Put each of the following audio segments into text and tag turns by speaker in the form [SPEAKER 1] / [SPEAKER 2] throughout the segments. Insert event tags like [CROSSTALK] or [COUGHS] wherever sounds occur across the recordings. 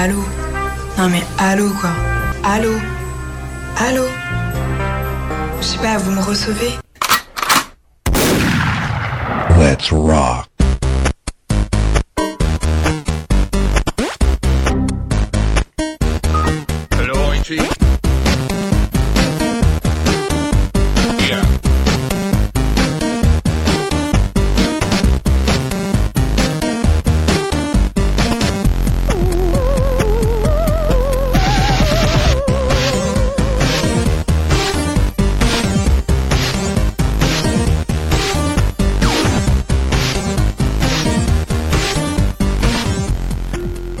[SPEAKER 1] allô Non mais allô quoi Allô Allô Je sais pas, vous me recevez
[SPEAKER 2] Let's rock.
[SPEAKER 3] Hello, IT. Yeah.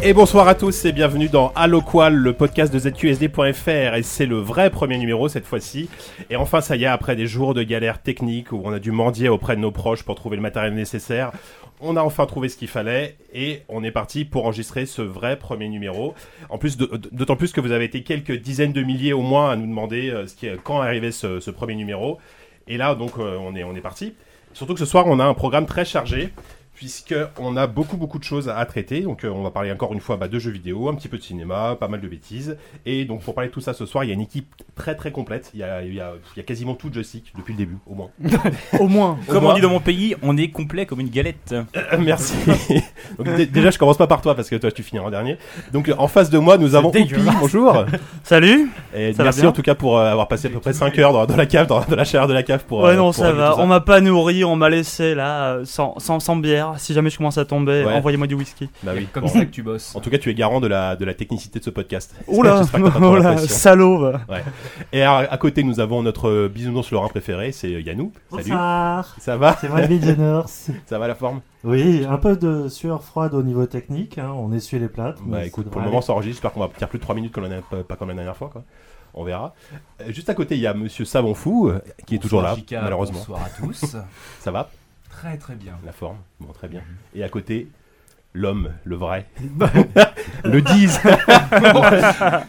[SPEAKER 4] Et bonsoir à tous et bienvenue dans Allo Qual, le podcast de ZQSD.fr. Et c'est le vrai premier numéro cette fois-ci. Et enfin, ça y est, après des jours de galère technique où on a dû mendier auprès de nos proches pour trouver le matériel nécessaire, on a enfin trouvé ce qu'il fallait et on est parti pour enregistrer ce vrai premier numéro. En plus, de- de- d'autant plus que vous avez été quelques dizaines de milliers au moins à nous demander euh, ce qui, est- quand arrivait ce, ce premier numéro. Et là, donc, euh, on est, on est parti. Surtout que ce soir, on a un programme très chargé puisque on a beaucoup beaucoup de choses à traiter. Donc euh, on va parler encore une fois bah, de jeux vidéo, un petit peu de cinéma, pas mal de bêtises. Et donc pour parler de tout ça ce soir, il y a une équipe très très complète. Il y a, il y a- il y a quasiment tout de Joystick depuis le début au moins. [LAUGHS]
[SPEAKER 5] Au moins.
[SPEAKER 4] Au
[SPEAKER 6] Comme
[SPEAKER 4] moins.
[SPEAKER 6] on dit dans mon pays, on est complet comme une galette.
[SPEAKER 4] Euh,
[SPEAKER 5] [LAUGHS]
[SPEAKER 4] Merci. Donc, dé- déjà je commence pas par toi parce que toi tu finis en dernier. Donc euh, en face de moi nous avons Oupi,
[SPEAKER 5] dégueulasse. [LAUGHS]
[SPEAKER 4] bonjour.
[SPEAKER 5] Salut
[SPEAKER 4] Et
[SPEAKER 5] Ça va
[SPEAKER 4] merci
[SPEAKER 5] bien
[SPEAKER 4] en tout cas pour euh, avoir passé à peu près 5 heures dans, dans la cave, dans, dans la chaleur de la cave pour.
[SPEAKER 5] Ouais,
[SPEAKER 4] euh,
[SPEAKER 5] non,
[SPEAKER 4] pour
[SPEAKER 5] ça
[SPEAKER 4] régler
[SPEAKER 5] va.
[SPEAKER 4] tout ça.
[SPEAKER 5] On m'a pas nourri, on m'a laissé là, euh, sans, sans, sans bière. Si jamais je commence à tomber,
[SPEAKER 4] Ouais.
[SPEAKER 5] envoyez-moi du whisky.
[SPEAKER 4] Bah oui.
[SPEAKER 7] Comme
[SPEAKER 4] bon.
[SPEAKER 7] ça que tu bosses.
[SPEAKER 4] En tout cas tu es garant de la de la technicité de ce podcast.
[SPEAKER 5] Oula,
[SPEAKER 4] J'espère que t'as pas trop la
[SPEAKER 5] oula,
[SPEAKER 4] pression.
[SPEAKER 5] salaud. va.
[SPEAKER 4] Et à, à côté, nous avons notre euh, bisounours Laurent préféré, c'est euh, Yannou. Salut.
[SPEAKER 8] Bonsoir,
[SPEAKER 4] Ça va
[SPEAKER 8] c'est moi Billionaires.
[SPEAKER 4] [LAUGHS] Ça va la forme
[SPEAKER 8] Oui, un peu de sueur froide au niveau technique, hein, on essuie les plates. mais
[SPEAKER 4] Bah
[SPEAKER 8] ça
[SPEAKER 4] écoute,
[SPEAKER 8] devrait
[SPEAKER 4] pour le
[SPEAKER 8] aller.
[SPEAKER 4] moment, ça enregistre. J'espère qu'on va tenir plus de 3 minutes comme la, pas, pas comme la dernière fois. Quoi. On verra. Euh, Juste à côté, il y a Monsieur Savon Fou, euh, qui est toujours là,
[SPEAKER 7] Jika,
[SPEAKER 4] malheureusement.
[SPEAKER 7] Bonsoir à
[SPEAKER 4] [LAUGHS]
[SPEAKER 7] tous.
[SPEAKER 4] Ça va
[SPEAKER 7] très très bien.
[SPEAKER 4] La forme Bon, très bien.
[SPEAKER 7] Mhm.
[SPEAKER 4] Et à côté, l'homme,
[SPEAKER 7] [LAUGHS]
[SPEAKER 4] le vrai. le 10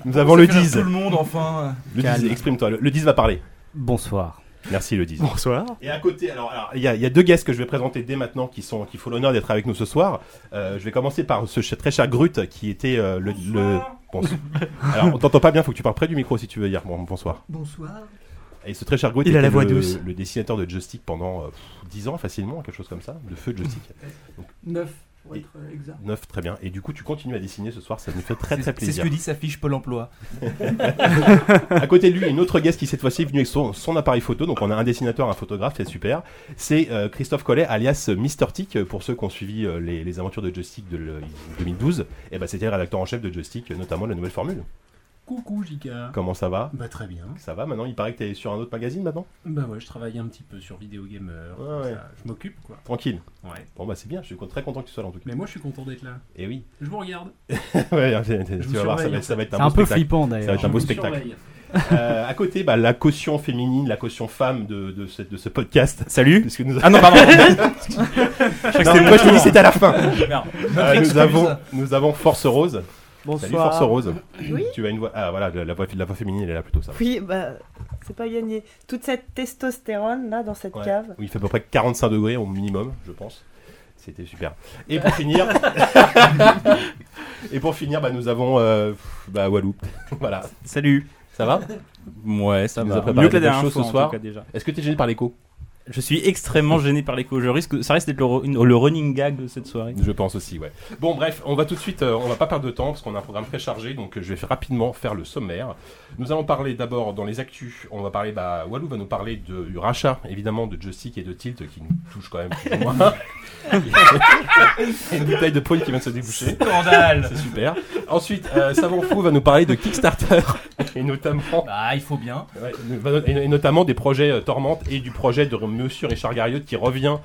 [SPEAKER 4] Nous avons le
[SPEAKER 7] Ça fait
[SPEAKER 4] 10
[SPEAKER 7] Tout le monde enfin.
[SPEAKER 4] Le 10,
[SPEAKER 6] Calme.
[SPEAKER 4] exprime-toi. Le, le 10 va parler.
[SPEAKER 6] Bonsoir.
[SPEAKER 4] Merci, le 10.
[SPEAKER 5] Bonsoir.
[SPEAKER 4] Et à côté, alors, alors, il y, a- il y a deux guests que je vais présenter dès maintenant qui sont qui font l'honneur d'être avec nous ce soir. Euh, je vais commencer par ce ch- très cher Grut qui était euh, le. le- bonsoir. Alors, on t'entend pas bien, faut que tu parles près du micro si tu veux dire bon, bonsoir.
[SPEAKER 9] Bonsoir.
[SPEAKER 4] Et ce très cher Grut
[SPEAKER 5] Il a
[SPEAKER 4] était
[SPEAKER 5] la voix
[SPEAKER 4] le,
[SPEAKER 5] douce.
[SPEAKER 4] le dessinateur de Joystick pendant euh, pff, 10 ans facilement, quelque chose comme ça, de feu de Joystick.
[SPEAKER 9] 9, pour
[SPEAKER 4] Et-
[SPEAKER 9] être exact.
[SPEAKER 4] 9, très bien. Et du coup, tu continues à dessiner ce soir, ça nous fait très
[SPEAKER 7] C'est c'est
[SPEAKER 4] très
[SPEAKER 7] ce
[SPEAKER 4] plaisir.
[SPEAKER 7] que dit sa fiche Pôle emploi.
[SPEAKER 4] À côté de lui, une autre guest qui cette fois-ci est venue avec son, son appareil photo. Donc on a un dessinateur, un photographe, c'est super. C'est euh, Christophe Collet, alias euh, Mister Tick, pour ceux qui ont suivi euh, les, les aventures de Joystick de le- 2012. Et ben c'était le rédacteur en chef de Joystick, euh, notamment de la nouvelle formule.
[SPEAKER 9] Coucou Jika.
[SPEAKER 4] Comment ça va
[SPEAKER 9] Bah très bien.
[SPEAKER 4] Ça va maintenant Il paraît que t'es sur un autre magazine maintenant
[SPEAKER 9] Bah ouais, je travaille un petit peu sur Vidéo Gamer.
[SPEAKER 4] Ouais,
[SPEAKER 9] comme
[SPEAKER 4] ouais.
[SPEAKER 9] ça. Je m'occupe quoi.
[SPEAKER 4] Tranquille.
[SPEAKER 9] Ouais.
[SPEAKER 4] Bon bah c'est bien, je suis con- très content que tu sois là en tout cas.
[SPEAKER 9] Mais moi je suis content d'être là.
[SPEAKER 4] Et oui. [LAUGHS]
[SPEAKER 9] Je vous regarde.
[SPEAKER 4] Ouais, tu vas voir, ça
[SPEAKER 9] surveille,
[SPEAKER 4] va,
[SPEAKER 9] en
[SPEAKER 4] ça va être un,
[SPEAKER 6] C'est un
[SPEAKER 4] beau
[SPEAKER 6] peu
[SPEAKER 4] spectacle.
[SPEAKER 6] flippant
[SPEAKER 4] Ça va
[SPEAKER 6] d'ailleurs.
[SPEAKER 4] être un beau
[SPEAKER 9] Je vous
[SPEAKER 4] spectacle.
[SPEAKER 9] surveille.
[SPEAKER 4] Euh, à côté, bah, la caution féminine, la caution femme de, de, ce, de ce podcast.
[SPEAKER 6] Salut.
[SPEAKER 4] Puisque nous
[SPEAKER 6] Ah non, [LAUGHS] pardon.
[SPEAKER 4] Non, moi, je t'ai dit, c'était à la fin.
[SPEAKER 6] Merde.
[SPEAKER 4] Euh, nous,
[SPEAKER 7] excuse.
[SPEAKER 4] avons, nous avons Force Rose.
[SPEAKER 10] Bonsoir.
[SPEAKER 4] Salut Force Rose.
[SPEAKER 10] Oui.
[SPEAKER 4] Tu as une voix. Ah voilà, la la voix, la voix féminine, elle est là plutôt ça. va.
[SPEAKER 10] Oui, bah, c'est pas gagné. Toute cette testostérone là dans cette
[SPEAKER 4] Ouais.
[SPEAKER 10] cave.
[SPEAKER 4] Il fait à peu près 45 degrés au minimum, je pense. C'était super. Et pour [LAUGHS] finir. Et pour finir, bah, nous avons euh, pff, bah, Walou. [LAUGHS] voilà.
[SPEAKER 6] Salut.
[SPEAKER 4] Ça va
[SPEAKER 6] Ouais, ça
[SPEAKER 4] Tu nous as
[SPEAKER 6] va.
[SPEAKER 4] préparé
[SPEAKER 6] Mieux que la
[SPEAKER 4] quelque
[SPEAKER 6] dernière
[SPEAKER 4] chose
[SPEAKER 6] fois
[SPEAKER 4] ce
[SPEAKER 6] en
[SPEAKER 4] soir
[SPEAKER 6] tout cas, déjà.
[SPEAKER 4] Est-ce que tu es gêné par l'écho
[SPEAKER 6] Je suis extrêmement gêné par l'écho. Je risque, ça risque d'être le, re- une- le running gag de cette soirée.
[SPEAKER 4] Je pense aussi, ouais. Bon, bref, on va tout de suite, euh, on va pas perdre de temps parce qu'on a un programme très chargé, donc euh, je vais faire- rapidement faire le sommaire. Nous allons parler d'abord dans les actus, on va parler, bah, Walou va nous parler de, du rachat, évidemment, de Joystick et de Tilt qui nous touche quand même plus ou moins. Il y a une bouteille de poil qui vient de se déboucher.
[SPEAKER 7] Scandale.
[SPEAKER 4] C'est super. Ensuite, euh, Savant Fou va nous parler de Kickstarter et notamment,
[SPEAKER 7] Bah, il faut bien.
[SPEAKER 4] ouais, va- et- et notamment des projets euh, Tormente et du projet de Monsieur Richard Garriott qui revient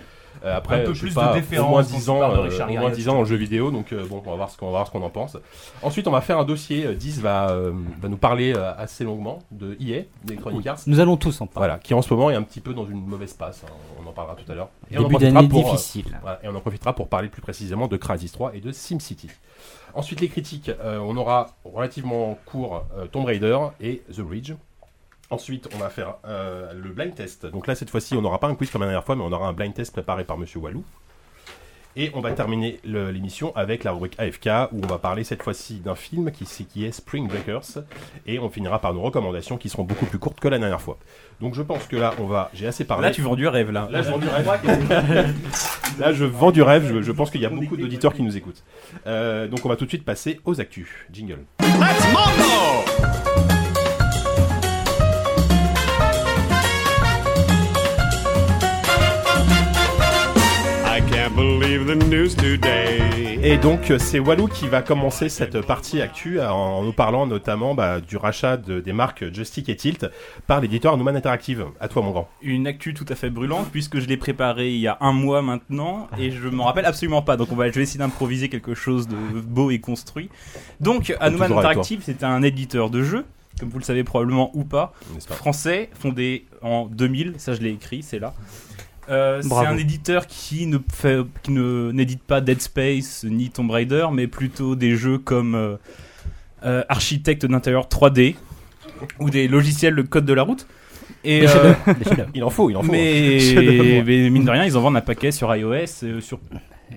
[SPEAKER 4] euh, après
[SPEAKER 7] Un peu
[SPEAKER 4] je sais
[SPEAKER 7] plus
[SPEAKER 4] pas,
[SPEAKER 7] de
[SPEAKER 4] au
[SPEAKER 7] déférence
[SPEAKER 4] moins
[SPEAKER 7] quand
[SPEAKER 4] 10
[SPEAKER 7] tu
[SPEAKER 4] ans,
[SPEAKER 7] parles de
[SPEAKER 4] euh,
[SPEAKER 7] Richard
[SPEAKER 4] au moins
[SPEAKER 7] Garriott.
[SPEAKER 4] 10 ans en jeu vidéo. Donc euh, bon, on va voir ce qu'on on va voir ce qu'on en pense. Ensuite, on va faire un dossier. euh, 10 va, euh, va nous parler euh, assez longuement de E EA, d'Electronic Arts.
[SPEAKER 11] Nous allons tous en parler.
[SPEAKER 4] Voilà, qui en ce moment est un petit peu dans une mauvaise passe. hein, On en parlera tout à l'heure. Et on en
[SPEAKER 11] Début
[SPEAKER 4] profitera
[SPEAKER 11] d'année
[SPEAKER 4] pour, euh,
[SPEAKER 11] difficile.
[SPEAKER 4] voilà, et on en profitera pour parler plus précisément de Crysis 3 et de SimCity. Ensuite, les critiques. euh, on aura relativement court euh, Tomb Raider et The Bridge. Ensuite, on va faire euh, le blind test. Donc là, cette fois-ci, on n'aura pas un quiz comme la dernière fois, mais on aura un blind test préparé par Monsieur Walou. Et Et on va terminer le- l'émission avec la rubrique AFK où on va parler cette fois-ci d'un film qui, c'est- qui est Spring Breakers. Et on finira par nos recommandations qui seront beaucoup plus courtes que la dernière fois. Donc je pense que là, on va. J'ai assez parlé.
[SPEAKER 6] Là, tu vends du rêve, là.
[SPEAKER 4] Là, je vends du rêve. Là, je vends du rêve. Je, je pense qu'il y a beaucoup d'auditeurs qui nous écoutent. Euh, donc, on va tout de suite passer aux actus. Jingle.
[SPEAKER 3] I can't believe the news today.
[SPEAKER 4] Et donc, euh, c'est Walou qui va commencer cette partie actu en, en nous parlant notamment bah, du rachat de- des marques Joystick et Tilt par l'éditeur Newman Interactive. À toi, mon grand.
[SPEAKER 6] Une actu tout à fait brûlante, puisque je l'ai préparée il y a un mois maintenant, et je m'en rappelle absolument pas. Donc, on va, je vais essayer d'improviser quelque chose de beau et construit. Donc, Hanuman
[SPEAKER 4] Toujours avec
[SPEAKER 6] Interactive, c'est un éditeur de jeux, comme vous le savez probablement ou pas.
[SPEAKER 4] n'est-ce pas
[SPEAKER 6] français, fondé en 2000, ça je l'ai écrit, c'est là. Euh, c'est
[SPEAKER 5] Bravo.
[SPEAKER 6] un éditeur qui ne fait, qui ne n'édite pas Dead Space ni Tomb Raider, mais plutôt des jeux comme euh, euh, Architecte d'intérieur 3D ou des logiciels le code de la route. Et euh,
[SPEAKER 4] Il en faut, hein. il en
[SPEAKER 6] hein.
[SPEAKER 4] faut.
[SPEAKER 6] [LAUGHS] mais, mais mine de rien, ils en vendent un paquet sur iOS, euh, sur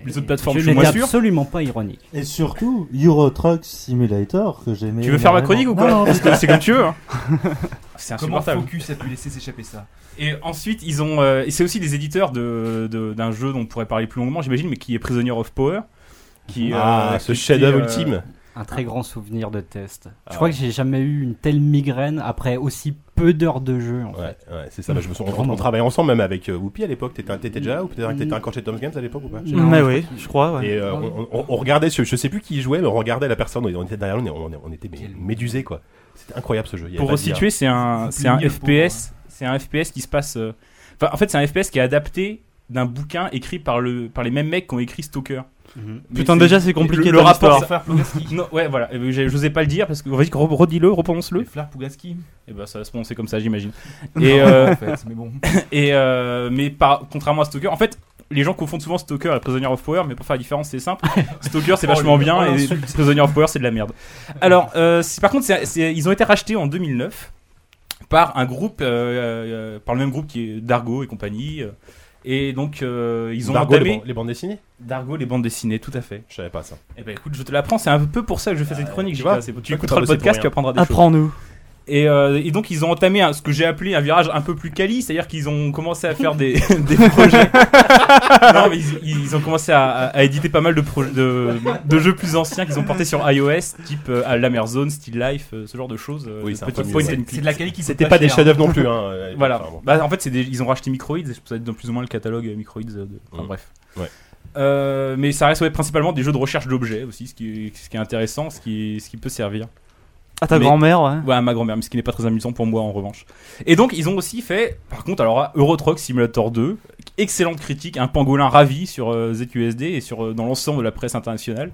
[SPEAKER 6] les autres plateformes, je suis moins sûr.
[SPEAKER 11] absolument pas ironique.
[SPEAKER 8] Et surtout, Euro Truck Simulator, que j'aimais.
[SPEAKER 6] Tu veux faire ma
[SPEAKER 8] énormément.
[SPEAKER 6] chronique ou quoi
[SPEAKER 8] Non, non,
[SPEAKER 6] Parce que c'est comme tu veux. [LAUGHS] hein. C'est
[SPEAKER 7] Comment
[SPEAKER 6] insupportable.
[SPEAKER 7] Focus a pu laisser s'échapper ça
[SPEAKER 6] Et ensuite, ils ont. euh, et c'est aussi des éditeurs de, de- d'un jeu dont on pourrait parler plus longuement, j'imagine, mais qui est Prisoner of Power. Qui,
[SPEAKER 4] Ah,
[SPEAKER 6] euh,
[SPEAKER 4] ce
[SPEAKER 6] qui
[SPEAKER 4] chef-d'œuvre
[SPEAKER 6] était, euh,
[SPEAKER 4] ultime.
[SPEAKER 11] Un très grand souvenir de test.
[SPEAKER 4] Ah
[SPEAKER 11] Je crois que j'ai jamais eu une telle migraine après aussi peu d'heures de jeu. En fait.
[SPEAKER 4] Ouais, ouais, c'est ça. bah, je me souviens, on,
[SPEAKER 11] Vraiment.
[SPEAKER 4] on travaillait ensemble même avec euh, Whoopi à l'époque. T'étais un- t'étais déjà là ou peut-être que
[SPEAKER 11] Mmh.
[SPEAKER 4] t'étais encore chez Tom's Games à l'époque ou pas
[SPEAKER 11] Non,
[SPEAKER 5] Oh, bah, mais
[SPEAKER 11] je-
[SPEAKER 5] oui, je crois. ouais.
[SPEAKER 4] Et euh, on, on- on regardait, ce- je sais plus qui y jouait, mais on regardait la personne, on était derrière nous, on, on- on était mais, médusés quoi. C'était incroyable ce jeu. il y avait
[SPEAKER 6] Pour
[SPEAKER 4] pas de dire.
[SPEAKER 6] resituer, c'est un,
[SPEAKER 7] C'est
[SPEAKER 6] c'est un
[SPEAKER 7] nul pour moi.
[SPEAKER 6] FPS. C'est un FPS qui se passe. euh, Enfin, en fait, c'est un FPS qui est adapté d'un bouquin écrit par, le, par les mêmes mecs qui ont écrit Stalker. Mais
[SPEAKER 5] Putain,
[SPEAKER 6] c'est-
[SPEAKER 5] déjà, c'est compliqué
[SPEAKER 6] Le,
[SPEAKER 5] dans
[SPEAKER 6] le rapport.
[SPEAKER 5] l'histoire.
[SPEAKER 6] Non, ouais, voilà. Euh, j'ai- J'osais pas le dire parce que. Vas-y, re- redis-le, repronce-le.
[SPEAKER 7] Les Flars Pougaski
[SPEAKER 6] Et bah, ça va se prononcer comme ça, j'imagine. Et. euh,
[SPEAKER 7] en fait, mais bon.
[SPEAKER 6] [LAUGHS] Et euh, mais par, contrairement à Stalker, en fait, les gens confondent souvent Stalker et Prisoner of Power, mais pour faire la différence, c'est simple. Stalker, c'est vachement bien, et Prisoner of Power, c'est de la merde. Alors, euh, c'est- par contre, c'est- c'est- ils ont été rachetés en 2009 par un groupe, euh, euh, par le même groupe qui est Dargo et compagnie. euh, Et donc, euh, ils ont
[SPEAKER 4] Dargo, les,
[SPEAKER 6] entamé
[SPEAKER 4] ban- les bandes dessinées
[SPEAKER 6] Dargo, les bandes dessinées, tout à fait.
[SPEAKER 4] Je savais pas ça.
[SPEAKER 6] Et ben écoute, je te l'apprends, c'est un peu pour ça que je fais cette chronique.
[SPEAKER 4] Euh, tu
[SPEAKER 6] Gilles,
[SPEAKER 4] vois,
[SPEAKER 6] c'est-
[SPEAKER 4] tu
[SPEAKER 6] tu
[SPEAKER 4] vas
[SPEAKER 6] écouteras le
[SPEAKER 4] bosser pour
[SPEAKER 6] podcast,
[SPEAKER 4] rien.
[SPEAKER 6] tu apprendras des choses.
[SPEAKER 5] Apprends-nous.
[SPEAKER 6] Et, euh, et donc ils ont entamé un- ce que j'ai appelé un virage un peu plus quali, c'est-à-dire qu'ils ont commencé à faire des, [LAUGHS] des projets. non, mais ils, ils ont commencé à, à- à éditer pas mal de, pro- de, de jeux plus anciens qu'ils ont portés sur iOS, type euh, à Lamerzone, Still Life, euh, ce genre de choses. euh,
[SPEAKER 4] Oui,
[SPEAKER 6] de
[SPEAKER 4] c'est un
[SPEAKER 6] petits
[SPEAKER 4] peu mieux,
[SPEAKER 6] point
[SPEAKER 4] ouais.
[SPEAKER 6] and click.
[SPEAKER 7] C'est de la qualité qui coûte
[SPEAKER 4] C'était pas des
[SPEAKER 7] cher.
[SPEAKER 4] chefs-d'œuvre non plus. Hein, euh,
[SPEAKER 6] Voilà.
[SPEAKER 4] [LAUGHS] enfin, bon.
[SPEAKER 6] Bah, en fait, c'est des- ils ont racheté Microids, et ça être dans plus ou moins le catalogue euh, Microids. euh, de- Enfin
[SPEAKER 4] Mm.
[SPEAKER 6] bref.
[SPEAKER 4] Ouais.
[SPEAKER 6] Euh, mais ça reste ouais, principalement des jeux de recherche d'objets aussi, ce qui, est- ce qui est intéressant, ce qui, ce qui peut servir.
[SPEAKER 5] À Ah, ta
[SPEAKER 6] Mais-
[SPEAKER 5] grand-mère, ouais.
[SPEAKER 6] Ouais, à ma grand-mère, mais ce qui n'est pas très amusant pour moi en revanche. Et donc, ils ont aussi fait, par contre, alors Eurotruck Simulator 2, excellente critique, un pangolin ravi sur euh, ZQSD et sur, euh, dans l'ensemble de la presse internationale,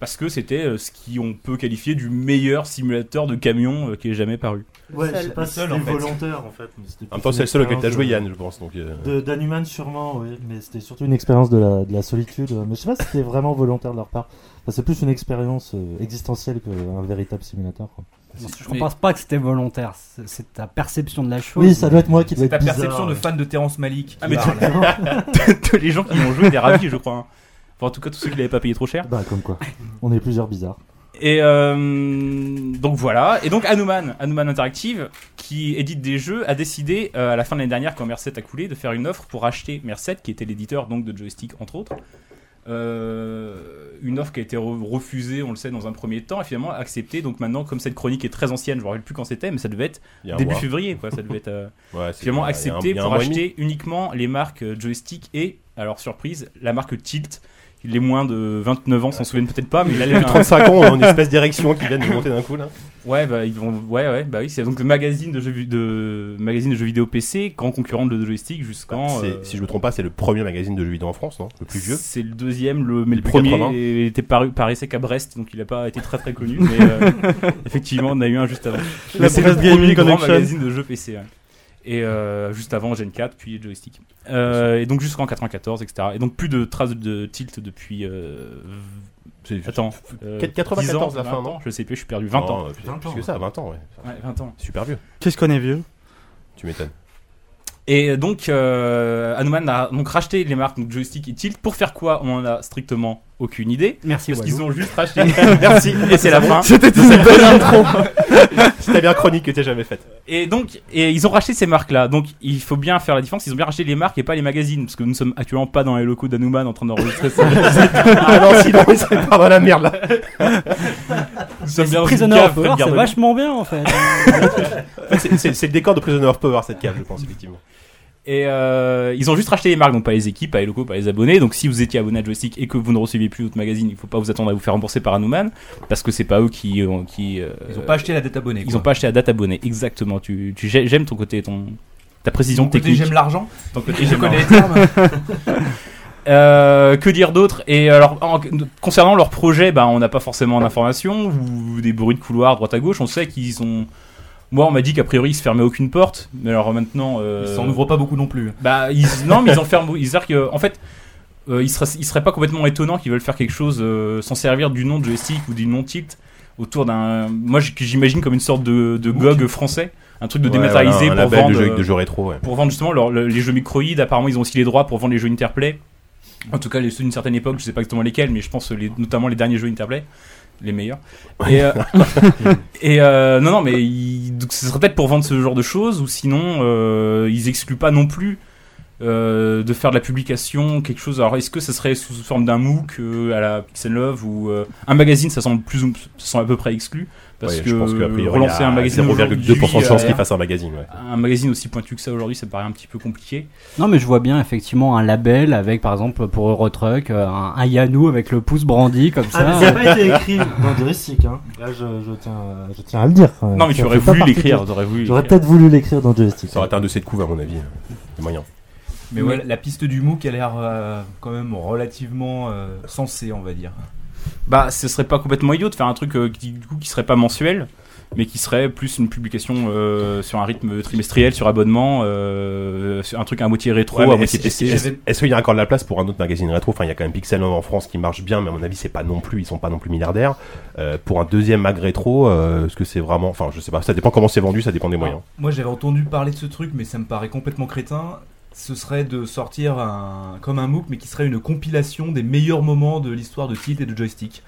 [SPEAKER 6] parce que c'était euh, ce qui on peut qualifier du meilleur simulateur de camion euh, qui ait jamais paru.
[SPEAKER 8] Ouais, je sais
[SPEAKER 10] Seul.
[SPEAKER 8] pas si
[SPEAKER 7] Seul,
[SPEAKER 8] c'était
[SPEAKER 7] en fait.
[SPEAKER 8] volontaire en fait. mais c'était
[SPEAKER 4] En
[SPEAKER 8] plus
[SPEAKER 4] même temps,
[SPEAKER 8] une
[SPEAKER 4] c'est le seul auquel t'as
[SPEAKER 8] expérience
[SPEAKER 4] joué,
[SPEAKER 8] de-
[SPEAKER 4] Yann, je pense. Donc, euh,
[SPEAKER 8] De- D'Anuman sûrement, oui, mais c'était surtout une expérience de la, de la solitude. euh, Mais je sais pas si c'était vraiment volontaire de leur part. Enfin, c'est plus une expérience euh, existentielle qu'un véritable simulateur. quoi.
[SPEAKER 11] Je ne pense pas que c'était volontaire. C'est c'est ta perception de la chose.
[SPEAKER 8] Oui, ça doit être moi qui doit
[SPEAKER 7] C'est
[SPEAKER 8] être
[SPEAKER 7] ta
[SPEAKER 8] bizarre.
[SPEAKER 7] perception de fan de Terrence Malik.
[SPEAKER 6] Ah, mais
[SPEAKER 7] Bah,
[SPEAKER 6] tous- [LAUGHS] tous les gens qui y ont joué étaient ravis, je crois. hein. Enfin, en tout cas, tous ceux qui l'avaient pas payé trop cher.
[SPEAKER 8] Bah comme
[SPEAKER 7] [LAUGHS]
[SPEAKER 8] quoi, on est plusieurs bizarres.
[SPEAKER 6] Et euh, donc voilà. Et donc Hanuman, Hanuman Interactive, qui édite des jeux, a décidé euh, à la fin de l'année dernière, quand Merced a coulé, de faire une offre pour acheter Merced, qui était l'éditeur donc de Joystick entre autres. Euh, une offre qui a été re- refusée, on le sait, dans un premier temps, et finalement acceptée. Donc maintenant, comme cette chronique est très ancienne, je ne me rappelle plus quand c'était, mais ça devait être
[SPEAKER 4] il y a un
[SPEAKER 6] début
[SPEAKER 4] mois.
[SPEAKER 6] février, quoi. Ça devait être euh,
[SPEAKER 4] Ouais, c'est-
[SPEAKER 6] finalement
[SPEAKER 4] il y a un- il y a un
[SPEAKER 6] accepté pour
[SPEAKER 4] mois et demi.
[SPEAKER 6] acheter uniquement les marques euh, Joystick et, alors surprise, la marque Tilt. Les moins de 29 ans s'en souviennent peut-être pas, mais il allait
[SPEAKER 4] Plus de 35 ans, on a une espèce d'érection qui vient de nous monter d'un coup là.
[SPEAKER 6] Ouais, bah ils vont, ouais, ouais, bah oui, c'est donc le magazine de jeux, vi- de magazine de jeux vidéo PC, grand concurrent de joystick jusqu'en.
[SPEAKER 4] Bah, C'est-
[SPEAKER 6] euh,
[SPEAKER 4] Si je me trompe pas, c'est le premier magazine de jeux vidéo en France, non Le plus vieux.
[SPEAKER 6] C'est le deuxième, le, mais le
[SPEAKER 4] Depuis
[SPEAKER 6] premier
[SPEAKER 4] 80.
[SPEAKER 6] était paru, paraissait qu'à Brest, donc il a pas été très très connu. mais euh, effectivement, on a eu un juste avant. Mais c'est le
[SPEAKER 5] Brest Gaming
[SPEAKER 6] premier grand
[SPEAKER 5] Connection.
[SPEAKER 6] magazine de jeux PC. ouais. Et euh, juste avant Gen 4, puis joystick. Euh, et donc jusqu'en 94, etc. Et donc plus de traces de tilt depuis. euh,
[SPEAKER 4] C'est-
[SPEAKER 6] attends, euh,
[SPEAKER 4] 94
[SPEAKER 6] 10 ans,
[SPEAKER 4] la fin,
[SPEAKER 6] 20
[SPEAKER 4] non
[SPEAKER 6] ans, Je sais plus, je suis perdu. 20 ans.
[SPEAKER 4] Non, euh, plus-
[SPEAKER 7] 20 ans.
[SPEAKER 4] Plus que ça, 20 ans, ouais.
[SPEAKER 6] Ouais, 20 ans.
[SPEAKER 4] Super vieux,
[SPEAKER 5] Qu'est-ce qu'on est vieux
[SPEAKER 4] tu m'étonnes.
[SPEAKER 6] Et donc, euh, Hanuman a donc racheté les marques donc Joystick et Tilt. Pour faire quoi On en a strictement aucune idée.
[SPEAKER 11] Merci,
[SPEAKER 6] Parce
[SPEAKER 11] Walou.
[SPEAKER 6] qu'ils ont juste racheté. Merci, et c'est la fin.
[SPEAKER 4] C'était une
[SPEAKER 6] C'est-
[SPEAKER 4] bonne intro. C'était la meilleure chronique que t'aies jamais faite.
[SPEAKER 6] Et donc, et ils ont racheté ces marques-là. Donc, il faut bien faire la différence. Ils ont bien racheté les marques et pas les magazines. Parce que nous ne sommes actuellement pas dans les locaux d'Anuman en train d'enregistrer ça.
[SPEAKER 4] Ah non, sinon, ils seraient pas dans la merde, là.
[SPEAKER 6] Nous sommes bien dans une
[SPEAKER 11] Prisoner
[SPEAKER 6] cave,
[SPEAKER 11] of
[SPEAKER 6] Fred
[SPEAKER 11] Power, c'est
[SPEAKER 6] Gardner.
[SPEAKER 11] vachement bien
[SPEAKER 6] [LAUGHS]
[SPEAKER 11] en fait.
[SPEAKER 4] C'est- C'est c'est le décor de Prisoner of Power, cette cave, je pense, effectivement.
[SPEAKER 6] Et euh, ils ont juste racheté les marques, donc pas les équipes, pas les locaux, pas les abonnés. Donc si vous étiez abonné à Joystick et que vous ne receviez plus d'autres magazines, il ne faut pas vous attendre à vous faire rembourser par Hanuman, parce que c'est pas eux qui ont qui. euh,
[SPEAKER 7] Ils ont pas acheté la dette abonnée.
[SPEAKER 6] Ils ont pas acheté la date abonnée. Exactement. Tu, tu- j'ai- j'aime ton côté, ton ta précision
[SPEAKER 7] Mon côté,
[SPEAKER 6] technique.
[SPEAKER 7] j'aime l'argent.
[SPEAKER 6] Ton côté,
[SPEAKER 7] Je
[SPEAKER 6] j'aime
[SPEAKER 7] connais les
[SPEAKER 6] l'argent.
[SPEAKER 7] termes.
[SPEAKER 6] Euh, que dire d'autre Et alors, en- concernant leur projet, bah, on n'a pas forcément d'informations ou des bruits de couloir droite à gauche. On sait qu'ils ont. Moi, on m'a dit qu'a priori, ils se fermaient aucune porte. Mais alors maintenant, euh,
[SPEAKER 7] Ils s'en ouvrent pas beaucoup non plus.
[SPEAKER 6] bah,
[SPEAKER 4] [LAUGHS]
[SPEAKER 6] ils, non, mais ils en ferment. Ils dire que, en fait, euh, il, serait, il serait pas complètement étonnant qu'ils veulent faire quelque chose euh, sans servir du nom de joystick ou du nom tilt autour d'un. Moi, j- que j'imagine comme une sorte de, de GOG français, un truc de
[SPEAKER 4] Ouais,
[SPEAKER 6] dématérialisé
[SPEAKER 4] voilà, un
[SPEAKER 6] pour
[SPEAKER 4] label de
[SPEAKER 6] vendre.
[SPEAKER 4] jeux- de
[SPEAKER 6] euh,
[SPEAKER 4] jeux rétro, ouais.
[SPEAKER 6] Pour vendre justement leur- le- les jeux microïdes. Apparemment, ils ont aussi les droits pour vendre les jeux Interplay. En tout cas, les ceux d'une certaine époque, je sais pas exactement lesquels, mais je pense les- notamment les derniers jeux Interplay, les meilleurs. Et, euh, [LAUGHS] et euh, non, non, mais il- donc ce serait peut-être pour vendre ce genre de choses, ou sinon euh, ils excluent pas non plus euh, de faire de la publication, quelque chose. Alors est-ce que ça serait sous forme d'un MOOC euh, à la Pixel Love ou euh, un magazine Ça semble plus, ou- ça semble à peu près exclu parce
[SPEAKER 4] Ouais,
[SPEAKER 6] que
[SPEAKER 4] je pense qu'a priori,
[SPEAKER 6] relancer
[SPEAKER 4] il y a
[SPEAKER 6] un magazine
[SPEAKER 4] 0,2% de chance
[SPEAKER 6] aujourd'hui, euh,
[SPEAKER 4] qu'il fasse un magazine, ouais.
[SPEAKER 6] Un magazine aussi pointu que ça aujourd'hui, ça me paraît un petit peu compliqué.
[SPEAKER 11] Non, mais je vois bien effectivement un label avec, par exemple, pour Eurotruck, euh, un, un Yanou avec le pouce brandi comme
[SPEAKER 8] Ah,
[SPEAKER 11] ça.
[SPEAKER 8] mais ça a pas été écrit dans Joystick, hein. Là, je, je tiens, à- je tiens à le dire. quand même.
[SPEAKER 4] Non, mais
[SPEAKER 8] Ça
[SPEAKER 4] tu aurais
[SPEAKER 8] fait pas
[SPEAKER 4] voulu
[SPEAKER 8] partie
[SPEAKER 4] l'écrire,
[SPEAKER 8] de-
[SPEAKER 4] t'aurais voulu
[SPEAKER 8] J'aurais
[SPEAKER 4] l'écrire.
[SPEAKER 8] peut-être voulu l'écrire dans Joystick. hein.
[SPEAKER 4] Ça aurait été un dossier de couve, à mon avis. euh, C'est moyen.
[SPEAKER 7] Mais ouais, la piste du MOOC a l'air euh, quand même relativement euh, sensée, on va dire.
[SPEAKER 6] Bah, ce serait pas complètement idiot de faire un truc euh, qui, du coup, qui serait pas mensuel, mais qui serait plus une publication euh, sur un rythme trimestriel, sur abonnement, euh, sur un truc à moitié rétro,
[SPEAKER 4] Ouais,
[SPEAKER 6] à
[SPEAKER 4] mais
[SPEAKER 6] moitié
[SPEAKER 4] est-ce-
[SPEAKER 6] PC.
[SPEAKER 4] est-ce- Est-ce qu'il y a encore de la place pour un autre magazine rétro Enfin, il y a quand même Pixel en France qui marche bien, mais à mon avis, c'est pas non plus, ils sont pas non plus milliardaires. Euh, pour un deuxième mag rétro, euh, est-ce que c'est vraiment. Enfin, je sais pas, ça dépend comment c'est vendu, ça dépend des moyens.
[SPEAKER 7] Moi, j'avais entendu parler de ce truc, mais ça me paraît complètement crétin. Ce serait de sortir un, comme un MOOC, mais qui serait une compilation des meilleurs moments de l'histoire de tilt et de joystick.
[SPEAKER 6] Ah.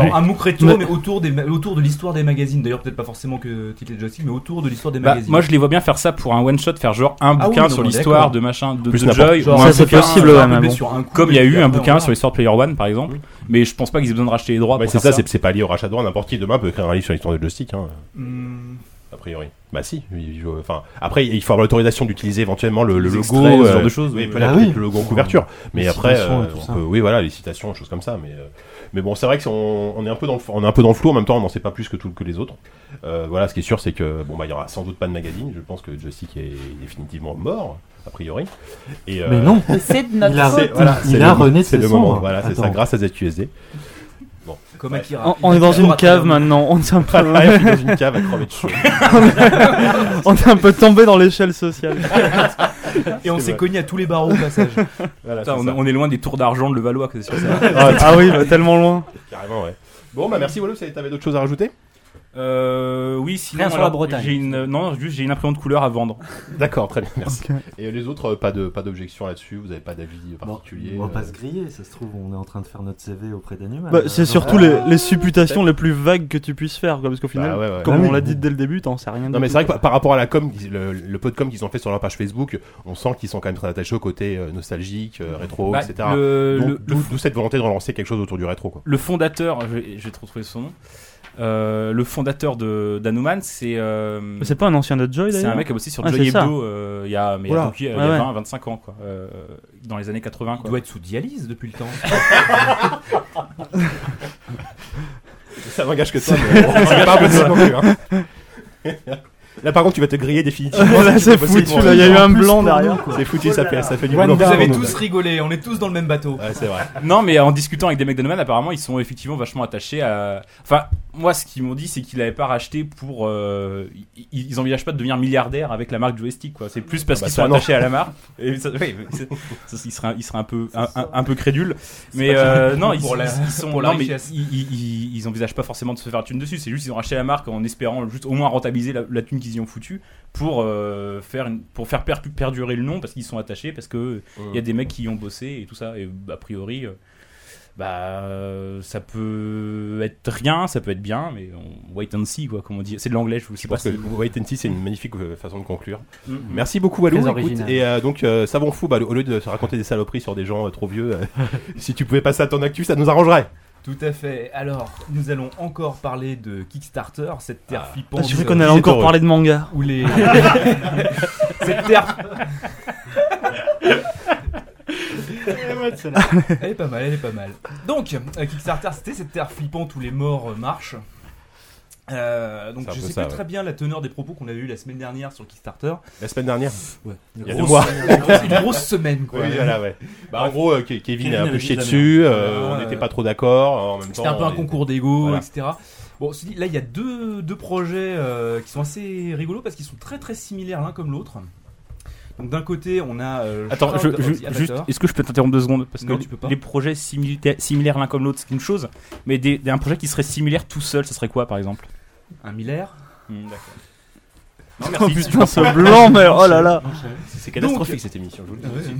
[SPEAKER 6] Ouais.
[SPEAKER 7] Genre un MOOC rétro,
[SPEAKER 6] Mais-
[SPEAKER 7] mais autour, des, ma- autour de l'histoire des magazines. D'ailleurs, peut-être pas forcément que tilt et joystick, mais autour de l'histoire des
[SPEAKER 6] Bah,
[SPEAKER 7] magazines.
[SPEAKER 6] moi je les vois bien faire ça pour un one shot, faire genre un
[SPEAKER 7] Ah oui,
[SPEAKER 6] bouquin
[SPEAKER 7] non,
[SPEAKER 6] sur
[SPEAKER 7] mais
[SPEAKER 6] l'histoire
[SPEAKER 7] d'accord.
[SPEAKER 6] de machin de,
[SPEAKER 7] Plus
[SPEAKER 6] de
[SPEAKER 7] n'importe
[SPEAKER 6] Joy,
[SPEAKER 7] quoi.
[SPEAKER 6] ou
[SPEAKER 7] Ça,
[SPEAKER 6] un
[SPEAKER 7] c'est
[SPEAKER 6] bouquin,
[SPEAKER 7] possible,
[SPEAKER 6] euh,
[SPEAKER 7] ouais,
[SPEAKER 6] un
[SPEAKER 7] mais
[SPEAKER 6] bouquin.
[SPEAKER 7] bon. sur un coup,
[SPEAKER 6] Comme il y a
[SPEAKER 7] et
[SPEAKER 6] eu
[SPEAKER 7] puis
[SPEAKER 6] un
[SPEAKER 7] après, on
[SPEAKER 6] bouquin
[SPEAKER 7] verra.
[SPEAKER 6] sur l'histoire de Player One par exemple, mais je pense pas qu'ils aient besoin de racheter les droits.
[SPEAKER 4] Ouais,
[SPEAKER 6] pour
[SPEAKER 4] c'est
[SPEAKER 6] faire
[SPEAKER 4] ça, c'est c'est pas lié au rachat de droit. N'importe qui demain peut écrire un livre sur l'histoire de Joystick. Hein.
[SPEAKER 7] Hmm.
[SPEAKER 4] A priori. Bah si. il- je- Enfin, après, il faut avoir l'autorisation d'utiliser éventuellement le, le
[SPEAKER 6] Des
[SPEAKER 4] logo, euh,
[SPEAKER 6] extraits, ce genre de choses,
[SPEAKER 4] oui,
[SPEAKER 6] oui.
[SPEAKER 4] peut-être
[SPEAKER 6] Ah oui.
[SPEAKER 4] le logo en couverture. Mais
[SPEAKER 6] Les
[SPEAKER 4] après,
[SPEAKER 6] citations et
[SPEAKER 4] euh,
[SPEAKER 6] tout
[SPEAKER 4] on
[SPEAKER 6] ça.
[SPEAKER 4] peut- oui, voilà, les citations, choses comme ça. Mais euh, mais bon, c'est vrai que si on, on est un peu dans le, on est un peu dans le flou. En même temps, on n'en sait pas plus que tout que les autres. Euh, voilà, ce qui est sûr, c'est que bon, bah, il y aura sans doute pas de magazine. Je pense que Joystick est définitivement mort. A priori. Et, euh,
[SPEAKER 8] Mais non.
[SPEAKER 6] Euh,
[SPEAKER 8] Mais
[SPEAKER 10] c'est de notre
[SPEAKER 4] C'est-
[SPEAKER 10] faute.
[SPEAKER 4] voilà,
[SPEAKER 8] Il
[SPEAKER 4] c'est
[SPEAKER 8] a
[SPEAKER 4] le-
[SPEAKER 8] renaissé
[SPEAKER 4] C'est le
[SPEAKER 8] sombre.
[SPEAKER 4] moment. Voilà, c'est ça,
[SPEAKER 8] Attends.
[SPEAKER 4] grâce
[SPEAKER 8] [LAUGHS]
[SPEAKER 4] à ZQSD. Bon.
[SPEAKER 7] Comme
[SPEAKER 4] Ouais.
[SPEAKER 7] Akira.
[SPEAKER 5] On, on est dans une cave maintenant, on est un peu.
[SPEAKER 4] Voilà, il Ah, est dans une cave à crever de chaud.
[SPEAKER 5] [LAUGHS] on est un peu tombé dans l'échelle sociale.
[SPEAKER 7] Et on
[SPEAKER 5] C'est
[SPEAKER 7] s'est
[SPEAKER 5] vrai.
[SPEAKER 7] cogné à tous les [LAUGHS] barreaux au passage.
[SPEAKER 6] Putain, on, on est loin des tours d'argent de Levallois, que c'est sûr. ça.
[SPEAKER 5] ah oui, bah, tellement loin.
[SPEAKER 4] Carrément, ouais. Bon, bah merci Wallo, t'avais d'autres choses à rajouter
[SPEAKER 6] Euh, oui, sinon
[SPEAKER 4] Rien sur
[SPEAKER 6] alors,
[SPEAKER 4] la Bretagne.
[SPEAKER 6] J'ai une, non, juste j'ai une imprimante couleur à vendre.
[SPEAKER 4] D'accord, très bien, merci. Et les autres, euh, pas de pas d'objection là-dessus, vous n'avez pas d'avis particulier
[SPEAKER 8] On va pas
[SPEAKER 4] euh,
[SPEAKER 8] se griller, ça se trouve, on est en train de faire notre CV auprès d'Animal.
[SPEAKER 5] Bah,
[SPEAKER 8] Euh,
[SPEAKER 5] c'est
[SPEAKER 8] donc-
[SPEAKER 5] surtout les, les supputations les plus vagues que tu puisses faire, quoi, parce qu'au final,
[SPEAKER 4] Bah ouais, ouais.
[SPEAKER 5] comme
[SPEAKER 4] Ah
[SPEAKER 5] on
[SPEAKER 4] oui.
[SPEAKER 5] l'a dit dès le début, t'en sais rien. du
[SPEAKER 4] Non mais
[SPEAKER 5] tout,
[SPEAKER 4] c'est vrai que
[SPEAKER 5] quoi.
[SPEAKER 4] par- par rapport à la com, ils- le, le peu de com qu'ils ont fait sur leur page Facebook, on sent qu'ils sont quand même très attachés au côté euh, nostalgique, euh, rétro,
[SPEAKER 6] Bah,
[SPEAKER 4] etc.
[SPEAKER 6] le-
[SPEAKER 4] Donc,
[SPEAKER 6] le-
[SPEAKER 4] d'où, d'où cette volonté de relancer quelque chose autour du rétro, quoi.
[SPEAKER 6] Le fondateur, je vais- je vais te retrouver son nom. Euh, le fondateur de d'Anuman, c'est. euh,
[SPEAKER 5] Mais c'est pas un ancien de Joy,
[SPEAKER 6] C'est un
[SPEAKER 5] d'ailleurs
[SPEAKER 6] mec qui a bossé sur
[SPEAKER 5] Ah,
[SPEAKER 6] Joy
[SPEAKER 5] c'est ça.
[SPEAKER 6] Hebdo euh, il y a, mais il y a
[SPEAKER 5] Oula.
[SPEAKER 6] donc, il y a
[SPEAKER 5] Ouais, ouais.
[SPEAKER 6] 20, 25 ans, quoi. euh, dans les années 80, quoi.
[SPEAKER 7] Il doit être sous dialyse depuis le temps.
[SPEAKER 4] Ça m'engage que [LAUGHS] toi, mais bon, c'est pas possible non plus, hein. [LAUGHS] Là par contre tu vas te griller
[SPEAKER 5] [LAUGHS]
[SPEAKER 4] définitivement.
[SPEAKER 5] Là, c'est
[SPEAKER 4] possible
[SPEAKER 5] foutu,
[SPEAKER 4] pour
[SPEAKER 5] là, il y a
[SPEAKER 4] les
[SPEAKER 5] eu
[SPEAKER 4] gens.
[SPEAKER 5] un
[SPEAKER 4] En plus
[SPEAKER 5] blanc
[SPEAKER 4] pour
[SPEAKER 5] derrière.
[SPEAKER 4] nous, quoi. C'est foutu,
[SPEAKER 5] Oh
[SPEAKER 4] ça
[SPEAKER 5] là
[SPEAKER 4] fait-
[SPEAKER 5] là.
[SPEAKER 4] ça fait du
[SPEAKER 5] One
[SPEAKER 4] boulot.
[SPEAKER 7] Vous
[SPEAKER 5] down.
[SPEAKER 7] avez tous rigolé, on est tous dans le même bateau.
[SPEAKER 4] Ouais, c'est vrai.
[SPEAKER 6] Non, mais en discutant avec des mecs d'Anoman, apparemment, ils sont effectivement vachement attachés à. Enfin, moi, ce qu'ils m'ont dit, c'est qu'ils l'avaient pas racheté pour. euh, ils- Ils envisagent pas de devenir milliardaires avec la marque joystick, quoi. C'est plus parce
[SPEAKER 4] Ah bah
[SPEAKER 6] qu'ils
[SPEAKER 4] ça,
[SPEAKER 6] sont
[SPEAKER 4] non.
[SPEAKER 6] attachés à la marque. Et ça, oui, mais c'est- ça, ils seraient, ils seraient un peu, un, un- un peu crédules. Mais euh, non, ils,
[SPEAKER 7] Pour la-
[SPEAKER 6] ils sont.
[SPEAKER 7] pour la
[SPEAKER 6] non, mais
[SPEAKER 7] richesse.
[SPEAKER 6] ils, ils- ils- ils envisagent pas forcément de se faire thune dessus. C'est juste qu'ils ont racheté la marque en espérant juste au moins rentabiliser la, la thune qu'ils y ont foutu pour euh, faire une- pour faire perpu- perdurer le nom parce qu'ils sont attachés parce que il y a des mecs qui y ont bossé et tout ça et bah, a priori euh, bah euh, ça peut être rien ça peut être bien mais on wait and see quoi comme on dit c'est de l'anglais je vous sais
[SPEAKER 4] Je
[SPEAKER 6] pas
[SPEAKER 4] pense que
[SPEAKER 6] si-
[SPEAKER 4] Wait and See, c'est une magnifique euh, façon de conclure.
[SPEAKER 7] Mm-hmm.
[SPEAKER 6] Mm.
[SPEAKER 4] Merci beaucoup, Walou.
[SPEAKER 6] Très
[SPEAKER 4] Écoute,
[SPEAKER 6] original.
[SPEAKER 4] et euh, donc, euh, savon fou, bah, au lieu de se raconter des saloperies sur des gens euh, trop vieux, euh, [LAUGHS] si tu pouvais passer à ton actu, ça nous arrangerait.
[SPEAKER 7] Tout à fait. Alors, nous allons encore parler de Kickstarter, cette terre
[SPEAKER 4] Ah,
[SPEAKER 7] flippante.
[SPEAKER 4] Euh,
[SPEAKER 5] J'ai cru qu'on allait encore parler de manga.
[SPEAKER 7] Ou les. cette terre.
[SPEAKER 5] Elle est bonne, celle-là.
[SPEAKER 7] elle est pas mal, elle est pas mal. Donc, euh, Kickstarter, c'était cette terre flippante où les morts euh, marchent. Euh, donc,
[SPEAKER 4] C'est un
[SPEAKER 7] je
[SPEAKER 4] peu
[SPEAKER 7] sais
[SPEAKER 4] ça,
[SPEAKER 7] pas
[SPEAKER 4] ouais.
[SPEAKER 7] très bien la teneur des propos qu'on avait eu la semaine dernière sur Kickstarter.
[SPEAKER 4] La semaine dernière
[SPEAKER 7] Ouais.
[SPEAKER 4] Il y
[SPEAKER 7] Une
[SPEAKER 4] a deux
[SPEAKER 7] grosse
[SPEAKER 4] mois.
[SPEAKER 7] semaine, une grosse- une grosse semaine, quoi.
[SPEAKER 4] Oui, voilà, ouais. Bah, en
[SPEAKER 7] Bref.
[SPEAKER 4] gros, euh, Ke- Kevin a un
[SPEAKER 7] avait
[SPEAKER 4] peu
[SPEAKER 7] dit
[SPEAKER 4] chié
[SPEAKER 7] la
[SPEAKER 4] dessus,
[SPEAKER 7] merde.
[SPEAKER 4] euh, on
[SPEAKER 7] Voilà.
[SPEAKER 4] n'était pas trop d'accord. en même
[SPEAKER 7] C'était un
[SPEAKER 4] temps,
[SPEAKER 7] peu un
[SPEAKER 4] on est-
[SPEAKER 7] concours d'ego,
[SPEAKER 4] Voilà.
[SPEAKER 7] etc. Bon, ceci dit, là, il y a deux, deux projets euh, qui sont assez rigolos parce qu'ils sont très très similaires l'un comme l'autre. Donc d'un côté, on a. euh,
[SPEAKER 6] [LAUGHS] Attends, je-
[SPEAKER 7] Shroud of
[SPEAKER 6] je-
[SPEAKER 7] the Avatar.
[SPEAKER 6] juste, est-ce que je peux t'interrompre deux secondes Parce
[SPEAKER 7] Non,
[SPEAKER 6] que
[SPEAKER 7] tu peux pas.
[SPEAKER 6] les projets similita- similaires l'un comme l'autre, c'est une chose, mais des, des- un projet qui serait similaire tout seul, ce serait quoi par exemple
[SPEAKER 7] Un Miller
[SPEAKER 6] D'accord.
[SPEAKER 5] Oh, putain, ce blanc, mais oh là là.
[SPEAKER 4] C'est- C'est
[SPEAKER 7] Donc-
[SPEAKER 4] catastrophique cette émission, je vous le dis.
[SPEAKER 7] Ouais.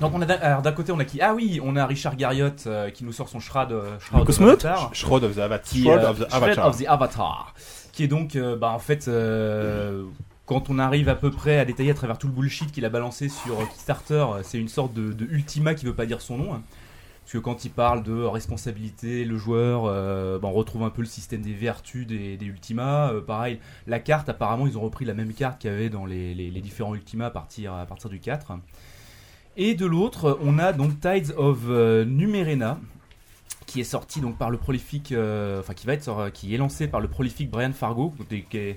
[SPEAKER 7] Donc on a d'un- alors, d'un côté on a qui Ah oui, on a Richard Garriott euh, qui nous sort son Shroud, euh, Shroud
[SPEAKER 4] Le
[SPEAKER 7] of
[SPEAKER 4] cosmonaute
[SPEAKER 7] Avatar.
[SPEAKER 4] Sh- Shroud of the Avatar.
[SPEAKER 7] Qui,
[SPEAKER 4] Shroud
[SPEAKER 7] euh,
[SPEAKER 4] of the
[SPEAKER 7] Shroud
[SPEAKER 4] Avatar.
[SPEAKER 7] of the Avatar. Qui est donc euh, bah, en fait euh, quand on arrive à peu près à détailler à travers tout le bullshit qu'il a balancé sur euh, Kickstarter, euh, c'est une sorte de, de ultima qui veut pas dire son nom. hein. Parce que quand il parle de responsabilité, le joueur, euh, bah, on retrouve un peu le système des vertus des, des Ultimas. Euh, pareil, la carte, apparemment, ils ont repris la même carte qu'il y avait dans les, les- les différents Ultimas à partir, à partir du 4. Et de l'autre, on a donc Tides of euh, Numerena, qui est sorti donc par le prolifique, euh, enfin qui va être, sor- qui est lancé par le prolifique Brian Fargo, donc des- qui, est-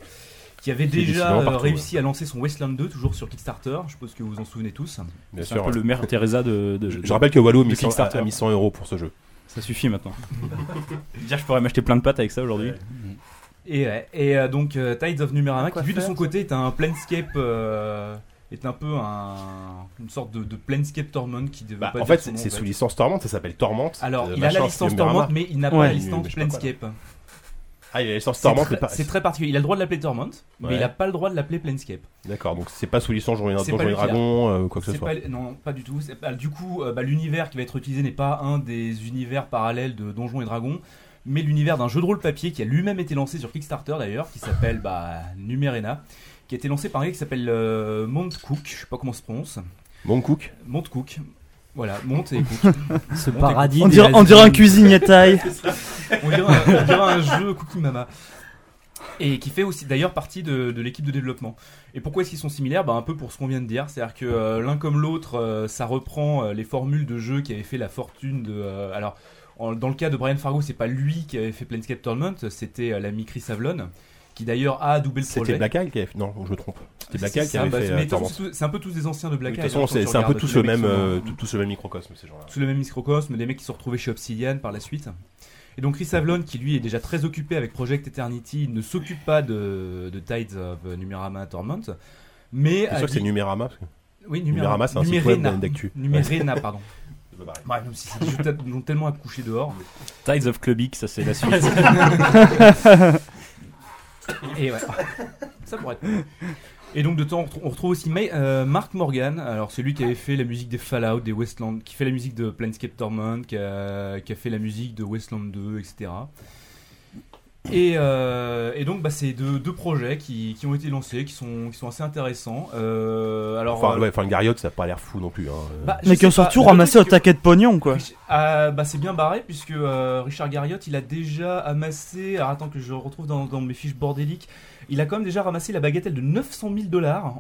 [SPEAKER 7] qui avait
[SPEAKER 4] Qui est
[SPEAKER 7] déjà
[SPEAKER 4] décidément
[SPEAKER 7] euh,
[SPEAKER 4] partout,
[SPEAKER 7] réussi à lancer son Westland 2, toujours sur Kickstarter. Je suppose que vous vous en souvenez tous.
[SPEAKER 4] Bien
[SPEAKER 6] C'est
[SPEAKER 4] sûr,
[SPEAKER 6] un peu
[SPEAKER 4] ouais.
[SPEAKER 6] le maire Teresa de, de-
[SPEAKER 4] Je,
[SPEAKER 6] de-
[SPEAKER 4] je rappelle que Walou a
[SPEAKER 6] de
[SPEAKER 4] mis 100
[SPEAKER 6] Kickstarter.
[SPEAKER 4] a- a mis 100 euros pour ce jeu.
[SPEAKER 6] Ça suffit maintenant. Déjà, je pourrais m'acheter plein de pâtes avec ça aujourd'hui.
[SPEAKER 7] Et, ouais, et euh, donc euh, Tides of Numerama,
[SPEAKER 5] Quoi
[SPEAKER 7] qui lui de
[SPEAKER 5] faire,
[SPEAKER 7] son côté est un Planescape, euh, est un peu un- une sorte de, de Planescape Torment qui devait
[SPEAKER 4] Bah,
[SPEAKER 7] pas
[SPEAKER 4] en
[SPEAKER 7] dire
[SPEAKER 4] fait,
[SPEAKER 7] son
[SPEAKER 4] c'est
[SPEAKER 7] nom,
[SPEAKER 4] c'est sous licence Tormente, ça s'appelle Tormente.
[SPEAKER 7] Alors,
[SPEAKER 4] euh,
[SPEAKER 7] il a
[SPEAKER 4] machin,
[SPEAKER 7] la
[SPEAKER 4] c'est
[SPEAKER 7] licence
[SPEAKER 4] Numerama.
[SPEAKER 7] Torment, mais il n'a pas
[SPEAKER 5] Ouais.
[SPEAKER 7] la
[SPEAKER 4] Mais
[SPEAKER 7] licence
[SPEAKER 4] je sais pas quoi, là.
[SPEAKER 7] Planescape.
[SPEAKER 4] Ah, il a la licence
[SPEAKER 7] C'est
[SPEAKER 4] Tormente,
[SPEAKER 7] très,
[SPEAKER 4] mais pas.
[SPEAKER 7] c'est très particulier. Il a le droit de l'appeler Torment,
[SPEAKER 4] Ouais.
[SPEAKER 7] mais il a pas le droit de l'appeler Planescape.
[SPEAKER 4] D'accord, donc c'est pas sous licence Donjons
[SPEAKER 7] C'est pas
[SPEAKER 4] et
[SPEAKER 7] lui qui l'a.
[SPEAKER 4] Dragons, euh, ou quoi que ce
[SPEAKER 7] C'est
[SPEAKER 4] soit.
[SPEAKER 7] pas, non, pas du tout. C'est pas- du coup, euh, bah, l'univers qui va être utilisé n'est pas un des univers parallèles de Donjons et Dragons, mais l'univers d'un jeu de rôle papier qui a lui-même été lancé sur Kickstarter d'ailleurs, qui s'appelle bah, Numerena, qui a été lancé par un gars qui s'appelle euh, Mont Cook, je sais pas comment on se prononce.
[SPEAKER 4] Mon Cook.
[SPEAKER 7] Mont Cook. Voilà, Mont et
[SPEAKER 4] [LAUGHS]
[SPEAKER 7] Cook.
[SPEAKER 11] Ce
[SPEAKER 7] Mont et
[SPEAKER 11] paradis.
[SPEAKER 5] On dirait,
[SPEAKER 11] des-
[SPEAKER 5] on dirait un cuisinier taille.
[SPEAKER 7] [LAUGHS] Cook. On dirait un, on dirait un jeu Cookie Mama. Et qui fait aussi d'ailleurs partie de, de l'équipe de développement. Et pourquoi est-ce qu'ils sont similaires bah, Un peu pour ce qu'on vient de dire, c'est-à-dire que euh, l'un comme l'autre, euh, ça reprend euh, les formules de jeu qui avaient fait la fortune de... euh, alors, en- dans le cas de Brian Fargo, c'est pas lui qui avait fait Planescape Tournament, c'était euh, l'ami Chris Avlon, qui d'ailleurs a doublé le
[SPEAKER 4] C'était
[SPEAKER 7] projet.
[SPEAKER 4] Black Isle qui avait fait. Non, je me trompe. C'était Black Isle qui
[SPEAKER 7] C'est
[SPEAKER 4] avait
[SPEAKER 7] ça, bah,
[SPEAKER 4] fait.
[SPEAKER 7] mais
[SPEAKER 4] euh,
[SPEAKER 7] de toute façon,
[SPEAKER 4] Torment.
[SPEAKER 7] c'est tout- C'est un peu tous des anciens de
[SPEAKER 4] Oui,
[SPEAKER 7] Black
[SPEAKER 4] De toute
[SPEAKER 7] Isle,
[SPEAKER 4] façon,
[SPEAKER 7] hein, quand
[SPEAKER 4] c'est
[SPEAKER 7] tu
[SPEAKER 4] c'est un peu
[SPEAKER 7] regardes
[SPEAKER 4] tous
[SPEAKER 7] les
[SPEAKER 4] le
[SPEAKER 7] mecs
[SPEAKER 4] même,
[SPEAKER 7] qui sont dans-
[SPEAKER 4] euh, tout- tous le même microcosme, ces gens-là.
[SPEAKER 7] sous le même microcosme, des mecs qui sont retrouvés chez Obsidian par la suite. Et donc Chris Avlon, qui lui est déjà très occupé avec Project Eternity, ne s'occupe pas de, de Tides of Numerama Torment, mais...
[SPEAKER 4] C'est sûr
[SPEAKER 7] a
[SPEAKER 4] que c'est
[SPEAKER 7] dit-
[SPEAKER 4] Numérama. parce que-
[SPEAKER 7] Oui,
[SPEAKER 4] Numérama,
[SPEAKER 7] Numerama,
[SPEAKER 4] c'est un site web
[SPEAKER 7] Numérena.
[SPEAKER 4] d'actu.
[SPEAKER 7] Numérena, pardon.
[SPEAKER 4] C'est pas pareil.
[SPEAKER 7] Bref, même si c'est des jeux [LAUGHS] tel- dont tellement à coucher dehors.
[SPEAKER 6] Tides of Clubic, ça c'est la suite.
[SPEAKER 7] Et ouais. [LAUGHS] Ça pourrait être. Et donc de temps, on retrouve- on retrouve aussi Ma- euh, Mark Morgan, alors celui qui avait fait la musique des Fallout, des Westland, qui fait la musique de Planescape Torment, qui a, qui a fait la musique de Westland 2, etc. Et, euh, et donc bah, c'est deux, deux projets qui, qui ont été lancés, qui sont, qui sont assez intéressants. Euh, alors,
[SPEAKER 4] Enfin,
[SPEAKER 7] euh,
[SPEAKER 4] ouais, enfin, le Garriott, ça a pas l'air fou non plus. hein.
[SPEAKER 7] bah, je
[SPEAKER 5] Mais qui
[SPEAKER 7] sais
[SPEAKER 5] sont
[SPEAKER 7] pas.
[SPEAKER 5] surtout
[SPEAKER 7] Le truc,
[SPEAKER 5] ramassés au
[SPEAKER 7] c'est que-
[SPEAKER 5] taquet de pognon, quoi.
[SPEAKER 7] Rich- Ah, bah c'est bien barré puisque euh, Richard Garriott il a déjà amassé. Alors attends que je retrouve dans, dans mes fiches bordéliques. Il a quand même déjà ramassé la bagatelle de 900 000 dollars.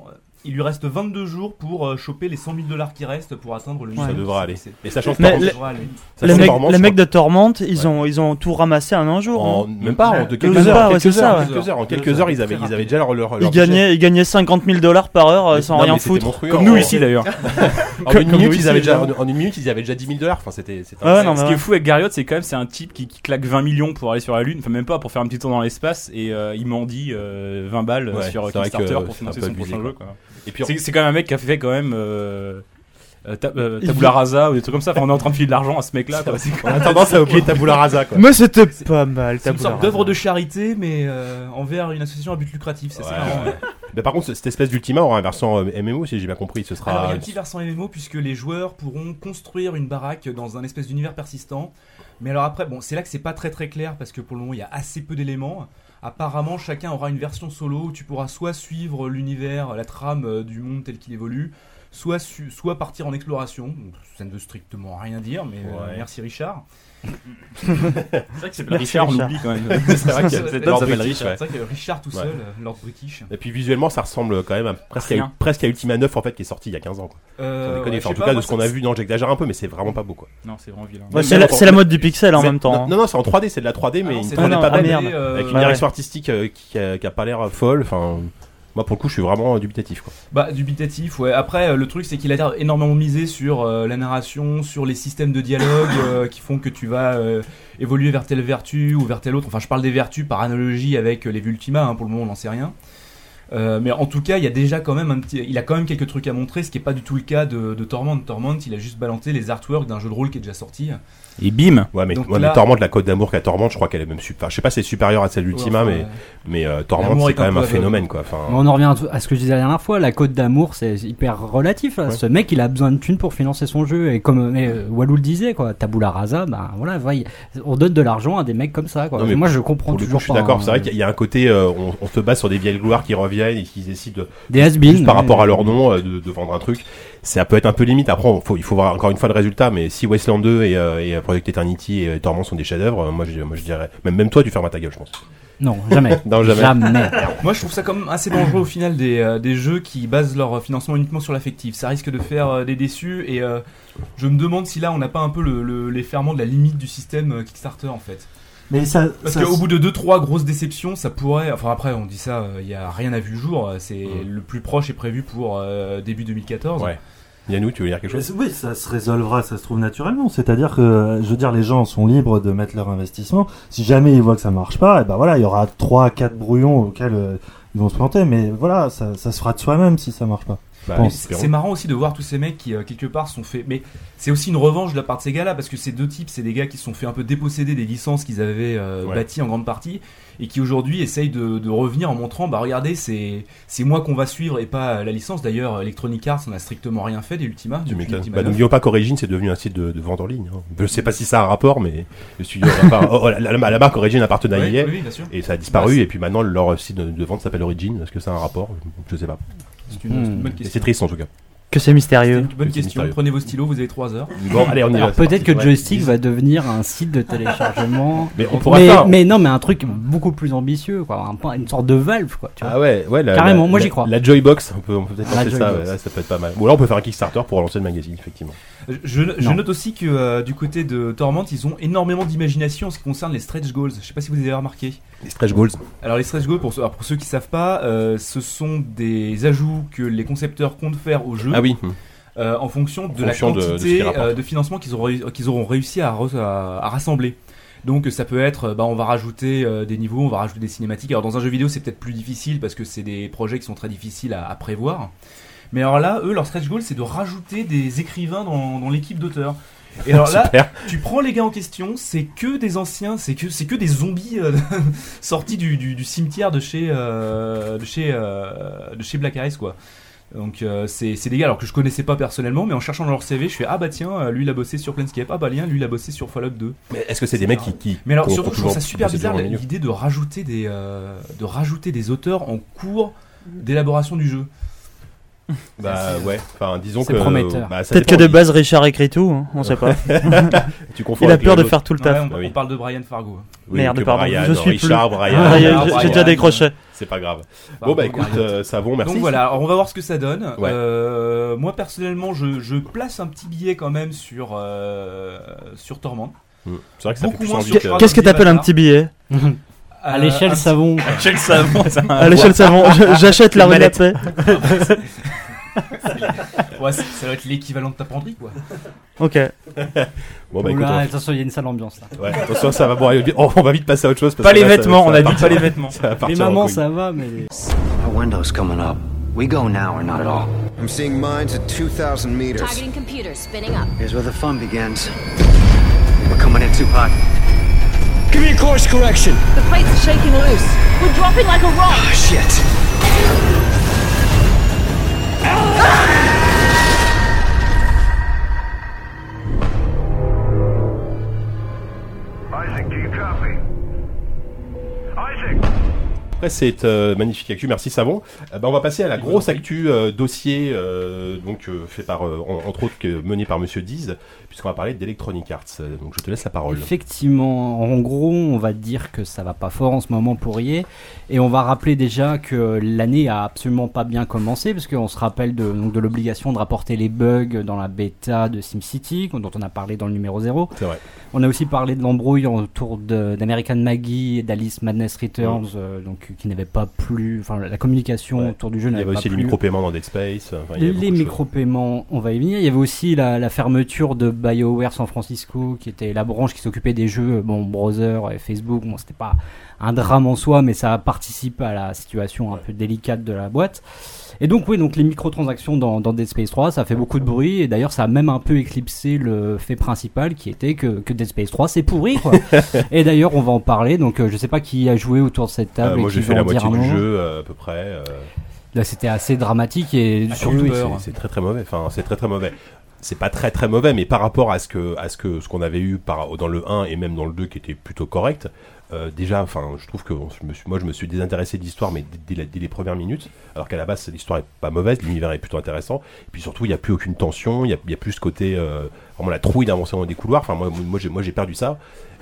[SPEAKER 7] Il lui reste 22 jours pour euh, choper les 100 000 dollars qui restent pour atteindre le.
[SPEAKER 5] Ça
[SPEAKER 7] niveau.
[SPEAKER 4] devrait
[SPEAKER 7] C'est-
[SPEAKER 4] aller.
[SPEAKER 7] c'est-
[SPEAKER 4] Et sachant que
[SPEAKER 5] Mais
[SPEAKER 4] Torment-
[SPEAKER 5] le-
[SPEAKER 7] devrait aller.
[SPEAKER 5] Les
[SPEAKER 4] sachant que
[SPEAKER 5] mecs,
[SPEAKER 4] Torment,
[SPEAKER 5] les
[SPEAKER 4] je
[SPEAKER 5] mecs de Tormente, ils ont, ils ont tout ramassé en un jour.
[SPEAKER 4] En,
[SPEAKER 5] hein.
[SPEAKER 4] même pas, en de quelques
[SPEAKER 5] Deux
[SPEAKER 4] heures,
[SPEAKER 5] heures, ouais,
[SPEAKER 4] quelques,
[SPEAKER 5] c'est
[SPEAKER 4] heures,
[SPEAKER 5] ça,
[SPEAKER 4] quelques
[SPEAKER 7] ouais.
[SPEAKER 4] heures, en quelques
[SPEAKER 7] Deux
[SPEAKER 4] heures,
[SPEAKER 7] heures,
[SPEAKER 4] ils avaient,
[SPEAKER 7] très
[SPEAKER 4] ils avaient déjà leur, leur,
[SPEAKER 5] Ils
[SPEAKER 4] leur
[SPEAKER 5] gagnaient, ils gagnaient 50 000 dollars par heure euh,
[SPEAKER 4] Mais-
[SPEAKER 5] sans
[SPEAKER 4] non,
[SPEAKER 5] rien
[SPEAKER 4] mais c'était
[SPEAKER 5] foutre.
[SPEAKER 4] monstrueux,
[SPEAKER 5] Comme
[SPEAKER 4] hein.
[SPEAKER 5] nous ici d'ailleurs.
[SPEAKER 4] En
[SPEAKER 5] Comme-
[SPEAKER 4] une
[SPEAKER 5] comme
[SPEAKER 4] minute,
[SPEAKER 5] nous
[SPEAKER 4] ils
[SPEAKER 5] ici,
[SPEAKER 4] avaient déjà,
[SPEAKER 5] évidemment.
[SPEAKER 4] en une minute, ils avaient déjà 10 000 dollars. Enfin, c'était, c'était
[SPEAKER 5] Ah ouais,
[SPEAKER 4] un-
[SPEAKER 5] non, mais
[SPEAKER 6] Ce qui
[SPEAKER 5] ouais.
[SPEAKER 6] est fou avec Garriott, c'est quand même c'est un type qui, qui claque 20 millions pour aller sur la Lune, enfin même pas pour faire un petit tour dans l'espace, et euh, il mendie euh, 20 balles euh,
[SPEAKER 4] Ouais,
[SPEAKER 6] sur
[SPEAKER 4] c'est vrai
[SPEAKER 6] Kickstarter
[SPEAKER 4] que
[SPEAKER 6] pour
[SPEAKER 4] c'est un
[SPEAKER 6] financer
[SPEAKER 4] peu
[SPEAKER 6] son
[SPEAKER 4] abusé,
[SPEAKER 6] prochain
[SPEAKER 4] quoi.
[SPEAKER 6] jeu. quoi.
[SPEAKER 4] Et puis,
[SPEAKER 6] C'est c'est quand même un mec qui a fait quand même euh,
[SPEAKER 7] euh, ta- euh, Tabula Rasa ou des trucs comme ça. Enfin, on est en train de filer de l'argent à ce mec-là. quoi. C'est-
[SPEAKER 4] On [LAUGHS] a tendance à oublier Tabula Rasa, quoi.
[SPEAKER 11] Mais c'était pas mal,
[SPEAKER 7] C'est une
[SPEAKER 11] Tabula
[SPEAKER 7] sorte
[SPEAKER 11] Rasa.
[SPEAKER 7] d'œuvre de charité, mais euh, envers une association à but lucratif. C'est ça. hein.
[SPEAKER 4] Ouais,
[SPEAKER 7] marrant,
[SPEAKER 4] ouais.
[SPEAKER 7] ouais.
[SPEAKER 4] Mais par contre, ce- cette espèce d'ultima aura un versant euh, MMO, si j'ai bien compris. Ce
[SPEAKER 7] Alors, il Ah y
[SPEAKER 4] sera. [LAUGHS]
[SPEAKER 7] a un petit versant MMO puisque les joueurs pourront construire une baraque dans un espèce d'univers persistant. Mais alors après, bon, c'est là que c'est pas très très clair parce que pour le moment il y a assez peu d'éléments. Apparemment, chacun aura une version solo où tu pourras soit suivre l'univers, la trame euh, du monde tel qu'il évolue, soit, su- soit partir en exploration. Donc, Ça ne veut strictement rien dire, mais euh,
[SPEAKER 12] Ouais.
[SPEAKER 7] merci Richard. c'est vrai que c'est
[SPEAKER 4] Merci
[SPEAKER 7] Richard, on
[SPEAKER 4] Richard.
[SPEAKER 7] l'oublie quand même.
[SPEAKER 4] [LAUGHS] C'est vrai que
[SPEAKER 7] Ça-
[SPEAKER 4] cet
[SPEAKER 7] ça-
[SPEAKER 4] homme
[SPEAKER 7] ça-
[SPEAKER 4] s'appelle
[SPEAKER 7] ça-
[SPEAKER 4] Rich,
[SPEAKER 7] C'est
[SPEAKER 4] ouais.
[SPEAKER 7] vrai que Richard tout
[SPEAKER 4] Ouais.
[SPEAKER 7] seul, euh, l'ordre british.
[SPEAKER 4] Et puis visuellement, ça ressemble quand même à- presque, à,
[SPEAKER 7] Rien.
[SPEAKER 4] presque à Ultima 9 en fait, qui est sorti il y a 15 ans. Quoi.
[SPEAKER 7] Euh,
[SPEAKER 4] Sans déconner.
[SPEAKER 7] ouais,
[SPEAKER 4] Enfin,
[SPEAKER 7] je
[SPEAKER 4] en
[SPEAKER 7] sais
[SPEAKER 4] tout
[SPEAKER 7] pas,
[SPEAKER 4] cas, de
[SPEAKER 7] moi,
[SPEAKER 4] ce qu'on
[SPEAKER 7] ça-
[SPEAKER 4] a vu, non, j'exagère un peu, mais c'est vraiment pas beau quoi.
[SPEAKER 7] Non, c'est vraiment vilain.
[SPEAKER 6] Mais c'est la- c'est la mode du pixel, en
[SPEAKER 4] C'est-
[SPEAKER 6] même temps,
[SPEAKER 4] Non,
[SPEAKER 6] hein.
[SPEAKER 4] non, non, c'est en 3D, c'est de la 3D, mais
[SPEAKER 7] Ah non,
[SPEAKER 4] une
[SPEAKER 7] c'est
[SPEAKER 4] 3D
[SPEAKER 7] vraiment
[SPEAKER 4] pas bonne.
[SPEAKER 7] la 3D, euh,
[SPEAKER 4] Avec une
[SPEAKER 7] ouais,
[SPEAKER 4] direction
[SPEAKER 7] ouais.
[SPEAKER 4] artistique euh, qui, a, qui a pas l'air folle. Enfin, moi pour le coup, je suis vraiment euh, dubitatif quoi.
[SPEAKER 7] Bah, dubitatif, ouais. Après, euh, le truc, c'est qu'il a l'air énormément misé sur euh, la narration, sur les systèmes de dialogue euh, qui font que tu vas euh, évoluer vers telle vertu ou vers telle autre. Enfin, je parle des vertus par analogie avec euh, les Vultima, hein, pour le moment, on n'en sait rien. Euh, mais en tout cas, il y a déjà quand même un petit, il a quand même quelques trucs à montrer, ce qui n'est pas du tout le cas de, de Torment. Torment, il a juste balancé les artworks d'un jeu de rôle qui est déjà sorti.
[SPEAKER 4] Et bim Ouais, mais,
[SPEAKER 7] Donc
[SPEAKER 4] ouais,
[SPEAKER 7] là-
[SPEAKER 4] mais Torment, la Côte d'Amour qu'à Torment, je crois qu'elle est même super. Je sais pas si c'est supérieur à celle d'Ultima,
[SPEAKER 7] Ouais, enfin,
[SPEAKER 4] mais,
[SPEAKER 7] ouais.
[SPEAKER 4] mais euh, Torment,
[SPEAKER 7] L'amour
[SPEAKER 4] c'est
[SPEAKER 7] est
[SPEAKER 4] quand
[SPEAKER 7] un
[SPEAKER 4] même
[SPEAKER 7] peu
[SPEAKER 4] un
[SPEAKER 7] aveugle.
[SPEAKER 4] phénomène quoi. Enfin,
[SPEAKER 11] Mais On en revient à tout- à ce que je disais la dernière fois, la cote d'amour c'est hyper relatif. là.
[SPEAKER 4] Ouais.
[SPEAKER 11] Ce mec il a besoin de thunes pour financer son jeu et comme euh, Walou le disait quoi, Tabula Rasa, ben voilà, va, il- on donne de l'argent à des mecs comme ça quoi.
[SPEAKER 4] Non, mais
[SPEAKER 11] Moi je
[SPEAKER 4] Pour
[SPEAKER 11] comprends
[SPEAKER 4] le coup,
[SPEAKER 11] toujours
[SPEAKER 4] je suis
[SPEAKER 11] pas,
[SPEAKER 4] d'accord.
[SPEAKER 11] hein.
[SPEAKER 4] C'est vrai qu'il y a un côté, euh, on, on se base sur des vieilles gloires qui reviennent et qui décident, de-
[SPEAKER 11] Des has-beens,
[SPEAKER 4] juste par
[SPEAKER 11] ouais.
[SPEAKER 4] rapport à leur nom, euh, de, de vendre un truc. Ça peut être un peu limite. Après, on- faut, il faut voir encore une fois le résultat. Mais si Wasteland 2 et, euh, et Project Eternity et euh, Torment sont des chefs-d'œuvre, euh, moi, je, moi, je dirais, même, même toi, tu fermes ta gueule, je pense.
[SPEAKER 11] Non, jamais.
[SPEAKER 4] [LAUGHS] Non, jamais.
[SPEAKER 7] Moi, je trouve ça quand même assez dangereux au final des, euh, des jeux qui basent leur financement uniquement sur l'affectif. Ça risque de faire euh, des déçus et euh, je me demande si là on n'a pas un peu le, le- les ferments de la limite du système euh, Kickstarter en fait.
[SPEAKER 13] Mais ça-
[SPEAKER 7] Parce
[SPEAKER 13] ça-
[SPEAKER 7] qu'au bout de 2-3 grosses déceptions, ça pourrait. Enfin, après, on dit ça, il n'y a rien à vu le jour. euh, C'est le plus proche est prévu pour euh, début 2014.
[SPEAKER 4] Ouais. Yannou, tu veux dire quelque chose
[SPEAKER 13] Oui, ça se résolvera, ça se trouve naturellement. C'est-à-dire que, euh, je veux dire, les gens sont libres de mettre leur investissement. Si jamais ils voient que ça marche pas, et ben voilà, il y aura trois, quatre brouillons auxquels euh, ils vont se planter. Mais voilà, ça, ça se fera de soi-même si ça marche pas.
[SPEAKER 4] Bah,
[SPEAKER 13] Je
[SPEAKER 7] Mais
[SPEAKER 13] pense.
[SPEAKER 7] C'est c'est marrant aussi de voir tous ces mecs qui, euh, quelque part, sont faits. Mais c'est aussi une revanche de la part de ces gars-là, parce que ces deux types, c'est des gars qui se sont fait un peu déposséder des licences qu'ils avaient euh,
[SPEAKER 4] Ouais.
[SPEAKER 7] bâties en grande partie, et qui aujourd'hui essayent de, de revenir en montrant bah regardez, c'est c'est moi qu'on va suivre et pas euh, la licence. D'ailleurs, Electronic Arts, on a strictement rien fait des Ultima.
[SPEAKER 4] Tu
[SPEAKER 7] depuis
[SPEAKER 4] m'étonnes.
[SPEAKER 7] Ultima
[SPEAKER 4] Bah,
[SPEAKER 7] 9.
[SPEAKER 4] n'oublions pas qu'Origin, c'est devenu un site de, de vente en ligne. hein. Je sais pas si ça a un rapport, mais le studio, enfin, oh, la, la- la marque Origin appartenait à
[SPEAKER 7] Ouais,
[SPEAKER 4] EA,
[SPEAKER 7] oui, oui, bien sûr.
[SPEAKER 4] et ça a
[SPEAKER 7] Bah,
[SPEAKER 4] disparu.
[SPEAKER 7] c'est-
[SPEAKER 4] et puis maintenant, leur site de, de vente s'appelle Origin. Est-ce que ça a un rapport Je sais pas.
[SPEAKER 7] c'est une, c'est une bonne
[SPEAKER 4] Et
[SPEAKER 7] question.
[SPEAKER 4] C'est triste en tout cas.
[SPEAKER 6] Que c'est mystérieux.
[SPEAKER 7] Bonne
[SPEAKER 4] Hmm. c'est
[SPEAKER 7] question.
[SPEAKER 4] mystérieux.
[SPEAKER 7] Prenez vos stylos, vous avez 3 heures.
[SPEAKER 4] Bon, allez, on y va.
[SPEAKER 11] Alors
[SPEAKER 4] c'est
[SPEAKER 11] peut-être
[SPEAKER 4] parti.
[SPEAKER 11] que Joystick va devenir un site de téléchargement.
[SPEAKER 4] Mais on pourra
[SPEAKER 11] mais,
[SPEAKER 4] faire-
[SPEAKER 11] mais non, mais un truc beaucoup plus ambitieux quoi, un point- une sorte de valve quoi. Tu vois.
[SPEAKER 4] Ah
[SPEAKER 6] Euh,
[SPEAKER 4] ouais, ouais. La,
[SPEAKER 11] Carrément,
[SPEAKER 4] la-
[SPEAKER 11] moi,
[SPEAKER 4] la-
[SPEAKER 11] j'y crois.
[SPEAKER 4] La Joybox, on peut on peut peut-être
[SPEAKER 11] La
[SPEAKER 4] lancer ça.
[SPEAKER 11] Joybox.
[SPEAKER 4] ouais, ça peut être pas mal. Bon, là, on peut faire un Kickstarter pour relancer le magazine, effectivement.
[SPEAKER 7] Je, je
[SPEAKER 11] Non.
[SPEAKER 7] note aussi que euh, du côté de Torment, ils ont énormément d'imagination en ce qui concerne les stretch goals. Je sais pas si vous avez remarqué.
[SPEAKER 4] Les stretch goals.
[SPEAKER 7] Alors les stretch goals, pour, ceux- alors, pour ceux qui savent pas, euh, ce sont des ajouts que les concepteurs comptent faire au jeu
[SPEAKER 4] Ah oui.
[SPEAKER 7] euh, en fonction de
[SPEAKER 4] fonction de-
[SPEAKER 7] la
[SPEAKER 4] de ce
[SPEAKER 7] quantité
[SPEAKER 4] qu'ils
[SPEAKER 7] euh, de,
[SPEAKER 4] rapportent.
[SPEAKER 7] financement qu'ils auront, réu- qu'ils auront réussi à, re- à- à rassembler. Donc ça peut être, euh, bah, on va rajouter euh, des niveaux, on va rajouter des cinématiques. Alors dans un jeu vidéo c'est peut-être plus difficile parce que c'est des projets qui sont très difficiles à, à prévoir. Mais alors là, eux, leur stretch goal c'est de rajouter des écrivains dans, dans l'équipe d'auteurs.
[SPEAKER 4] [LAUGHS]
[SPEAKER 7] Et alors là,
[SPEAKER 4] Super.
[SPEAKER 7] tu prends les gars en question, c'est que des anciens, c'est que c'est que des zombies euh, [LAUGHS] sortis du, du- du cimetière de chez euh, de chez euh, de chez Black Ice quoi. Donc euh, c'est c'est des gars alors que je connaissais pas personnellement, mais en cherchant dans leur CV, je fais ah bah tiens, euh, lui il a bossé sur Planescape, ah bah lien, lui il a bossé sur Fallout 2.
[SPEAKER 4] Mais est-ce que c'est des mecs qui. qui-
[SPEAKER 7] Mais alors
[SPEAKER 4] qui ont-
[SPEAKER 7] surtout,
[SPEAKER 4] qui
[SPEAKER 7] je
[SPEAKER 4] ont
[SPEAKER 7] trouve ça super
[SPEAKER 4] bossé
[SPEAKER 7] bizarre
[SPEAKER 4] dans le milieu
[SPEAKER 7] l'idée de rajouter des euh, de rajouter des auteurs en cours d'élaboration du jeu.
[SPEAKER 4] Bah ouais. Enfin, disons
[SPEAKER 11] C'est
[SPEAKER 4] que.
[SPEAKER 11] prometteur.
[SPEAKER 4] bah, ça
[SPEAKER 6] Peut-être que
[SPEAKER 4] dépend.
[SPEAKER 6] de base, Richard écrit tout, hein, on sait pas.
[SPEAKER 4] [LAUGHS] Tu confonds
[SPEAKER 6] Il a
[SPEAKER 4] avec
[SPEAKER 6] peur
[SPEAKER 4] les
[SPEAKER 6] de
[SPEAKER 4] autres.
[SPEAKER 6] faire tout le
[SPEAKER 7] Ouais,
[SPEAKER 6] taf.
[SPEAKER 7] on,
[SPEAKER 4] Bah oui.
[SPEAKER 7] on parle de Brian Fargo. Ah,
[SPEAKER 4] Oui,
[SPEAKER 6] Merde,
[SPEAKER 4] que
[SPEAKER 6] pardon,
[SPEAKER 4] Brian,
[SPEAKER 6] je suis
[SPEAKER 4] Richard,
[SPEAKER 6] plus-
[SPEAKER 4] Brian,
[SPEAKER 6] Brian,
[SPEAKER 4] Brian,
[SPEAKER 6] J'ai déjà décroché.
[SPEAKER 4] C'est pas grave. Bon bah écoute, euh, savon, merci.
[SPEAKER 7] Donc voilà, alors on va voir ce que ça donne.
[SPEAKER 4] Ouais.
[SPEAKER 7] Euh, moi personnellement, je, je place un petit billet quand même sur euh, sur Torment.
[SPEAKER 4] Hmm. C'est vrai que ça fait
[SPEAKER 7] Beaucoup
[SPEAKER 4] plus
[SPEAKER 7] moins
[SPEAKER 4] envie
[SPEAKER 7] sûr.
[SPEAKER 4] que.
[SPEAKER 6] Qu'est-ce que t'appelles un petit billet
[SPEAKER 11] À l'échelle
[SPEAKER 7] Euh,
[SPEAKER 11] savon.
[SPEAKER 7] Michel Savon, ça.
[SPEAKER 6] [LAUGHS] À l'échelle savon, je- j'achète la rue de la paix.
[SPEAKER 7] Ouais, c'est- ça doit être l'équivalent de ta penderie, quoi.
[SPEAKER 6] Ok.
[SPEAKER 4] Bon bah écoute,
[SPEAKER 11] Oula,
[SPEAKER 4] on-
[SPEAKER 11] attention, il y a une sale ambiance là.
[SPEAKER 4] ouais, attention, ça va bon, allez, on on va vite passer à autre chose. parce
[SPEAKER 7] Pas
[SPEAKER 4] que
[SPEAKER 7] les
[SPEAKER 4] là, ça-
[SPEAKER 7] vêtements,
[SPEAKER 4] ça
[SPEAKER 7] on
[SPEAKER 4] va
[SPEAKER 7] a dit
[SPEAKER 4] partir-
[SPEAKER 7] pas les vêtements.
[SPEAKER 4] Ça va
[SPEAKER 11] Les
[SPEAKER 4] partir en
[SPEAKER 11] mamans
[SPEAKER 4] couille.
[SPEAKER 11] ça va, mais
[SPEAKER 14] Our window's coming up. We go now or not at all?
[SPEAKER 15] I'm seeing mines at 2,000 meters.
[SPEAKER 16] Targeting computer spinning up.
[SPEAKER 15] Here's where the fun begins. We're coming in too hot.
[SPEAKER 17] Give me a course correction.
[SPEAKER 16] The plates are shaking loose. We're dropping like a rock. Oh,
[SPEAKER 15] shit.
[SPEAKER 4] Après cette euh, magnifique actu, merci Savon. Euh, ben, on va passer à la grosse actu euh, dossier euh, donc euh, fait par euh, en- entre autres que- mené par Monsieur Diz, puisqu'on va parler d'Electronic Arts. Euh, Donc je te laisse la parole.
[SPEAKER 11] Effectivement, en gros, on va dire que ça va pas fort en ce moment pour IE. Et on va rappeler déjà que l'année a absolument pas bien commencé, parce qu'on se rappelle de, donc de l'obligation de rapporter les bugs dans la bêta de SimCity, dont on a parlé dans le numéro 0.
[SPEAKER 4] C'est vrai.
[SPEAKER 11] On a aussi parlé de l'embrouille autour de- d'American Maggie et d'Alice Madness
[SPEAKER 4] Mm.
[SPEAKER 11] Returns, euh, donc, qui n'avait pas plu. Enfin, la communication autour du jeu
[SPEAKER 4] Il y
[SPEAKER 11] n'avait
[SPEAKER 4] avait
[SPEAKER 11] pas
[SPEAKER 4] aussi les
[SPEAKER 11] plu.
[SPEAKER 4] micro-paiements dans Dead Space. Enfin, il y a beaucoup
[SPEAKER 11] Les
[SPEAKER 4] de choses.
[SPEAKER 11] micro-paiements, on va y venir. Il y avait aussi la, la fermeture de BioWare San Francisco, qui était la branche qui s'occupait des jeux, bon, browser et Facebook. Bon, c'était pas un drame en soi, mais ça participe à la situation un peu délicate de la boîte. Et donc, oui, donc les microtransactions dans, dans Dead Space 3, ça a fait beaucoup de bruit. Et d'ailleurs, ça a même un peu éclipsé le fait principal qui était que, que Dead Space 3, c'est pourri,
[SPEAKER 4] [LAUGHS]
[SPEAKER 11] quoi. et d'ailleurs, on va en parler. Donc, euh, je sais pas qui a joué autour de cette table.
[SPEAKER 4] Euh,
[SPEAKER 11] et
[SPEAKER 4] moi
[SPEAKER 11] qui
[SPEAKER 4] j'ai fait
[SPEAKER 11] veut
[SPEAKER 4] la
[SPEAKER 11] en dire
[SPEAKER 4] moitié
[SPEAKER 11] un
[SPEAKER 4] du
[SPEAKER 11] mot.
[SPEAKER 4] jeu euh, à peu près. euh,
[SPEAKER 11] Là, c'était assez dramatique et
[SPEAKER 4] Ah,
[SPEAKER 11] surtout.
[SPEAKER 4] oui, c'est- c'est très très mauvais. Enfin, c'est très très mauvais. C'est pas très très mauvais, mais par rapport à ce que à ce que ce qu'on avait eu par, dans le 1 et même dans le 2 qui était plutôt correct. euh, déjà, enfin, je trouve que bon, je me suis- moi je me suis désintéressé de l'histoire, mais dès, dès la- dès les premières minutes, alors qu'à la base l'histoire est pas mauvaise, l'univers est plutôt intéressant, et puis surtout il n'y a plus aucune tension, il n'y a, il y a plus ce côté euh, vraiment la trouille d'avancer dans des couloirs. Enfin, moi moi j'ai moi j'ai perdu ça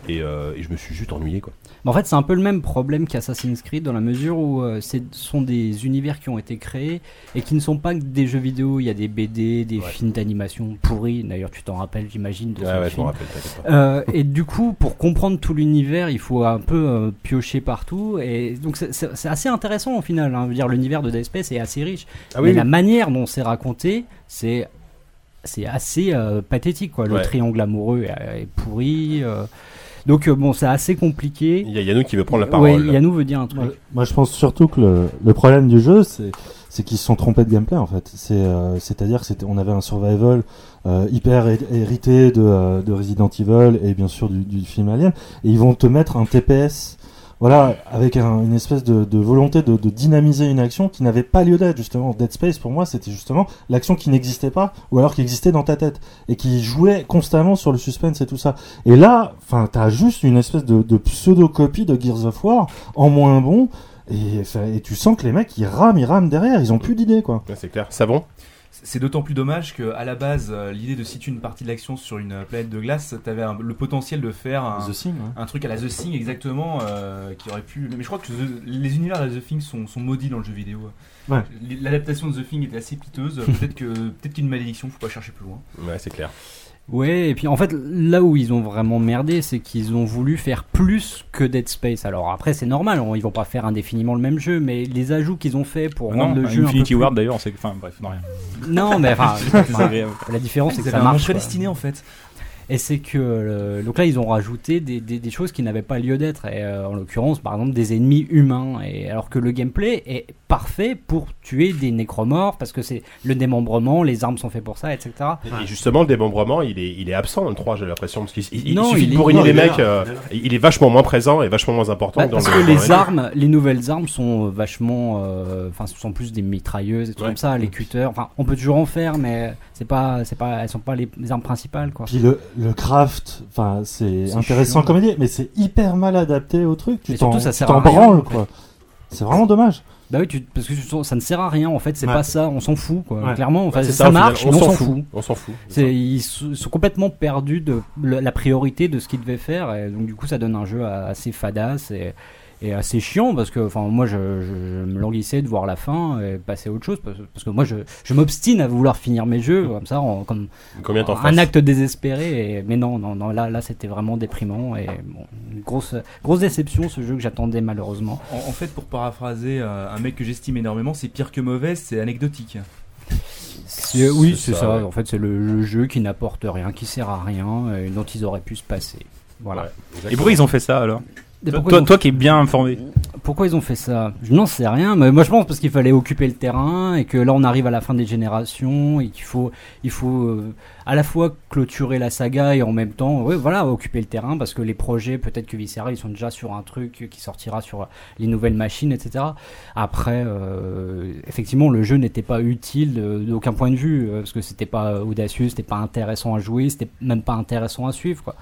[SPEAKER 4] et, euh, et je me suis juste ennuyé quoi.
[SPEAKER 11] Mais en fait, c'est un peu le même problème qu'Assassin's Creed dans la mesure où euh, ce sont des univers qui ont été créés et qui ne sont pas que des jeux vidéo. Il y a des BD, des films d'animation pourris. D'ailleurs, tu t'en rappelles, j'imagine,
[SPEAKER 4] Ah
[SPEAKER 11] de
[SPEAKER 4] Ouais,
[SPEAKER 11] ce
[SPEAKER 4] ouais, je
[SPEAKER 11] film.
[SPEAKER 4] m'en rappelle, t'inquiète pas.
[SPEAKER 11] Euh, et du coup, pour comprendre tout l'univers, il faut un peu euh, piocher partout. Et donc, c'est- c'est c'est assez intéressant au final. hein. Je veux dire, l'univers de Dead Space est assez riche.
[SPEAKER 4] Ah oui,
[SPEAKER 11] mais
[SPEAKER 4] oui.
[SPEAKER 11] la manière dont c'est raconté, c'est c'est assez euh, pathétique. Quoi. Le
[SPEAKER 4] Ouais.
[SPEAKER 11] triangle amoureux est, est pourri. euh. Donc euh, bon, c'est assez compliqué.
[SPEAKER 4] Il y a Yannou qui veut prendre la
[SPEAKER 11] Ouais,
[SPEAKER 4] parole.
[SPEAKER 11] Yannou veut dire un truc.
[SPEAKER 8] Moi, je pense surtout que le, le problème du jeu, c'est c'est qu'ils se sont trompés de gameplay en fait. C'est euh, c'est-à-dire que c'était on avait un survival euh, hyper hé- hérité de, euh, de Resident Evil et bien sûr du, du film Alien et ils vont te mettre un TPS voilà avec un- une espèce de, de volonté de, de dynamiser une action qui n'avait pas lieu d'être justement Dead Space pour moi c'était justement l'action qui n'existait pas ou alors qui existait dans ta tête et qui jouait constamment sur le suspense et tout ça et là enfin t'as juste une espèce de, de pseudo copie de Gears of War en moins bon et, enfin, et tu sens que les mecs ils rament ils rament derrière ils ont plus d'idées quoi
[SPEAKER 4] Ouais, c'est clair. Savon
[SPEAKER 7] C'est d'autant plus dommage que à la base, euh, l'idée de situer une partie de l'action sur une euh, planète de glace, t'avais un- le potentiel de faire
[SPEAKER 11] Ah.
[SPEAKER 7] un,
[SPEAKER 8] The Thing, ouais.
[SPEAKER 7] un truc à la The Thing exactement, euh, qui aurait pu. Mais je crois que The- les univers de The Thing sont, sont maudits dans le jeu vidéo.
[SPEAKER 8] Ouais.
[SPEAKER 7] L'adaptation de The Thing était assez [LAUGHS] piteuse. Peut-être que peut-être qu'une malédiction, faut pas chercher plus loin.
[SPEAKER 4] Ouais, c'est clair.
[SPEAKER 11] Ouais, et puis en fait, là où ils ont vraiment merdé, c'est qu'ils ont voulu faire plus que Dead Space. Alors après, c'est normal, on- ils vont pas faire indéfiniment le même jeu, mais les ajouts qu'ils ont fait pour
[SPEAKER 6] Non,
[SPEAKER 11] rendre le
[SPEAKER 6] bah,
[SPEAKER 11] jeu. un
[SPEAKER 6] Infinity
[SPEAKER 11] peu plus-
[SPEAKER 6] Ward d'ailleurs, on sait que. Enfin bref, non rien.
[SPEAKER 11] Non,
[SPEAKER 6] [LAUGHS]
[SPEAKER 11] mais enfin,
[SPEAKER 6] C'est
[SPEAKER 11] enfin,
[SPEAKER 6] agréable.
[SPEAKER 11] la différence, c'est
[SPEAKER 7] Ils
[SPEAKER 11] que ça
[SPEAKER 7] avaient un
[SPEAKER 11] marche.
[SPEAKER 7] vrai
[SPEAKER 11] quoi.
[SPEAKER 7] destiné, en fait.
[SPEAKER 11] Et c'est que euh, donc là ils ont rajouté des, des- des choses qui n'avaient pas lieu d'être et euh, en l'occurrence par exemple des ennemis humains et alors que le gameplay est parfait pour tuer des nécromorphes parce que c'est le démembrement les armes sont faites pour ça etc
[SPEAKER 4] Et justement, le démembrement, il est, il est absent dans le 3, j'ai l'impression. Parce qu'il il- il
[SPEAKER 11] Non,
[SPEAKER 4] suffit
[SPEAKER 11] il
[SPEAKER 4] de
[SPEAKER 11] est-
[SPEAKER 4] bourriner
[SPEAKER 11] non,
[SPEAKER 4] les
[SPEAKER 11] il est
[SPEAKER 4] mecs.
[SPEAKER 11] là,
[SPEAKER 4] euh,
[SPEAKER 11] il est là.
[SPEAKER 4] il est vachement moins présent et vachement moins important
[SPEAKER 11] Bah,
[SPEAKER 4] que dans
[SPEAKER 11] parce
[SPEAKER 4] le
[SPEAKER 11] que
[SPEAKER 4] dans
[SPEAKER 11] les
[SPEAKER 4] le-
[SPEAKER 11] armes, les nouvelles armes sont euh, vachement, euh, enfin, ce sont plus des mitrailleuses et tout comme ça, les cutters. Enfin, on peut toujours en faire, mais c'est pas, c'est pas, elles sont pas les, les armes principales, quoi.
[SPEAKER 8] Puis le, le craft, enfin, c'est
[SPEAKER 11] C'est
[SPEAKER 8] intéressant
[SPEAKER 11] chiant.
[SPEAKER 8] comme idée, mais c'est hyper mal adapté au truc. Tu
[SPEAKER 11] Mais
[SPEAKER 8] t'en
[SPEAKER 11] surtout, ça
[SPEAKER 8] tu
[SPEAKER 11] sert
[SPEAKER 8] t'en
[SPEAKER 11] à rien.
[SPEAKER 8] branles, quoi. C'est vraiment dommage.
[SPEAKER 11] Bah oui, tu- parce que tu- ça ne sert à rien en fait, c'est pas ça, on s'en fout quoi.
[SPEAKER 8] Ouais.
[SPEAKER 11] Clairement, enfin,
[SPEAKER 8] Ouais, c'est
[SPEAKER 11] ça,
[SPEAKER 8] ça, au final,
[SPEAKER 11] marche,
[SPEAKER 8] on
[SPEAKER 11] mais on
[SPEAKER 8] s'en
[SPEAKER 11] s'en
[SPEAKER 8] fout.
[SPEAKER 11] fout.
[SPEAKER 4] On s'en fout.
[SPEAKER 11] C'est- Ils sont sont complètement perdus de le- la priorité de ce qu'ils devaient faire, et donc du coup ça donne un jeu a- assez fadasse et, et assez chiant parce que enfin moi je, je- je me languissais de voir la fin et passer à autre chose parce, parce que moi je, je m'obstine à vouloir finir mes jeux comme ça, en- comme
[SPEAKER 4] Combien t'en
[SPEAKER 11] un
[SPEAKER 4] fasses
[SPEAKER 11] acte désespéré. et- mais non, non, non, là, là c'était vraiment déprimant et bon, une grosse, grosse déception ce jeu que j'attendais malheureusement.
[SPEAKER 7] En, en fait, pour paraphraser euh, un mec que j'estime énormément, c'est pire que mauvais, c'est anecdotique.
[SPEAKER 11] C'est- Euh, oui, c'est ça.
[SPEAKER 7] ouais.
[SPEAKER 11] En fait, c'est le, le jeu qui n'apporte rien, qui sert à rien, et dont ils auraient pu se passer. Voilà.
[SPEAKER 6] Et pourquoi ils ont fait ça alors
[SPEAKER 11] Et
[SPEAKER 6] Toi,
[SPEAKER 11] pourquoi ils
[SPEAKER 6] toi,
[SPEAKER 11] ont
[SPEAKER 6] toi qui es bien informé.
[SPEAKER 11] Pourquoi ils ont fait ça Je n'en sais rien, mais moi je pense parce qu'il fallait occuper le terrain et que là on arrive à la fin des générations et qu'il faut, il faut euh, à la fois clôturer la saga et en même temps, ouais, voilà, occuper le terrain parce que les projets, peut-être que Visceral ils sont déjà sur un truc qui sortira sur les nouvelles machines, etc. Après, euh, effectivement, le jeu n'était pas utile euh, d'aucun point de vue euh, parce que c'était pas audacieux, c'était pas intéressant à jouer, c'était même pas intéressant à suivre, quoi.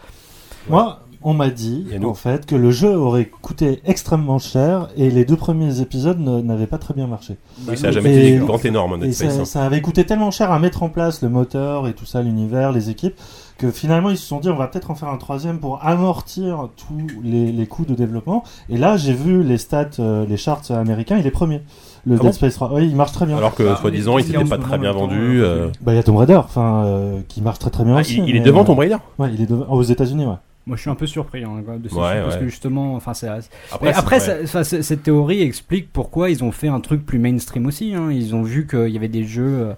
[SPEAKER 13] Moi, on m'a dit en fait que le jeu aurait coûté extrêmement cher et les deux premiers épisodes ne- n'avaient pas très bien marché.
[SPEAKER 7] Bah
[SPEAKER 4] Oui, ça a jamais été
[SPEAKER 13] Et-
[SPEAKER 4] une grande énorme, en
[SPEAKER 13] et
[SPEAKER 4] Dead Space,
[SPEAKER 13] ça,
[SPEAKER 4] hein.
[SPEAKER 13] ça avait coûté tellement cher à mettre en place le moteur et tout ça, l'univers, les équipes, que finalement ils se sont dit on va peut-être en faire un troisième pour amortir tous les, les coûts de développement. Et là, j'ai vu les stats, euh, les charts américains, il est premier. Le
[SPEAKER 4] Ah
[SPEAKER 13] Dead
[SPEAKER 4] bon
[SPEAKER 13] Space 3, oui, il marche très bien.
[SPEAKER 4] Alors que, soi-disant, il n'était pas très bien vendu. euh,
[SPEAKER 13] Bah, il y a Tomb Raider, enfin, euh, qui marche très très bien
[SPEAKER 4] Ah,
[SPEAKER 13] aussi.
[SPEAKER 4] il- il est
[SPEAKER 13] mais,
[SPEAKER 4] devant
[SPEAKER 13] euh,
[SPEAKER 4] Tomb Raider
[SPEAKER 13] Ouais, il est devant- aux États-Unis, ouais.
[SPEAKER 11] Moi, je suis un peu surpris hein, quand même, de ce
[SPEAKER 13] Ouais,
[SPEAKER 11] film, parce
[SPEAKER 13] ouais.
[SPEAKER 11] que justement, enfin, c'est.
[SPEAKER 13] Après,
[SPEAKER 11] Mais
[SPEAKER 13] c'est-
[SPEAKER 11] après,
[SPEAKER 13] ouais.
[SPEAKER 11] ça- ça- c- cette théorie explique pourquoi ils ont fait un truc plus mainstream aussi. hein. Ils ont vu qu'il y avait des jeux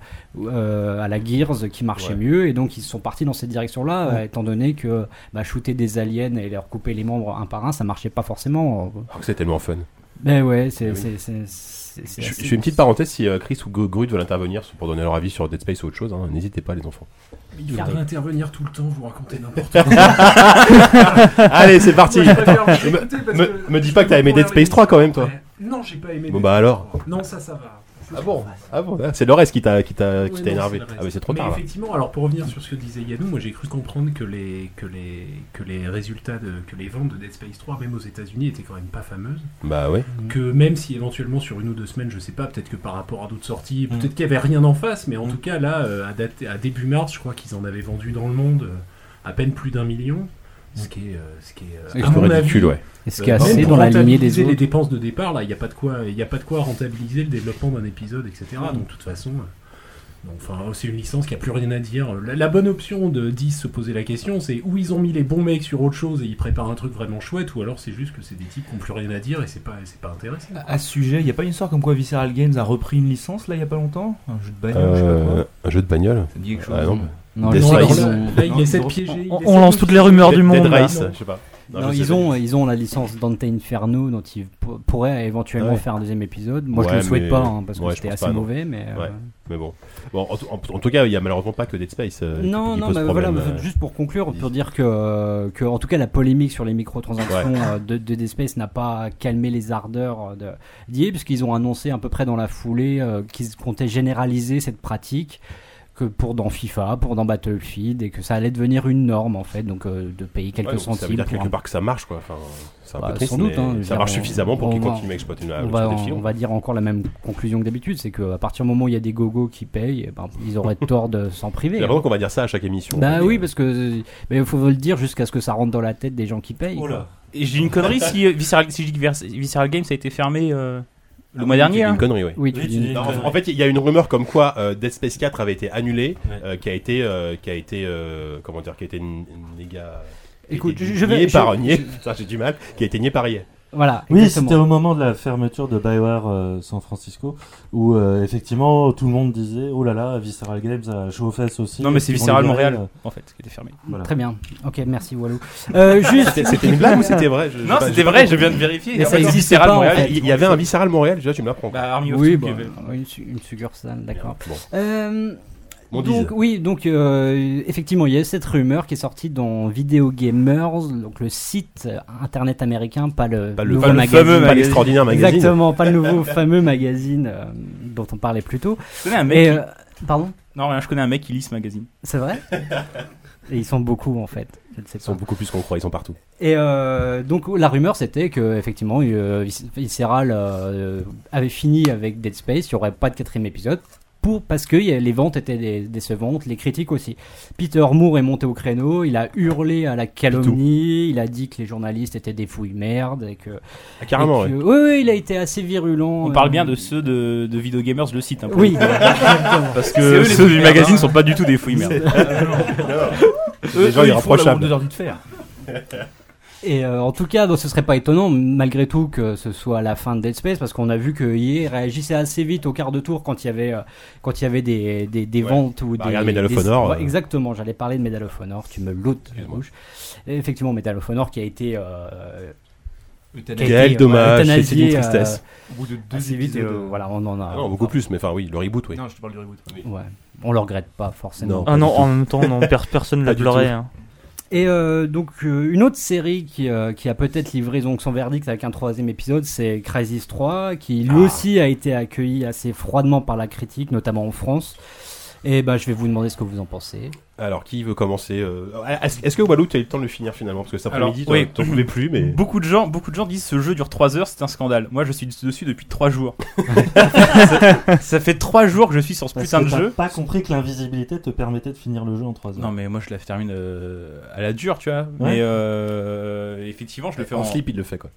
[SPEAKER 11] euh, à la Gears qui marchaient mieux, et donc ils sont partis dans cette direction-là,
[SPEAKER 13] Ouais.
[SPEAKER 11] euh, étant donné que bah, shooter des aliens et leur couper les membres un par un, ça marchait pas forcément.
[SPEAKER 4] alors Oh, que c'est tellement fun.
[SPEAKER 11] Mais Ben ouais, c'est.
[SPEAKER 4] Oui.
[SPEAKER 11] c'est- c'est- c'est- c'est
[SPEAKER 4] Je, je
[SPEAKER 11] assez-
[SPEAKER 4] fais une petite parenthèse si euh, Chris ou Gru- Grut veulent intervenir pour donner leur avis sur Dead Space ou autre chose, hein, n'hésitez pas les
[SPEAKER 11] [LAUGHS]
[SPEAKER 4] enfants.
[SPEAKER 7] Il faudrait intervenir tout le temps, vous raconter
[SPEAKER 4] [LAUGHS]
[SPEAKER 7] n'importe quoi.
[SPEAKER 4] Allez, c'est parti.
[SPEAKER 7] Moi, je préfère vous
[SPEAKER 4] Me-
[SPEAKER 7] écouter parce
[SPEAKER 4] me-
[SPEAKER 7] que-
[SPEAKER 4] me dis pas que t'as aimé Dead Space 3 quand même, toi.
[SPEAKER 7] Ouais. Non, j'ai pas aimé.
[SPEAKER 4] Bon,
[SPEAKER 7] Dead
[SPEAKER 4] bah
[SPEAKER 7] Space
[SPEAKER 4] alors.
[SPEAKER 7] 3. Non, ça, ça va. Ah
[SPEAKER 4] bon Ah bon C'est le reste qui t'a qui t'a qui
[SPEAKER 7] Ouais,
[SPEAKER 4] t'a
[SPEAKER 7] non, c'est
[SPEAKER 4] énervé.
[SPEAKER 7] le
[SPEAKER 4] Ah
[SPEAKER 7] reste.
[SPEAKER 4] mais c'est trop
[SPEAKER 7] Mais
[SPEAKER 4] tard. là.
[SPEAKER 7] Effectivement, alors pour revenir sur ce que disait Yannou, moi j'ai cru comprendre que les, que les, que les résultats, de, que les ventes de Dead Space 3, même aux États-Unis, étaient quand même pas fameuses.
[SPEAKER 4] Bah ouais.
[SPEAKER 7] Que même si éventuellement sur une ou deux semaines, je sais pas, peut-être que par rapport à d'autres sorties, peut-être qu'il y avait rien en face, mais en tout cas là, euh, à, date- à début mars, je crois qu'ils en avaient vendu dans le monde euh, à peine plus d'un million. Ce qui est, euh, ce qui est, euh,
[SPEAKER 11] C'est
[SPEAKER 7] à mon
[SPEAKER 4] ridicule,
[SPEAKER 7] avis,
[SPEAKER 4] ouais.
[SPEAKER 11] Et ce qui est
[SPEAKER 7] euh,
[SPEAKER 11] assez
[SPEAKER 7] même
[SPEAKER 11] dans
[SPEAKER 7] pour
[SPEAKER 11] la lignée des
[SPEAKER 7] rentabiliser les
[SPEAKER 11] autres.
[SPEAKER 7] dépenses de départ, là, il n'y a pas de quoi, il n'y a pas de quoi rentabiliser le développement d'un épisode, etc.
[SPEAKER 11] Mm.
[SPEAKER 7] Donc de toute façon, euh, bon, enfin, c'est une licence qui a plus rien à dire. La, la bonne option de 10 se poser la question, c'est où ils ont mis les bons mecs sur autre chose et ils préparent un truc vraiment chouette, ou alors c'est juste que c'est des types qui n'ont plus rien à dire et c'est pas, c'est pas intéressant.
[SPEAKER 18] Bah,
[SPEAKER 6] À ce sujet, il n'y a pas une histoire comme quoi Visceral Games a repris une licence là il n'y a pas longtemps Un jeu de bagnole, je sais pas quoi.
[SPEAKER 4] Euh, un jeu de bagnole.
[SPEAKER 6] Ça me dit quelque chose.
[SPEAKER 4] Ah non.
[SPEAKER 11] Non,
[SPEAKER 4] Dead
[SPEAKER 11] je sais
[SPEAKER 4] Space.
[SPEAKER 11] qu'ils ont-
[SPEAKER 7] Là, il essaie de piéger. il
[SPEAKER 18] on-
[SPEAKER 7] essaie
[SPEAKER 18] on
[SPEAKER 7] de
[SPEAKER 18] lance toutes les rumeurs
[SPEAKER 4] Dead-
[SPEAKER 18] du monde. hein.
[SPEAKER 4] Dead
[SPEAKER 18] là.
[SPEAKER 4] Race, je sais pas.
[SPEAKER 11] Non,
[SPEAKER 4] Non, je sais
[SPEAKER 11] ils,
[SPEAKER 4] pas.
[SPEAKER 11] ont, ils ont la licence Dante Inferno dont ils pour- pourraient éventuellement
[SPEAKER 4] Ouais.
[SPEAKER 11] faire un deuxième épisode. Moi je
[SPEAKER 4] Ouais,
[SPEAKER 11] le souhaite
[SPEAKER 4] mais-
[SPEAKER 11] pas hein, parce que
[SPEAKER 4] ouais, je
[SPEAKER 11] c'était
[SPEAKER 4] pense
[SPEAKER 11] assez
[SPEAKER 4] pas, non.
[SPEAKER 11] mauvais, mais. euh,
[SPEAKER 4] Ouais, mais bon. Bon, en, tout- en- en tout cas, il y a malheureusement pas que Dead Space. euh, qui-
[SPEAKER 11] Non,
[SPEAKER 4] qui
[SPEAKER 11] non,
[SPEAKER 4] pose
[SPEAKER 11] mais voilà,
[SPEAKER 4] problème,
[SPEAKER 11] mais
[SPEAKER 4] euh.
[SPEAKER 11] juste pour conclure, pour dire que, euh, que, en tout cas, la polémique sur les microtransactions
[SPEAKER 4] Ouais.
[SPEAKER 11] euh, de, de Dead Space n'a pas calmé les ardeurs euh, de- d'IA, puisqu'ils ont annoncé à peu près dans la foulée euh, qu'ils comptaient généraliser cette pratique que pour dans FIFA, pour dans Battlefield, et que ça allait devenir une norme, en fait, donc euh, de payer quelques
[SPEAKER 4] Ouais, donc,
[SPEAKER 11] centimes.
[SPEAKER 4] Ça veut dire
[SPEAKER 11] pour
[SPEAKER 4] quelque
[SPEAKER 11] un-
[SPEAKER 4] part que ça marche, quoi. Enfin, c'est un
[SPEAKER 11] Bah,
[SPEAKER 4] peu triste,
[SPEAKER 11] sans doute,
[SPEAKER 4] mais
[SPEAKER 11] hein, je veux
[SPEAKER 4] ça
[SPEAKER 11] dire,
[SPEAKER 4] marche
[SPEAKER 11] on-
[SPEAKER 4] suffisamment pour
[SPEAKER 11] on
[SPEAKER 4] qu'ils
[SPEAKER 11] va-
[SPEAKER 4] continuent à exploiter le-
[SPEAKER 11] on
[SPEAKER 4] le
[SPEAKER 11] va,
[SPEAKER 4] modèle film.
[SPEAKER 11] on va dire encore la même conclusion que d'habitude, c'est qu'à partir du moment où il y a des gogos qui payent, eh ben, ils auraient tort de s'en priver.
[SPEAKER 4] J'ai l'impression qu'on va dire ça à chaque émission. euh, en
[SPEAKER 11] Bah
[SPEAKER 4] fait.
[SPEAKER 11] oui, parce que mais il faut le dire jusqu'à ce que ça rentre dans la tête des gens qui
[SPEAKER 13] Oh
[SPEAKER 11] payent. quoi.
[SPEAKER 6] Et j'ai une connerie si, euh, Visceral, si je dis que Vers- Visceral Games a été fermé euh, le
[SPEAKER 4] Ah,
[SPEAKER 6] mois
[SPEAKER 4] oui,
[SPEAKER 6] dernier.
[SPEAKER 4] tu dis
[SPEAKER 6] hein.
[SPEAKER 4] Une connerie, oui.
[SPEAKER 11] Oui, tu Oui, dis tu une dis une
[SPEAKER 4] Non,
[SPEAKER 11] connerie.
[SPEAKER 4] En fait, il y a une rumeur comme quoi euh, Dead Space 4 avait été annulé, euh, qui a été, euh, qui a été, euh, comment dire, qui a été une, une méga.
[SPEAKER 11] Écoute,
[SPEAKER 4] qui a été
[SPEAKER 11] je- je vais-
[SPEAKER 4] nié
[SPEAKER 11] je-
[SPEAKER 4] par nié,
[SPEAKER 11] je-
[SPEAKER 4] putain, j'ai du mal, qui a été nié par hier.
[SPEAKER 11] Voilà,
[SPEAKER 13] Oui,
[SPEAKER 11] exactement.
[SPEAKER 13] c'était au moment de la fermeture de BioWare euh, San Francisco, où euh, effectivement tout le monde disait Oh là là, Visceral Games a chaud aux fesses aussi.
[SPEAKER 6] Non, mais c'est
[SPEAKER 13] Ils vont
[SPEAKER 6] Visceral
[SPEAKER 13] libérer,
[SPEAKER 6] Montréal,
[SPEAKER 13] euh,
[SPEAKER 6] en fait, qui était fermé.
[SPEAKER 13] voilà.
[SPEAKER 11] Très bien. Ok, merci Walou. Euh, juste.
[SPEAKER 4] C'était- c'était une blague ou c'était vrai Je-
[SPEAKER 6] Non,
[SPEAKER 4] j'ai pas-
[SPEAKER 6] c'était
[SPEAKER 4] j'ai pas
[SPEAKER 6] vrai,
[SPEAKER 4] compris.
[SPEAKER 6] je viens de vérifier.
[SPEAKER 11] Mais
[SPEAKER 6] En
[SPEAKER 11] ça
[SPEAKER 6] fait,
[SPEAKER 11] existe
[SPEAKER 6] Visceral
[SPEAKER 11] pas, en
[SPEAKER 6] Montréal,
[SPEAKER 11] fait.
[SPEAKER 4] Il il y avait un viscéral Montréal, déjà, tu me l'apprends.
[SPEAKER 6] Bah, Army of
[SPEAKER 11] Oui,
[SPEAKER 6] Two,
[SPEAKER 11] bah,
[SPEAKER 6] qui avait-
[SPEAKER 11] une, su- une succursale, d'accord.
[SPEAKER 4] Bon.
[SPEAKER 11] Euh,
[SPEAKER 4] Mon
[SPEAKER 11] donc
[SPEAKER 4] Diz.
[SPEAKER 11] oui, donc euh, effectivement, il y a cette rumeur qui est sortie dans Video Gamers, donc le site euh, internet américain, pas le,
[SPEAKER 4] Pas le-
[SPEAKER 11] nouveau
[SPEAKER 4] pas le
[SPEAKER 11] magazine,
[SPEAKER 4] fameux Pas magazine. l'extraordinaire magazine.
[SPEAKER 11] Exactement, pas le
[SPEAKER 4] [LAUGHS]
[SPEAKER 11] nouveau fameux magazine euh, dont on parlait plus tôt.
[SPEAKER 6] Je connais un mec
[SPEAKER 11] Et,
[SPEAKER 6] qui-
[SPEAKER 11] euh, pardon,
[SPEAKER 6] Non, rien, je connais un mec qui lit ce magazine.
[SPEAKER 11] c'est
[SPEAKER 4] [LAUGHS]
[SPEAKER 11] vrai. Et ils sont beaucoup en fait. Je ne
[SPEAKER 4] Ils
[SPEAKER 11] sais pas.
[SPEAKER 4] sont beaucoup plus qu'on croit, ils sont partout.
[SPEAKER 11] Et euh, donc la rumeur c'était que effectivement euh, Vis- Visceral euh, avait fini avec Dead Space, il n'y aurait pas de quatrième épisode. Pour, parce que y a- les ventes étaient dé- décevantes, les critiques aussi. Peter Moore est monté au créneau, il a hurlé à la calomnie, il a dit que les journalistes étaient des fouilles merdes et que.
[SPEAKER 4] Ah, carrément,
[SPEAKER 11] et que- ouais, ouais, il a été assez virulent.
[SPEAKER 6] On
[SPEAKER 11] euh,
[SPEAKER 6] parle bien de ceux de, de Video Gamers, le site. hein, pour [LAUGHS]
[SPEAKER 11] Oui.
[SPEAKER 6] le coup. Parce
[SPEAKER 11] C'est eux,
[SPEAKER 6] que
[SPEAKER 11] les
[SPEAKER 6] ceux
[SPEAKER 11] fouilles
[SPEAKER 6] du
[SPEAKER 11] merdes,
[SPEAKER 6] magazine
[SPEAKER 11] hein.
[SPEAKER 6] sont pas du tout des fouilles merdes.
[SPEAKER 4] Des gens irrapprochables.
[SPEAKER 11] Et euh, en tout cas, donc, ce serait pas étonnant, malgré tout, que ce soit la fin de Dead Space, parce qu'on a vu que EA réagissait assez vite au quart de tour quand il y avait, euh, quand il y avait des, des, des ventes ou
[SPEAKER 4] Bah,
[SPEAKER 11] des.
[SPEAKER 4] regarde Medal of
[SPEAKER 11] des-
[SPEAKER 4] Honor,
[SPEAKER 11] Ouais,
[SPEAKER 4] euh.
[SPEAKER 11] Exactement, j'allais parler de Medal of Honor, tu me l'ôtes de la bouche. Et effectivement, Medal of Honor qui a été. euh, qui a
[SPEAKER 4] Quel
[SPEAKER 11] été,
[SPEAKER 4] dommage,
[SPEAKER 11] voilà,
[SPEAKER 4] c'est une
[SPEAKER 11] euthanasié,
[SPEAKER 4] tristesse.
[SPEAKER 11] euh, assez vite, et, euh, voilà, on en a.
[SPEAKER 4] Ah non, beaucoup plus, mais enfin oui, le reboot, oui.
[SPEAKER 7] Non, je te parle du reboot. Oui.
[SPEAKER 11] Ouais. On le regrette pas forcément.
[SPEAKER 4] Non, Ah pas non, du en tout. même temps, non, per- [LAUGHS] personne l'a Pas du pleuré, tout. hein.
[SPEAKER 11] Et euh, donc euh, une autre série qui, euh, qui a peut-être livré donc son verdict avec un troisième épisode, c'est Crisis 3, qui
[SPEAKER 4] Ah.
[SPEAKER 11] lui aussi a été accueilli assez froidement par la critique, notamment en France. Et ben je vais vous demander ce que vous en pensez.
[SPEAKER 4] Alors, qui veut commencer euh, Est-ce est-ce que Walou, tu as eu le temps de le finir finalement Parce que cet après-midi, t'en- t'en pouvais plus, mais.
[SPEAKER 6] Beaucoup de, gens, beaucoup de gens disent ce jeu dure 3 heures, c'est un scandale. Moi, je suis dessus depuis 3 [LAUGHS] jours. ça, ça fait 3 jours que je suis sur ce
[SPEAKER 13] Parce
[SPEAKER 6] putain
[SPEAKER 13] que
[SPEAKER 6] de
[SPEAKER 13] t'as
[SPEAKER 6] jeu.
[SPEAKER 13] pas compris que l'invisibilité te permettait de finir le jeu en 3 heures.
[SPEAKER 6] Non, mais moi, je la termine euh, à la dure, tu vois.
[SPEAKER 13] Ouais.
[SPEAKER 6] Mais euh, effectivement, je le fais en.
[SPEAKER 4] En slip, il le fait, quoi.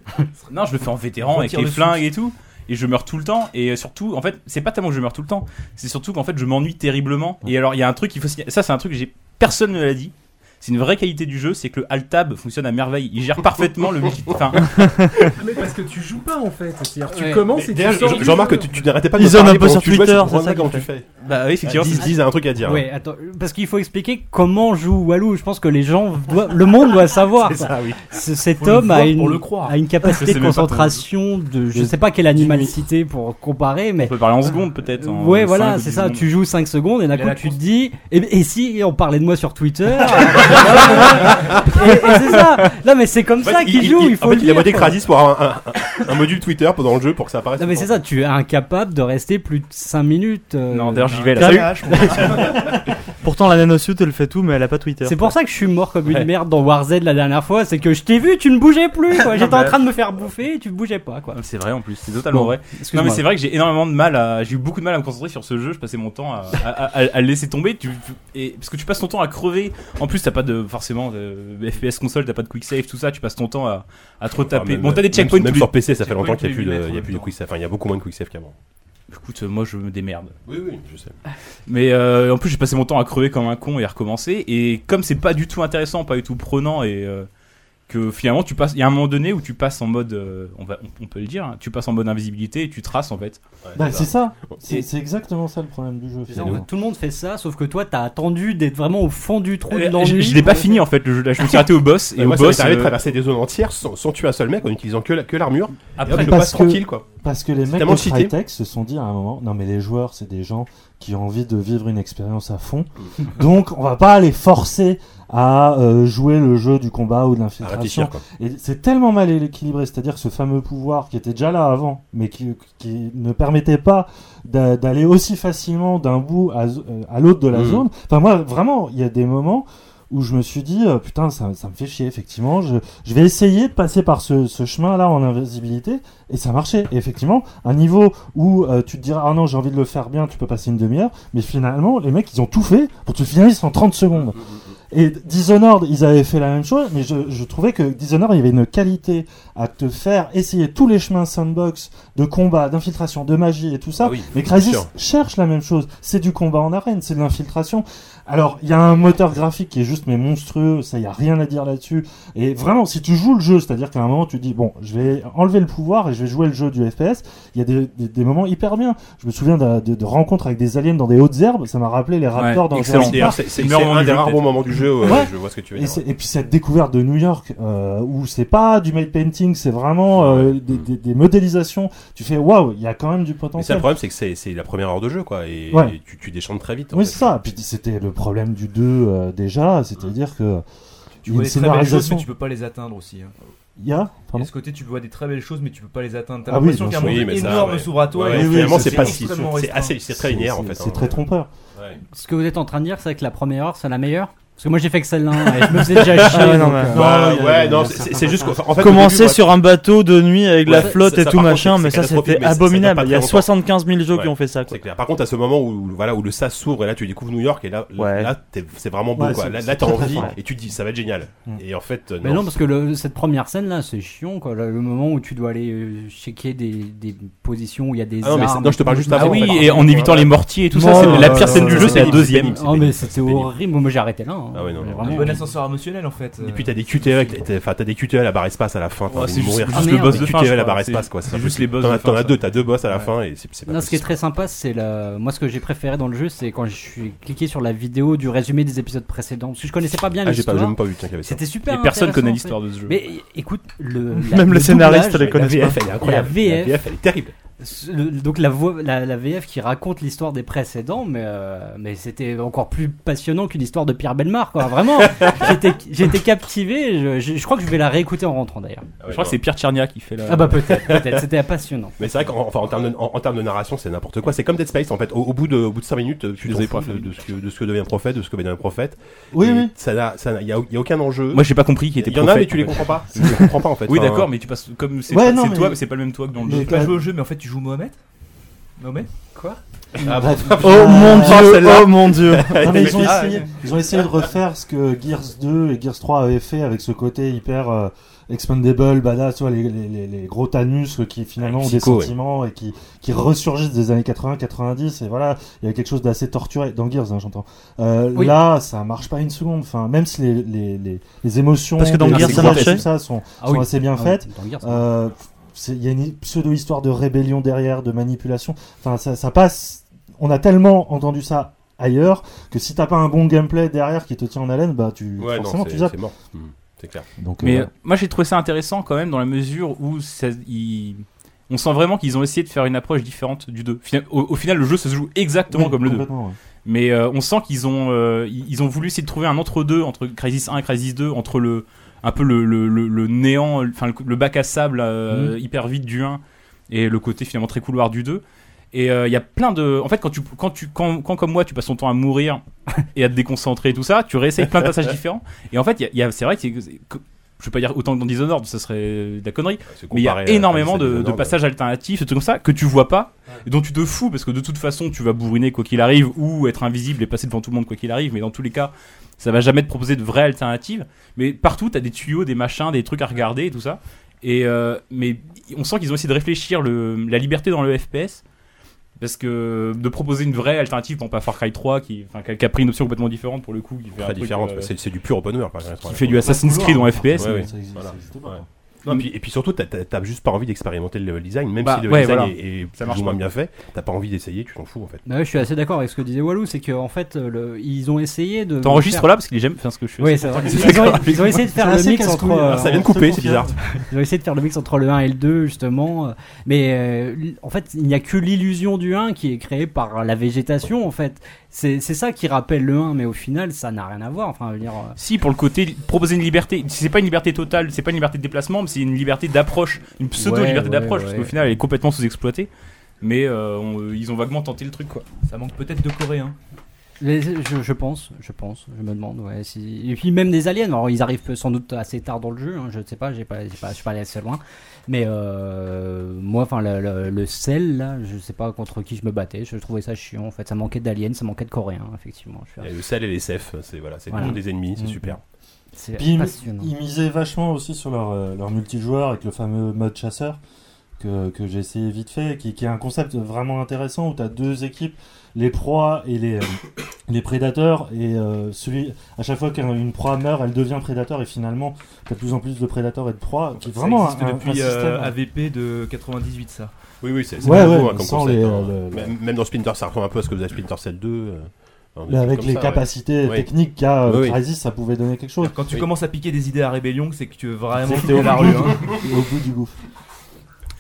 [SPEAKER 6] non, je le fais en vétéran avec
[SPEAKER 4] Retire
[SPEAKER 6] les
[SPEAKER 4] le
[SPEAKER 6] flingues et tout. Et je meurs tout le temps. Et euh, surtout, en fait, c'est pas tellement que je meurs tout le temps. C'est surtout qu'en fait, je m'ennuie terriblement. Et alors, il y a un truc qu'il faut signaler. Ça, c'est un truc que j'ai. Personne ne l'a dit. C'est une vraie qualité du jeu, c'est que le alt tab fonctionne à merveille. Il gère parfaitement le [LAUGHS] multi. Enfin,
[SPEAKER 7] Ah,
[SPEAKER 19] mais parce que tu joues pas en fait. C'est-à-dire tu
[SPEAKER 6] Ouais.
[SPEAKER 19] commences
[SPEAKER 6] Mais
[SPEAKER 19] et
[SPEAKER 6] déjà,
[SPEAKER 19] tu sors.
[SPEAKER 4] je- je remarque que tu- tu n'arrêtais pas de Ils me
[SPEAKER 19] ont
[SPEAKER 4] parler zonnent un peu pendant sur que tu jouais, Twitter, c'est pour c'est ça voir comment qu'on tu fait. fais.
[SPEAKER 6] Bah oui, effectivement,
[SPEAKER 4] Diz-
[SPEAKER 6] c'est-
[SPEAKER 4] Diz a un truc à dire. hein.
[SPEAKER 11] Oui, attends, parce qu'il faut expliquer comment joue Walou. Je pense que les gens, doivent- le monde doit savoir.
[SPEAKER 4] [LAUGHS] C'est
[SPEAKER 11] quoi.
[SPEAKER 4] ça, oui.
[SPEAKER 11] Ce- Cet
[SPEAKER 4] Faut le
[SPEAKER 11] homme a
[SPEAKER 4] voir
[SPEAKER 11] une,
[SPEAKER 4] pour le croire.
[SPEAKER 11] a une
[SPEAKER 4] Je
[SPEAKER 11] capacité
[SPEAKER 4] sais
[SPEAKER 11] de
[SPEAKER 4] même pas comment-
[SPEAKER 11] concentration de, je
[SPEAKER 4] de-
[SPEAKER 11] sais pas quelle animalité pour comparer, mais. On
[SPEAKER 6] peut parler en secondes, peut-être, en
[SPEAKER 11] Euh, Ouais,
[SPEAKER 6] cinq
[SPEAKER 11] voilà,
[SPEAKER 6] ou
[SPEAKER 11] c'est
[SPEAKER 6] dix
[SPEAKER 11] ça.
[SPEAKER 6] secondes.
[SPEAKER 11] Tu joues 5 secondes et d'un
[SPEAKER 6] Il a
[SPEAKER 11] coup
[SPEAKER 6] la
[SPEAKER 11] tu te dis, et, et si on parlait de moi
[SPEAKER 6] [LAUGHS]
[SPEAKER 11] sur Twitter [LAUGHS] Et, et c'est ça. Non, mais c'est comme
[SPEAKER 4] En fait,
[SPEAKER 11] ça qu'il joue. Il, faut
[SPEAKER 4] en fait,
[SPEAKER 11] le
[SPEAKER 4] il a
[SPEAKER 11] dire,
[SPEAKER 4] modé
[SPEAKER 11] quoi.
[SPEAKER 4] Crasis pour avoir un, un- un module Twitter pendant le jeu pour que ça apparaisse.
[SPEAKER 11] Non mais c'est ça, tu es incapable de rester plus de 5 minutes. euh,
[SPEAKER 4] Non, d'ailleurs,
[SPEAKER 20] j'y vais, là. Pourtant, la nanosuit, elle fait tout, mais elle a pas Twitter.
[SPEAKER 11] C'est pour ça que je suis mort comme
[SPEAKER 20] Ouais.
[SPEAKER 11] une merde dans War Z la dernière fois, c'est que je t'ai vu, tu ne bougeais plus,
[SPEAKER 6] [LAUGHS]
[SPEAKER 11] quoi. J'étais en
[SPEAKER 6] Bah.
[SPEAKER 11] train de me faire bouffer et tu bougeais pas, quoi.
[SPEAKER 6] C'est vrai en plus, c'est totalement
[SPEAKER 11] Bon,
[SPEAKER 6] vrai. Non
[SPEAKER 11] excuse-moi.
[SPEAKER 6] mais c'est vrai que j'ai énormément de mal à, j'ai eu beaucoup de mal à me concentrer sur ce jeu. Je passais mon temps à, à, à- à le laisser tomber, tu, tu- et, parce que tu passes ton temps à crever. En plus t'as pas de forcément euh, de FPS console, t'as pas de quick save, tout ça. Tu passes ton temps à, à trop taper. bon t'as des checkpoints.
[SPEAKER 4] Ah, Même
[SPEAKER 6] tous les-
[SPEAKER 4] sur PC, ça fait longtemps qu'il n'y a
[SPEAKER 6] checkpoints
[SPEAKER 4] plus
[SPEAKER 6] tous les
[SPEAKER 4] de,
[SPEAKER 6] mètres,
[SPEAKER 4] il y a
[SPEAKER 6] en
[SPEAKER 4] plus de
[SPEAKER 6] même
[SPEAKER 4] quick save. Enfin, il y a beaucoup moins de quick save qu'avant.
[SPEAKER 6] temps. Écoute, euh, moi je me démerde.
[SPEAKER 4] Oui, oui, je sais.
[SPEAKER 6] Mais euh, en plus j'ai passé mon temps à crever comme un con et à recommencer. Et comme c'est pas du tout intéressant, pas du tout prenant et euh, que finalement tu passes, il y a un moment donné où tu passes en mode, euh, on va, on, on peut le dire, hein, tu passes en mode invisibilité et tu traces en fait.
[SPEAKER 13] Bah, c'est ça. C'est
[SPEAKER 6] Et-
[SPEAKER 13] c'est exactement ça le problème du jeu.
[SPEAKER 11] En
[SPEAKER 13] finalement.
[SPEAKER 11] fait, tout le monde fait ça, sauf que toi, t'as attendu d'être vraiment au fond du trou de
[SPEAKER 6] Euh, Je,
[SPEAKER 11] l'ennui.
[SPEAKER 6] je l'ai pas fini en fait le jeu là, je me suis arrêté au boss et
[SPEAKER 4] moi,
[SPEAKER 6] au
[SPEAKER 4] ça m'est
[SPEAKER 6] boss.
[SPEAKER 4] arrivé de
[SPEAKER 6] euh,
[SPEAKER 4] traverser des zones entières sans, sans tuer un seul mec en utilisant que la- que l'armure.
[SPEAKER 6] Après,
[SPEAKER 4] Après, je
[SPEAKER 13] parce
[SPEAKER 4] passe
[SPEAKER 13] que,
[SPEAKER 4] tranquille, quoi.
[SPEAKER 13] Parce que les
[SPEAKER 4] C'est
[SPEAKER 13] mecs
[SPEAKER 4] tellement
[SPEAKER 13] de
[SPEAKER 4] cheaté.
[SPEAKER 13] Crytek se sont dit à un moment, non mais les joueurs, c'est des gens qui ont envie de vivre une expérience à fond.
[SPEAKER 4] Mm.
[SPEAKER 13] Donc on va pas les forcer à euh, jouer le jeu du combat ou de l'infiltration.
[SPEAKER 4] réfléchir, quoi.
[SPEAKER 13] Et c'est tellement mal équilibré, c'est-à-dire que ce fameux pouvoir qui était déjà là avant, mais qui, qui ne permettait pas d'a- d'aller aussi facilement d'un bout à, zo- euh, à l'autre de la
[SPEAKER 4] Mhm.
[SPEAKER 13] zone. Enfin moi, vraiment, il y a des moments où je me suis dit, euh, putain, ça, ça me fait chier, effectivement, je, je vais essayer de passer par ce, ce chemin-là en invisibilité, et ça marchait. Et effectivement, un niveau où euh, tu te diras, ah non, j'ai envie de le faire bien, tu peux passer une demi-heure, mais finalement, les mecs, ils ont tout fait pour que tu finisses en 30 secondes. Et Dishonored, ils avaient fait la même chose, mais je, je trouvais que Dishonored, il y avait une qualité à te faire essayer tous les chemins sandbox de combat, d'infiltration, de magie et tout ça.
[SPEAKER 4] Ah oui,
[SPEAKER 13] mais
[SPEAKER 4] bien
[SPEAKER 13] Crysis
[SPEAKER 4] sûr.
[SPEAKER 13] cherche la même chose. C'est du combat en arène, c'est de l'infiltration. Alors, il y a un moteur graphique qui est juste mais monstrueux, ça y a rien à dire là-dessus. Et vraiment, si tu joues le jeu, c'est-à-dire qu'à un moment tu dis bon, je vais enlever le pouvoir et je vais jouer le jeu du FPS. Il y a des, des- des moments hyper bien. Je me souviens d'un- de, de rencontres avec des aliens dans des hautes herbes, ça m'a rappelé les raptors dans
[SPEAKER 4] excellent.
[SPEAKER 13] Jurassic
[SPEAKER 4] D'ailleurs,
[SPEAKER 13] Park.
[SPEAKER 4] c'est- c'est- c'est un des rares bons moments du jeu, euh,
[SPEAKER 13] Ouais.
[SPEAKER 4] je vois ce que tu veux
[SPEAKER 13] Et
[SPEAKER 4] dire.
[SPEAKER 13] c'est- et puis cette découverte de New York euh, où c'est pas du made painting, c'est vraiment euh, des, des- des modélisations. Tu fais waouh, il y a quand même du potentiel.
[SPEAKER 4] Mais ça, le problème, c'est que c'est c'est la première heure de jeu, quoi. Et,
[SPEAKER 13] Ouais.
[SPEAKER 4] et tu, tu déchantes très vite. en
[SPEAKER 13] Oui,
[SPEAKER 4] fait.
[SPEAKER 13] c'est ça. Puis c'était le problème du 2 euh, déjà, c'est-à-dire que
[SPEAKER 7] Tu vois des très
[SPEAKER 13] il y a une
[SPEAKER 7] belles choses,
[SPEAKER 13] scénarisation.
[SPEAKER 7] mais tu peux pas les atteindre aussi. hein.
[SPEAKER 13] Il y a
[SPEAKER 7] Il y a ce côté, tu vois des très belles choses, mais tu peux pas les atteindre. T'as
[SPEAKER 13] Ah oui,
[SPEAKER 7] l'impression
[SPEAKER 13] bien
[SPEAKER 7] qu'un
[SPEAKER 13] sûr.
[SPEAKER 7] monde
[SPEAKER 13] Oui, mais ça,
[SPEAKER 7] énorme
[SPEAKER 13] ouais.
[SPEAKER 7] s'ouvre à toi.
[SPEAKER 13] Ouais,
[SPEAKER 7] et
[SPEAKER 13] ouais,
[SPEAKER 7] que
[SPEAKER 13] finalement,
[SPEAKER 4] c'est pas si-
[SPEAKER 7] extrêmement
[SPEAKER 4] c'est
[SPEAKER 7] restreint.
[SPEAKER 4] assez- c'est très linéaire, en fait,
[SPEAKER 13] C'est
[SPEAKER 4] hein.
[SPEAKER 13] très trompeur.
[SPEAKER 11] Ce que vous êtes en train de dire, c'est que la première heure, c'est la meilleure Parce que moi, j'ai fait que celle-là, hein, et je me faisais déjà chier.
[SPEAKER 20] Ah, non,
[SPEAKER 11] donc,
[SPEAKER 20] mais-
[SPEAKER 11] euh,
[SPEAKER 4] Bah,
[SPEAKER 11] il y a- il
[SPEAKER 4] ouais,
[SPEAKER 11] y a
[SPEAKER 4] non,
[SPEAKER 11] certains
[SPEAKER 4] c'est c'est juste qu'en en fait, au
[SPEAKER 20] Commencer
[SPEAKER 4] début, moi,
[SPEAKER 20] sur un bateau de nuit avec la
[SPEAKER 4] Ouais,
[SPEAKER 20] flotte
[SPEAKER 4] ça-
[SPEAKER 20] et
[SPEAKER 4] ça,
[SPEAKER 20] tout
[SPEAKER 4] par contre,
[SPEAKER 20] machin,
[SPEAKER 4] c'est-
[SPEAKER 20] mais
[SPEAKER 4] c'est
[SPEAKER 20] ça
[SPEAKER 4] catastrophique,
[SPEAKER 20] c'était
[SPEAKER 4] mais ça- ça dure pas
[SPEAKER 20] abominable. Il y a
[SPEAKER 4] très longtemps.
[SPEAKER 20] 75 000 jeux qui
[SPEAKER 4] Ouais,
[SPEAKER 20] ont fait ça. quoi.
[SPEAKER 4] C'est clair. Par contre, à ce moment où voilà où le sas s'ouvre et là tu découvres New York et là là t'es- c'est vraiment beau
[SPEAKER 11] Ouais,
[SPEAKER 4] quoi.
[SPEAKER 11] c'est-
[SPEAKER 4] Là,
[SPEAKER 11] c'est
[SPEAKER 4] là, t'as
[SPEAKER 11] très, très
[SPEAKER 4] envie
[SPEAKER 11] fort.
[SPEAKER 4] et tu te dis ça va être génial. Et en fait euh,
[SPEAKER 11] Mais non, parce que le- cette première scène là, c'est chiant quoi. Le, le moment où tu dois aller euh, checker des, des positions où il y a des
[SPEAKER 4] Ah non, mais c'est-
[SPEAKER 11] armes.
[SPEAKER 4] non, je te parle juste
[SPEAKER 11] Ah
[SPEAKER 4] avant,
[SPEAKER 11] oui,
[SPEAKER 4] en fait.
[SPEAKER 11] et
[SPEAKER 4] en évitant les mortiers et tout ça, c'est- la pire scène du jeu, c'est la deuxième.
[SPEAKER 11] Oh, mais c'était Ah, horrible. Moi, j'ai arrêté là. hein.
[SPEAKER 4] Ah ouais, non, non.
[SPEAKER 7] Un bon ascenseur émotionnel en fait. euh.
[SPEAKER 4] Et puis t'as des QTE, t'as- t'as- enfin t'as des QTE à la barre espace à la fin.
[SPEAKER 7] Ouais,
[SPEAKER 4] Enfin, vous
[SPEAKER 7] c'est juste-
[SPEAKER 4] mourir
[SPEAKER 7] ah, merde.
[SPEAKER 4] des
[SPEAKER 7] de fin,
[SPEAKER 4] QTE
[SPEAKER 7] je
[SPEAKER 4] à la
[SPEAKER 7] crois,
[SPEAKER 4] barre
[SPEAKER 7] c'est-
[SPEAKER 4] espace quoi.
[SPEAKER 7] c'est juste les boss
[SPEAKER 4] T'en
[SPEAKER 7] de
[SPEAKER 4] as-
[SPEAKER 7] fin,
[SPEAKER 4] t'en as
[SPEAKER 7] ça.
[SPEAKER 4] deux, t'as deux boss à la
[SPEAKER 7] Ouais.
[SPEAKER 4] fin et c'est c'est pas
[SPEAKER 11] Non, ce qui est très sympa, c'est la... moi ce que j'ai préféré dans le jeu, c'est quand je suis cliqué sur la vidéo du résumé des épisodes précédents, parce que je connaissais pas bien
[SPEAKER 4] Ah, j'ai pas-
[SPEAKER 11] l'histoire.
[SPEAKER 4] j'ai même pas vu, tiens, qu'il y avait ça.
[SPEAKER 11] C'était super.
[SPEAKER 4] Et personne
[SPEAKER 11] intéressant,
[SPEAKER 4] connaît
[SPEAKER 11] en fait.
[SPEAKER 4] l'histoire de ce jeu.
[SPEAKER 11] Mais écoute, le,
[SPEAKER 4] Même les scénaristes
[SPEAKER 11] doublage,
[SPEAKER 4] les connaissent
[SPEAKER 11] la
[SPEAKER 4] pas.
[SPEAKER 11] VF, elle est incroyable.
[SPEAKER 4] La VF, elle est terrible.
[SPEAKER 11] Ce- le- donc la, voix, la, la VF qui raconte l'histoire des précédents, mais, euh, mais c'était encore plus passionnant qu'une histoire de Pierre Belmar, quoi.
[SPEAKER 6] [LAUGHS]
[SPEAKER 11] Vraiment, j'étais- j'étais captivé. Je, je- je crois que je vais la réécouter en rentrant d'ailleurs.
[SPEAKER 6] Je crois que c'est Pierre Tchernia qui fait la.
[SPEAKER 11] Ah bah peut-être, peut-être. C'était passionnant.
[SPEAKER 4] Mais c'est vrai qu'en enfin, en termes de, en, en termes de narration, c'est n'importe quoi. C'est comme Dead Space en fait. Au, au bout de au bout de 5 minutes, tu
[SPEAKER 6] t'en fous.
[SPEAKER 4] t'en fous de, de ce que de ce que devient prophète, de ce que devient prophète.
[SPEAKER 6] Oui,
[SPEAKER 4] Et
[SPEAKER 6] oui.
[SPEAKER 4] Ça n'a- ça n'a- il y a, il y a aucun enjeu.
[SPEAKER 6] Moi, j'ai pas compris qui était
[SPEAKER 4] Il y en a mais
[SPEAKER 6] prophète,
[SPEAKER 4] tu les
[SPEAKER 6] en fait. [LAUGHS]
[SPEAKER 4] comprends pas. Tu les comprends pas en fait.
[SPEAKER 6] Oui,
[SPEAKER 4] Enfin,
[SPEAKER 6] d'accord, mais tu passes comme c'est
[SPEAKER 4] Ouais,
[SPEAKER 6] c'est
[SPEAKER 4] non, mais-
[SPEAKER 6] toi, mais c'est pas le même toi que dans le
[SPEAKER 7] J'ai
[SPEAKER 6] jeu.
[SPEAKER 7] pas joué au jeu, mais en fait, tu joues Mohamed Mohamed Quoi
[SPEAKER 4] Ah, [LAUGHS] bref.
[SPEAKER 13] Oh mon
[SPEAKER 4] Ah,
[SPEAKER 13] dieu,
[SPEAKER 4] celle-là.
[SPEAKER 13] oh mon dieu. Non, mais ils, ont
[SPEAKER 4] Ah,
[SPEAKER 13] essayé,
[SPEAKER 4] ouais.
[SPEAKER 13] ils ont essayé de refaire ce que Gears 2 et Gears 3 avaient fait avec ce côté hyper euh, expandable, badass, tu vois, les, les- les- les gros tanus euh, qui finalement ont
[SPEAKER 4] Psycho,
[SPEAKER 13] des
[SPEAKER 4] ouais.
[SPEAKER 13] sentiments et qui, qui ressurgissent des années 80-90 et voilà, il y a quelque chose d'assez torturé dans Gears, hein, j'entends. Euh,
[SPEAKER 11] Oui.
[SPEAKER 13] Là, ça marche pas une seconde, enfin, même si les, les, les, les émotions,
[SPEAKER 11] Parce que dans
[SPEAKER 13] les-
[SPEAKER 11] Gears,
[SPEAKER 13] les
[SPEAKER 11] ça
[SPEAKER 13] graphismes,
[SPEAKER 11] marchait.
[SPEAKER 13] tout ça sont,
[SPEAKER 11] Ah
[SPEAKER 13] sont
[SPEAKER 11] oui.
[SPEAKER 13] assez bien
[SPEAKER 11] Ah oui,
[SPEAKER 13] faites.
[SPEAKER 11] dans Gears, ça
[SPEAKER 13] Euh, c'est- il y a une pseudo-histoire de rébellion derrière, de manipulation. Enfin, ça, ça passe. On a tellement entendu ça ailleurs que si t'as pas un bon gameplay derrière qui te tient en haleine, bah tu
[SPEAKER 4] Ouais, non,
[SPEAKER 13] forcément
[SPEAKER 4] c'est-
[SPEAKER 13] tu zappes.
[SPEAKER 4] c'est mort. Hmm, C'est clair.
[SPEAKER 13] Donc,
[SPEAKER 6] mais
[SPEAKER 13] euh,
[SPEAKER 6] euh, moi j'ai trouvé ça intéressant quand même dans la mesure où ça- il- on sent vraiment qu'ils ont essayé de faire une approche différente du 2. Fina- Au, au final, le jeu se joue exactement
[SPEAKER 13] Oui,
[SPEAKER 6] comme le 2.
[SPEAKER 13] complètement, ouais.
[SPEAKER 6] Mais euh, on sent qu'ils ont, euh, ils ils ont voulu essayer de trouver un entre-deux entre Crisis 1 et Crisis 2, entre le, un peu le, le- le- le néant, enfin le, le bac à sable euh,
[SPEAKER 7] Mhm.
[SPEAKER 6] hyper vite du 1 et le côté finalement très couloir du 2. Et euh, il y a plein de. En fait, quand, tu, quand, tu, quand, quand comme moi, tu passes ton temps à mourir et à te déconcentrer et tout ça, tu réessayes plein de passages différents. Et en fait, il y a- il y a- c'est vrai que, c'est- que- je veux pas dire autant que dans Dishonored, ce serait de la connerie. mais il y a
[SPEAKER 4] comparé à- euh.
[SPEAKER 6] énormément
[SPEAKER 4] à
[SPEAKER 6] de, de
[SPEAKER 4] Dishonored,
[SPEAKER 6] passages alternatifs, des trucs comme ça, que tu vois pas, et dont tu te fous, parce que de toute façon, tu vas bourriner quoi qu'il arrive, ou être invisible et passer devant tout le monde quoi qu'il arrive, mais dans tous les cas, ça va jamais te proposer de vraies alternatives. Mais partout, t'as des tuyaux, des machins, des trucs à regarder et tout ça. Et euh, mais on sent qu'ils ont essayé de réfléchir le, la liberté dans le FPS. Parce que de proposer une vraie alternative, bon, pas Far Cry 3, qui, enfin, qui a- qui a pris une option complètement différente pour le coup, qui fait un
[SPEAKER 4] Très
[SPEAKER 6] truc,
[SPEAKER 4] différente.
[SPEAKER 6] euh,
[SPEAKER 4] parce que C'est c'est du pur open world.
[SPEAKER 6] qui fait du Assassin's Creed en FPS.
[SPEAKER 4] hein. Ouais,
[SPEAKER 6] mais-
[SPEAKER 4] ouais. Voilà. Ouais. Non, et, puis, et puis surtout, t'as- t'as t'as juste pas envie d'expérimenter le design, même
[SPEAKER 6] Bah,
[SPEAKER 4] si le
[SPEAKER 6] ouais,
[SPEAKER 4] design
[SPEAKER 6] voilà.
[SPEAKER 4] est, est
[SPEAKER 6] Ça
[SPEAKER 4] plus
[SPEAKER 6] marche
[SPEAKER 4] ou moins
[SPEAKER 6] pas.
[SPEAKER 4] bien fait, t'as pas envie d'essayer, tu t'en fous en fait.
[SPEAKER 11] Bah ouais, je suis assez d'accord avec ce que disait Walou, c'est qu'en fait, le- ils ont essayé de.
[SPEAKER 6] T'enregistres
[SPEAKER 11] faire-
[SPEAKER 6] là parce qu'il est jamais- enfin, ce que je fais,
[SPEAKER 11] Oui,
[SPEAKER 6] c'est
[SPEAKER 11] c'est
[SPEAKER 6] pour
[SPEAKER 11] vrai.
[SPEAKER 6] ça que je suis
[SPEAKER 11] Ils ont,
[SPEAKER 6] d'accord avec
[SPEAKER 11] ils ont
[SPEAKER 6] vous.
[SPEAKER 11] essayé de faire
[SPEAKER 6] C'est
[SPEAKER 11] le
[SPEAKER 6] assez
[SPEAKER 11] mix
[SPEAKER 6] casse-couille.
[SPEAKER 11] entre. euh,
[SPEAKER 6] Ça vient de couper,
[SPEAKER 11] entre-
[SPEAKER 6] c'est bizarre.
[SPEAKER 11] Ils ont essayé de faire le mix entre le 1 et le 2, justement. euh, Mais euh, l- en fait, il n'y a que l'illusion du 1 qui est créée par la végétation, en fait. C'est c'est ça qui rappelle le 1, mais au final, ça n'a rien à voir. Enfin, je veux dire. euh,
[SPEAKER 6] Si, pour le côté, proposer une liberté, c'est pas une liberté totale, c'est pas une liberté de déplacement, mais c'est une liberté d'approche, une pseudo-liberté
[SPEAKER 11] Ouais, ouais,
[SPEAKER 6] d'approche,
[SPEAKER 11] ouais.
[SPEAKER 6] parce qu'au final, elle est complètement sous-exploitée. Mais euh, on- euh, ils ont vaguement tenté le truc, quoi.
[SPEAKER 7] Ça manque peut-être de hein. coréens.
[SPEAKER 11] Les- je, je pense, je pense, je me demande. Ouais, si... Et puis même des aliens, alors ils arrivent sans doute assez tard dans le jeu, hein, je ne sais pas, j'ai pas, j'ai pas, je suis pas allé assez loin. Mais euh, moi, enfin le, le, le sel, là, je sais pas contre qui je me battais, je trouvais ça chiant en fait, ça manquait d'aliens, ça manquait de coréens, effectivement. Je suis-
[SPEAKER 4] Il y a le sel et les CF, c'est voilà, c'est
[SPEAKER 11] Voilà.
[SPEAKER 4] toujours des ennemis, c'est
[SPEAKER 11] Mm.
[SPEAKER 4] super.
[SPEAKER 11] C'est
[SPEAKER 13] Puis ils,
[SPEAKER 11] passionnant.
[SPEAKER 13] ils misaient vachement aussi sur leur, euh, leur multijoueur avec le fameux mode chasseur que, que j'ai essayé vite fait, qui, qui est un concept vraiment intéressant où tu as deux équipes, les proies et les, euh, les prédateurs. Et euh, celui, à chaque fois qu'une proie meurt, elle devient prédateur. Et finalement, tu as de plus en plus de prédateurs et de proies. Qui est vraiment
[SPEAKER 7] ça existe
[SPEAKER 13] un- un- un
[SPEAKER 7] depuis
[SPEAKER 13] système- hein.
[SPEAKER 7] euh, AVP de 98, ça.
[SPEAKER 4] Oui, oui, c'est c'est
[SPEAKER 13] Ouais,
[SPEAKER 4] pas
[SPEAKER 13] ouais,
[SPEAKER 4] nouveau, hein,
[SPEAKER 13] mais
[SPEAKER 4] comme
[SPEAKER 13] sans
[SPEAKER 4] concept,
[SPEAKER 13] les,
[SPEAKER 4] hein.
[SPEAKER 13] euh, le-
[SPEAKER 4] même, même dans Splinter, ça ressemble un peu à ce que faisait Splinter Cell 2. euh, un
[SPEAKER 13] Mais
[SPEAKER 4] truc
[SPEAKER 13] avec
[SPEAKER 4] comme
[SPEAKER 13] les
[SPEAKER 4] ça, ouais.
[SPEAKER 13] capacités
[SPEAKER 4] Ouais.
[SPEAKER 13] techniques qu'a euh,
[SPEAKER 4] Oui, oui.
[SPEAKER 13] Crysis, ça pouvait donner quelque chose.
[SPEAKER 7] Quand tu
[SPEAKER 13] Oui.
[SPEAKER 7] commences à piquer des idées à Rébellion, c'est que tu veux vraiment
[SPEAKER 13] C'était
[SPEAKER 7] quitter
[SPEAKER 13] au
[SPEAKER 7] la
[SPEAKER 4] [LAUGHS]
[SPEAKER 13] bout
[SPEAKER 7] rue.
[SPEAKER 13] du-
[SPEAKER 7] hein.
[SPEAKER 13] au bout du gouffre.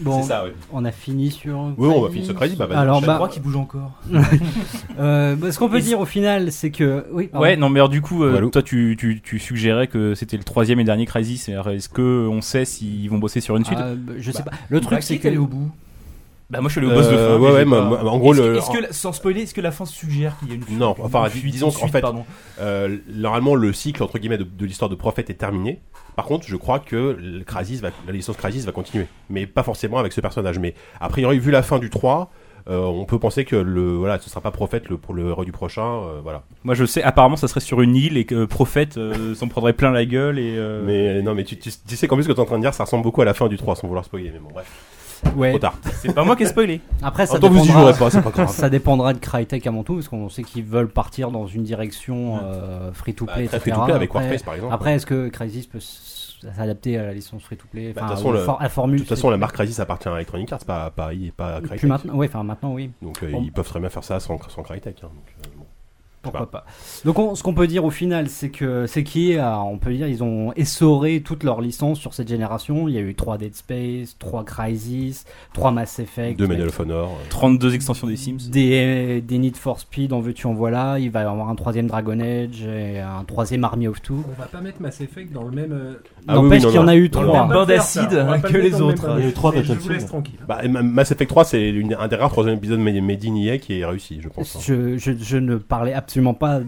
[SPEAKER 11] Bon,
[SPEAKER 7] C'est ça, ouais.
[SPEAKER 11] on a fini sur.
[SPEAKER 4] Oui, on va finir sur Crazy, bah, vas-y,
[SPEAKER 11] Alors,
[SPEAKER 4] enchaîne.
[SPEAKER 11] bah,
[SPEAKER 4] Je crois
[SPEAKER 7] qu'il bouge encore.
[SPEAKER 11] Euh, bah, ce qu'on peut
[SPEAKER 6] Et-
[SPEAKER 11] dire au final, c'est que. Oui, pardon.
[SPEAKER 6] Ah Ouais, non, mais alors du coup, euh, toi, tu, tu, tu suggérais que c'était le troisième et dernier Crisis. alors, Est-ce que euh, on sait s'ils vont bosser sur une suite
[SPEAKER 11] Ah, bah, je sais pas. Le truc, c'est que.
[SPEAKER 6] Bah, moi, je suis allé au boss de
[SPEAKER 4] Euh,
[SPEAKER 6] fin. mais
[SPEAKER 4] ouais,
[SPEAKER 6] j'ai
[SPEAKER 4] ouais,
[SPEAKER 6] pas-
[SPEAKER 4] moi- moi- en gros,
[SPEAKER 7] Est-ce
[SPEAKER 4] le-
[SPEAKER 7] que- est-ce que la- sans spoiler, est-ce que la fin suggère qu'il y a une fuite
[SPEAKER 4] Non, enfin,
[SPEAKER 7] Une
[SPEAKER 4] dis-
[SPEAKER 7] fuite,
[SPEAKER 4] disons
[SPEAKER 7] une
[SPEAKER 4] qu'en
[SPEAKER 7] fuite,
[SPEAKER 4] fait,
[SPEAKER 7] pardon.
[SPEAKER 4] euh, normalement, le cycle entre guillemets de, de l'histoire de Prophète est terminé. Par contre, je crois que le Crysis va, la licence Crysis va continuer, mais pas forcément avec ce personnage. Mais a priori, vu la fin du 3, euh, on peut penser que le voilà, ce sera pas Prophète le, pour le héros du prochain. euh, voilà.
[SPEAKER 6] Moi, je sais, apparemment, ça serait sur une île et que Prophète euh, s'en prendrait plein la gueule. Et, euh,
[SPEAKER 4] Mais non, mais tu, tu- tu sais qu'en plus, ce que tu es en train de dire, ça ressemble beaucoup à la fin du 3, sans vouloir spoiler. Mais bon, bref.
[SPEAKER 11] Ouais.
[SPEAKER 4] Trop tard.
[SPEAKER 6] C'est pas moi qui ai spoilé.
[SPEAKER 11] Après, ça
[SPEAKER 4] Attends, vous y
[SPEAKER 11] dépendra-
[SPEAKER 4] jouerez pas, c'est pas grave.
[SPEAKER 11] ça dépendra de Crytek avant tout, parce qu'on sait qu'ils veulent partir dans une direction euh, free-to-play,
[SPEAKER 4] Bah, très
[SPEAKER 11] etc.
[SPEAKER 4] free-to-play avec
[SPEAKER 11] Après-
[SPEAKER 4] Warface, par exemple.
[SPEAKER 11] Après, est-ce que Crysis peut s- s'adapter à la licence free-to-play
[SPEAKER 4] Bah,
[SPEAKER 11] enfin,
[SPEAKER 4] de toute façon,
[SPEAKER 11] au
[SPEAKER 4] le-
[SPEAKER 11] for- à formule
[SPEAKER 4] de toute façon, la marque Crysis appartient à Electronic Arts, pas, pas, il est pas à
[SPEAKER 11] Plus
[SPEAKER 4] Crytek.
[SPEAKER 11] maintenant- ouais, enfin, maintenant, oui.
[SPEAKER 4] Donc euh,
[SPEAKER 11] Bon.
[SPEAKER 4] ils peuvent très bien faire ça sans, sans Crytek. hein, donc, euh, bon.
[SPEAKER 11] Pourquoi pas. Donc on- ce qu'on peut dire au final, c'est que c'est qui on peut dire ils ont essoré toutes leurs licences sur cette génération. Il y a eu 3 Dead Space, 3 Crysis, 3 Mass Effect,
[SPEAKER 4] Deux Medal of Honor, euh.
[SPEAKER 6] 32 extensions des Sims,
[SPEAKER 11] des, des Need for Speed, en veux-tu, en voilà. Il va y avoir un troisième Dragon Age et un troisième Army of Two.
[SPEAKER 9] On va pas mettre Mass Effect dans le même. euh,
[SPEAKER 11] Ah oui, N'empêche oui, non, qu'il y en non. a eu trois.
[SPEAKER 9] Dans le même
[SPEAKER 11] Bande
[SPEAKER 9] bunker, ça.
[SPEAKER 11] acide,
[SPEAKER 9] On va pas le mettre
[SPEAKER 11] que les
[SPEAKER 9] dans le même
[SPEAKER 11] autres.
[SPEAKER 9] bunker.
[SPEAKER 11] Il y a eu trois
[SPEAKER 9] Mais Je vous
[SPEAKER 11] Battlefield.
[SPEAKER 9] laisse tranquille.
[SPEAKER 4] Bah, et Ma- Mass Effect 3, c'est l'une- un des rares troisième épisodes made made in EA qui est réussi, je pense. hein.
[SPEAKER 11] Je, je- je ne parlais absolument pas d-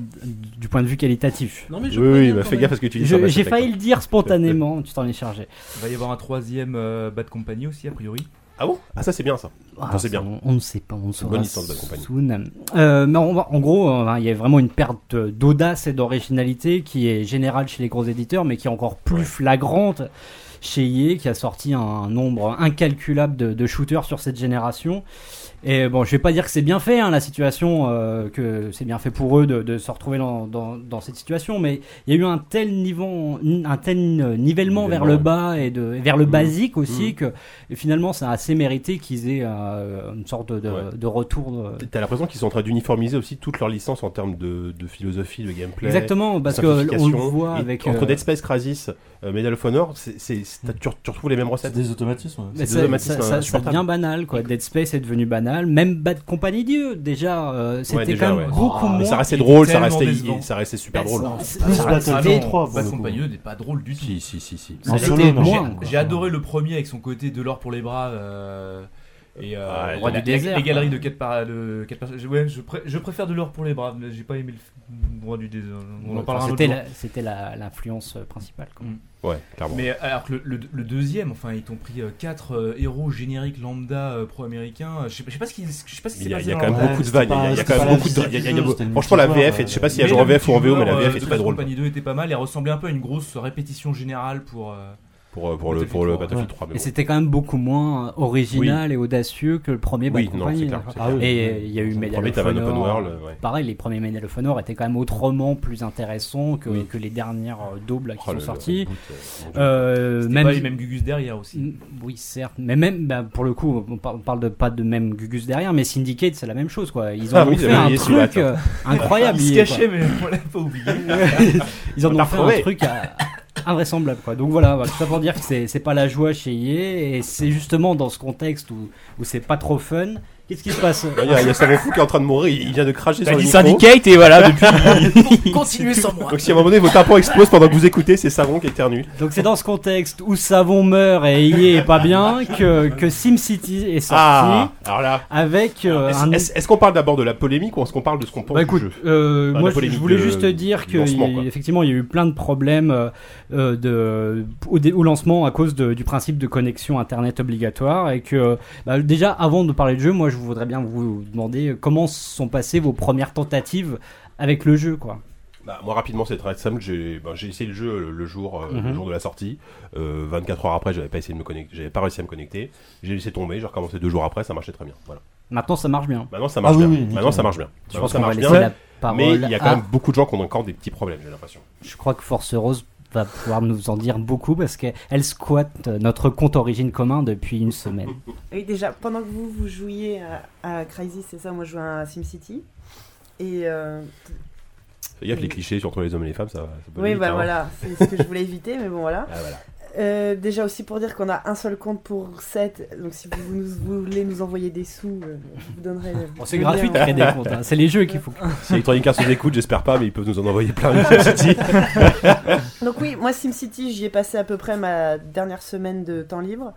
[SPEAKER 11] du point de vue qualitatif.
[SPEAKER 9] Non,
[SPEAKER 4] mais je Oui, préviens oui, bah, quand fais même. gaffe à ce que tu dis
[SPEAKER 11] Je-
[SPEAKER 4] sur Mass
[SPEAKER 11] J'ai
[SPEAKER 4] Effect,
[SPEAKER 11] failli
[SPEAKER 4] hein.
[SPEAKER 11] le dire spontanément, tu t'en es chargé.
[SPEAKER 7] Il va y avoir un troisième euh, Bad Company aussi, a priori.
[SPEAKER 4] Ah bon Ah, ça c'est bien ça.
[SPEAKER 11] Ah,
[SPEAKER 4] Ça, c'est bien.
[SPEAKER 11] On, on ne sait pas, on le
[SPEAKER 4] C'est une
[SPEAKER 11] saura
[SPEAKER 4] bonne licence de compagnie.
[SPEAKER 11] soon. Euh, mais on va- en gros, euh, hein, il y a vraiment une perte d'audace et d'originalité qui est générale chez les gros éditeurs, mais qui est encore plus flagrante chez EA, qui a sorti un nombre incalculable de, de shooters sur cette génération. Et bon, je vais pas dire que c'est bien fait, hein, la situation, euh, que c'est bien fait pour eux de, de se retrouver dans, dans- dans cette situation, mais il y a eu un tel, niveau, un tel nivellement, vers le
[SPEAKER 5] ouais.
[SPEAKER 11] bas et de, et vers le
[SPEAKER 4] Mmh.
[SPEAKER 5] Mhm.
[SPEAKER 11] basique aussi
[SPEAKER 5] Mhm.
[SPEAKER 11] que et finalement c'est assez mérité qu'ils aient euh, une sorte de, de- de retour. euh, de-
[SPEAKER 4] T'as l'impression qu'ils sont en train d'uniformiser aussi toutes leurs licences en termes de, de philosophie, de gameplay.
[SPEAKER 11] Exactement,
[SPEAKER 4] de
[SPEAKER 11] parce que euh,
[SPEAKER 4] simplification.
[SPEAKER 11] on le voit
[SPEAKER 4] Et
[SPEAKER 11] avec,
[SPEAKER 4] Entre
[SPEAKER 11] euh,
[SPEAKER 4] Dead Space, Crysis, euh, Medal of Honor, c'est- c'est- c'est- tu, tu retrouves les mêmes recettes.
[SPEAKER 8] C'est des automatismes, ouais.
[SPEAKER 11] Mais
[SPEAKER 4] C'est des
[SPEAKER 11] ça,
[SPEAKER 4] automatismes.
[SPEAKER 11] ça- ça- ça
[SPEAKER 4] insupportables.
[SPEAKER 11] devient banal quoi. Dead Space est devenu banal, même Bad Company Dieu déjà euh, c'était
[SPEAKER 4] Ouais, déjà,
[SPEAKER 11] quand même
[SPEAKER 4] ouais.
[SPEAKER 11] beaucoup
[SPEAKER 4] Oh, mais
[SPEAKER 11] moins.
[SPEAKER 4] ça restait drôle, ça restait, ça restait super
[SPEAKER 11] Bah,
[SPEAKER 4] drôle.
[SPEAKER 7] Ah,
[SPEAKER 11] c'est- c'est-
[SPEAKER 4] Ça restait-
[SPEAKER 11] c'était-
[SPEAKER 7] Bad Company n'est pas drôle du tout.
[SPEAKER 4] Si, si, si, si.
[SPEAKER 7] Ça
[SPEAKER 4] En
[SPEAKER 7] a été-
[SPEAKER 4] solo,
[SPEAKER 7] j'ai-
[SPEAKER 4] non. Moins,
[SPEAKER 7] J'ai adoré le premier avec son côté de l'or pour les bras. euh, Et euh,
[SPEAKER 4] Ah,
[SPEAKER 7] la-
[SPEAKER 4] Roi du
[SPEAKER 7] la-
[SPEAKER 4] désert,
[SPEAKER 7] les galeries
[SPEAKER 4] quoi.
[SPEAKER 7] de 4 par, de quatre personnes. Je- Ouais, je, pré- je préfère de l'or pour les bras. mais J'ai pas aimé le f- droit du désert. On en
[SPEAKER 11] Enfin,
[SPEAKER 7] parlera un autre
[SPEAKER 11] c'était
[SPEAKER 7] jour. Mm.
[SPEAKER 11] la- c'était la- l'influence euh, principale. quoi.
[SPEAKER 4] Ouais, clairement.
[SPEAKER 7] Mais euh, alors que le, le- le deuxième, enfin, ils t'ont pris 4 héros génériques lambda euh, pro-américains. Je sais pas- je sais pas ce qui je sais pas ce qui
[SPEAKER 4] Il
[SPEAKER 7] s'est
[SPEAKER 4] y a,
[SPEAKER 7] passé
[SPEAKER 4] il y a
[SPEAKER 7] dans
[SPEAKER 4] quand
[SPEAKER 7] leur-
[SPEAKER 4] même beaucoup de vannes. il y a- Il y a quand même beaucoup de. il y a- il y a- Franchement, la VF, est- je sais pas s'il y a
[SPEAKER 7] Mais
[SPEAKER 4] genre en
[SPEAKER 7] la
[SPEAKER 4] VF ou en VO, mais la
[SPEAKER 7] multijoueur,
[SPEAKER 4] VF
[SPEAKER 7] euh,
[SPEAKER 4] est
[SPEAKER 7] de
[SPEAKER 4] très drôle.
[SPEAKER 7] Company 2 était pas mal et ressemblait un peu à une grosse répétition générale pour. euh,
[SPEAKER 4] Pour, euh, pour le- pour le Battlefield 3. mais
[SPEAKER 11] Et
[SPEAKER 4] bon.
[SPEAKER 11] c'était quand même beaucoup moins euh, original et audacieux que le premier Bad
[SPEAKER 4] Oui, non,
[SPEAKER 11] Company.
[SPEAKER 4] c'est clair, c'est
[SPEAKER 11] Ah
[SPEAKER 4] clair.
[SPEAKER 11] oui. et il y a eu
[SPEAKER 4] Le
[SPEAKER 11] Medal
[SPEAKER 4] premier,
[SPEAKER 11] of
[SPEAKER 4] t'avais un
[SPEAKER 11] Honor.
[SPEAKER 4] open world, ouais.
[SPEAKER 11] Pareil, les premiers Medal of Honor étaient quand même autrement plus intéressants que, que les dernières euh, doubles là, qui
[SPEAKER 7] Oh,
[SPEAKER 11] sont
[SPEAKER 7] le- le
[SPEAKER 11] sorties.
[SPEAKER 7] reboot, euh,
[SPEAKER 11] Euh,
[SPEAKER 7] C'était
[SPEAKER 11] même
[SPEAKER 7] pas les mêmes Gugus derrière aussi.
[SPEAKER 11] Oui, certes. Mais même, bah, pour le coup, on par- on parle de pas de même Gugus derrière, mais Syndicate, c'est la même chose, quoi. Ils ont
[SPEAKER 4] Ah oui,
[SPEAKER 11] fait
[SPEAKER 4] j'avais
[SPEAKER 11] un
[SPEAKER 4] oublié celui-là,
[SPEAKER 11] truc euh,
[SPEAKER 4] attends.
[SPEAKER 11] incroyable.
[SPEAKER 7] Il se
[SPEAKER 11] est, quoi.
[SPEAKER 7] cachait, mais on l'a pas oublié.
[SPEAKER 11] [LAUGHS] Ils en
[SPEAKER 7] On
[SPEAKER 11] ont
[SPEAKER 7] l'a
[SPEAKER 11] fait
[SPEAKER 7] retrouvé.
[SPEAKER 11] un truc euh, invraisemblable, quoi. Donc voilà, voilà, tout ça pour dire que c'est c'est pas la joie chez EA, et c'est justement dans ce contexte où, où c'est pas trop fun. Qu'est-ce qui se passe
[SPEAKER 4] Il y a- il y a Savon Fou qui est en train de mourir, il vient de cracher
[SPEAKER 6] Bah,
[SPEAKER 4] sur
[SPEAKER 11] T'as
[SPEAKER 4] le
[SPEAKER 11] dit
[SPEAKER 4] micro.
[SPEAKER 11] Syndicate et voilà, depuis-
[SPEAKER 7] Continuez sans moi.
[SPEAKER 4] Donc si à un moment donné vos tympans explosent pendant que vous écoutez, c'est Savon qui éternue.
[SPEAKER 11] Donc c'est dans ce contexte où Savon meurt et EA est
[SPEAKER 4] [LAUGHS]
[SPEAKER 11] pas bien que, que SimCity est sorti.
[SPEAKER 4] Ah, alors là.
[SPEAKER 11] Avec euh,
[SPEAKER 4] Est-ce
[SPEAKER 11] un-
[SPEAKER 4] est-ce- est-ce qu'on parle d'abord de la polémique ou est-ce qu'on parle de ce qu'on pense
[SPEAKER 11] Bah écoute,
[SPEAKER 4] du jeu
[SPEAKER 11] euh,
[SPEAKER 4] Enfin, la
[SPEAKER 11] moi je- je
[SPEAKER 4] polémique
[SPEAKER 11] voulais
[SPEAKER 4] de-
[SPEAKER 11] juste te dire
[SPEAKER 4] du
[SPEAKER 11] que
[SPEAKER 4] lancement, quoi.
[SPEAKER 11] il- effectivement il y a eu plein de problèmes euh, euh, de au, dé- au lancement à cause de- du principe de connexion internet obligatoire et que bah, déjà avant de parler de jeu, moi je voudrais bien vous demander comment se sont passées vos premières tentatives avec le jeu quoi.
[SPEAKER 4] Bah, moi rapidement c'est très simple, j'ai ben, j'ai essayé le jeu euh, le jour, euh, le
[SPEAKER 11] Mhm.
[SPEAKER 4] jour de la sortie, Euh, 24 heures après j'avais pas essayé de me connecter, j'avais pas réussi à me connecter, j'ai laissé tomber, j'ai recommencé deux jours après, ça marchait très bien. Voilà.
[SPEAKER 11] Maintenant ça marche bien.
[SPEAKER 4] Maintenant ça marche bien. Maintenant ça marche bien.
[SPEAKER 11] Je
[SPEAKER 4] Maintenant, Bah,
[SPEAKER 11] pense
[SPEAKER 4] ça
[SPEAKER 11] qu'on va
[SPEAKER 4] marche
[SPEAKER 11] laisser
[SPEAKER 4] bien.
[SPEAKER 11] la parole.
[SPEAKER 4] Mais il y a quand
[SPEAKER 11] à-
[SPEAKER 4] même beaucoup de gens qui ont encore des petits problèmes, j'ai l'impression.
[SPEAKER 11] Je crois que Force Rose va pouvoir nous en dire beaucoup parce qu'elle squatte notre compte origine commun depuis une semaine.
[SPEAKER 10] Oui, déjà, pendant que vous, vous jouiez à, à Crysis, c'est ça, moi je jouais à SimCity. Et. euh,
[SPEAKER 4] Fais gaffe les clichés sur entre les hommes et les femmes, ça, ça peut
[SPEAKER 10] oui,
[SPEAKER 4] vite,
[SPEAKER 10] bah
[SPEAKER 4] hein.
[SPEAKER 10] voilà, c'est ce que je voulais éviter, mais bon, voilà.
[SPEAKER 4] Ah, voilà.
[SPEAKER 10] Euh, déjà aussi pour dire qu'on a un seul compte pour 7, donc si vous, nous- vous voulez nous envoyer des sous, euh, je vous donnerai.
[SPEAKER 11] Bon, c'est gratuit de créer des comptes, hein. c'est les jeux qu'il faut.
[SPEAKER 4] Si Electronic Arts nous écoute, j'espère pas, mais ils peuvent nous en envoyer
[SPEAKER 10] [LAUGHS]
[SPEAKER 4] plein de City.
[SPEAKER 10] [LAUGHS] Donc oui, moi SimCity, j'y ai passé à peu près ma dernière semaine de temps libre.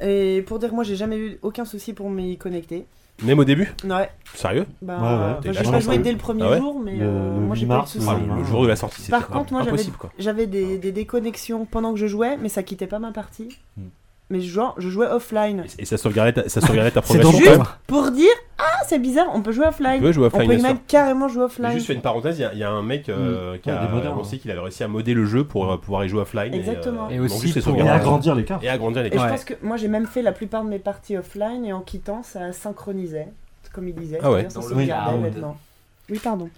[SPEAKER 10] Et pour dire, moi j'ai jamais eu aucun souci pour m'y connecter.
[SPEAKER 4] Même au début
[SPEAKER 10] Ouais.
[SPEAKER 4] Sérieux
[SPEAKER 10] Bah, bah, j'ai pas joué dès le premier jour, mais, Le- euh, le moi, j'ai 8 pas eu de mars, soucis.
[SPEAKER 4] Ah,
[SPEAKER 10] le-
[SPEAKER 4] le jour de la sortie, c'est
[SPEAKER 10] Par contre, moi j'avais-
[SPEAKER 4] impossible quoi.
[SPEAKER 10] j'avais des, des déconnexions pendant que je jouais, mais ça quittait pas ma partie. Mais genre, je jouais offline.
[SPEAKER 4] Et ça sauvegardait ta, ça sauvegardait ta
[SPEAKER 10] C'est
[SPEAKER 4] progression
[SPEAKER 10] juste
[SPEAKER 4] quand même.
[SPEAKER 10] pour dire Ah, Ah, c'est bizarre, on peut jouer offline.
[SPEAKER 4] On peut jouer offline,
[SPEAKER 10] On peut
[SPEAKER 4] bien
[SPEAKER 10] même
[SPEAKER 4] sûr.
[SPEAKER 10] carrément jouer offline.
[SPEAKER 4] Juste fait une parenthèse, il y a- il y, a un mec euh, qui
[SPEAKER 8] Ouais,
[SPEAKER 4] a
[SPEAKER 8] des modeurs,
[SPEAKER 4] annoncé qu'il avait réussi à modder le jeu pour euh, pouvoir y jouer offline.
[SPEAKER 10] Exactement.
[SPEAKER 4] Et,
[SPEAKER 10] Et
[SPEAKER 4] donc
[SPEAKER 11] aussi
[SPEAKER 4] juste les
[SPEAKER 11] pour-
[SPEAKER 4] sauvegardes.
[SPEAKER 11] et agrandir les cartes.
[SPEAKER 4] Et agrandir les
[SPEAKER 10] Et je
[SPEAKER 4] cartes.
[SPEAKER 10] pense que moi j'ai même fait la plupart de mes parties offline et en quittant ça synchronisait, comme il disait.
[SPEAKER 11] Ah ouais.
[SPEAKER 10] c'est-à-dire ça
[SPEAKER 11] Dans le
[SPEAKER 10] sauvegardait
[SPEAKER 11] cloud.
[SPEAKER 10] maintenant. Oui, pardon.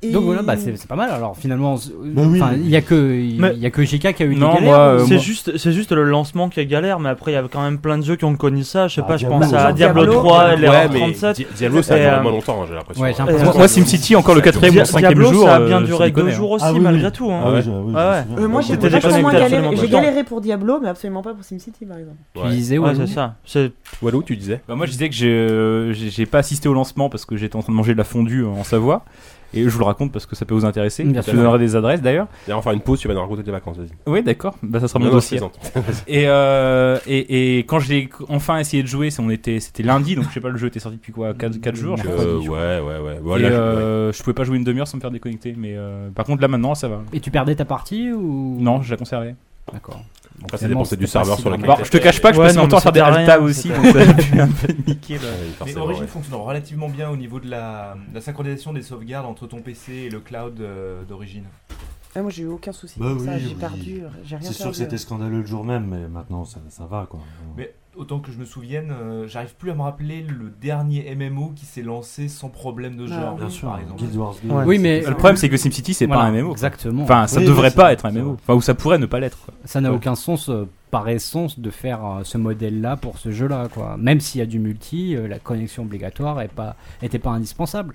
[SPEAKER 10] Et-
[SPEAKER 11] Donc voilà, bah, c'est c'est pas mal. Alors finalement, c'est-
[SPEAKER 5] oui.
[SPEAKER 11] enfin, il y a que il
[SPEAKER 5] Mais-
[SPEAKER 11] y a que JK qui a eu des
[SPEAKER 5] Non,
[SPEAKER 11] galères.
[SPEAKER 5] moi,
[SPEAKER 11] ou-
[SPEAKER 6] euh,
[SPEAKER 5] c'est juste, c'est juste le lancement qui est galère, mais après, il y a quand même plein de jeux qui ont connu ça. Je sais pas, je
[SPEAKER 4] Diablo.
[SPEAKER 5] pense
[SPEAKER 4] Bah,
[SPEAKER 5] à Diablo,
[SPEAKER 4] Diablo,
[SPEAKER 5] 3 et
[SPEAKER 4] Diablo.
[SPEAKER 5] l'erreur
[SPEAKER 4] Ouais, mais
[SPEAKER 5] 37.
[SPEAKER 4] Di- Diablo, ça a
[SPEAKER 5] Et,
[SPEAKER 4] duré
[SPEAKER 5] euh,
[SPEAKER 4] moins longtemps, j'ai l'impression.
[SPEAKER 5] ouais, j'ai
[SPEAKER 4] Euh,
[SPEAKER 5] l'impression.
[SPEAKER 4] moi, SimCity, encore le quatrième ou
[SPEAKER 5] Dia-
[SPEAKER 4] le cinquième
[SPEAKER 5] Diablo,
[SPEAKER 4] jour,
[SPEAKER 5] Ça a
[SPEAKER 4] euh,
[SPEAKER 5] bien
[SPEAKER 4] ça
[SPEAKER 5] duré
[SPEAKER 4] déconne,
[SPEAKER 5] deux
[SPEAKER 4] hein.
[SPEAKER 5] jours aussi,
[SPEAKER 4] Ah oui, oui.
[SPEAKER 5] malgré tout. hein.
[SPEAKER 4] Ah oui, je- oui, je me
[SPEAKER 5] Ouais, ouais.
[SPEAKER 10] Euh, moi j'ai
[SPEAKER 5] J'étais
[SPEAKER 10] vachement
[SPEAKER 5] déconnecté
[SPEAKER 10] galéré,
[SPEAKER 5] absolument
[SPEAKER 10] j'ai
[SPEAKER 5] tout le temps.
[SPEAKER 10] galéré pour Diablo, mais absolument pas pour SimCity par exemple.
[SPEAKER 5] Tu disais
[SPEAKER 6] ouais,
[SPEAKER 5] Walou. Ah, c'est ça.
[SPEAKER 4] Walou, tu disais
[SPEAKER 6] Bah, Moi, je disais que j'ai, euh, j'ai j'ai pas assisté au lancement parce que j'étais en train de manger de la fondue euh, en Savoie. Et je vous le raconte parce que ça peut vous intéresser.
[SPEAKER 4] Bien
[SPEAKER 6] je
[SPEAKER 4] sûr.
[SPEAKER 6] vous donnerai des adresses d'ailleurs.
[SPEAKER 4] D'ailleurs, on va faire une pause, tu vas nous raconter tes vacances, vas-y.
[SPEAKER 6] Oui, d'accord. Bah, ça sera
[SPEAKER 4] Non,
[SPEAKER 6] mon
[SPEAKER 4] non,
[SPEAKER 6] dossier.
[SPEAKER 4] je plaisante.
[SPEAKER 6] et, euh, et, et quand j'ai enfin essayé de jouer, c'est- on était, c'était lundi, donc je sais pas, le jeu était sorti depuis quoi 4, jours je
[SPEAKER 4] Euh,
[SPEAKER 6] crois, dix jours.
[SPEAKER 4] ouais, ouais, ouais.
[SPEAKER 6] Et,
[SPEAKER 4] Voilà, je-
[SPEAKER 6] euh, je pouvais pas jouer une demi-heure sans me faire déconnecter. Mais euh, par contre, là maintenant, ça va.
[SPEAKER 11] Et tu perdais ta partie ou
[SPEAKER 6] Non, je la conservais.
[SPEAKER 11] D'accord.
[SPEAKER 4] Après, ça dépend, c'est du serveur sur lequel
[SPEAKER 6] Alors, je te cache pas que je
[SPEAKER 5] Ouais,
[SPEAKER 6] passe
[SPEAKER 5] non,
[SPEAKER 6] mon temps
[SPEAKER 5] mais
[SPEAKER 6] à faire des
[SPEAKER 5] c'était rien,
[SPEAKER 6] altas aussi, donc
[SPEAKER 5] c'était-
[SPEAKER 6] [LAUGHS] ça a pu un peu niquer
[SPEAKER 4] bah.
[SPEAKER 6] le-
[SPEAKER 7] Mais Origin fonctionne relativement bien au niveau de la, de la synchronisation des sauvegardes entre ton PC et le cloud euh, d'origine.
[SPEAKER 10] Ah, moi j'ai eu aucun souci
[SPEAKER 8] Bah
[SPEAKER 10] pour
[SPEAKER 8] oui,
[SPEAKER 10] ça, j'ai
[SPEAKER 8] oui.
[SPEAKER 10] perdu, euh, j'ai rien
[SPEAKER 8] C'est sûr que
[SPEAKER 10] perdu.
[SPEAKER 8] c'était scandaleux le jour même, mais maintenant ça, ça va quoi.
[SPEAKER 7] Mais autant que je me souvienne, euh, j'arrive plus à me rappeler le dernier MMO qui s'est lancé sans problème de genre.
[SPEAKER 8] bien sûr,
[SPEAKER 7] par exemple.
[SPEAKER 8] Guild Wars deux.
[SPEAKER 11] Ouais. Oui, mais-
[SPEAKER 6] le problème c'est que SimCity c'est
[SPEAKER 11] Voilà,
[SPEAKER 6] pas un MMO.
[SPEAKER 11] exactement.
[SPEAKER 6] Enfin, ça
[SPEAKER 11] Oui,
[SPEAKER 6] devrait
[SPEAKER 11] oui,
[SPEAKER 6] pas
[SPEAKER 11] c'est-
[SPEAKER 6] être un MMO. Enfin, ou ça pourrait ne pas l'être. quoi.
[SPEAKER 11] Ça n'a
[SPEAKER 6] Ouais.
[SPEAKER 11] aucun sens euh, par essence de faire euh, ce modèle-là pour ce jeu-là, quoi. Même s'il y a du multi, euh, la connexion obligatoire est pas était pas indispensable.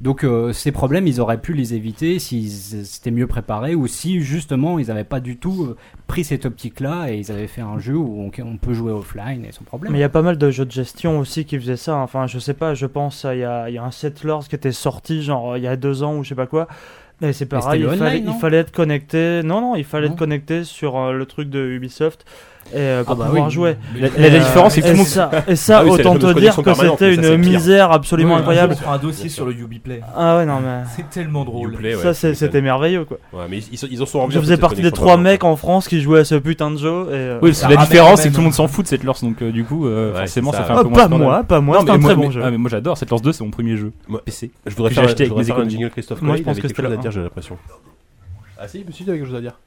[SPEAKER 11] Donc euh, ces problèmes, ils auraient pu les éviter s'ils s'étaient mieux préparés ou si justement ils n'avaient pas du tout euh, pris cette optique-là et ils avaient fait un jeu où on, on peut jouer offline et sans problème.
[SPEAKER 5] Mais il y a pas mal de jeux de gestion aussi qui faisaient ça. Enfin, je sais pas, je pense, euh, il y a, il y a un Settlers qui était sorti, genre, il y a deux ans ou je sais pas quoi. Et c'est
[SPEAKER 11] Mais
[SPEAKER 5] pareil,
[SPEAKER 11] c'était le
[SPEAKER 5] il fallait,
[SPEAKER 11] online, non
[SPEAKER 5] il fallait être connecté. Non, non, il fallait
[SPEAKER 11] Non.
[SPEAKER 5] être connecté sur euh, le truc de Ubisoft. Et euh, pour
[SPEAKER 11] Ah bah
[SPEAKER 5] pouvoir
[SPEAKER 11] oui.
[SPEAKER 5] jouer.
[SPEAKER 11] La-
[SPEAKER 5] Et,
[SPEAKER 11] la différence,
[SPEAKER 5] euh,
[SPEAKER 11] c'est que
[SPEAKER 5] et
[SPEAKER 11] tout le monde- [LAUGHS]
[SPEAKER 5] ça, et ça,
[SPEAKER 11] Ah oui, c'est la
[SPEAKER 5] autant
[SPEAKER 11] fameuse
[SPEAKER 5] te dire
[SPEAKER 11] connexion
[SPEAKER 5] que
[SPEAKER 11] permanente,
[SPEAKER 5] c'était
[SPEAKER 11] mais
[SPEAKER 5] une
[SPEAKER 11] ça, c'est pire.
[SPEAKER 5] misère absolument
[SPEAKER 7] Oui,
[SPEAKER 5] incroyable.
[SPEAKER 7] On fera un dossier sur le Ubiplay.
[SPEAKER 5] Ah ouais, non, mais-
[SPEAKER 7] C'est tellement drôle.
[SPEAKER 4] Uplay, ouais,
[SPEAKER 5] Ça,
[SPEAKER 4] tu
[SPEAKER 5] c'est-
[SPEAKER 4] m'étonnes.
[SPEAKER 5] c'était merveilleux, quoi.
[SPEAKER 4] Ouais, mais ils- ils, sont- ils en sont revenus
[SPEAKER 5] Je
[SPEAKER 4] après
[SPEAKER 5] faisais
[SPEAKER 4] cette
[SPEAKER 5] partie des
[SPEAKER 4] connexion
[SPEAKER 5] trois mecs en France qui jouaient à ce putain de jeu. Et, euh,
[SPEAKER 6] Oui, parce que
[SPEAKER 5] ça
[SPEAKER 6] la
[SPEAKER 5] ramène
[SPEAKER 6] différence,
[SPEAKER 5] quand
[SPEAKER 6] c'est que
[SPEAKER 5] même.
[SPEAKER 6] tout le monde s'en fout de cette Lorse, donc euh, du coup, euh,
[SPEAKER 4] Ouais,
[SPEAKER 6] forcément,
[SPEAKER 4] c'est
[SPEAKER 6] ça
[SPEAKER 4] ça.
[SPEAKER 6] fait un
[SPEAKER 4] Ah,
[SPEAKER 6] peu
[SPEAKER 4] pas
[SPEAKER 6] moins scandale.
[SPEAKER 4] moi, pas moi,
[SPEAKER 6] Non,
[SPEAKER 4] c'est
[SPEAKER 6] mais
[SPEAKER 4] un très bon
[SPEAKER 6] mais-
[SPEAKER 4] jeu.
[SPEAKER 6] ah, mais moi, j'adore. Cette Lorse 2, c'est mon premier jeu. PC.
[SPEAKER 4] Je voudrais
[SPEAKER 6] Que
[SPEAKER 4] faire,
[SPEAKER 6] j'ai acheté avec
[SPEAKER 4] je voudrais
[SPEAKER 6] mes
[SPEAKER 4] faire un
[SPEAKER 6] économies.
[SPEAKER 4] jingle Christophe
[SPEAKER 6] Moi,
[SPEAKER 4] Colomb,
[SPEAKER 6] je
[SPEAKER 4] il
[SPEAKER 6] pense
[SPEAKER 4] avait
[SPEAKER 6] que
[SPEAKER 4] quelque
[SPEAKER 6] c'était
[SPEAKER 4] chose à
[SPEAKER 6] le
[SPEAKER 4] dire,
[SPEAKER 6] un.
[SPEAKER 4] j'ai l'impression. Ah si, si, tu avais quelque chose à dire.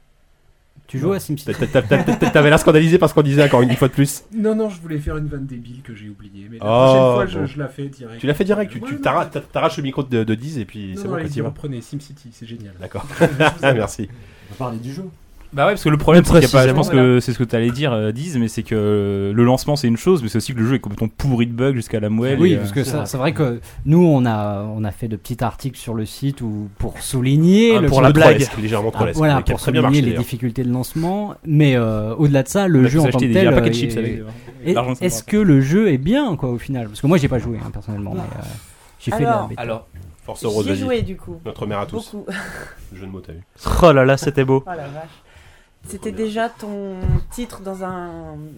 [SPEAKER 11] Tu joues à SimCity.
[SPEAKER 4] T'a- t'a- t'a- T'avais l'air scandalisé parce qu'on disait encore une fois de plus.
[SPEAKER 9] Non, non, je voulais faire une vanne débile que j'ai oubliée, mais la
[SPEAKER 4] Oh,
[SPEAKER 9] prochaine fois je-
[SPEAKER 4] bon.
[SPEAKER 9] je, la fais direct.
[SPEAKER 4] Tu l'as fait direct, tu,
[SPEAKER 9] Ouais,
[SPEAKER 4] tu
[SPEAKER 9] non,
[SPEAKER 4] t'arra- t'a- t'arraches le micro de, de 10 et puis
[SPEAKER 9] Non,
[SPEAKER 4] c'est
[SPEAKER 9] non,
[SPEAKER 4] bon, quoi,
[SPEAKER 9] allez-y,
[SPEAKER 4] t'y vas.
[SPEAKER 9] reprenez SimCity, c'est génial. [LAUGHS]
[SPEAKER 4] D'accord. Ah,
[SPEAKER 6] Merci.
[SPEAKER 8] On va parler du jeu.
[SPEAKER 6] Bah ouais, parce que le problème,
[SPEAKER 8] Plus
[SPEAKER 6] c'est qu'il y a pas- je pense
[SPEAKER 8] précisément,
[SPEAKER 6] que c'est ce que t'allais dire, euh, Diz, mais c'est que euh, le lancement, c'est une chose, mais c'est aussi que le jeu est complètement pourri de bugs jusqu'à la moelle.
[SPEAKER 11] Oui,
[SPEAKER 6] et, euh,
[SPEAKER 11] parce que ça- c'est vrai que nous, on a, on a fait de petits articles sur le site où, pour souligner.
[SPEAKER 4] Un
[SPEAKER 11] Eh, le-
[SPEAKER 4] Ah, pour la Un peu blague. trollesque, légèrement
[SPEAKER 6] Ah,
[SPEAKER 4] trollesque,
[SPEAKER 11] voilà,
[SPEAKER 4] mais qui a
[SPEAKER 11] pour
[SPEAKER 4] très bien
[SPEAKER 11] souligner
[SPEAKER 4] marché,
[SPEAKER 11] les
[SPEAKER 4] d'ailleurs.
[SPEAKER 11] difficultés de lancement. Mais euh, au-delà de ça, le
[SPEAKER 6] On a tous
[SPEAKER 11] jeu en tant que
[SPEAKER 6] acheté des-
[SPEAKER 11] tel.
[SPEAKER 6] un paquet de
[SPEAKER 11] euh,
[SPEAKER 6] chips
[SPEAKER 11] est-
[SPEAKER 6] avec, euh,
[SPEAKER 11] est-
[SPEAKER 6] l'argent qu'on
[SPEAKER 11] Est-ce que le jeu est bien, quoi, au final Parce que moi, j'ai pas joué, hein, personnellement. mais, euh, j'ai fait de la
[SPEAKER 10] Alors-
[SPEAKER 11] bêta.
[SPEAKER 7] Alors,
[SPEAKER 4] Force Rose,
[SPEAKER 10] J'y ai
[SPEAKER 4] vas-y.
[SPEAKER 10] joué, du coup.
[SPEAKER 4] Notre mère à tous.
[SPEAKER 10] Beaucoup.
[SPEAKER 4] Jeu de mots, t'as vu.
[SPEAKER 5] Oh là là, c'était beau.
[SPEAKER 10] Oh la vache. C'était déjà ton titre dans un,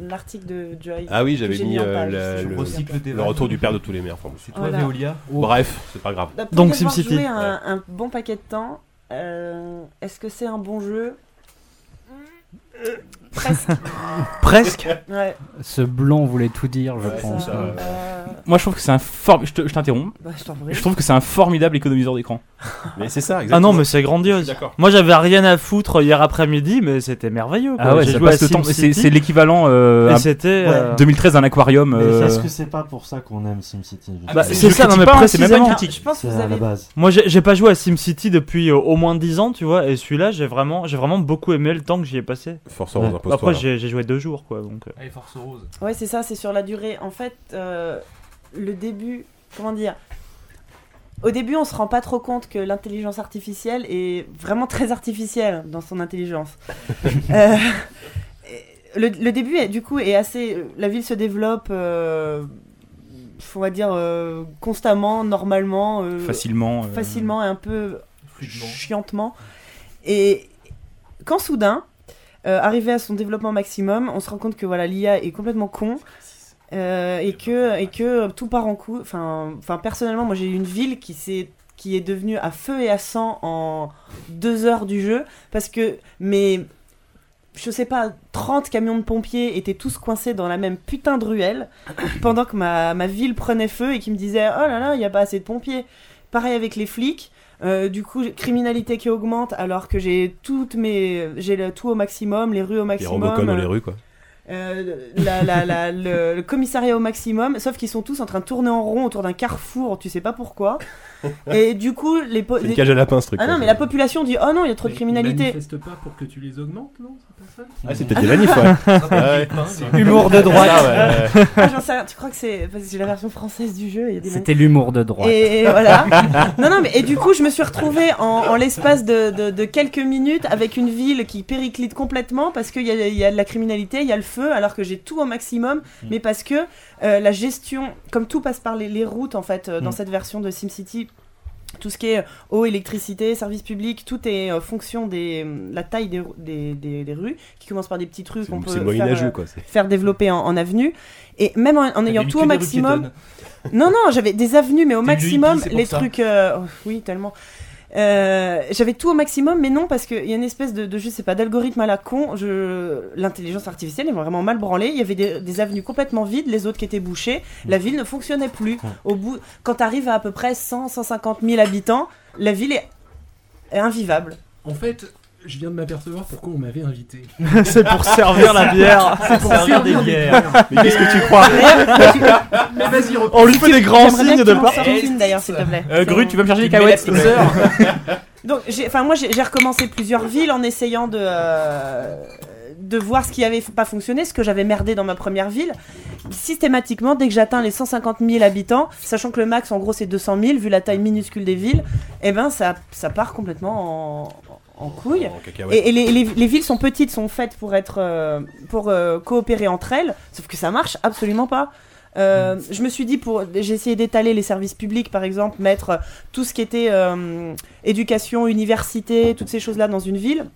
[SPEAKER 10] un article de Joy.
[SPEAKER 4] Ah oui,
[SPEAKER 10] que
[SPEAKER 4] j'avais
[SPEAKER 10] j'ai
[SPEAKER 4] mis
[SPEAKER 10] en
[SPEAKER 4] euh,
[SPEAKER 10] page.
[SPEAKER 4] le,
[SPEAKER 10] Je
[SPEAKER 4] le-
[SPEAKER 10] me souviens plus.
[SPEAKER 4] le retour du père de tous les meilleurs. Enfin,
[SPEAKER 7] toi, Voilà. Veolia
[SPEAKER 4] Bref, c'est pas grave.
[SPEAKER 10] Bah, pour y avoir joué un, un bon paquet de temps, euh, est-ce que c'est un bon jeu Presque.
[SPEAKER 11] Presque
[SPEAKER 10] Ouais.
[SPEAKER 11] Ce blanc voulait tout dire, je
[SPEAKER 10] Ouais,
[SPEAKER 11] pense.
[SPEAKER 10] ça,
[SPEAKER 11] ouais.
[SPEAKER 10] euh,
[SPEAKER 6] Moi, je trouve que c'est un formidable. Je te- je t'interromps.
[SPEAKER 10] Bah, je t'en prie.
[SPEAKER 6] Je trouve que c'est un formidable économiseur d'écran.
[SPEAKER 4] Mais c'est ça,
[SPEAKER 5] Ah non, mais c'est grandiose. Moi, j'avais rien à foutre hier après-midi, mais c'était merveilleux. quoi.
[SPEAKER 6] Ah ouais,
[SPEAKER 5] J'ai
[SPEAKER 6] ça
[SPEAKER 5] joué à
[SPEAKER 6] passe le temps.
[SPEAKER 5] SimCity.
[SPEAKER 6] C'est c'est l'équivalent. euh,
[SPEAKER 5] Et
[SPEAKER 6] à-
[SPEAKER 5] c'était.
[SPEAKER 6] Ouais.
[SPEAKER 5] euh,
[SPEAKER 6] 2013, un aquarium.
[SPEAKER 8] Mais
[SPEAKER 6] euh,
[SPEAKER 8] Est-ce que c'est pas pour ça qu'on aime SimCity justement
[SPEAKER 5] Bah, c'est ça, non, mais précisément.
[SPEAKER 8] C'est à la base.
[SPEAKER 5] Moi, j'ai j'ai pas joué à SimCity depuis euh, au moins 10 ans, tu vois, et celui-là, j'ai vraiment, j'ai vraiment beaucoup aimé le temps que j'y ai passé.
[SPEAKER 4] Force Rose,
[SPEAKER 5] Ouais.
[SPEAKER 4] impose-toi,
[SPEAKER 5] Après,
[SPEAKER 4] là.
[SPEAKER 5] j'ai j'ai joué deux jours, quoi, donc. euh.
[SPEAKER 7] Allez, Force Rose.
[SPEAKER 10] Ouais, c'est ça, c'est sur la durée. En fait, euh, le début, comment dire Au début, on se rend pas trop compte que l'intelligence artificielle est vraiment très artificielle dans son intelligence. Euh, et le, le début, est- du coup, est assez. La ville se développe. euh, on va dire euh, constamment, normalement, euh,
[SPEAKER 6] Facilement, euh,
[SPEAKER 10] facilement et un peu chiantement. Et quand soudain, euh, arrivé à son développement maximum, on se rend compte que voilà l'IA est complètement con euh, et que et que tout part en coup. Enfin, enfin personnellement, moi j'ai eu une ville qui s'est qui est devenue à feu et à sang en deux heures du jeu parce que mes je sais pas, 30 camions de pompiers étaient tous coincés dans la même putain de ruelle
[SPEAKER 4] [COUGHS]
[SPEAKER 10] pendant que ma, ma ville prenait feu et qui me disait Oh là là, il n'y a pas assez de pompiers. Pareil avec les flics. Euh, du coup, j'ai- criminalité qui augmente alors que j'ai toutes mes, j'ai le tout au maximum, les rues au
[SPEAKER 4] Les
[SPEAKER 10] maximum.
[SPEAKER 4] Robocon dans les
[SPEAKER 10] euh,
[SPEAKER 4] rues, quoi.
[SPEAKER 10] euh, la- la- la- le, le commissariat au maximum, sauf qu'ils sont tous en train de tourner en rond autour d'un carrefour, tu sais
[SPEAKER 4] [LAUGHS]
[SPEAKER 10] pas pourquoi. Et du coup, les. po-
[SPEAKER 4] C'est une
[SPEAKER 10] les-
[SPEAKER 4] cage à lapin, ce truc,
[SPEAKER 10] Ah
[SPEAKER 4] quoi.
[SPEAKER 10] non, mais la population dit Oh non, il y a trop de
[SPEAKER 7] Mais ils
[SPEAKER 10] criminalité.
[SPEAKER 7] manifestent pas pour que tu les augmentes, non C'est pas ça
[SPEAKER 4] Ah, c'est peut-être des manifs, ouais. Ouais,
[SPEAKER 7] hein,
[SPEAKER 4] ouais. Humour de droite. Ah, ouais, ouais.
[SPEAKER 10] Ah, j'en sais rien. Tu crois que c'est. Parce que j'ai la version française du jeu. il y a des
[SPEAKER 11] C'était
[SPEAKER 10] manifs.
[SPEAKER 11] l'humour de droite.
[SPEAKER 10] Et [LAUGHS] voilà. non, non, mais et du coup, je me suis retrouvée en, en l'espace de, de- de quelques minutes avec une ville qui périclite complètement parce qu'il y a, il y a de la criminalité, il y a le feu, alors que j'ai tout au maximum. Mais parce que euh, la gestion, comme tout passe par les, les routes, en fait, euh, dans
[SPEAKER 21] Mm.
[SPEAKER 10] cette version de SimCity, tout ce qui est euh, eau, électricité, services publics, tout est euh, fonction de la taille des, rou- des- des- des rues, qui commence par des petites rues qu'on peut
[SPEAKER 4] c'est moyen
[SPEAKER 10] faire,
[SPEAKER 4] âgeux,
[SPEAKER 10] euh,
[SPEAKER 4] quoi, c'est-
[SPEAKER 10] faire développer en, en avenue. Et même en, en ayant
[SPEAKER 4] une
[SPEAKER 10] tout
[SPEAKER 4] que
[SPEAKER 10] au
[SPEAKER 4] des rues
[SPEAKER 10] maximum. Non, non, j'avais des avenues, mais au
[SPEAKER 4] T'es une
[SPEAKER 10] maximum,
[SPEAKER 4] hippie, c'est pour
[SPEAKER 10] les
[SPEAKER 4] ça.
[SPEAKER 10] trucs. euh, oh, oui, tellement. Euh, j'avais tout au maximum, mais non, parce qu'il y a une espèce de, de je sais pas, d'algorithme à la con. Je... L'intelligence artificielle est vraiment mal branlée. Il y avait des, des avenues complètement vides, les autres qui étaient bouchées. La
[SPEAKER 4] Mm.
[SPEAKER 10] ville ne fonctionnait plus. Au bout, quand t'arrives à à peu près 100, 150 000 habitants, la ville est, est invivable.
[SPEAKER 7] En fait, je viens de m'apercevoir pourquoi on m'avait invité.
[SPEAKER 6] C'est pour servir la bière.
[SPEAKER 7] C'est pour
[SPEAKER 6] Servir
[SPEAKER 7] servir
[SPEAKER 6] des
[SPEAKER 7] des
[SPEAKER 6] bières.
[SPEAKER 7] bières.
[SPEAKER 6] Mais qu'est-ce que tu crois
[SPEAKER 7] Mais vas-y, reprends.
[SPEAKER 6] On lui fait des grands
[SPEAKER 10] J'aimerais bien
[SPEAKER 6] signes
[SPEAKER 10] que
[SPEAKER 6] de
[SPEAKER 10] tu m'en
[SPEAKER 6] part.
[SPEAKER 10] sortes une, d'ailleurs, s'il te plaît.
[SPEAKER 22] Euh, Gru, tu peux me chercher des
[SPEAKER 10] Tu me mets la
[SPEAKER 22] cacahuètes, s'il te plaît
[SPEAKER 10] Donc, j'ai- enfin, moi, j'ai j'ai recommencé plusieurs villes en essayant de euh, de voir ce qui avait f- pas fonctionné, ce que j'avais merdé dans ma première ville. Systématiquement, dès que j'atteins les 150 000 habitants, sachant que le max, en gros, c'est 200 000, vu la taille minuscule des villes, eh ben, ça, ça part complètement en, en couille.
[SPEAKER 4] En cacahuète.
[SPEAKER 10] Et, et les, les- les villes sont petites, sont faites pour être euh, pour euh, coopérer entre elles, sauf que ça marche absolument pas. Euh, je me suis dit pour j'ai essayé d'étaler les services publics par exemple mettre euh, tout ce qui était euh, éducation université toutes ces choses là dans une ville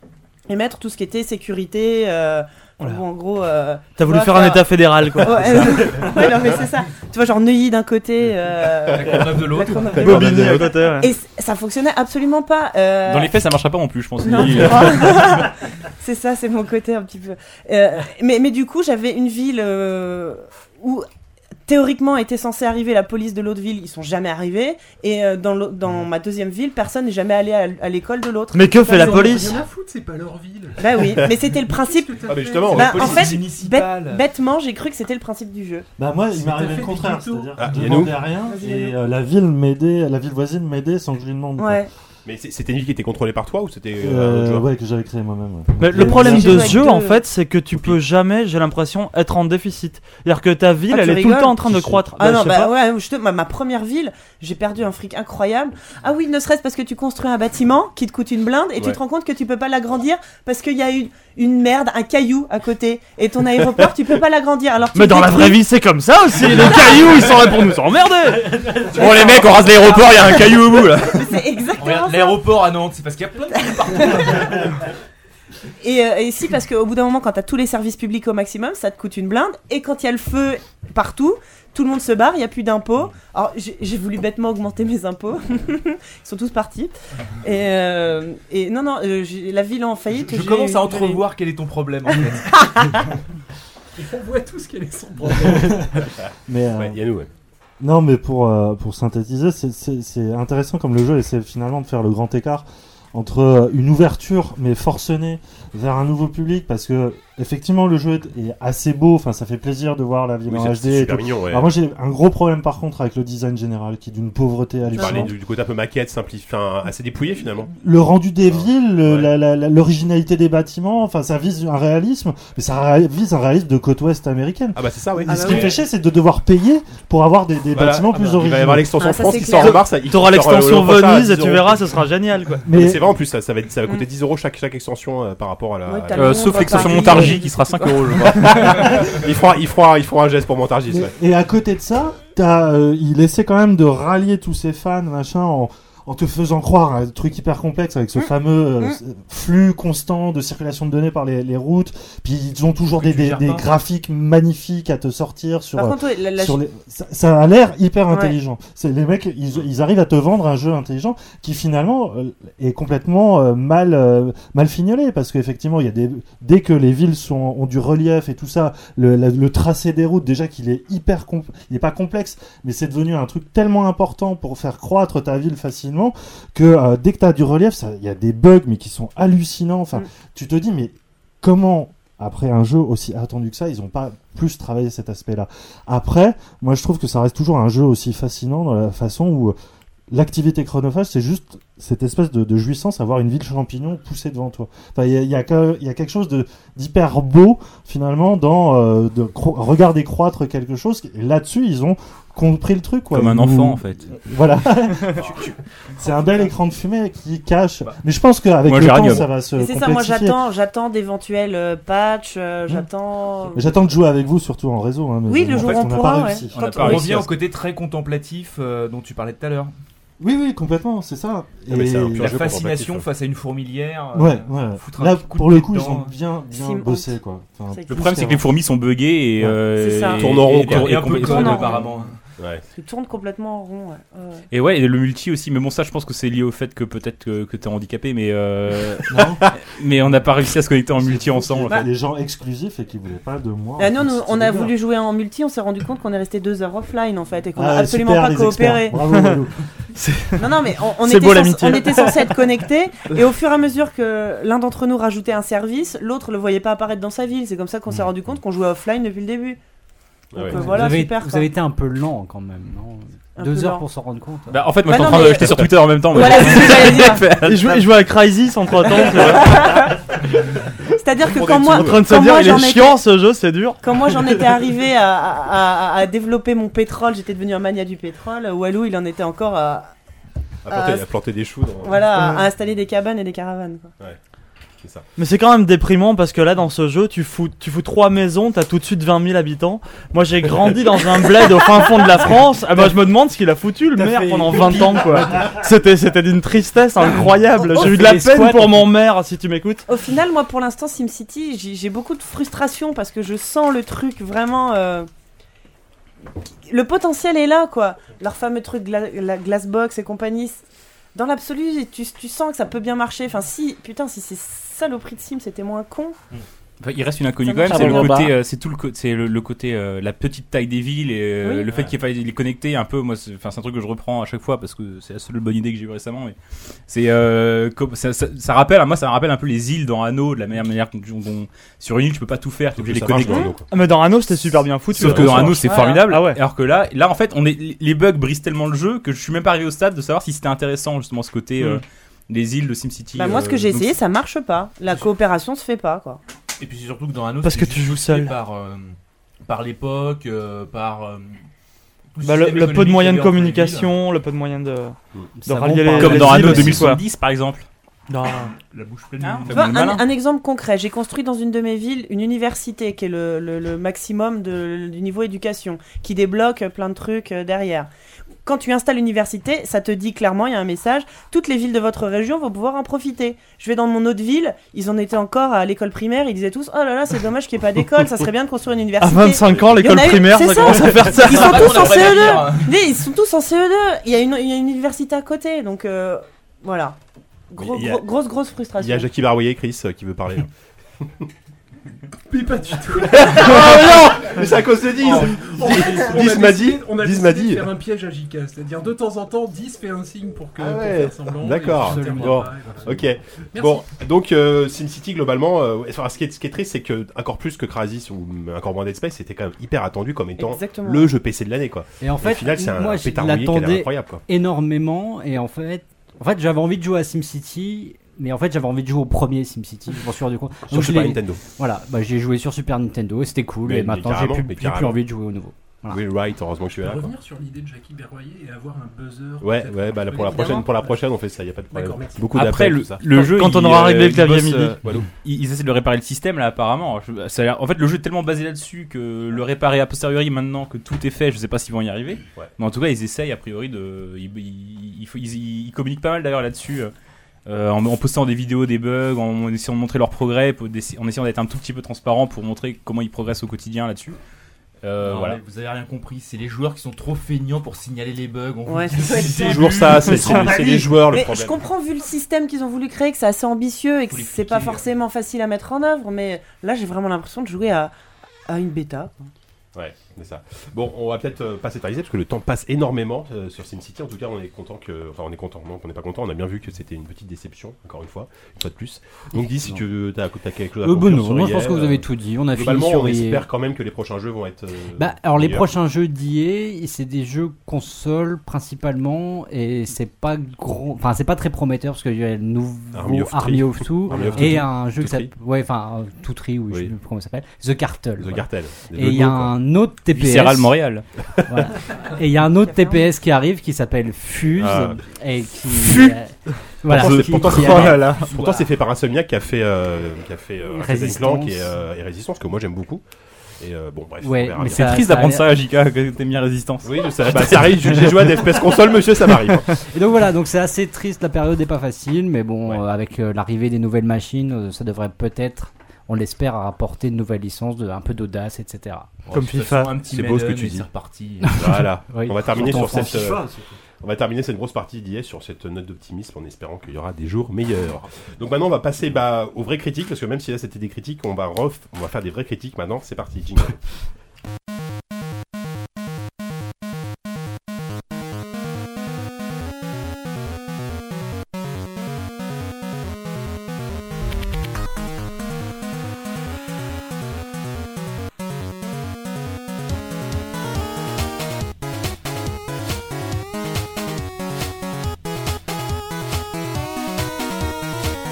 [SPEAKER 10] et mettre tout ce qui était sécurité euh, ou en gros euh,
[SPEAKER 6] T'as
[SPEAKER 10] tu
[SPEAKER 6] voulu
[SPEAKER 10] vois,
[SPEAKER 6] faire un état fédéral,
[SPEAKER 11] [LAUGHS]
[SPEAKER 6] quoi,
[SPEAKER 10] ouais,
[SPEAKER 6] c'est ça.
[SPEAKER 10] [LAUGHS] ouais, non mais c'est ça tu vois genre Neuilly d'un côté
[SPEAKER 7] [LAUGHS]
[SPEAKER 10] euh,
[SPEAKER 22] La Courneuve de l'autre.
[SPEAKER 10] la Courneuve de
[SPEAKER 22] Bobigny
[SPEAKER 10] l'autre.
[SPEAKER 22] à côté, ouais.
[SPEAKER 10] et c- ça fonctionnait absolument pas euh,
[SPEAKER 22] Dans les faits, ça marchera pas non plus, je pense.
[SPEAKER 10] non,
[SPEAKER 22] Il-
[SPEAKER 10] c'est vrai. [LAUGHS] c'est ça, c'est mon côté un petit peu. Euh, mais, mais du coup, j'avais une ville euh, où théoriquement était censée arriver la police de l'autre ville, ils sont jamais arrivés. Et euh, dans, l'au- dans ma deuxième ville, personne n'est jamais allé à, à l'école de l'autre.
[SPEAKER 6] Mais que fait
[SPEAKER 10] Personne.
[SPEAKER 6] la police
[SPEAKER 7] Rien à foutre, c'est pas leur ville.
[SPEAKER 10] Bah oui, mais c'était le principe.
[SPEAKER 7] Qu'est-ce que t'as Ah, mais fait justement,
[SPEAKER 10] Bah,
[SPEAKER 7] la
[SPEAKER 10] en
[SPEAKER 7] police
[SPEAKER 10] fait,
[SPEAKER 7] municipale.
[SPEAKER 10] bête- bêtement, j'ai cru que c'était le principe du jeu.
[SPEAKER 13] Bah moi, il m'est arrivé le contraire, c'est-à-dire
[SPEAKER 4] Ah,
[SPEAKER 13] que je demandais rien et euh, la ville m'aidait, la ville voisine m'aidait sans que je lui demande. quoi.
[SPEAKER 4] Mais c'est- c'était une ville qui était contrôlée par toi ou c'était euh, un autre
[SPEAKER 13] Euh,
[SPEAKER 4] joueur
[SPEAKER 13] ouais, que j'avais créé moi-même. ouais.
[SPEAKER 6] Mais
[SPEAKER 13] Et-
[SPEAKER 6] le problème
[SPEAKER 13] j'ai
[SPEAKER 6] de
[SPEAKER 13] joué
[SPEAKER 6] ce jeu,
[SPEAKER 13] avec
[SPEAKER 6] en
[SPEAKER 13] deux-
[SPEAKER 6] fait, c'est que tu peux jamais, j'ai l'impression, être en déficit. C'est-à-dire que ta ville,
[SPEAKER 10] Ah,
[SPEAKER 6] elle
[SPEAKER 10] tu
[SPEAKER 6] est tout le
[SPEAKER 10] rigoles
[SPEAKER 6] temps en train de croître.
[SPEAKER 10] Ah
[SPEAKER 6] Bah, je
[SPEAKER 10] non,
[SPEAKER 6] sais
[SPEAKER 10] bah
[SPEAKER 6] pas.
[SPEAKER 10] ouais, je te- ma, ma première ville, j'ai perdu un fric incroyable. Ah oui, ne serait-ce parce que tu construis un bâtiment qui te coûte une blinde et tu
[SPEAKER 21] Ouais.
[SPEAKER 10] te rends compte que tu peux pas l'agrandir parce qu'il y a une, une merde, un caillou à côté. Et ton aéroport, tu peux pas l'agrandir. Alors tu
[SPEAKER 6] Mais dans la
[SPEAKER 10] détruis-
[SPEAKER 6] vraie vie, c'est comme ça aussi. Les cailloux, ils sont là pour nous emmerder.
[SPEAKER 22] Bon, les mecs, on rase l'aéroport, il y a un caillou au bout là.
[SPEAKER 10] C'est exactement
[SPEAKER 22] Regarde, L'aéroport à Nantes, c'est parce qu'il y a plein de cailloux partout.
[SPEAKER 10] Et, euh, et si, parce qu'au bout d'un moment, quand t'as tous les services publics au maximum, ça te coûte une blinde. Et quand il y a le feu partout, tout le monde se barre, il n'y a plus d'impôts. Alors, j'ai j'ai voulu bêtement augmenter mes impôts. [LAUGHS] Ils sont tous partis. Et, euh, et non, non, euh, j'ai- la ville en faillite.
[SPEAKER 23] Je
[SPEAKER 10] j'ai
[SPEAKER 23] commence
[SPEAKER 10] eu-
[SPEAKER 23] à entrevoir quel est ton
[SPEAKER 4] Ah,
[SPEAKER 23] problème en fait.
[SPEAKER 7] On voit tous quel est son problème.
[SPEAKER 13] Mais, euh,
[SPEAKER 4] Ouais, Yannou, ouais.
[SPEAKER 13] Non, mais pour, euh, pour synthétiser, c'est- c'est c'est intéressant comme le jeu essaie finalement de faire le grand écart entre euh, une ouverture mais forcenée vers un nouveau public parce que effectivement le jeu est est assez beau, enfin ça fait plaisir de voir la ville
[SPEAKER 4] Oui,
[SPEAKER 13] en
[SPEAKER 4] c'est-
[SPEAKER 13] HD.
[SPEAKER 4] c'est
[SPEAKER 13] et
[SPEAKER 4] super
[SPEAKER 13] tout.
[SPEAKER 4] mignon, ouais.
[SPEAKER 13] Alors moi j'ai un gros problème par contre avec le design général qui est d'une pauvreté
[SPEAKER 4] Tu parlais
[SPEAKER 13] hallucinante.
[SPEAKER 4] du, du côté un peu maquette, simplifié, enfin, assez dépouillé finalement.
[SPEAKER 13] Le rendu des
[SPEAKER 4] Ah,
[SPEAKER 13] villes, le- la- la- la- l'originalité des bâtiments, enfin ça vise un réalisme, mais ça ré- vise un réalisme de côte ouest américaine.
[SPEAKER 4] Ah bah c'est ça, oui.
[SPEAKER 13] Et ce qui me fait chier, c'est de devoir payer pour avoir des, des
[SPEAKER 4] Voilà.
[SPEAKER 13] bâtiments
[SPEAKER 4] Ah
[SPEAKER 13] plus
[SPEAKER 4] bah, il va y
[SPEAKER 13] originaux.
[SPEAKER 4] avoir l'extension Ah, ça, France c'est qui sort clair. en mars, ça- il
[SPEAKER 6] T'auras
[SPEAKER 4] sort, euh,
[SPEAKER 6] l'extension
[SPEAKER 4] l'an prochain à
[SPEAKER 6] Venise et
[SPEAKER 4] 10
[SPEAKER 6] tu
[SPEAKER 4] euros.
[SPEAKER 6] verras, ce sera génial, quoi.
[SPEAKER 4] Mais, Mm. c'est vrai en plus, ça, ça va, être- ça va coûter 10 euros chaque, chaque extension euh, par rapport à la.
[SPEAKER 6] Ouais,
[SPEAKER 4] à
[SPEAKER 6] t'as
[SPEAKER 4] la-
[SPEAKER 6] Euh, Londres, sauf l'extension Paris. Montargis qui sera 5 euros, je crois.
[SPEAKER 4] ils, feront, ils, feront, ils feront un geste pour Montargis, ouais.
[SPEAKER 13] Et à côté de ça, t'as, euh, il essaie quand même de rallier tous ses fans, machin, en, en te faisant croire à un truc hyper complexe avec ce fameux euh, flux constant de circulation de données par les, les routes. Puis ils ont toujours des, des,
[SPEAKER 10] gères
[SPEAKER 13] des
[SPEAKER 10] pas.
[SPEAKER 13] graphiques magnifiques à te sortir sur.
[SPEAKER 10] Par
[SPEAKER 13] euh,
[SPEAKER 10] contre, ouais, la- la-
[SPEAKER 13] sur les- ça, ça a l'air hyper
[SPEAKER 10] Ouais.
[SPEAKER 13] intelligent. C'est les mecs, ils, ils arrivent à te vendre un jeu intelligent qui finalement euh, est complètement euh, mal euh, mal fignolé parce qu'effectivement il y a des dès que les villes sont ont du relief et tout ça, le, la- le tracé des routes déjà qu'il est hyper com- il est pas complexe, mais c'est devenu un truc tellement important pour faire croître ta ville facilement que euh, dès que tu as du relief, ça- il y a des bugs mais qui sont hallucinants. Enfin,
[SPEAKER 10] Mm.
[SPEAKER 13] tu te dis mais comment après un jeu aussi attendu que ça, ils n'ont pas plus travaillé cet aspect-là. Après, moi je trouve que ça reste toujours un jeu aussi fascinant dans la façon où euh, l'activité chronophage, c'est juste cette espèce de, de jouissance à voir une ville champignon poussée devant toi. Enfin, il y a, il y a que- il y a quelque chose de- d'hyper beau finalement dans euh, de cro- regarder croître quelque chose. Et Là-dessus, ils ont compris le truc. quoi.
[SPEAKER 6] Comme un
[SPEAKER 13] Ils
[SPEAKER 6] enfant,
[SPEAKER 13] nous-
[SPEAKER 6] en fait. [LAUGHS]
[SPEAKER 13] Voilà. c'est un bel écran de fumée qui cache. Mais je pense qu'avec
[SPEAKER 6] Moi,
[SPEAKER 13] le temps,
[SPEAKER 6] j'arrive.
[SPEAKER 13] ça va se
[SPEAKER 10] Mais c'est ça, moi
[SPEAKER 13] complexifier.
[SPEAKER 10] j'attends, j'attends d'éventuels euh, patchs, euh, j'attends.
[SPEAKER 13] Mmh. Mais J'attends de jouer avec vous, surtout en réseau. hein, mais
[SPEAKER 10] Oui,
[SPEAKER 13] bon,
[SPEAKER 10] le
[SPEAKER 13] en
[SPEAKER 10] jour
[SPEAKER 13] fait,
[SPEAKER 10] où on
[SPEAKER 13] on n'a
[SPEAKER 10] pourra,
[SPEAKER 13] pas
[SPEAKER 10] ouais.
[SPEAKER 13] réussi.
[SPEAKER 10] Quand
[SPEAKER 24] On revient au côté très contemplatif euh, dont tu parlais tout à l'heure.
[SPEAKER 13] Oui, oui, complètement, c'est ça.
[SPEAKER 24] Et
[SPEAKER 13] Ah, mais c'est un pur
[SPEAKER 24] la
[SPEAKER 13] jeu
[SPEAKER 24] fascination
[SPEAKER 13] contemplatif,
[SPEAKER 24] face à une fourmilière. euh,
[SPEAKER 13] Ouais, ouais.
[SPEAKER 24] foutre un
[SPEAKER 13] Là,
[SPEAKER 24] petit coup de
[SPEAKER 13] pour le
[SPEAKER 24] pied
[SPEAKER 13] coup, ils
[SPEAKER 24] dedans.
[SPEAKER 13] ont bien, bien
[SPEAKER 24] Sim
[SPEAKER 13] bossé,
[SPEAKER 24] Hunt.
[SPEAKER 13] quoi. Enfin,
[SPEAKER 24] C'est
[SPEAKER 6] Le
[SPEAKER 24] plus
[SPEAKER 6] problème, c'est que les fourmis sont buggées et,
[SPEAKER 24] Ouais.
[SPEAKER 6] euh,
[SPEAKER 10] C'est ça.
[SPEAKER 6] et-
[SPEAKER 10] Tournent en
[SPEAKER 6] et-
[SPEAKER 10] rond,
[SPEAKER 6] et-
[SPEAKER 10] quoi.
[SPEAKER 6] et
[SPEAKER 10] Un peu
[SPEAKER 6] complètement
[SPEAKER 10] connes,
[SPEAKER 6] connes,
[SPEAKER 24] apparemment.
[SPEAKER 4] Ouais.
[SPEAKER 10] Tu tournes complètement en rond. ouais. Ouais, ouais.
[SPEAKER 6] Et ouais, et le multi aussi, mais bon, ça je pense que c'est lié au fait que peut-être que, que t'es handicapé, mais euh,
[SPEAKER 13] Non.
[SPEAKER 6] mais on n'a pas réussi à se connecter en multi ensemble. en fait.
[SPEAKER 13] Les gens exclusifs et qui voulaient pas de
[SPEAKER 7] Oh,
[SPEAKER 13] moi.
[SPEAKER 10] Ah
[SPEAKER 13] en
[SPEAKER 10] Bah, non,
[SPEAKER 13] fait,
[SPEAKER 10] nous,
[SPEAKER 13] c'était
[SPEAKER 10] on a
[SPEAKER 13] bien.
[SPEAKER 10] voulu jouer en multi, on s'est rendu compte qu'on est resté deux heures offline en fait et qu'on n'a
[SPEAKER 13] Ah,
[SPEAKER 10] absolument
[SPEAKER 13] super,
[SPEAKER 10] pas
[SPEAKER 13] les
[SPEAKER 10] coopéré.
[SPEAKER 13] experts. Bravo,
[SPEAKER 10] [LAUGHS]
[SPEAKER 13] Walou.
[SPEAKER 10] non, non, mais on, on
[SPEAKER 13] C'est
[SPEAKER 10] était
[SPEAKER 13] beau,
[SPEAKER 10] cens-
[SPEAKER 13] l'amitié.
[SPEAKER 10] on était censé
[SPEAKER 7] [LAUGHS]
[SPEAKER 10] être connectés et au fur et à mesure que l'un d'entre nous rajoutait un service, l'autre le voyait pas apparaître dans sa ville. C'est comme ça qu'on s'est
[SPEAKER 7] Mm.
[SPEAKER 10] rendu compte qu'on jouait offline depuis le début.
[SPEAKER 6] Ah
[SPEAKER 10] Donc
[SPEAKER 6] ouais.
[SPEAKER 10] euh, voilà,
[SPEAKER 11] vous, avez,
[SPEAKER 10] super.
[SPEAKER 11] vous
[SPEAKER 10] quoi.
[SPEAKER 11] avez été un peu lent quand même, non
[SPEAKER 10] Un peu
[SPEAKER 11] Deux heures
[SPEAKER 10] lent.
[SPEAKER 11] pour s'en rendre compte.
[SPEAKER 6] Bah, en fait, moi je
[SPEAKER 11] Bah
[SPEAKER 6] suis en
[SPEAKER 11] non,
[SPEAKER 6] train de
[SPEAKER 11] mais-
[SPEAKER 6] j'étais sur Twitter en même temps. mais-
[SPEAKER 11] Voilà, c'est ce
[SPEAKER 6] [LAUGHS]
[SPEAKER 11] que j'allais
[SPEAKER 7] dire. Il jouait- il jouait à
[SPEAKER 24] [LAUGHS]
[SPEAKER 7] Crysis entre-temps, tu
[SPEAKER 10] C'est-à-dire que quand moi,
[SPEAKER 7] en train de se
[SPEAKER 10] quand
[SPEAKER 7] dire,
[SPEAKER 10] moi,
[SPEAKER 7] il
[SPEAKER 10] j'en
[SPEAKER 7] est
[SPEAKER 10] étais-
[SPEAKER 7] chiant ce jeu, c'est dur.
[SPEAKER 10] Quand moi
[SPEAKER 7] [LAUGHS]
[SPEAKER 10] j'en étais arrivé à, à- à- à développer mon pétrole, j'étais devenu un mania du pétrole. Walou, il en était encore à.
[SPEAKER 4] À planter- à planter des choux dans-
[SPEAKER 10] Voilà, à-
[SPEAKER 4] Euh, Ouais.
[SPEAKER 10] à installer des cabanes et des caravanes. quoi.
[SPEAKER 4] Ouais, c'est ça.
[SPEAKER 7] Mais c'est quand même déprimant parce que là, dans ce jeu, tu fous, tu fous trois maisons, t'as tout de suite 20 000 habitants. Moi, j'ai grandi dans un bled au fin fond de la France. Ah bah, je me demande ce qu'il a foutu le maire
[SPEAKER 24] fait
[SPEAKER 7] pendant
[SPEAKER 24] pipi.
[SPEAKER 7] 20 ans, quoi. C'était, c'était d'une tristesse incroyable.
[SPEAKER 10] Oh, oh,
[SPEAKER 7] J'ai eu de
[SPEAKER 10] c'est
[SPEAKER 7] la
[SPEAKER 10] les
[SPEAKER 7] peine
[SPEAKER 10] squats.
[SPEAKER 7] pour mon maire, Ah, si tu m'écoutes.
[SPEAKER 10] Au final, moi pour l'instant, SimCity, j'ai- j'ai beaucoup de frustration parce que je sens le truc vraiment. euh, Le potentiel est là, quoi. Leur fameux truc, gla- la Glassbox et compagnie. c- Dans l'absolu, tu, tu sens que ça peut bien marcher. Enfin, si, putain, si ces saloperies de Sim c'était moins con.
[SPEAKER 6] Enfin, il reste une inconnue
[SPEAKER 10] Ça
[SPEAKER 6] quand même,
[SPEAKER 10] marche
[SPEAKER 6] c'est
[SPEAKER 10] pas.
[SPEAKER 6] le
[SPEAKER 10] Baba.
[SPEAKER 6] côté, euh, c'est tout le, co- c'est le, le côté, euh, la petite taille des villes et euh,
[SPEAKER 10] Oui.
[SPEAKER 6] le fait qu'il faille les connecter un peu. Moi, c'est, enfin, c'est un truc que je reprends à chaque fois parce que c'est la seule bonne idée que j'ai eue récemment. Mais c'est, euh, comme, ça, ça- ça rappelle, moi, ça me rappelle un peu les îles dans Anno, de la meilleure manière qu'on, qu'on- sur une île, tu peux pas tout faire, tu es obligé de
[SPEAKER 7] Ça
[SPEAKER 6] les
[SPEAKER 7] marche
[SPEAKER 6] connecter.
[SPEAKER 7] dans Anno, quoi. Ah, mais dans Anno, c'était super bien foutu. hein.
[SPEAKER 6] Sauf que dans Anno, c'est
[SPEAKER 7] Ouais.
[SPEAKER 6] formidable.
[SPEAKER 7] Ah ouais.
[SPEAKER 6] Alors que là, là, en fait, on est, les bugs brisent tellement le jeu que je suis même pas arrivé au stade de savoir si c'était intéressant justement ce côté.
[SPEAKER 10] Mm.
[SPEAKER 6] euh, des îles de SimCity.
[SPEAKER 10] Bah, moi, ce que j'ai
[SPEAKER 6] euh, donc
[SPEAKER 10] essayé, ça marche pas. La coopération se fait pas, quoi.
[SPEAKER 24] Et puis c'est surtout que dans un autre.
[SPEAKER 7] Parce
[SPEAKER 24] c'est
[SPEAKER 7] que tu
[SPEAKER 24] justifié
[SPEAKER 7] joues seul.
[SPEAKER 24] Par, euh, par l'époque, euh, par. euh, tout
[SPEAKER 7] Bah,
[SPEAKER 24] système
[SPEAKER 7] le, le peu de
[SPEAKER 24] économique
[SPEAKER 7] moyens
[SPEAKER 24] qu'il
[SPEAKER 7] de
[SPEAKER 24] y avait entre les
[SPEAKER 7] communication, le peu de moyens de, de
[SPEAKER 6] Ça
[SPEAKER 7] rallier
[SPEAKER 6] vaut
[SPEAKER 7] les
[SPEAKER 6] pas. Comme dans
[SPEAKER 7] les
[SPEAKER 6] Anno
[SPEAKER 7] îles aussi,
[SPEAKER 6] 2070, par exemple.
[SPEAKER 7] Non.
[SPEAKER 24] La bouche pleine.
[SPEAKER 6] Ah.
[SPEAKER 10] Tu vois, Hein un, un exemple concret, j'ai construit dans une de mes villes une université qui est le, le- le maximum de- du niveau éducation, qui débloque euh, plein de trucs euh, derrière. Quand tu installes l'université, ça te dit clairement, il y a un message, toutes les villes de votre région vont pouvoir en profiter. Je vais dans mon autre ville, ils en étaient encore à l'école primaire, ils disaient tous, oh là là, c'est dommage qu'il n'y ait pas d'école, ça serait bien de construire une
[SPEAKER 7] À
[SPEAKER 10] université.
[SPEAKER 7] 25 ans,
[SPEAKER 10] Il y en
[SPEAKER 7] l'école
[SPEAKER 10] a eu-
[SPEAKER 7] primaire,
[SPEAKER 10] c'est
[SPEAKER 7] ça commence à faire ça.
[SPEAKER 10] Ils sont tous en
[SPEAKER 7] E. hein.
[SPEAKER 10] CE2. Mais Ils sont tous en CE2. Il y a une, il y a une université à côté, donc euh, voilà. Gros-
[SPEAKER 4] Mais il y a-
[SPEAKER 10] gros- grosse, grosse
[SPEAKER 4] Il y a
[SPEAKER 10] frustration.
[SPEAKER 4] Jackie Barouillet et Chris euh, qui veut parler.
[SPEAKER 5] Mais pas du tout.
[SPEAKER 4] Ah, mais non Mais c'est à cause de Diz.
[SPEAKER 5] On- on-
[SPEAKER 4] Diz-
[SPEAKER 5] on a
[SPEAKER 4] Diz m'a
[SPEAKER 5] décidé-
[SPEAKER 4] dit-
[SPEAKER 5] On a
[SPEAKER 4] Diz
[SPEAKER 5] décidé
[SPEAKER 4] m'a
[SPEAKER 5] de
[SPEAKER 4] dit-
[SPEAKER 5] faire un piège à Jika, c'est-à-dire de temps en temps, 10 fait un signe pour que.
[SPEAKER 4] Ah
[SPEAKER 5] pour
[SPEAKER 4] ouais,
[SPEAKER 5] faire semblant,
[SPEAKER 4] D'accord.
[SPEAKER 5] et puis je termine
[SPEAKER 4] Bon.
[SPEAKER 5] pas, et
[SPEAKER 4] Ok.
[SPEAKER 5] voilà. Merci.
[SPEAKER 4] Bon, donc euh, SimCity globalement, euh, enfin, ce, qui est, ce qui est triste, c'est que encore plus que Crysis ou encore moins Dead Space, c'était quand même hyper attendu comme étant
[SPEAKER 11] Exactement.
[SPEAKER 4] le jeu PC de l'année, quoi.
[SPEAKER 11] Et en fait,
[SPEAKER 4] au final, c'est un
[SPEAKER 11] moi, je
[SPEAKER 4] pétard mouillé qui a l'air
[SPEAKER 11] l'attendais
[SPEAKER 4] incroyable, quoi.
[SPEAKER 11] énormément. Et en fait, en fait, j'avais envie de jouer à SimCity, mais en fait, j'avais envie de jouer au premier SimCity. Je m'en suis rendu compte.
[SPEAKER 4] Sur
[SPEAKER 11] je
[SPEAKER 4] Super
[SPEAKER 11] l'ai-
[SPEAKER 4] Nintendo.
[SPEAKER 11] Voilà, bah, j'ai joué sur Super Nintendo, et c'était cool.
[SPEAKER 4] Mais-
[SPEAKER 11] et
[SPEAKER 4] mais
[SPEAKER 11] maintenant, j'ai
[SPEAKER 4] carrément,
[SPEAKER 11] plus,
[SPEAKER 4] mais
[SPEAKER 11] j'ai plus
[SPEAKER 4] carrément.
[SPEAKER 11] envie de jouer au nouveau.
[SPEAKER 4] Will Wright, heureusement que tu es là. quoi.
[SPEAKER 9] Revenir sur l'idée de Jackie Berroyer et avoir un buzzer.
[SPEAKER 4] Ouais,
[SPEAKER 9] peut-être,
[SPEAKER 4] ouais, bah là, pour la prochaine, pour la prochaine, on fait ça, y a pas de problème.
[SPEAKER 9] D'accord, merci.
[SPEAKER 4] Beaucoup
[SPEAKER 6] Après,
[SPEAKER 4] d'appels,
[SPEAKER 6] le,
[SPEAKER 4] tout ça.
[SPEAKER 6] le jeu.
[SPEAKER 5] Quand on
[SPEAKER 6] il,
[SPEAKER 5] aura
[SPEAKER 6] euh,
[SPEAKER 5] réglé le
[SPEAKER 6] il
[SPEAKER 5] clavier
[SPEAKER 6] bosse,
[SPEAKER 5] MIDI.
[SPEAKER 6] euh, voilà. ils, ils essaient de réparer le système là, apparemment. Je- ça a l'air- en fait, le jeu est tellement basé là-dessus que le réparer a posteriori maintenant que tout est fait, je sais pas s'ils vont y arriver.
[SPEAKER 4] Ouais.
[SPEAKER 6] Mais en tout cas, ils essayent a priori de. Ils, ils- ils- ils- ils communiquent pas mal d'ailleurs là-dessus. euh, en, en postant des vidéos, des bugs, en, essayant de montrer leur progrès, pour- en essayant d'être un tout petit peu transparent pour montrer comment ils progressent au quotidien là-dessus. Euh,
[SPEAKER 7] Non,
[SPEAKER 6] voilà.
[SPEAKER 7] mais Vous avez rien compris, c'est les joueurs qui sont trop feignants pour signaler les bugs. on vous
[SPEAKER 10] Ouais,
[SPEAKER 7] dit
[SPEAKER 10] ça doit
[SPEAKER 7] dès
[SPEAKER 10] être
[SPEAKER 7] le
[SPEAKER 10] ça.
[SPEAKER 4] Toujours ça, c'est-
[SPEAKER 7] début,
[SPEAKER 4] c'est- c'est les joueurs, le
[SPEAKER 10] mais
[SPEAKER 4] problème.
[SPEAKER 10] je comprends vu le système qu'ils ont voulu créer que c'est assez ambitieux et que c'est pas forcément facile à mettre en œuvre mais là j'ai vraiment l'impression de jouer à, à une bêta.
[SPEAKER 4] Ouais, c'est ça. Bon, on va peut-être euh, pas s'étaliser parce que le temps passe énormément euh, sur SimCity. En tout cas, on est content que. Enfin, on est content, non, on n'est pas content. On a bien vu que c'était une petite déception, encore une fois, une fois de plus. Donc, dis si tu veux, t'as t'as quelque chose à
[SPEAKER 11] Euh,
[SPEAKER 4] conclure
[SPEAKER 11] bon, non,
[SPEAKER 4] sur
[SPEAKER 11] moi, je
[SPEAKER 4] EA,
[SPEAKER 11] pense que vous
[SPEAKER 4] euh,
[SPEAKER 11] avez tout dit. On a fini
[SPEAKER 4] globalement,
[SPEAKER 11] sur
[SPEAKER 4] on
[SPEAKER 11] EA.
[SPEAKER 4] espère quand même que les prochains jeux vont être. euh,
[SPEAKER 11] Bah, alors les
[SPEAKER 4] meilleurs.
[SPEAKER 11] prochains jeux d'IA, c'est des jeux console principalement et c'est pas gros, enfin c'est pas très prometteur parce qu'il y a le nouveau
[SPEAKER 4] Army of Two.
[SPEAKER 11] Army of Two
[SPEAKER 4] Army of
[SPEAKER 11] et
[SPEAKER 4] Two.
[SPEAKER 11] un jeu
[SPEAKER 4] Two
[SPEAKER 11] qui s'appelle, ouais, enfin euh, Two Tree ou je sais plus comment ça s'appelle, The Cartel.
[SPEAKER 4] The Cartel. Des
[SPEAKER 11] Et
[SPEAKER 4] jeux
[SPEAKER 11] il
[SPEAKER 4] de
[SPEAKER 11] y a
[SPEAKER 4] mots, quoi.
[SPEAKER 11] un autre TPS.
[SPEAKER 6] Viscéral Montréal.
[SPEAKER 11] Voilà. Et il y a un autre TPS qui arrive qui s'appelle Fuse
[SPEAKER 4] Ah.
[SPEAKER 11] et qui.
[SPEAKER 4] Fus
[SPEAKER 11] euh,
[SPEAKER 4] Pourtant, c'est-
[SPEAKER 11] qui-
[SPEAKER 4] pourtant,
[SPEAKER 11] qui
[SPEAKER 4] c'est- hein.
[SPEAKER 11] amène-
[SPEAKER 4] pourtant, c'est fait par Insomniac qui a fait, euh, qui a fait euh, Ratchet and Clank
[SPEAKER 11] Résistance.
[SPEAKER 4] et, euh, et Résistance, que moi j'aime beaucoup. Et euh, bon, bref.
[SPEAKER 11] Ouais,
[SPEAKER 4] on verra
[SPEAKER 11] mais
[SPEAKER 4] bien.
[SPEAKER 11] ça-
[SPEAKER 6] C'est triste
[SPEAKER 11] ça a
[SPEAKER 6] d'apprendre
[SPEAKER 11] l'air-
[SPEAKER 6] ça à JK, que t'aimes bien Résistance.
[SPEAKER 4] Oui, je sais, bah, ça arrive, j'ai joué à des FPS console, monsieur, ça m'arrive.
[SPEAKER 11] Et donc voilà, donc c'est assez triste, la période n'est pas facile, mais bon, euh, avec euh, l'arrivée des nouvelles machines, euh, ça devrait peut-être, on l'espère, apporter de nouvelles licences, de, un peu d'audace, etc.
[SPEAKER 7] Comme de toute FIFA. façon, Oh, un petit
[SPEAKER 4] C'est beau ce que
[SPEAKER 7] Madden
[SPEAKER 4] tu
[SPEAKER 7] et
[SPEAKER 4] dis.
[SPEAKER 7] c'est reparti.
[SPEAKER 4] [LAUGHS] Voilà.
[SPEAKER 11] Oui.
[SPEAKER 4] On va terminer
[SPEAKER 11] Surtout
[SPEAKER 4] sur
[SPEAKER 11] en France.
[SPEAKER 4] cette. euh,
[SPEAKER 11] FIFA,
[SPEAKER 4] on va terminer cette grosse partie d'IA sur cette note d'optimisme en espérant qu'il y aura des jours meilleurs. Donc maintenant on va passer bah, aux vraies critiques parce que même si là c'était des critiques, on va ref- on va faire des vraies critiques maintenant. C'est parti. jingle.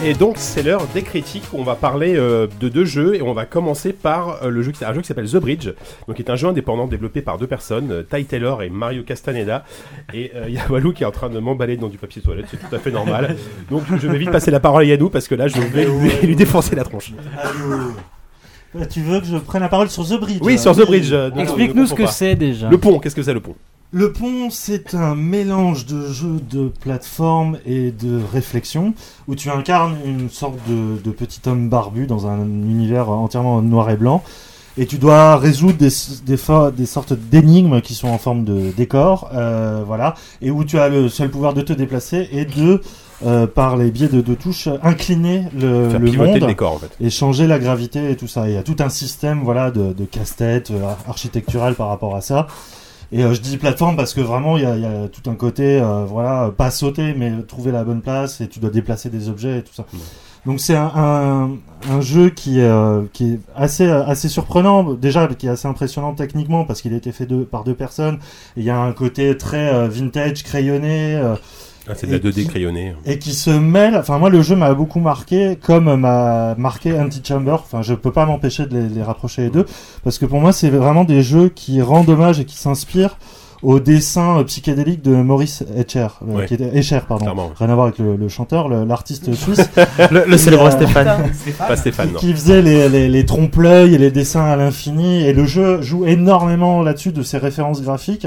[SPEAKER 4] Et donc c'est l'heure des critiques. On va parler euh, de deux jeux et on va commencer par euh, le jeu qui, un jeu qui s'appelle The Bridge, donc qui est un jeu indépendant développé par deux personnes, euh, Ty Taylor et Mario Castaneda. Et euh, il y a [LAUGHS] Walou qui est en train de m'emballer dans du papier toilette, c'est tout à fait [LAUGHS] normal. Donc je vais vite passer la parole à Yannou parce que là je vais lui, lui défoncer la tronche.
[SPEAKER 13] Euh, Tu veux que je prenne la parole sur The Bridge
[SPEAKER 4] Oui, sur The Bridge. euh, non, ne
[SPEAKER 11] Explique-nous ce
[SPEAKER 4] comprends
[SPEAKER 11] que
[SPEAKER 4] pas.
[SPEAKER 11] c'est déjà.
[SPEAKER 4] Le pont, qu'est-ce que c'est le pont
[SPEAKER 13] Le pont, c'est un mélange de jeux de plateforme et de réflexion, où tu incarnes une sorte de, de petit homme barbu dans un univers entièrement noir et blanc, et tu dois résoudre des, des, fo- des sortes d'énigmes qui sont en forme de décor, euh, voilà, et où tu as le seul pouvoir de te déplacer et de, euh, par les biais de deux touches, incliner le,
[SPEAKER 4] Faire
[SPEAKER 13] le
[SPEAKER 4] pivoter
[SPEAKER 13] monde
[SPEAKER 4] le décor, en fait.
[SPEAKER 13] et changer la gravité et tout ça. Il y a tout un système voilà de, de casse-tête euh, architectural par rapport à ça. Et euh, je dis plateforme parce que vraiment il y a, il y a tout un côté euh, voilà pas sauter mais trouver la bonne place et tu dois déplacer des objets et tout ça. Donc c'est un, un, un jeu qui, euh, qui est assez, euh, assez surprenant, déjà qui est assez impressionnant techniquement parce qu'il a été fait deux, par deux personnes. Et Il y a un côté très euh, vintage, crayonné. euh,
[SPEAKER 4] Ah, c'est de la
[SPEAKER 13] et
[SPEAKER 4] 2D
[SPEAKER 13] qui-
[SPEAKER 4] crayonnée.
[SPEAKER 13] et qui se mêle. Enfin, moi, le jeu m'a beaucoup marqué, comme m'a marqué Antichamber. Enfin, je peux pas m'empêcher de les, les rapprocher les deux, parce que pour moi, c'est vraiment des jeux qui rendent hommage et qui s'inspirent au dessin euh, psychédélique de Maurice Escher, euh,
[SPEAKER 4] Ouais.
[SPEAKER 13] qui était Escher, pardon,
[SPEAKER 4] Clairement, ouais.
[SPEAKER 13] rien à voir avec le, le chanteur, le- l'artiste suisse,
[SPEAKER 4] [LAUGHS]
[SPEAKER 13] euh,
[SPEAKER 4] Le- le
[SPEAKER 13] Qui,
[SPEAKER 4] célèbre Stéphane.
[SPEAKER 7] [LAUGHS]
[SPEAKER 13] Stéphane.
[SPEAKER 4] Pas Stéphane, non.
[SPEAKER 13] qui faisait les, les, les trompe-l'œil et les dessins à l'infini, et le jeu joue énormément là-dessus de ses références graphiques,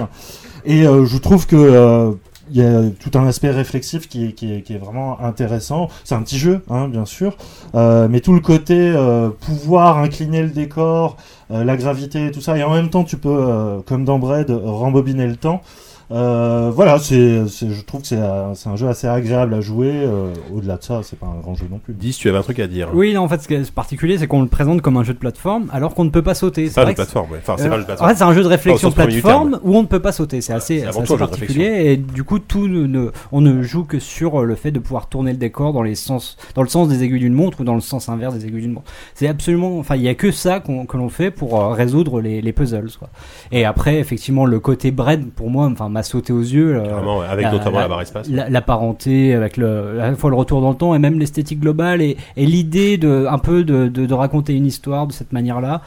[SPEAKER 13] et euh, je trouve que euh, il y a tout un aspect réflexif qui est, qui est, qui est vraiment intéressant. C'est un petit jeu, hein, bien sûr, euh, mais tout le côté euh, pouvoir incliner le décor, euh, la gravité, et tout ça, et en même temps, tu peux, euh, comme dans Braid, rembobiner le temps. Euh, voilà, c'est, c'est- je trouve que c'est, euh, c'est un jeu assez agréable à jouer. euh, au-delà de ça, c'est pas un grand jeu non plus.
[SPEAKER 4] Dis, tu avais un truc à dire.
[SPEAKER 11] Oui, non, en fait, ce qui est particulier, c'est qu'on le présente comme un jeu de plateforme, alors qu'on ne peut pas sauter.
[SPEAKER 4] pas un
[SPEAKER 11] vrai
[SPEAKER 4] jeu de
[SPEAKER 11] que
[SPEAKER 4] plateforme, ouais. Enfin, c'est pas un jeu de plateforme.
[SPEAKER 11] En fait, Euh, ah, c'est un jeu de
[SPEAKER 4] Pas au
[SPEAKER 11] réflexion
[SPEAKER 4] sens premier du
[SPEAKER 11] plateforme où on ne peut pas sauter. C'est assez,
[SPEAKER 4] avant
[SPEAKER 11] c'est
[SPEAKER 4] tout un jeu
[SPEAKER 11] assez
[SPEAKER 4] de
[SPEAKER 11] particulier. Et du coup, tout ne, ne- on ne joue que sur euh, le fait de pouvoir tourner le décor dans, les sens, dans le sens des aiguilles d'une montre ou dans le sens inverse des aiguilles d'une montre. C'est absolument. Enfin, il n'y a que ça qu'on- que l'on fait pour euh, résoudre les, les puzzles. Quoi. Et après, effectivement, le côté bread, pour moi, enfin, m'a sauté aux yeux. euh,
[SPEAKER 4] Carrément, ouais, avec notamment la barre espace.
[SPEAKER 11] la- la parenté avec le, à la fois le retour dans le temps et même l'esthétique globale et, et
[SPEAKER 4] Mm.
[SPEAKER 11] l'idée de un peu de, de, de raconter une histoire de cette manière-là.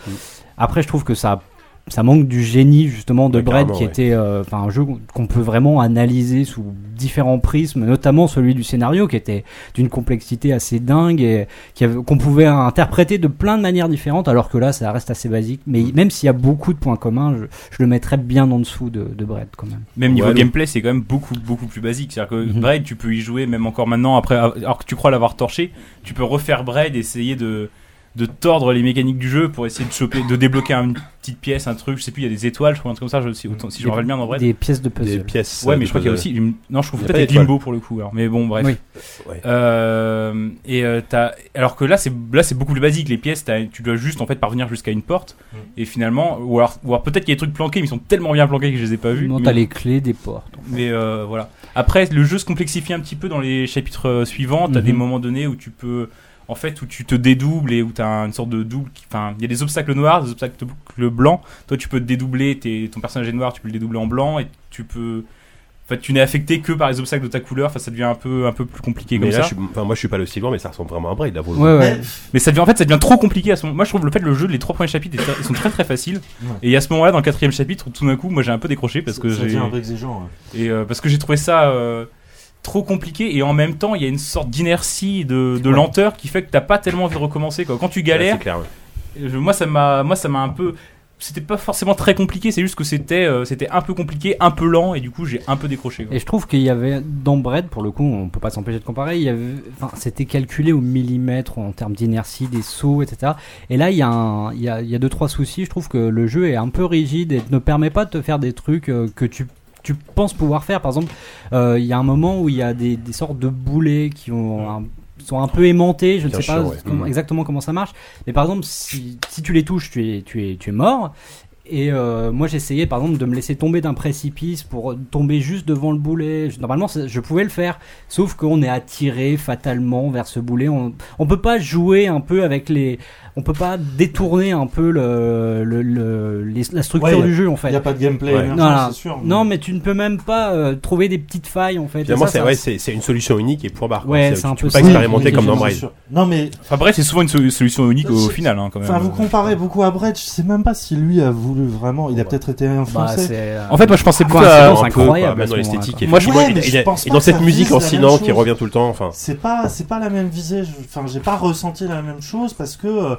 [SPEAKER 11] Après, je trouve que ça a ça manque du génie justement de
[SPEAKER 4] Ouais,
[SPEAKER 11] Brett
[SPEAKER 4] carrément,
[SPEAKER 11] qui
[SPEAKER 4] ouais.
[SPEAKER 11] était euh, enfin un jeu qu'on peut vraiment analyser sous différents prismes, notamment celui du scénario qui était d'une complexité assez dingue et qui avait- qu'on pouvait interpréter de plein de manières différentes, alors que là ça reste assez basique. Mais
[SPEAKER 4] Mm.
[SPEAKER 11] même s'il y a beaucoup de points communs, je, je le mettrais bien en dessous de, de Brett quand même.
[SPEAKER 6] Même niveau
[SPEAKER 11] Ouais,
[SPEAKER 6] gameplay, c'est quand même beaucoup beaucoup plus basique. C'est-à-dire que
[SPEAKER 11] Mhm.
[SPEAKER 6] Braid, tu peux y jouer même encore maintenant après alors que tu crois l'avoir torché, tu peux refaire Braid, essayer de de tordre les mécaniques du jeu pour essayer de choper, de débloquer une petite pièce, un truc. Je sais plus, il y a des étoiles, je crois un truc comme ça. Je, si, autant- si je
[SPEAKER 11] Des-
[SPEAKER 6] me rappelle bien dans Braid.
[SPEAKER 11] des pièces de puzzle.
[SPEAKER 4] Des pièces,
[SPEAKER 6] Ouais,
[SPEAKER 4] euh,
[SPEAKER 6] mais
[SPEAKER 4] de
[SPEAKER 6] je crois qu'il y a aussi.
[SPEAKER 4] puzzle.
[SPEAKER 6] une- Non, je trouve
[SPEAKER 4] Il y a pas
[SPEAKER 6] peut-être
[SPEAKER 4] d'étoiles.
[SPEAKER 6] Limbo pour le coup. Alors, mais bon, bref.
[SPEAKER 4] Oui.
[SPEAKER 6] Euh, et euh, t'as- alors que là, c'est là c'est beaucoup plus basique. Les pièces, t'as- tu dois juste en fait parvenir jusqu'à une porte.
[SPEAKER 4] Mhm.
[SPEAKER 6] Et finalement, ou alors, ou alors peut-être qu'il y a des trucs planqués, mais ils sont tellement bien planqués que je les ai pas vus.
[SPEAKER 11] Non,
[SPEAKER 6] mais-
[SPEAKER 11] t'as les clés des portes.
[SPEAKER 6] mais euh, voilà. Après, le jeu se complexifie un petit peu dans les chapitres euh, suivants. T'as
[SPEAKER 11] Mhm.
[SPEAKER 6] des moments donnés où tu peux, en fait, où tu te dédoubles et où t'as une sorte de double. qui- Enfin, il y a des obstacles noirs, des obstacles blancs. Toi, tu peux te dédoubler. t'es- ton personnage est noir, tu peux le dédoubler en blanc et tu peux. En fait, tu n'es affecté que par les obstacles de ta couleur. Enfin, ça devient un peu, un peu plus compliqué
[SPEAKER 4] Mais
[SPEAKER 6] comme
[SPEAKER 4] là,
[SPEAKER 6] ça.
[SPEAKER 4] je suis- enfin, moi, je suis pas le Sylvain, mais ça ressemble vraiment à Braid, là, pour le
[SPEAKER 11] Ouais,
[SPEAKER 4] coup.
[SPEAKER 11] ouais.
[SPEAKER 6] Mais ça devient en fait ça devient trop compliqué à ce moment. Moi je trouve le fait le jeu les trois premiers chapitres ils sont très très faciles
[SPEAKER 13] Ouais.
[SPEAKER 6] et à ce moment-là dans le quatrième chapitre tout d'un coup moi j'ai un peu décroché parce que
[SPEAKER 13] Ça- ça
[SPEAKER 6] j'ai
[SPEAKER 13] devient un peu exigeant,
[SPEAKER 6] et euh, parce que j'ai trouvé ça euh, trop compliqué et en même temps il y a une sorte d'inertie de, de
[SPEAKER 4] Ouais.
[SPEAKER 6] lenteur qui fait que t'as pas tellement envie de recommencer quoi. Quand tu galères
[SPEAKER 4] c'est clair, ouais.
[SPEAKER 6] je- moi ça m'a moi ça m'a un peu c'était pas forcément très compliqué c'est juste que c'était euh, c'était un peu compliqué un peu lent et du coup j'ai un peu décroché. quoi.
[SPEAKER 11] Et je trouve qu'il y avait dans Bread, pour le coup, on peut pas s'empêcher de comparer. Il y avait, enfin, c'était calculé au millimètre en termes d'inertie, des sauts, etc. Et là, il y a, un- il y a, il y a deux trois soucis. Je trouve que le jeu est un peu rigide et ne permet pas de te faire des trucs euh, que tu tu penses pouvoir faire. Par exemple, euh, il y a un moment où il y a des, des sortes de boulets qui ont un- sont un peu aimantés. Je ne
[SPEAKER 4] Bien
[SPEAKER 11] sais
[SPEAKER 4] sûr,
[SPEAKER 11] pas
[SPEAKER 4] ouais.
[SPEAKER 11] comment-
[SPEAKER 4] Mhm.
[SPEAKER 11] exactement comment ça marche. Mais par exemple, si, si tu les touches, tu es, tu es, tu es mort. Et euh, moi, j'essayais par exemple de me laisser tomber d'un précipice pour tomber juste devant le boulet. Je- Normalement, ça- je pouvais le faire, sauf qu'on est attiré fatalement vers ce boulet. On, on peut pas jouer un peu avec les, on peut pas détourner un peu le, le- le- les- la structure
[SPEAKER 13] Ouais, y a-
[SPEAKER 11] du jeu en fait.
[SPEAKER 13] y a pas de gameplay émergent,
[SPEAKER 11] Voilà.
[SPEAKER 13] c'est sûr, mais-
[SPEAKER 11] Non, mais tu ne peux même pas euh, trouver des petites failles en fait. Et
[SPEAKER 4] Finalement,
[SPEAKER 11] ça,
[SPEAKER 4] c'est
[SPEAKER 11] ça-
[SPEAKER 4] ouais, c'est- c'est une solution unique et point barre. quoi.
[SPEAKER 11] Ouais,
[SPEAKER 4] C'est-
[SPEAKER 11] c'est
[SPEAKER 4] tu
[SPEAKER 11] un
[SPEAKER 4] peux
[SPEAKER 11] peu
[SPEAKER 4] pas
[SPEAKER 11] ça.
[SPEAKER 4] expérimenter
[SPEAKER 11] Oui,
[SPEAKER 4] comme dans
[SPEAKER 11] oui,
[SPEAKER 4] Braid.
[SPEAKER 11] c'est sûr.
[SPEAKER 13] Non, mais-
[SPEAKER 6] Enfin bref c'est souvent une sol- solution unique au
[SPEAKER 13] C'est-
[SPEAKER 6] final hein, quand même.
[SPEAKER 13] Enfin, vous comparez beaucoup à Brett, je sais même pas si lui a voulu vraiment. Il a peut-être été
[SPEAKER 11] Bah,
[SPEAKER 13] influencé.
[SPEAKER 11] euh,
[SPEAKER 6] En fait, moi, je
[SPEAKER 4] Ah,
[SPEAKER 6] pensais plutôt à- un peu, quoi,
[SPEAKER 4] même dans l'esthétique.
[SPEAKER 13] Moi, je,
[SPEAKER 4] effectivement,
[SPEAKER 13] mais
[SPEAKER 4] et-
[SPEAKER 13] je
[SPEAKER 4] et-
[SPEAKER 13] pense
[SPEAKER 4] et
[SPEAKER 13] pas
[SPEAKER 4] dans
[SPEAKER 13] que
[SPEAKER 4] cette
[SPEAKER 13] ça
[SPEAKER 4] musique
[SPEAKER 13] vise
[SPEAKER 4] en
[SPEAKER 13] la même
[SPEAKER 4] sinon qui
[SPEAKER 13] chose.
[SPEAKER 4] revient tout le temps. Enfin,
[SPEAKER 13] C'est pas, c'est pas la même visée. Je- Enfin, j'ai pas ressenti la même chose parce que. euh,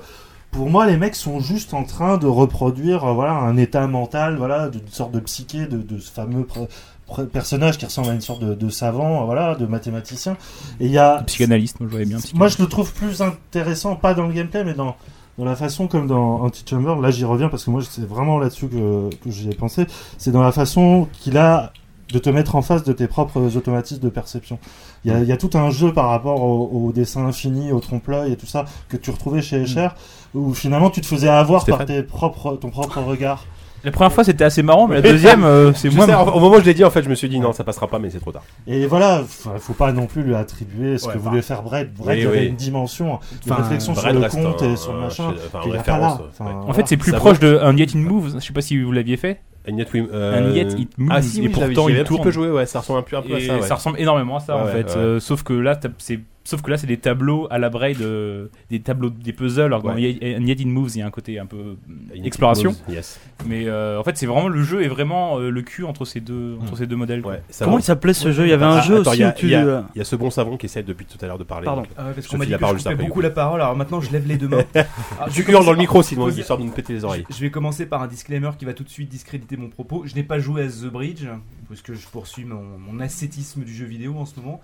[SPEAKER 13] Pour moi, les mecs sont juste en train de reproduire euh, voilà, un état mental, voilà, d'une sorte de psyché, de, de ce fameux pr- pr- personnage qui ressemble à une sorte de, de savant, euh, voilà, de mathématicien. Et il y a,
[SPEAKER 6] Psychanalyste, moi je voyais bien.
[SPEAKER 13] moi, je le trouve plus intéressant, pas dans le gameplay, mais dans, dans la façon, comme dans Antichamber. Là, j'y reviens parce que moi, c'est vraiment là-dessus que, que j'y ai pensé. C'est dans la façon qu'il a de te mettre en face de tes propres automatismes de perception. Il y a, il y a tout un jeu par rapport au, au dessin infini, au trompe-l'œil et tout ça que tu retrouvais
[SPEAKER 6] Mm.
[SPEAKER 13] chez Escher, où finalement tu te faisais avoir par tes propres, ton propre regard.
[SPEAKER 6] La première fois c'était assez marrant, mais la
[SPEAKER 4] Ouais.
[SPEAKER 6] deuxième euh, c'est
[SPEAKER 4] Je
[SPEAKER 6] moins.
[SPEAKER 4] sais, au au moment où je l'ai dit, en fait, je me suis dit non, ça passera pas, mais c'est trop tard.
[SPEAKER 13] Et voilà, faut faut pas non plus lui attribuer ce
[SPEAKER 4] Ouais,
[SPEAKER 13] que
[SPEAKER 4] enfin,
[SPEAKER 13] voulait faire Brett.
[SPEAKER 4] oui,
[SPEAKER 13] Brett il y avait
[SPEAKER 4] oui.
[SPEAKER 13] une dimension, une
[SPEAKER 4] Enfin,
[SPEAKER 13] réflexion
[SPEAKER 4] Brett
[SPEAKER 13] sur le
[SPEAKER 4] reste
[SPEAKER 13] compte
[SPEAKER 4] un-
[SPEAKER 13] et sur le
[SPEAKER 4] un-
[SPEAKER 13] machin.
[SPEAKER 4] enfin,
[SPEAKER 13] qu'il
[SPEAKER 4] une
[SPEAKER 13] a pas là.
[SPEAKER 4] référence,
[SPEAKER 13] Enfin,
[SPEAKER 4] ouais.
[SPEAKER 6] En
[SPEAKER 13] voilà.
[SPEAKER 6] fait, c'est plus
[SPEAKER 4] Ça
[SPEAKER 6] proche de un Yet It Moves. Je sais pas si vous l'aviez fait.
[SPEAKER 4] Un Yet We- euh,
[SPEAKER 6] Un Yet It Moves.
[SPEAKER 4] ah, si, oui,
[SPEAKER 6] et
[SPEAKER 4] je l'avais-
[SPEAKER 6] pourtant
[SPEAKER 4] j'y avais
[SPEAKER 6] il
[SPEAKER 4] un petit
[SPEAKER 6] tourne.
[SPEAKER 4] peu joué, ouais, ça ressemble un peu- un peu à
[SPEAKER 6] Et
[SPEAKER 4] ça, ouais.
[SPEAKER 6] ressemble énormément à ça en
[SPEAKER 4] Ouais,
[SPEAKER 6] fait.
[SPEAKER 4] ouais.
[SPEAKER 6] Euh, sauf que là, t'as- c'est sauf que là c'est des tableaux à la braid, euh, des tableaux des puzzles. Alors qu'en
[SPEAKER 4] Ouais.
[SPEAKER 6] Yet- un Yet It Moves, il y a un côté un peu euh,
[SPEAKER 4] It
[SPEAKER 6] exploration.
[SPEAKER 4] Moves, yes.
[SPEAKER 6] Mais euh, en fait, c'est vraiment le jeu est vraiment euh, le cul entre ces deux
[SPEAKER 4] Hmm.
[SPEAKER 6] entre ces deux modèles. quoi.
[SPEAKER 4] Ça
[SPEAKER 5] Comment
[SPEAKER 4] va.
[SPEAKER 5] il s'appelait ce jeu Il y avait un
[SPEAKER 4] Ah,
[SPEAKER 5] jeu
[SPEAKER 4] attends,
[SPEAKER 5] aussi
[SPEAKER 4] il y a-
[SPEAKER 5] où tu-
[SPEAKER 4] Il y,
[SPEAKER 5] euh,
[SPEAKER 4] a- il y a ce bon savon qui essaie depuis tout à l'heure de parler.
[SPEAKER 5] Pardon.
[SPEAKER 4] donc,
[SPEAKER 5] Ah ouais, parce
[SPEAKER 4] je
[SPEAKER 5] qu'on
[SPEAKER 4] te
[SPEAKER 5] m'a
[SPEAKER 4] file
[SPEAKER 5] dit
[SPEAKER 4] la
[SPEAKER 5] que
[SPEAKER 4] parole
[SPEAKER 5] je
[SPEAKER 4] juste après,
[SPEAKER 5] coupais
[SPEAKER 4] Hugo.
[SPEAKER 7] beaucoup la parole, alors maintenant je lève les deux mains. Alors, je
[SPEAKER 4] Tu
[SPEAKER 7] vais
[SPEAKER 4] hurles
[SPEAKER 7] commencer
[SPEAKER 4] dans le
[SPEAKER 7] par
[SPEAKER 4] micro, sinon,
[SPEAKER 7] proposer-
[SPEAKER 4] histoire de nous péter les oreilles.
[SPEAKER 7] Je, je vais commencer par un disclaimer qui va tout de suite discréditer mon propos. Je n'ai pas joué à The Bridge, parce que je poursuis mon, mon ascétisme du jeu vidéo en ce moment.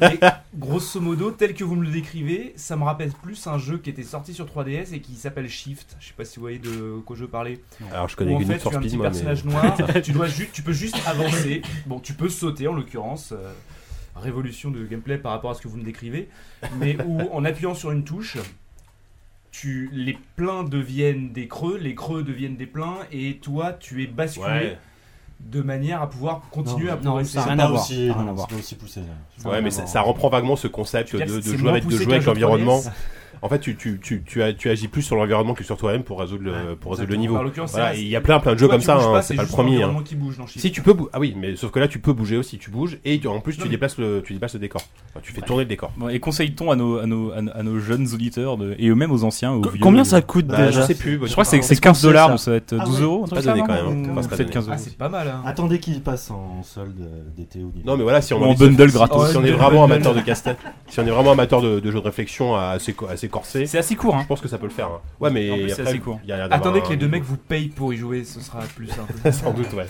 [SPEAKER 7] Mais grosso modo, tel que vous me le décrivez, ça me rappelle plus un jeu qui était sorti sur 3DS et qui s'appelle Shift. Je sais pas si vous voyez de quoi je veux parler.
[SPEAKER 4] Alors, je connais
[SPEAKER 7] Où, en fait, tu
[SPEAKER 4] Linux for
[SPEAKER 7] es un
[SPEAKER 4] Speed,
[SPEAKER 7] petit
[SPEAKER 4] moi, mais-
[SPEAKER 7] personnage noir,
[SPEAKER 4] [LAUGHS]
[SPEAKER 7] tu, dois ju- tu peux juste avancer. Bon, tu peux sauter en l'occurrence. euh, révolution de gameplay par rapport à ce que vous me décrivez. Mais où, en appuyant sur une touche, tu, les pleins deviennent des creux, les creux deviennent des pleins, et toi, tu es basculé
[SPEAKER 4] Ouais.
[SPEAKER 7] de manière à pouvoir continuer
[SPEAKER 13] Non,
[SPEAKER 7] à
[SPEAKER 13] non,
[SPEAKER 7] progresser.
[SPEAKER 13] ça a
[SPEAKER 7] C'est
[SPEAKER 13] rien
[SPEAKER 7] pas
[SPEAKER 13] à voir.
[SPEAKER 7] aussi-
[SPEAKER 13] Ça a rien
[SPEAKER 7] non,
[SPEAKER 13] à voir.
[SPEAKER 7] c'est pas aussi poussé, là.
[SPEAKER 4] Ouais, mais ça, ça reprend vaguement ce concept
[SPEAKER 7] Je veux
[SPEAKER 4] de,
[SPEAKER 7] dire,
[SPEAKER 4] de
[SPEAKER 7] c'est
[SPEAKER 4] jouer
[SPEAKER 7] moins
[SPEAKER 4] avec, de
[SPEAKER 7] poussé
[SPEAKER 4] jouer avec
[SPEAKER 7] qu'un jeu de
[SPEAKER 4] l'environnement.
[SPEAKER 7] 3DS.
[SPEAKER 4] en fait, tu, tu, tu, tu, as- tu agis plus sur l'environnement que sur toi-même pour résoudre le, euh, pour résoudre le
[SPEAKER 7] exactement.
[SPEAKER 4] niveau.
[SPEAKER 7] En l'occurrence,
[SPEAKER 4] Voilà,
[SPEAKER 7] c'est-
[SPEAKER 4] il y a plein, plein de jeux
[SPEAKER 7] toi,
[SPEAKER 4] comme
[SPEAKER 7] tu
[SPEAKER 4] ça,
[SPEAKER 7] bouges
[SPEAKER 4] hein,
[SPEAKER 7] pas,
[SPEAKER 4] c'est
[SPEAKER 7] c'est
[SPEAKER 4] pas le
[SPEAKER 7] juste
[SPEAKER 4] premier.
[SPEAKER 7] l'environnement qui bouge dans Shift.
[SPEAKER 4] si tu peux, bou- ah oui, mais sauf que là, tu peux bouger aussi, tu bouges et tu- en plus, tu déplaces le, tu déplaces le décor. Enfin, tu fais tourner le décor.
[SPEAKER 25] Bon, et conseille-t-on à nos, à, nos, à nos- à nos jeunes auditeurs de- et même aux anciens aux
[SPEAKER 4] Co-
[SPEAKER 25] vieux,
[SPEAKER 6] combien
[SPEAKER 25] euh,
[SPEAKER 6] ça coûte
[SPEAKER 25] bah,
[SPEAKER 6] déjà
[SPEAKER 25] Je sais plus.
[SPEAKER 6] Je
[SPEAKER 25] Je crois que c'est-
[SPEAKER 6] pense
[SPEAKER 25] c'est
[SPEAKER 6] qu'on
[SPEAKER 25] 15
[SPEAKER 6] sait
[SPEAKER 25] dollars,
[SPEAKER 6] ça.
[SPEAKER 25] donc ça va être
[SPEAKER 6] Ah
[SPEAKER 25] 12
[SPEAKER 6] ouais.
[SPEAKER 25] euros. un
[SPEAKER 4] C'est
[SPEAKER 25] truc
[SPEAKER 4] pas donné
[SPEAKER 25] comme ça,
[SPEAKER 4] quand
[SPEAKER 25] non
[SPEAKER 4] même, hein. Enfin, c'est pas
[SPEAKER 25] Peut-être
[SPEAKER 4] donné.
[SPEAKER 25] 15 euros.
[SPEAKER 7] Ah, pas mal. hein.
[SPEAKER 4] Ah,
[SPEAKER 26] Attendez qu'il passe en solde euh, d'été ou d'hiver.
[SPEAKER 4] Non mais voilà, si on,
[SPEAKER 25] Ou
[SPEAKER 4] a
[SPEAKER 25] en
[SPEAKER 4] envie de se-
[SPEAKER 25] bundle
[SPEAKER 4] si-
[SPEAKER 25] gratos.
[SPEAKER 4] Si on est
[SPEAKER 25] Ouais,
[SPEAKER 4] vraiment
[SPEAKER 25] bundle.
[SPEAKER 4] amateur de casse-tête, si on est vraiment amateur de, de jeux de réflexion assez, co- assez corsés,
[SPEAKER 25] c'est assez court.
[SPEAKER 4] Je pense que ça peut le faire. hein. Ouais, mais
[SPEAKER 25] En plus, c'est
[SPEAKER 4] après,
[SPEAKER 25] assez court.
[SPEAKER 4] il y a l'air d'avoir
[SPEAKER 7] Attendez que
[SPEAKER 4] un-
[SPEAKER 7] les deux mecs vous payent pour y jouer, ce sera plus simple.
[SPEAKER 4] [LAUGHS] Sans doute, ouais.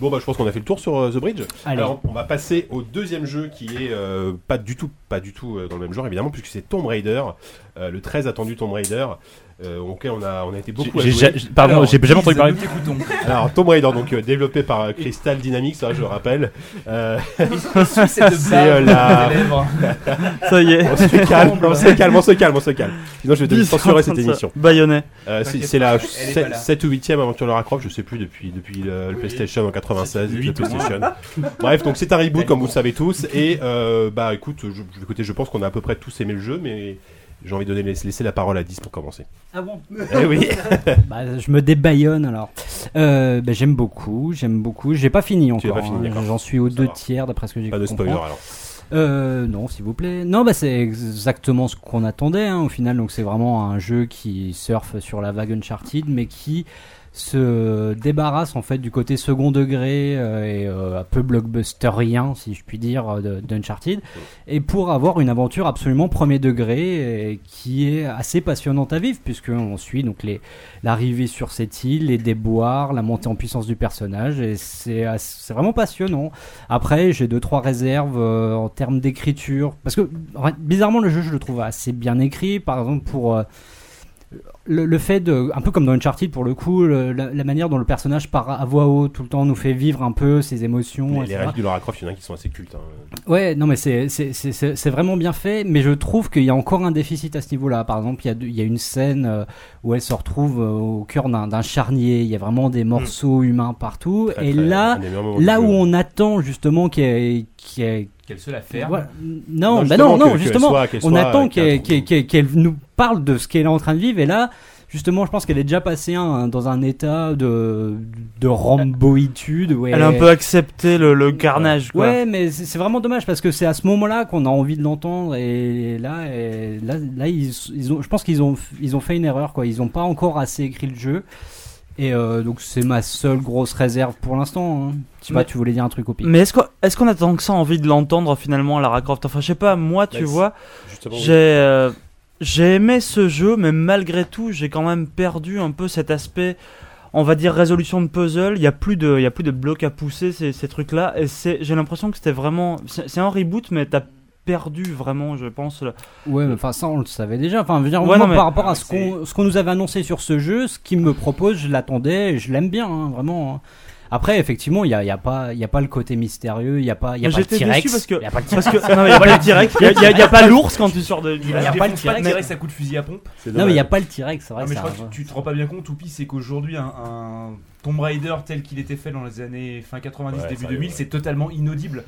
[SPEAKER 4] Bon, bah, je pense qu'on a fait le tour sur euh, The Bridge.
[SPEAKER 7] Allez.
[SPEAKER 4] Alors, on va passer au deuxième jeu qui est euh, pas du tout, pas du tout euh, dans le même genre, évidemment, puisque c'est Tomb Raider, euh, le très attendu Tomb Raider. euh, auquel on a, on a été beaucoup
[SPEAKER 25] J'ai-
[SPEAKER 4] à
[SPEAKER 25] j'ai-
[SPEAKER 4] jouer.
[SPEAKER 25] j'ai- pardon, j'ai jamais entendu parler.
[SPEAKER 7] t'écoutons.
[SPEAKER 4] Alors, Tomb Raider, donc euh, développé par euh, Crystal Dynamics, hein, je le rappelle. Euh,
[SPEAKER 7] suit
[SPEAKER 6] [LAUGHS]
[SPEAKER 7] cette blague
[SPEAKER 6] oh
[SPEAKER 7] de tes lèvres.
[SPEAKER 6] Ça y est.
[SPEAKER 4] [LAUGHS] On se calme, on se calme, on se calme, on se calme. Sinon, je vais
[SPEAKER 6] Dix,
[SPEAKER 4] te censurer cette
[SPEAKER 6] trente, ça.
[SPEAKER 4] émission.
[SPEAKER 6] Bayonnais.
[SPEAKER 4] Euh, c'est-
[SPEAKER 6] T'inquiète
[SPEAKER 4] c'est
[SPEAKER 6] pas,
[SPEAKER 4] la
[SPEAKER 6] elle est pas là.
[SPEAKER 4] 7 ou 8ème aventure Lara Croft, je sais plus, depuis, depuis euh, le, le PlayStation en 96. avec la
[SPEAKER 25] Huit, ouais.
[SPEAKER 4] PlayStation. Bref, donc c'est un reboot, comme vous le savez tous. Et euh, bah écoute, je, je- écoutez, je pense qu'on a à peu près tous aimé le jeu, mais j'ai envie de donner, laisser la parole à 10 pour commencer.
[SPEAKER 11] Ah bon
[SPEAKER 4] Eh oui
[SPEAKER 11] Bah, je me débaillonne alors. Euh, bah, j'aime beaucoup, j'aime beaucoup. J'ai pas fini
[SPEAKER 4] l'as
[SPEAKER 11] encore.
[SPEAKER 4] pas fini,
[SPEAKER 11] hein.
[SPEAKER 4] d'accord.
[SPEAKER 11] J'en suis aux deux tiers d'après ce que j'ai
[SPEAKER 4] Pas de
[SPEAKER 11] compris.
[SPEAKER 4] spoiler, alors.
[SPEAKER 11] Euh, non, s'il vous plaît. Non, bah c'est exactement ce qu'on attendait hein, au final. Donc c'est vraiment un jeu qui surfe sur la vague Uncharted, mais qui se débarrasse en fait du côté second degré euh, et euh, un peu blockbusterien si je puis dire euh, de- d'Uncharted et pour avoir une aventure absolument premier degré et qui est assez passionnante à vivre puisque on suit donc les l'arrivée sur cette île les déboires la montée en puissance du personnage et c'est as- c'est vraiment passionnant après j'ai deux trois réserves euh, en termes d'écriture parce que en fait, bizarrement le jeu je le trouve assez bien écrit par exemple pour euh, le, le fait de, un peu comme dans Uncharted pour le coup, le- la, la manière dont le personnage par à voix haute tout le temps nous fait vivre un peu ses émotions.
[SPEAKER 4] les
[SPEAKER 11] etc.
[SPEAKER 4] répliques de Lara Croft, il y en a qui sont assez cultes. hein.
[SPEAKER 11] Ouais, non, mais c'est- c'est c'est- c'est- c'est vraiment bien fait, mais je trouve qu'il y a encore un déficit à ce niveau-là. Par exemple, il y a, de- il y a une scène euh, où elle se retrouve euh, au cœur d'un d'un charnier, il y a vraiment des morceaux humains partout,
[SPEAKER 4] Très,
[SPEAKER 11] et
[SPEAKER 4] très-
[SPEAKER 11] là,
[SPEAKER 4] un des meilleurs moments du
[SPEAKER 11] là
[SPEAKER 4] jeu.
[SPEAKER 11] où on attend justement qu'il y ait- qu'il y ait-
[SPEAKER 7] Qu'elle se la ferme.
[SPEAKER 11] Voilà. Non,
[SPEAKER 7] Non,
[SPEAKER 11] bah
[SPEAKER 7] justement,
[SPEAKER 11] non,
[SPEAKER 7] que-
[SPEAKER 11] non,
[SPEAKER 7] qu'elle
[SPEAKER 11] justement,
[SPEAKER 7] soit- qu'elle
[SPEAKER 11] on
[SPEAKER 7] soit-
[SPEAKER 11] attend
[SPEAKER 7] qu'elle
[SPEAKER 11] qu'elle qu'elle- qu'elle- qu'elle nous parle de ce qu'elle est en train de vivre, et là, justement, je pense qu'elle est déjà passée un- dans un état de, de ramboïtude. ouais.
[SPEAKER 6] Elle a un peu accepté le, le carnage, quoi.
[SPEAKER 11] Ouais, mais c'est c'est vraiment dommage parce que c'est à ce moment-là qu'on a envie de l'entendre et là, et là, là, ils, ils ont, je pense qu'ils ont, ils ont fait une erreur quoi. Ils ont pas encore assez écrit le jeu et euh, donc c'est ma seule grosse réserve pour l'instant. Hein. Je sais pas,
[SPEAKER 6] Mais-
[SPEAKER 11] tu voulais dire un truc au pire.
[SPEAKER 6] Mais est-ce qu'on est-ce qu'on a tant que ça envie de l'entendre finalement, Lara Croft Enfin, je sais pas, moi, tu
[SPEAKER 11] Bah,
[SPEAKER 6] vois,
[SPEAKER 11] justement, oui.
[SPEAKER 6] j'ai euh, j'ai aimé ce jeu, mais malgré tout, j'ai quand même perdu un peu cet aspect, on va dire, résolution de puzzle. Il n'y a, plus de- il y a plus de blocs à pousser, ces, ces trucs-là. Et c'est- j'ai l'impression que c'était vraiment. C'est c'est un reboot, mais t'as perdu vraiment, je pense. le-
[SPEAKER 11] Ouais, mais enfin ça on le savait déjà. Enfin, je veux dire,
[SPEAKER 6] Ouais,
[SPEAKER 11] moi,
[SPEAKER 6] non, mais- ah,
[SPEAKER 11] par rapport à ce qu'on ce qu'on nous avait annoncé sur ce jeu, ce qu'il me propose, je l'attendais, et je l'aime bien, hein, vraiment. hein. Après, effectivement, il n'y a, il y a, pas- il y a pas le côté mystérieux, il n'y a pas, il y a pas le
[SPEAKER 6] J'étais déçu
[SPEAKER 11] T-Rex.
[SPEAKER 6] parce que.
[SPEAKER 11] il y a pas le
[SPEAKER 6] [LAUGHS] parce
[SPEAKER 11] T-Rex.
[SPEAKER 6] que- non, mais il y a pas le T-Rex. Il y a- il y a- il y a [LAUGHS] pas l'ours quand tu sors de.
[SPEAKER 7] Il n'y a pas le T-Rex à coup de fusil à pompe.
[SPEAKER 11] C'est Non, dommage. mais il y a pas le T-Rex, c'est vrai,
[SPEAKER 7] Non, mais je
[SPEAKER 11] ça-
[SPEAKER 7] crois que tu, tu te rends pas bien compte, Oupi, c'est qu'aujourd'hui, un, un Tomb Raider tel qu'il était fait dans les années fin 90,
[SPEAKER 6] Ouais,
[SPEAKER 7] début
[SPEAKER 6] sérieux,
[SPEAKER 7] 2000, c'est totalement inaudible.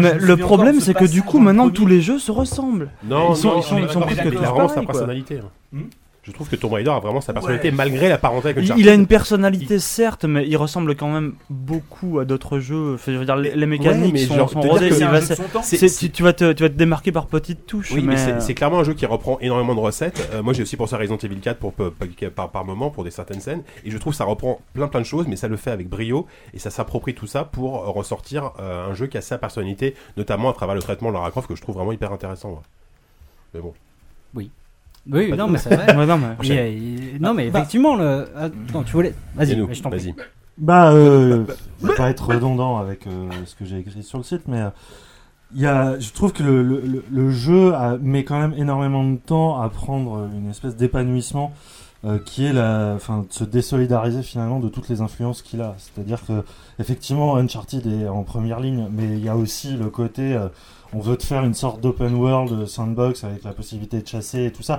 [SPEAKER 7] Moi,
[SPEAKER 6] mais
[SPEAKER 7] je me
[SPEAKER 6] le
[SPEAKER 7] souviens
[SPEAKER 6] problème,
[SPEAKER 7] encore de ce
[SPEAKER 6] c'est que du
[SPEAKER 7] passage
[SPEAKER 6] coup,
[SPEAKER 7] dans le
[SPEAKER 6] maintenant,
[SPEAKER 7] premier-
[SPEAKER 6] tous les jeux se ressemblent.
[SPEAKER 4] Non,
[SPEAKER 6] ils sont,
[SPEAKER 4] non,
[SPEAKER 6] ils sont,
[SPEAKER 4] mais
[SPEAKER 6] ils sont
[SPEAKER 4] d'accord,
[SPEAKER 6] plus
[SPEAKER 4] mais
[SPEAKER 6] que
[SPEAKER 4] il
[SPEAKER 6] tous
[SPEAKER 4] a vraiment sa
[SPEAKER 6] pareils, quoi.
[SPEAKER 4] personnalité. hein. Je trouve que Tomb Raider a vraiment sa personnalité, malgré la parenté avec
[SPEAKER 6] Il-
[SPEAKER 4] Uncharted.
[SPEAKER 6] Il a une personnalité certes, mais il ressemble quand même beaucoup à d'autres jeux. Enfin, je veux dire, les, les mécaniques
[SPEAKER 4] mais
[SPEAKER 6] sont,
[SPEAKER 4] genre,
[SPEAKER 6] sont
[SPEAKER 4] te dire
[SPEAKER 6] rodées.
[SPEAKER 4] que
[SPEAKER 6] il
[SPEAKER 4] c'est un
[SPEAKER 6] va
[SPEAKER 4] jeu
[SPEAKER 6] se-
[SPEAKER 4] de son temps.
[SPEAKER 6] c'est-
[SPEAKER 4] C'est-
[SPEAKER 6] tu, tu vas te, tu vas te démarquer par petites touches.
[SPEAKER 4] Oui, mais,
[SPEAKER 6] mais,
[SPEAKER 4] c'est-
[SPEAKER 6] euh,
[SPEAKER 4] c'est clairement un jeu qui reprend énormément de recettes. Euh, moi, j'ai aussi pensé à Resident Evil 4 pour, pe- pe- par, par moment, pour des certaines scènes. Et je trouve ça reprend plein plein de choses, mais ça le fait avec brio. Et ça s'approprie tout ça pour euh, ressortir euh, un jeu qui a sa personnalité, notamment à travers le traitement de Lara Croft, que je trouve vraiment hyper intéressant. moi. Mais bon.
[SPEAKER 11] Oui. Oui,
[SPEAKER 4] Pas
[SPEAKER 11] non,
[SPEAKER 4] de-
[SPEAKER 11] mais c'est [LAUGHS] vrai.
[SPEAKER 6] Ouais, non, mais-
[SPEAKER 11] Il y a- il- non, mais effectivement, le... ah, Attends, tu voulais. Vas-y,
[SPEAKER 4] Dis-nous,
[SPEAKER 11] je t'en prie.
[SPEAKER 13] Bah, euh, je
[SPEAKER 4] bah,
[SPEAKER 13] vais pas être redondant avec euh, ce que j'ai écrit sur le site, mais euh, il y a, je trouve que le, le- le- le jeu a- met quand même énormément de temps à prendre une espèce d'épanouissement euh, qui est la, enfin, de se désolidariser finalement de toutes les influences qu'il a. C'est-à-dire que effectivement, Uncharted est en première ligne, mais il y a aussi le côté, euh, on veut te faire une sorte d'open world euh, sandbox avec la possibilité de chasser et tout ça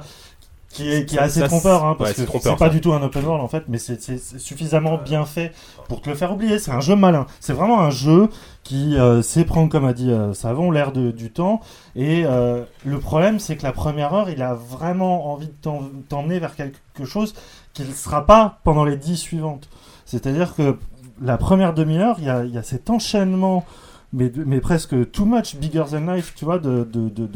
[SPEAKER 13] qui est, qui est
[SPEAKER 4] Ça-
[SPEAKER 13] assez
[SPEAKER 4] ça-
[SPEAKER 13] trompeur, hein, parce
[SPEAKER 4] ouais, c'est
[SPEAKER 13] que
[SPEAKER 4] trompeur,
[SPEAKER 13] c'est pas
[SPEAKER 4] ça.
[SPEAKER 13] du tout un open world en fait, mais c'est c'est- c'est suffisamment bien fait pour te le faire oublier. C'est un jeu malin. C'est vraiment un jeu qui euh, sait prendre, comme a dit euh, Savon, l'air de- du temps. Et euh, le problème, c'est que la première heure, il a vraiment envie de t'en- t'emmener vers quelque chose qu'il ne sera pas pendant les dix suivantes. C'est-à-dire que la première demi-heure, il y a, il y a cet enchaînement, mais, de- mais presque too much, bigger than life, tu vois, de- de- de-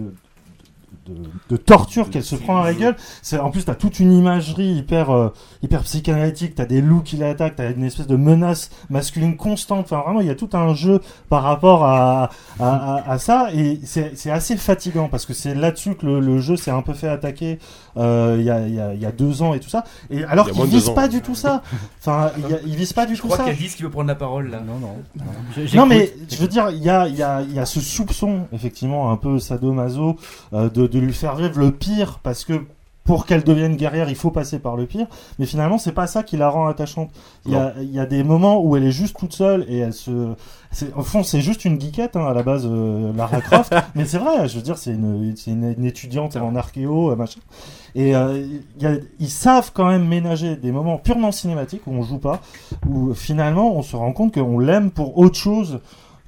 [SPEAKER 13] de, de torture qu'elle se prend à la gueule. C'est en plus t'as toute une imagerie hyper euh, hyper psychanalytique. T'as des loups qui l'attaquent. T'as une espèce de menace masculine constante. Enfin vraiment, il y a tout un jeu par rapport à à, à- à ça et c'est c'est assez fatigant parce que c'est là-dessus que le, le jeu s'est un peu fait attaquer euh, il y, a, il y a- il y a deux ans et tout ça. Et alors
[SPEAKER 7] Il y a
[SPEAKER 13] qu'il
[SPEAKER 7] moins de
[SPEAKER 13] vise
[SPEAKER 7] deux ans.
[SPEAKER 13] pas du
[SPEAKER 7] [LAUGHS]
[SPEAKER 13] tout ça. Enfin, il, y a- il vise pas du
[SPEAKER 7] Je
[SPEAKER 13] tout
[SPEAKER 7] crois
[SPEAKER 13] ça.
[SPEAKER 7] qu'il y a 10 qui veut prendre la parole là. Non, non.
[SPEAKER 13] Non mais je veux dire, il y a, il y, a, il y a ce soupçon, effectivement, un peu sadomaso, euh, de, de lui faire vivre le pire, parce que pour qu'elle devienne guerrière, il faut passer par le pire. Mais finalement, c'est pas ça qui la rend attachante. Il y a, il y a des moments où elle est juste toute seule et elle se, c'est, au fond, c'est juste une geekette hein, à la base, euh, Lara Croft. mais c'est vrai, je veux dire, c'est une, c'est une, une étudiante en archéo, euh, machin. Et euh, il y a- ils savent quand même ménager des moments purement cinématiques où on joue pas, où finalement on se rend compte qu'on l'aime pour autre chose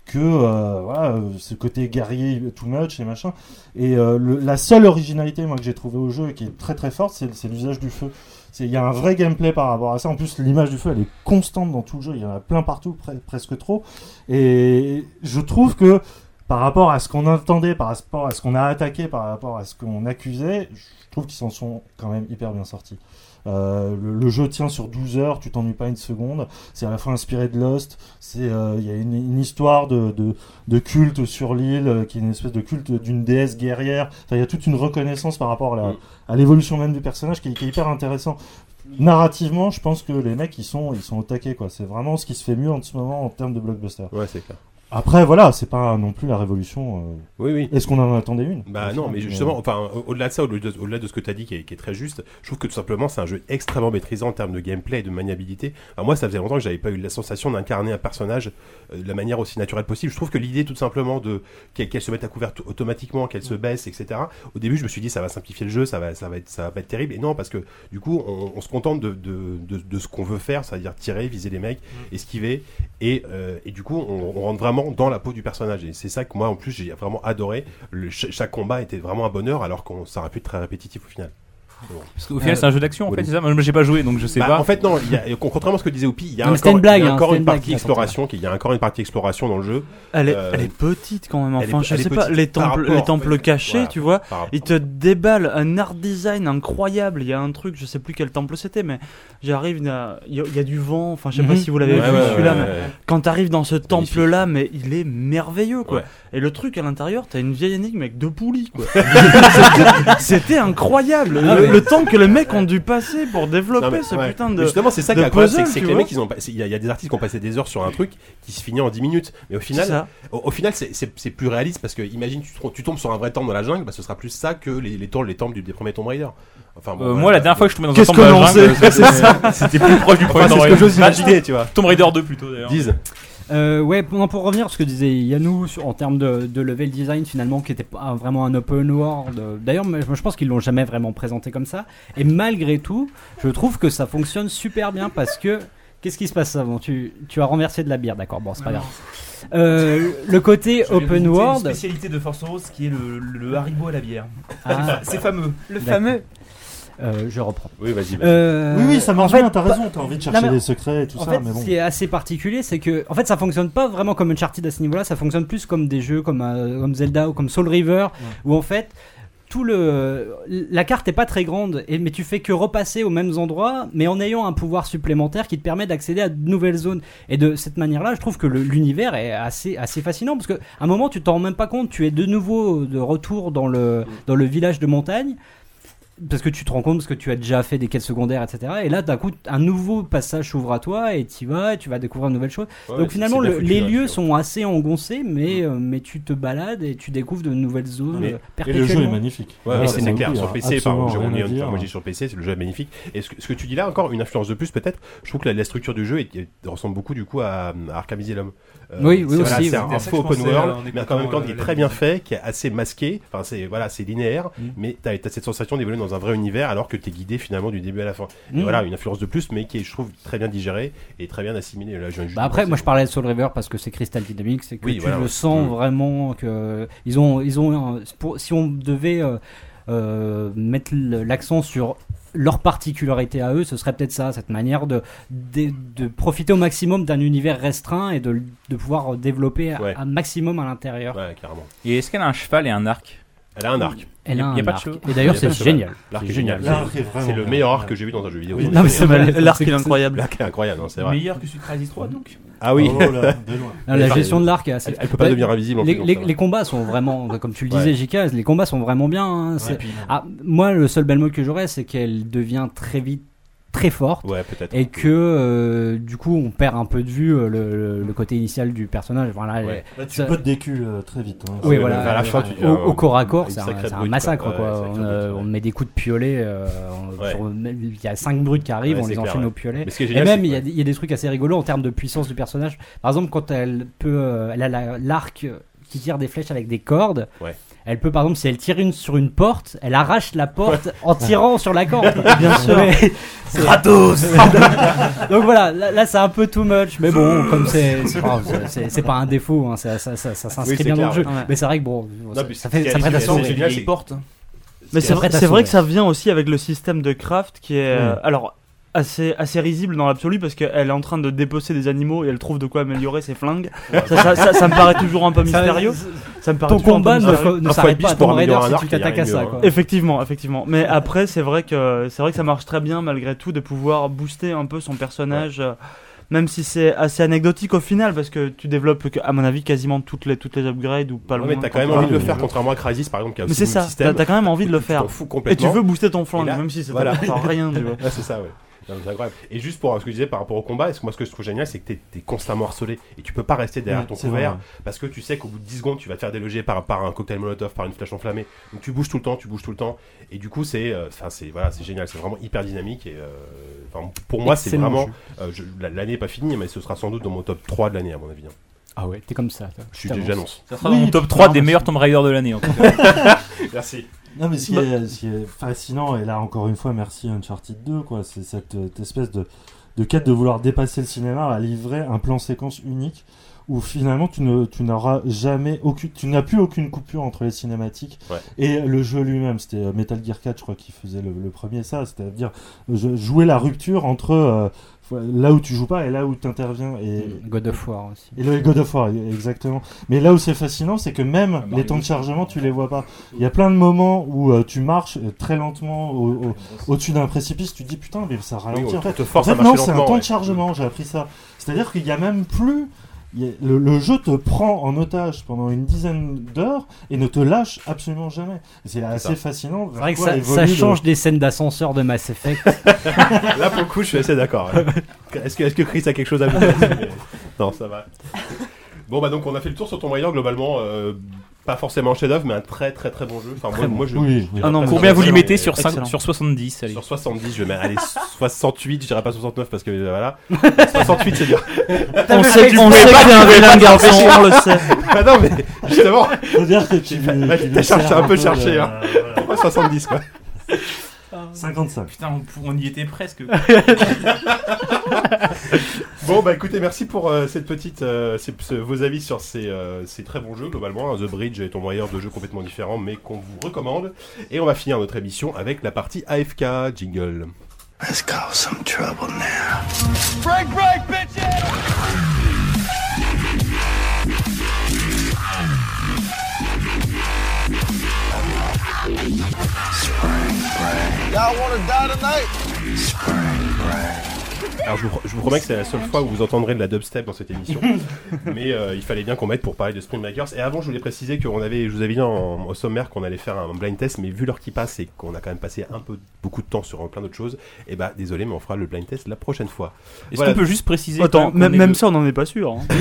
[SPEAKER 13] que euh, voilà, euh, ce côté guerrier too much et machin. Et euh, le- la seule originalité moi que j'ai trouvé au jeu et qui est très très forte, c'est c'est l'usage du feu. C'est- Il y a un vrai gameplay par rapport à ça. En plus, l'image du feu, elle est constante dans tout le jeu. Il y en a plein partout, pre- presque trop. Et je trouve que par rapport à ce qu'on entendait, par rapport à ce qu'on a attaqué, par rapport à ce qu'on accusait, je trouve qu'ils s'en sont quand même hyper bien sortis. Euh, le, le jeu tient sur 12 heures, tu t'ennuies pas une seconde. C'est à la fois inspiré de Lost, c'est, euh, il y a une, une histoire de, de- de culte sur l'île, euh, qui est une espèce de culte d'une déesse guerrière. Enfin, il y a toute une reconnaissance par rapport à la- à l'évolution même du personnage qui est- qui est hyper intéressant narrativement, je pense que les mecs ils sont ils sont au taquet quoi. C'est vraiment ce qui se fait mieux en ce moment en termes de blockbuster.
[SPEAKER 4] Ouais, c'est clair.
[SPEAKER 13] Après voilà, c'est pas non plus la révolution. euh.
[SPEAKER 4] Oui, oui.
[SPEAKER 13] Est-ce qu'on en attendait une
[SPEAKER 4] Bah non, mais justement, enfin, au- au-delà de ça, au-delà de, au-delà de ce que tu as dit qui est, qui est très juste, je trouve que tout simplement c'est un jeu extrêmement maîtrisant en termes de gameplay et de maniabilité. Alors moi, ça faisait longtemps que j'avais pas eu la sensation d'incarner un personnage euh, de la manière aussi naturelle possible. Je trouve que l'idée tout simplement de qu'elle qu'elle se mette à couvert tout- automatiquement, qu'elle se baisse, etc. Au début, je me suis dit ça va simplifier le jeu, ça va, ça va, être, ça va pas être terrible. Et non, parce que du coup, on, on se contente de, de, de- de ce qu'on veut faire, c'est-à-dire tirer, viser les mecs, esquiver, et, euh, et du coup, on, on rentre vraiment dans la peau du personnage. Et c'est ça que moi, en plus, j'ai vraiment adoré. Le- cha- chaque combat était vraiment un bonheur, alors qu'on ça aurait pu être très répétitif au final. Mais bon.
[SPEAKER 6] Parce qu'au final, c'est un jeu d'action en fait, c'est ça Moi, j'ai pas joué donc je sais
[SPEAKER 4] Bah,
[SPEAKER 6] pas.
[SPEAKER 4] En fait, non, il y a- contrairement à ce que disait Oupi, il y a
[SPEAKER 6] Non, mais
[SPEAKER 4] encore
[SPEAKER 6] c'était une blague,
[SPEAKER 4] il y a
[SPEAKER 6] hein,
[SPEAKER 4] encore
[SPEAKER 6] c'était
[SPEAKER 4] une
[SPEAKER 6] une blague,
[SPEAKER 4] partie
[SPEAKER 6] la
[SPEAKER 4] exploration, qu'il y a encore une partie exploration dans le jeu.
[SPEAKER 5] Elle est,
[SPEAKER 4] Euh,
[SPEAKER 5] elle est petite quand même,
[SPEAKER 4] elle est-
[SPEAKER 5] enfin, je
[SPEAKER 4] elle est
[SPEAKER 5] sais pas,
[SPEAKER 4] petite
[SPEAKER 5] les temples,
[SPEAKER 4] par rapport,
[SPEAKER 5] les temples
[SPEAKER 4] en fait.
[SPEAKER 5] cachés,
[SPEAKER 4] Voilà,
[SPEAKER 5] tu vois,
[SPEAKER 4] par rapport.
[SPEAKER 5] ils te déballent un art design incroyable. Il y a un truc, je sais plus quel temple c'était, mais j'arrive, à- il y, a- il y a du vent, enfin, je sais pas
[SPEAKER 4] Mhm.
[SPEAKER 5] si vous l'avez
[SPEAKER 4] Ouais,
[SPEAKER 5] vu
[SPEAKER 4] ouais,
[SPEAKER 5] celui-là,
[SPEAKER 4] ouais,
[SPEAKER 5] mais
[SPEAKER 4] ouais, ouais.
[SPEAKER 5] quand t'arrives dans ce temple-là, mais il est merveilleux, quoi.
[SPEAKER 4] Ouais.
[SPEAKER 5] Et le truc à l'intérieur, t'as une vieille énigme avec deux poulies,
[SPEAKER 6] [LAUGHS]
[SPEAKER 5] quoi. C'était- C'était incroyable.
[SPEAKER 4] Ah,
[SPEAKER 5] le,
[SPEAKER 4] mais-
[SPEAKER 5] le temps que les mecs ont dû passer pour développer
[SPEAKER 4] Non, mais-
[SPEAKER 5] ce
[SPEAKER 4] ouais.
[SPEAKER 5] putain de.
[SPEAKER 4] Mais Justement, c'est ça
[SPEAKER 5] de
[SPEAKER 4] qui est incroyable, c'est
[SPEAKER 5] puzzle,
[SPEAKER 4] que- c'est
[SPEAKER 5] tu
[SPEAKER 4] que les
[SPEAKER 5] vois.
[SPEAKER 4] mecs, ils ont pas- c'est- il y, a- il y a des artistes qui ont passé des heures sur un truc qui se finit en 10 minutes. Mais au
[SPEAKER 5] C'est
[SPEAKER 4] final,
[SPEAKER 5] ça.
[SPEAKER 4] au, au final, c'est- c'est c'est plus réaliste parce que imagine, tu, te- tu tombes sur un vrai temple dans la jungle, bah, ce sera plus ça que les, les temples, les temples du, des premiers Tomb Raider. Enfin,
[SPEAKER 6] Euh, moi, la dernière fois que je suis tombé dans un
[SPEAKER 4] Qu'est-ce
[SPEAKER 6] temple de la
[SPEAKER 4] que l'on
[SPEAKER 5] [LAUGHS]
[SPEAKER 6] jungle,
[SPEAKER 4] sait
[SPEAKER 6] c'était-
[SPEAKER 4] C'est ça.
[SPEAKER 6] c'était plus proche du
[SPEAKER 4] Enfin,
[SPEAKER 6] premier
[SPEAKER 4] c'est ce
[SPEAKER 6] Tomb
[SPEAKER 4] que j'ose
[SPEAKER 6] Raider.
[SPEAKER 4] imaginer, tu vois.
[SPEAKER 6] Tomb Raider 2 plutôt d'ailleurs.
[SPEAKER 4] Disent.
[SPEAKER 11] Euh, ouais, pour, non, pour revenir à ce que disait Yannou sur- en termes de, de level design finalement qui était pas vraiment un open world. euh, D'ailleurs, mais je, je pense qu'ils l'ont jamais vraiment présenté comme ça. Et malgré tout, je trouve que ça fonctionne super bien parce que qu'est-ce qui se passe avant tu, tu as renversé de la bière, d'accord Bon, c'est pas
[SPEAKER 7] Non,
[SPEAKER 11] grave. Euh, le côté
[SPEAKER 7] Je vais
[SPEAKER 11] open
[SPEAKER 7] vous citer
[SPEAKER 11] world.
[SPEAKER 7] Une spécialité de Force Rose qui est le, le Haribo à la bière.
[SPEAKER 11] Ah.
[SPEAKER 7] C'est fameux.
[SPEAKER 11] D'accord. Euh, je reprends.
[SPEAKER 4] Oui, vas-y. bah. vas-y.
[SPEAKER 11] Euh,
[SPEAKER 13] Oui, oui, ça marche
[SPEAKER 11] en fait,
[SPEAKER 13] bien, t'as
[SPEAKER 11] pas-
[SPEAKER 13] raison, t'as envie de chercher
[SPEAKER 11] Non, mais
[SPEAKER 13] des secrets et tout
[SPEAKER 11] en
[SPEAKER 13] ça,
[SPEAKER 11] fait,
[SPEAKER 13] mais bon.
[SPEAKER 11] Ce qui est assez particulier, c'est que en fait, ça fonctionne pas vraiment comme Uncharted à ce niveau-là, ça fonctionne plus comme des jeux comme, euh, comme Zelda ou comme Soul River, où en fait. Tout le, la carte est pas très grande, et, mais tu fais que repasser aux mêmes endroits, mais en ayant un pouvoir supplémentaire qui te permet d'accéder à de nouvelles zones. Et de cette manière-là, je trouve que le- l'univers est assez, assez fascinant parce que à un moment, tu t'en rends même pas compte, tu es de nouveau de retour dans le, dans le village de montagne parce que tu te rends compte parce que tu as déjà fait des quêtes secondaires etc et là d'un coup un nouveau passage s'ouvre à toi et tu vas et tu vas découvrir une nouvelle chose
[SPEAKER 5] Ouais,
[SPEAKER 11] donc
[SPEAKER 5] c'est-
[SPEAKER 11] finalement
[SPEAKER 5] c'est bien
[SPEAKER 11] le-
[SPEAKER 5] foutu,
[SPEAKER 11] les
[SPEAKER 5] ouais,
[SPEAKER 11] lieux sont assez engoncés mais euh, mais tu te balades et tu découvres de nouvelles zones
[SPEAKER 4] Mm. Mais-
[SPEAKER 11] euh,
[SPEAKER 4] et le
[SPEAKER 11] perpétuellement
[SPEAKER 4] jeu est magnifique. Ouais,
[SPEAKER 11] Et
[SPEAKER 4] ouais,
[SPEAKER 11] c'est hein.
[SPEAKER 4] c'est
[SPEAKER 11] magnifique.
[SPEAKER 4] clair. Sur
[SPEAKER 13] il y a
[SPEAKER 4] PC, pardon,
[SPEAKER 13] absolument
[SPEAKER 4] j'ai
[SPEAKER 13] rien à
[SPEAKER 4] oublié,
[SPEAKER 13] dire.
[SPEAKER 4] moi j'ai sur PC, c'est le jeu est magnifique. Et ce que, ce que tu dis là, encore une influence de plus peut-être, je trouve que la, la structure du jeu est- est- ressemble beaucoup du coup à, à Arkham Asylum. Euh,
[SPEAKER 11] Oui, oui,
[SPEAKER 4] c'est- voilà,
[SPEAKER 11] aussi,
[SPEAKER 4] C'est
[SPEAKER 11] oui.
[SPEAKER 4] un,
[SPEAKER 11] C'est à ça
[SPEAKER 4] faux
[SPEAKER 11] que je
[SPEAKER 4] open
[SPEAKER 11] pensais,
[SPEAKER 4] world,
[SPEAKER 11] euh, en
[SPEAKER 4] mais en même temps
[SPEAKER 11] écoutant,
[SPEAKER 4] qui est
[SPEAKER 11] euh, Mm.
[SPEAKER 4] très bien fait, qui est assez masqué. Enfin, c'est voilà, c'est linéaire, mais t'as as cette sensation d'évoluer dans dans un vrai univers alors que tu es guidé finalement du début à la fin. Et
[SPEAKER 11] Mm.
[SPEAKER 4] voilà, une influence de plus, mais qui est, je trouve, très bien digérée et très bien assimilée. Là, je viens juste
[SPEAKER 11] Bah
[SPEAKER 4] de
[SPEAKER 11] après,
[SPEAKER 4] penser.
[SPEAKER 11] moi je parlais de Soul River parce que c'est Crystal Dynamics et que
[SPEAKER 4] Oui,
[SPEAKER 11] tu
[SPEAKER 4] voilà,
[SPEAKER 11] le
[SPEAKER 4] ouais.
[SPEAKER 11] sens
[SPEAKER 4] Mm.
[SPEAKER 11] vraiment que ils ont, ils ont, un- pour- si on devait euh, euh, mettre le- l'accent sur leur particularité à eux, ce serait peut-être ça, cette manière de, de, de profiter au maximum d'un univers restreint et de, de pouvoir développer
[SPEAKER 6] Ouais.
[SPEAKER 11] un maximum à l'intérieur.
[SPEAKER 4] Ouais, carrément.
[SPEAKER 6] Et est-ce qu'elle a un cheval et un arc
[SPEAKER 4] Elle a un arc.
[SPEAKER 11] Elle a
[SPEAKER 6] Il y pas
[SPEAKER 11] un
[SPEAKER 6] de
[SPEAKER 11] arc.
[SPEAKER 6] cheveux.
[SPEAKER 11] Et
[SPEAKER 6] Il
[SPEAKER 11] d'ailleurs,
[SPEAKER 6] y a pas
[SPEAKER 11] c'est
[SPEAKER 6] de cheval.
[SPEAKER 11] génial.
[SPEAKER 4] L'arc est
[SPEAKER 11] Mm. C'est
[SPEAKER 4] génial.
[SPEAKER 11] génial.
[SPEAKER 4] C'est-
[SPEAKER 11] L'arc est vraiment
[SPEAKER 4] C'est le
[SPEAKER 11] bien.
[SPEAKER 4] meilleur arc que j'ai vu dans un jeu vidéo.
[SPEAKER 11] Oui. Non,
[SPEAKER 4] [LAUGHS]
[SPEAKER 11] mais c'est vrai, l'arc, il est incroyable.
[SPEAKER 4] L'arc est incroyable, hein, c'est vrai.
[SPEAKER 7] Meilleur que sur Crisis 3 donc
[SPEAKER 4] Ah oui.
[SPEAKER 11] Oh là, de loin. Non, la
[SPEAKER 4] Elle-
[SPEAKER 11] gestion de l'arc est
[SPEAKER 4] [LAUGHS]
[SPEAKER 11] assez.
[SPEAKER 4] Elle, elle peut pas
[SPEAKER 11] Bah,
[SPEAKER 4] devenir invisible en
[SPEAKER 11] Les,
[SPEAKER 4] plus, donc
[SPEAKER 11] les-
[SPEAKER 4] ça va.
[SPEAKER 11] les combats sont vraiment, comme tu le
[SPEAKER 4] Ouais.
[SPEAKER 11] disais, JK, les combats sont vraiment bien. hein. [LAUGHS] C'est-
[SPEAKER 4] puis-
[SPEAKER 11] Ah, moi, le seul bel mot que j'aurais, c'est qu'elle devient très vite très forte
[SPEAKER 4] Ouais, peut-être.
[SPEAKER 11] et que euh, du coup on perd un peu de vue euh, le, le- le côté initial du personnage voilà elle-
[SPEAKER 13] Ouais. Bah, tu
[SPEAKER 11] ça-
[SPEAKER 13] peux te décu, euh, très vite, hein.
[SPEAKER 11] oui
[SPEAKER 13] Ouais,
[SPEAKER 11] voilà
[SPEAKER 13] mais vers la
[SPEAKER 11] euh,
[SPEAKER 13] fin, tu
[SPEAKER 11] au,
[SPEAKER 13] deviens,
[SPEAKER 11] au corps à corps
[SPEAKER 13] une
[SPEAKER 11] c'est un,
[SPEAKER 13] sacrée
[SPEAKER 11] c'est un
[SPEAKER 13] brute, quoi.
[SPEAKER 11] massacre
[SPEAKER 13] Ouais,
[SPEAKER 11] quoi,
[SPEAKER 13] une sacrée
[SPEAKER 11] On, euh, on met des coups de piolet euh, on- sur- il y a cinq brutes qui arrivent
[SPEAKER 4] Ouais,
[SPEAKER 11] on
[SPEAKER 4] c'est
[SPEAKER 11] les
[SPEAKER 4] clair,
[SPEAKER 11] enchaîne
[SPEAKER 4] ouais.
[SPEAKER 11] au piolet
[SPEAKER 4] Mais ce qui est
[SPEAKER 11] et
[SPEAKER 4] génial,
[SPEAKER 11] même
[SPEAKER 4] c'est-
[SPEAKER 11] il y, a, il y a des trucs assez rigolos en termes de puissance du personnage par exemple quand elle peut euh, elle a la- l'arc qui tire des flèches avec des cordes
[SPEAKER 4] Ouais.
[SPEAKER 11] Elle peut, par exemple, si elle tire une sur une porte, elle arrache la porte en tirant sur la corde.
[SPEAKER 5] [LAUGHS] Bien sûr.
[SPEAKER 11] Mais-
[SPEAKER 5] [LAUGHS]
[SPEAKER 11] c'est-
[SPEAKER 5] Kratos.
[SPEAKER 11] Donc voilà, là, là, c'est un peu too much, mais bon, comme c'est,
[SPEAKER 5] [LAUGHS]
[SPEAKER 11] c'est pas- c'est- c'est pas un défaut, hein, ça, ça- ça- ça s'inscrit
[SPEAKER 5] Oui, c'est
[SPEAKER 11] bien dans le
[SPEAKER 5] clair,
[SPEAKER 11] jeu.
[SPEAKER 5] ouais.
[SPEAKER 11] Mais c'est vrai que bon,
[SPEAKER 5] Non,
[SPEAKER 11] ça,
[SPEAKER 5] mais
[SPEAKER 11] ça
[SPEAKER 5] ce qui
[SPEAKER 11] fait,
[SPEAKER 5] est
[SPEAKER 11] ça prête à
[SPEAKER 5] hallucinant,
[SPEAKER 11] sourire.
[SPEAKER 5] c'est que les vieilles portes. hein.
[SPEAKER 11] Mais
[SPEAKER 5] Mais c'est vrai,
[SPEAKER 11] prête à
[SPEAKER 5] c'est vrai
[SPEAKER 11] sourire.
[SPEAKER 5] que ça vient aussi avec le système de craft qui est euh,
[SPEAKER 11] Ouais.
[SPEAKER 5] alors assez assez risible dans l'absolu parce qu'elle est en train de dépecer des animaux et elle trouve de quoi améliorer ses flingues.
[SPEAKER 11] Ouais.
[SPEAKER 5] ça, ça, ça- ça me paraît toujours un peu
[SPEAKER 11] Ça-
[SPEAKER 5] mystérieux. Ça me paraît
[SPEAKER 11] ton
[SPEAKER 5] toujours un peu
[SPEAKER 11] combat ne-
[SPEAKER 5] mystérieux.
[SPEAKER 11] ne Un s'arrête fight pas à beast pour Tomb Raider améliorer un si tu arc, il y a t'attaques rien à de ça, mieux, quoi. hein.
[SPEAKER 5] Effectivement, effectivement. Mais après c'est vrai que c'est vrai que ça marche très bien malgré tout de pouvoir booster un peu son personnage. euh, Même si c'est assez anecdotique au final, parce que tu développes, à mon avis, quasiment toutes les, toutes les upgrades ou pas
[SPEAKER 4] Ouais,
[SPEAKER 5] loin.
[SPEAKER 4] mais t'as quand même envie de le faire, contrairement à Crysis par exemple, qui a
[SPEAKER 5] Mais
[SPEAKER 4] aussi
[SPEAKER 5] c'est
[SPEAKER 4] euh, le
[SPEAKER 5] ça,
[SPEAKER 4] système.
[SPEAKER 5] t'as- t'as quand même envie de le
[SPEAKER 4] Tu
[SPEAKER 5] faire.
[SPEAKER 4] t'en fous complètement.
[SPEAKER 5] Et tu veux booster ton flingue,
[SPEAKER 4] Et là,
[SPEAKER 5] même si ça
[SPEAKER 4] voilà.
[SPEAKER 5] t'apporte rien,
[SPEAKER 4] [LAUGHS]
[SPEAKER 5] tu vois.
[SPEAKER 4] Ouais, c'est ça, ouais. Non, mais c'est incroyable. Et juste pour euh, ce que je disais par rapport au combat, est-ce que moi ce que je trouve génial, c'est que t'es es constamment harcelé et tu peux pas rester derrière
[SPEAKER 8] Ouais,
[SPEAKER 4] ton
[SPEAKER 8] c'est
[SPEAKER 4] couvert
[SPEAKER 8] vrai.
[SPEAKER 4] parce que tu sais qu'au bout de 10 secondes, tu vas te faire déloger par, par un cocktail molotov, par une flèche enflammée. Donc tu bouges tout le temps, tu bouges tout le temps. Et du coup, c'est euh, enfin, c'est voilà, c'est génial, c'est vraiment hyper dynamique. Et, euh, enfin, pour moi, c'est
[SPEAKER 11] Excellent
[SPEAKER 4] vraiment.
[SPEAKER 11] jeu.
[SPEAKER 4] euh, je- la- l'année est pas finie, mais ce sera sans doute dans mon top 3 de l'année, à mon avis. hein.
[SPEAKER 11] Ah ouais, t'es comme ça. toi.
[SPEAKER 4] Je suis
[SPEAKER 11] T'avances.
[SPEAKER 4] déjà annoncé.
[SPEAKER 6] Ça sera dans mon top 3 des meilleurs Tomb Raider de l'année. en tout cas.
[SPEAKER 4] Merci.
[SPEAKER 13] Non, mais ce qui,
[SPEAKER 6] Bah-
[SPEAKER 13] est, ce qui est fascinant, et là encore une fois, merci Uncharted 2, quoi, c'est cette, euh, espèce de, de quête de vouloir dépasser le cinéma à livrer un plan séquence unique où finalement tu ne tu n'auras jamais aucune tu n'as plus aucune coupure entre les cinématiques
[SPEAKER 4] Ouais.
[SPEAKER 13] et le jeu lui-même c'était euh, Metal Gear 4 je crois qui faisait le, le premier ça c'est-à-dire je- jouer la rupture entre euh, là où tu joues pas et là où tu interviens et
[SPEAKER 4] Mm.
[SPEAKER 11] God of War aussi
[SPEAKER 13] et le God of War, exactement. Mais là où c'est fascinant, c'est que même
[SPEAKER 4] Ah,
[SPEAKER 13] les temps de chargement, tu les vois pas. Il y a plein de moments où euh, tu marches euh, très lentement au- au- au-dessus d'un précipice, tu te dis putain, mais ça ralentit.
[SPEAKER 4] Oui, on
[SPEAKER 13] en fait,
[SPEAKER 4] te force
[SPEAKER 13] En
[SPEAKER 4] à
[SPEAKER 13] fait,
[SPEAKER 4] marcher
[SPEAKER 13] non, c'est un
[SPEAKER 4] lentement,
[SPEAKER 13] temps
[SPEAKER 4] ouais.
[SPEAKER 13] de chargement, j'ai appris ça. C'est-à-dire qu'il y a même plus. il y a- Le, le jeu te prend en otage pendant une dizaine d'heures et ne te lâche absolument jamais. C'est assez
[SPEAKER 11] ça.
[SPEAKER 13] fascinant. vers
[SPEAKER 11] C'est vrai que
[SPEAKER 13] quoi
[SPEAKER 11] ça,
[SPEAKER 13] évolue
[SPEAKER 11] ça
[SPEAKER 13] le-
[SPEAKER 11] change des scènes d'ascenseur de
[SPEAKER 4] [LAUGHS]
[SPEAKER 11] Mass Effect.
[SPEAKER 4] Là, pour le coup, je suis assez d'accord. hein. Est-ce que, est-ce que Chris a quelque chose à vous dire [LAUGHS] là-dessus Non, ça va. Bon, bah donc, on a fait le tour sur Tomb Raider, globalement. euh, Pas forcément un chef-d'œuvre, mais un très très très bon jeu. Enfin, moi,
[SPEAKER 6] bon.
[SPEAKER 4] moi, je.
[SPEAKER 6] Oui,
[SPEAKER 4] je
[SPEAKER 6] oui.
[SPEAKER 4] dirais
[SPEAKER 13] [LAUGHS]
[SPEAKER 6] Ah non,
[SPEAKER 4] pas
[SPEAKER 6] mais
[SPEAKER 4] très
[SPEAKER 6] combien vous lui
[SPEAKER 4] excellent,
[SPEAKER 6] mettez
[SPEAKER 4] mais-
[SPEAKER 6] sur cinq- Excellent. sur 70, allez.
[SPEAKER 4] Sur 70, je vais mettre. Allez, 68, je dirais pas 69 parce que euh, voilà. 68, c'est bien.
[SPEAKER 5] On
[SPEAKER 4] Mais
[SPEAKER 5] sait-
[SPEAKER 4] tu
[SPEAKER 5] on
[SPEAKER 4] pouvais
[SPEAKER 5] sait
[SPEAKER 4] pas-
[SPEAKER 5] que t'es un
[SPEAKER 4] tu pouvais
[SPEAKER 5] vilain
[SPEAKER 4] pas te
[SPEAKER 5] garçon,
[SPEAKER 4] l'empêcher.
[SPEAKER 5] on le sait.
[SPEAKER 4] [LAUGHS] Bah non, mais justement.
[SPEAKER 13] dire que tu.
[SPEAKER 4] Bah,
[SPEAKER 13] tu
[SPEAKER 4] tu
[SPEAKER 13] le
[SPEAKER 4] t'es cherché
[SPEAKER 13] sers
[SPEAKER 4] un
[SPEAKER 13] un
[SPEAKER 4] peu
[SPEAKER 13] peu,
[SPEAKER 4] cherché,
[SPEAKER 13] euh,
[SPEAKER 4] hein. Pas 70, quoi.
[SPEAKER 13] 55.
[SPEAKER 6] Putain, on, on y était presque.
[SPEAKER 4] bon bah écoutez, merci pour euh, cette petite, euh, ces- ce- vos avis sur ces, euh, ces très bons jeux globalement. hein, The Bridge et Tomb Raider, deux jeux complètement différents, mais qu'on vous recommande. Et on va finir notre émission avec la partie AFK jingle. Let's cause some trouble now.
[SPEAKER 17] Break, break, bitches!
[SPEAKER 27] Y'all wanna die tonight?
[SPEAKER 4] Alors je vous, je vous promets que c'est la seule fois où vous entendrez de la dubstep dans cette émission. Mais euh, il fallait bien qu'on mette pour parler de Spring Breakers. Et avant, je voulais préciser qu'on avait, je vous avais dit en- au sommaire qu'on allait faire un blind test, mais vu l'heure qui passe et qu'on a quand même passé un peu beaucoup de temps sur plein d'autres choses, et bah désolé, mais on fera le blind test la prochaine fois.
[SPEAKER 6] Est-ce qu'on peut juste préciser
[SPEAKER 5] Attends,
[SPEAKER 6] qu'on
[SPEAKER 5] même,
[SPEAKER 6] est
[SPEAKER 5] même
[SPEAKER 6] deux.
[SPEAKER 5] ça, on n'en est pas sûr. hein.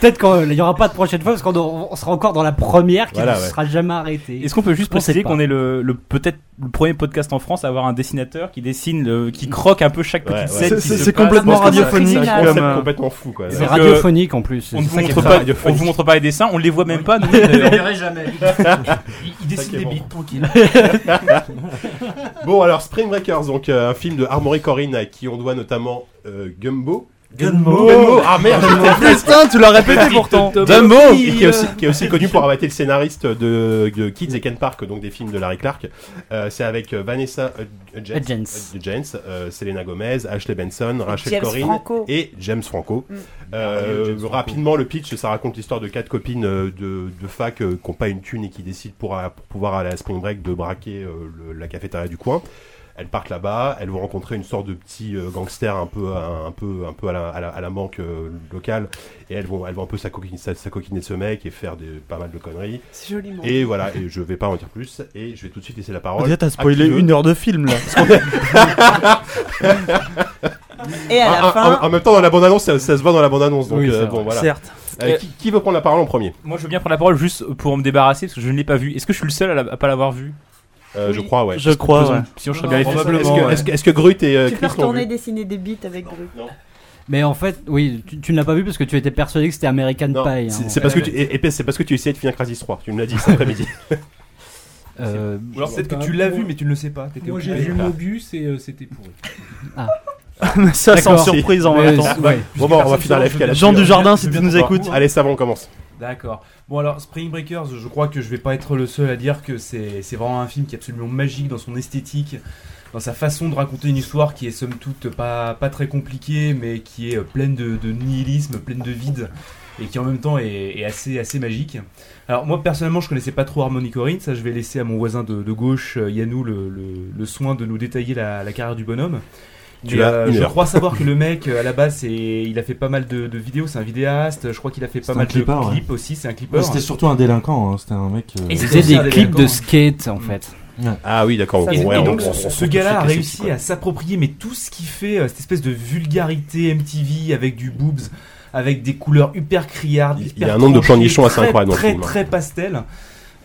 [SPEAKER 11] Peut-être qu'il n'y aura pas de prochaine fois parce qu'on on- on sera encore dans la première qui
[SPEAKER 6] Voilà,
[SPEAKER 11] ne
[SPEAKER 6] ouais.
[SPEAKER 11] sera jamais arrêtée.
[SPEAKER 6] Est-ce qu'on peut juste
[SPEAKER 11] On sait
[SPEAKER 6] préciser
[SPEAKER 11] pas.
[SPEAKER 6] qu'on est le, le- peut-être le premier podcast en France à avoir un dessinateur qui dessine, le- qui croque un peu chaque petit
[SPEAKER 4] ouais.
[SPEAKER 5] C'est- c'est- c'est complètement radiophonique,
[SPEAKER 4] C'est un
[SPEAKER 5] comme,
[SPEAKER 4] concept
[SPEAKER 5] euh,
[SPEAKER 4] complètement fou, quoi.
[SPEAKER 11] C'est
[SPEAKER 4] Donc,
[SPEAKER 11] radiophonique, en plus.
[SPEAKER 6] On ne
[SPEAKER 11] C'est
[SPEAKER 6] vous,
[SPEAKER 11] ça qui est
[SPEAKER 6] montre
[SPEAKER 11] très
[SPEAKER 6] pas, on
[SPEAKER 11] radiophonique.
[SPEAKER 6] vous montre pas les dessins, on les voit
[SPEAKER 5] [LAUGHS]
[SPEAKER 6] même pas. Nous,
[SPEAKER 4] Vous les
[SPEAKER 9] verrez jamais. Il- il dessine des bites tranquille.
[SPEAKER 4] bon, alors Spring Breakers, donc euh, un film de Armory Corinne à qui on doit notamment euh, Gumbo.
[SPEAKER 8] Gumbo.
[SPEAKER 4] Ah merde
[SPEAKER 8] Gumbo.
[SPEAKER 4] j'étais-
[SPEAKER 8] Putain, tu l'as répété pourtant.
[SPEAKER 4] Dumbo Et qui est, aussi, qui est aussi connu pour avoir été le scénariste de, de Kids et Ken Park, donc des films de Larry Clark. Euh, c'est avec euh, Vanessa Hud- Hudgens, Hudgens, euh, Selena Gomez, Ashley Benson, Rachel
[SPEAKER 10] James
[SPEAKER 4] Corinne
[SPEAKER 10] Franco. Mm.
[SPEAKER 4] et James Franco.
[SPEAKER 6] Ah,
[SPEAKER 4] Euh, rapidement, le pitch, ça raconte l'histoire de quatre copines euh, de, de fac euh, qui n'ont pas une thune et qui décident pour, euh, pour pouvoir aller à Spring Break de braquer euh, le- la cafétéria du coin. Elles partent là-bas, elles vont rencontrer une sorte de petit euh, gangster un peu, un, un peu, un peu à la, à la, à la banque euh, locale, et elles vont, elles vont un peu s'acoquiner sa, s'acoquiner de ce mec et faire des, pas mal de conneries.
[SPEAKER 10] C'est joliment.
[SPEAKER 4] Et voilà, et je vais pas en dire plus, et je vais tout de suite laisser la parole.
[SPEAKER 5] Déjà, t'as
[SPEAKER 4] à
[SPEAKER 5] spoilé
[SPEAKER 4] qui veut.
[SPEAKER 5] une heure de film,
[SPEAKER 4] [LAUGHS]
[SPEAKER 5] là.
[SPEAKER 10] Et à la
[SPEAKER 4] En- en-
[SPEAKER 10] fin-
[SPEAKER 4] Ah, En, même temps, dans la bande-annonce, ça, ça se voit dans la bande-annonce, donc
[SPEAKER 6] Oui,
[SPEAKER 4] euh,
[SPEAKER 6] c'est
[SPEAKER 4] bon
[SPEAKER 6] vrai.
[SPEAKER 4] voilà.
[SPEAKER 6] Certes.
[SPEAKER 4] Euh, qui, qui veut prendre la parole en premier
[SPEAKER 6] Moi, je veux bien prendre la parole juste pour me débarrasser parce que je ne l'ai pas vu. Est-ce que je suis le seul à, la- à pas l'avoir vu
[SPEAKER 4] Euh, Je crois, ouais.
[SPEAKER 6] Je crois, ouais. Sinon, je serais bien
[SPEAKER 4] Est-ce que-
[SPEAKER 6] probablement,
[SPEAKER 4] Est-ce que,
[SPEAKER 6] ouais.
[SPEAKER 4] est-ce que- est-ce que Grut et euh,
[SPEAKER 10] tu peux
[SPEAKER 4] Chris l'ont
[SPEAKER 10] retourner
[SPEAKER 4] vu
[SPEAKER 10] dessiner des bites avec Groot.
[SPEAKER 11] Mais en fait, oui, tu, tu ne l'as pas vu parce que tu étais persuadé que c'était American Pie.
[SPEAKER 4] C'est
[SPEAKER 11] hein.
[SPEAKER 4] c'est parce que tu, et- et- c'est parce que tu essayais de finir Crisis 3. Tu me l'as dit
[SPEAKER 7] [LAUGHS]
[SPEAKER 4] cet après-midi.
[SPEAKER 11] Euh,
[SPEAKER 7] Ou alors peut-être que tu l'as vu mais tu ne le sais pas. t'étais
[SPEAKER 9] Moi j'ai
[SPEAKER 7] occupé.
[SPEAKER 9] vu Mobius et euh, c'était pourri.
[SPEAKER 11] Ah.
[SPEAKER 5] Mais ça, sans
[SPEAKER 11] D'accord.
[SPEAKER 5] surprise en
[SPEAKER 11] Mais,
[SPEAKER 5] même
[SPEAKER 11] euh,
[SPEAKER 5] temps.
[SPEAKER 11] ouais.
[SPEAKER 4] Ah, bah, Bon, bon, on va finir la FK là-dessus.
[SPEAKER 5] Jean Dujardin, si
[SPEAKER 4] Bon,
[SPEAKER 5] tu nous écoutes.
[SPEAKER 4] Allez, ça va, on commence.
[SPEAKER 7] D'accord. Bon alors Spring Breakers, je crois que je vais pas être le seul à dire que c'est c'est vraiment un film qui est absolument magique dans son esthétique, dans sa façon de raconter une histoire qui est somme toute pas, pas très compliquée mais qui est euh, pleine de, de nihilisme, pleine de vide et qui en même temps est, est assez, assez magique. Alors moi personnellement je connaissais pas trop Harmony Corinne, ça je vais laisser à mon voisin de, de gauche, euh, Yannou, le, le- le soin de nous détailler la, la carrière du bonhomme.
[SPEAKER 4] Tu
[SPEAKER 7] Mais,
[SPEAKER 4] as
[SPEAKER 7] euh,
[SPEAKER 4] une
[SPEAKER 7] je
[SPEAKER 4] heure.
[SPEAKER 7] crois
[SPEAKER 8] [LAUGHS]
[SPEAKER 7] savoir que le mec euh, à la base c'est- il a fait pas mal de, de vidéos, c'est un vidéaste, je crois qu'il a fait
[SPEAKER 8] C'est
[SPEAKER 7] pas
[SPEAKER 8] un
[SPEAKER 7] mal
[SPEAKER 8] clipper,
[SPEAKER 7] de
[SPEAKER 8] ouais.
[SPEAKER 7] clips aussi, c'est un clipper.
[SPEAKER 8] Ouais, C'était surtout un délinquant, hein, c'était un mec. euh,
[SPEAKER 7] Et
[SPEAKER 11] Il
[SPEAKER 7] c'est
[SPEAKER 11] faisait
[SPEAKER 7] aussi un
[SPEAKER 11] des
[SPEAKER 7] des
[SPEAKER 11] clips de
[SPEAKER 7] délinquants.
[SPEAKER 11] skate en fait.
[SPEAKER 4] Ah oui, d'accord.
[SPEAKER 7] Et,
[SPEAKER 4] bon, ouais,
[SPEAKER 7] et
[SPEAKER 4] on-
[SPEAKER 7] donc
[SPEAKER 4] on- on-
[SPEAKER 7] ce,
[SPEAKER 4] on-
[SPEAKER 7] ce
[SPEAKER 4] on-
[SPEAKER 7] gars-là a
[SPEAKER 4] on-
[SPEAKER 7] réussi à s'approprier mais tout ce qu'il fait, euh, cette espèce de vulgarité MTV avec du boobs, avec des couleurs hyper criardes,
[SPEAKER 4] Il- il y
[SPEAKER 7] hyper
[SPEAKER 4] a un nombre de
[SPEAKER 7] tranchées,
[SPEAKER 4] pleurnichons assez
[SPEAKER 7] très,
[SPEAKER 4] incroyable dans le
[SPEAKER 7] très,
[SPEAKER 4] film, hein.
[SPEAKER 7] Très pastel.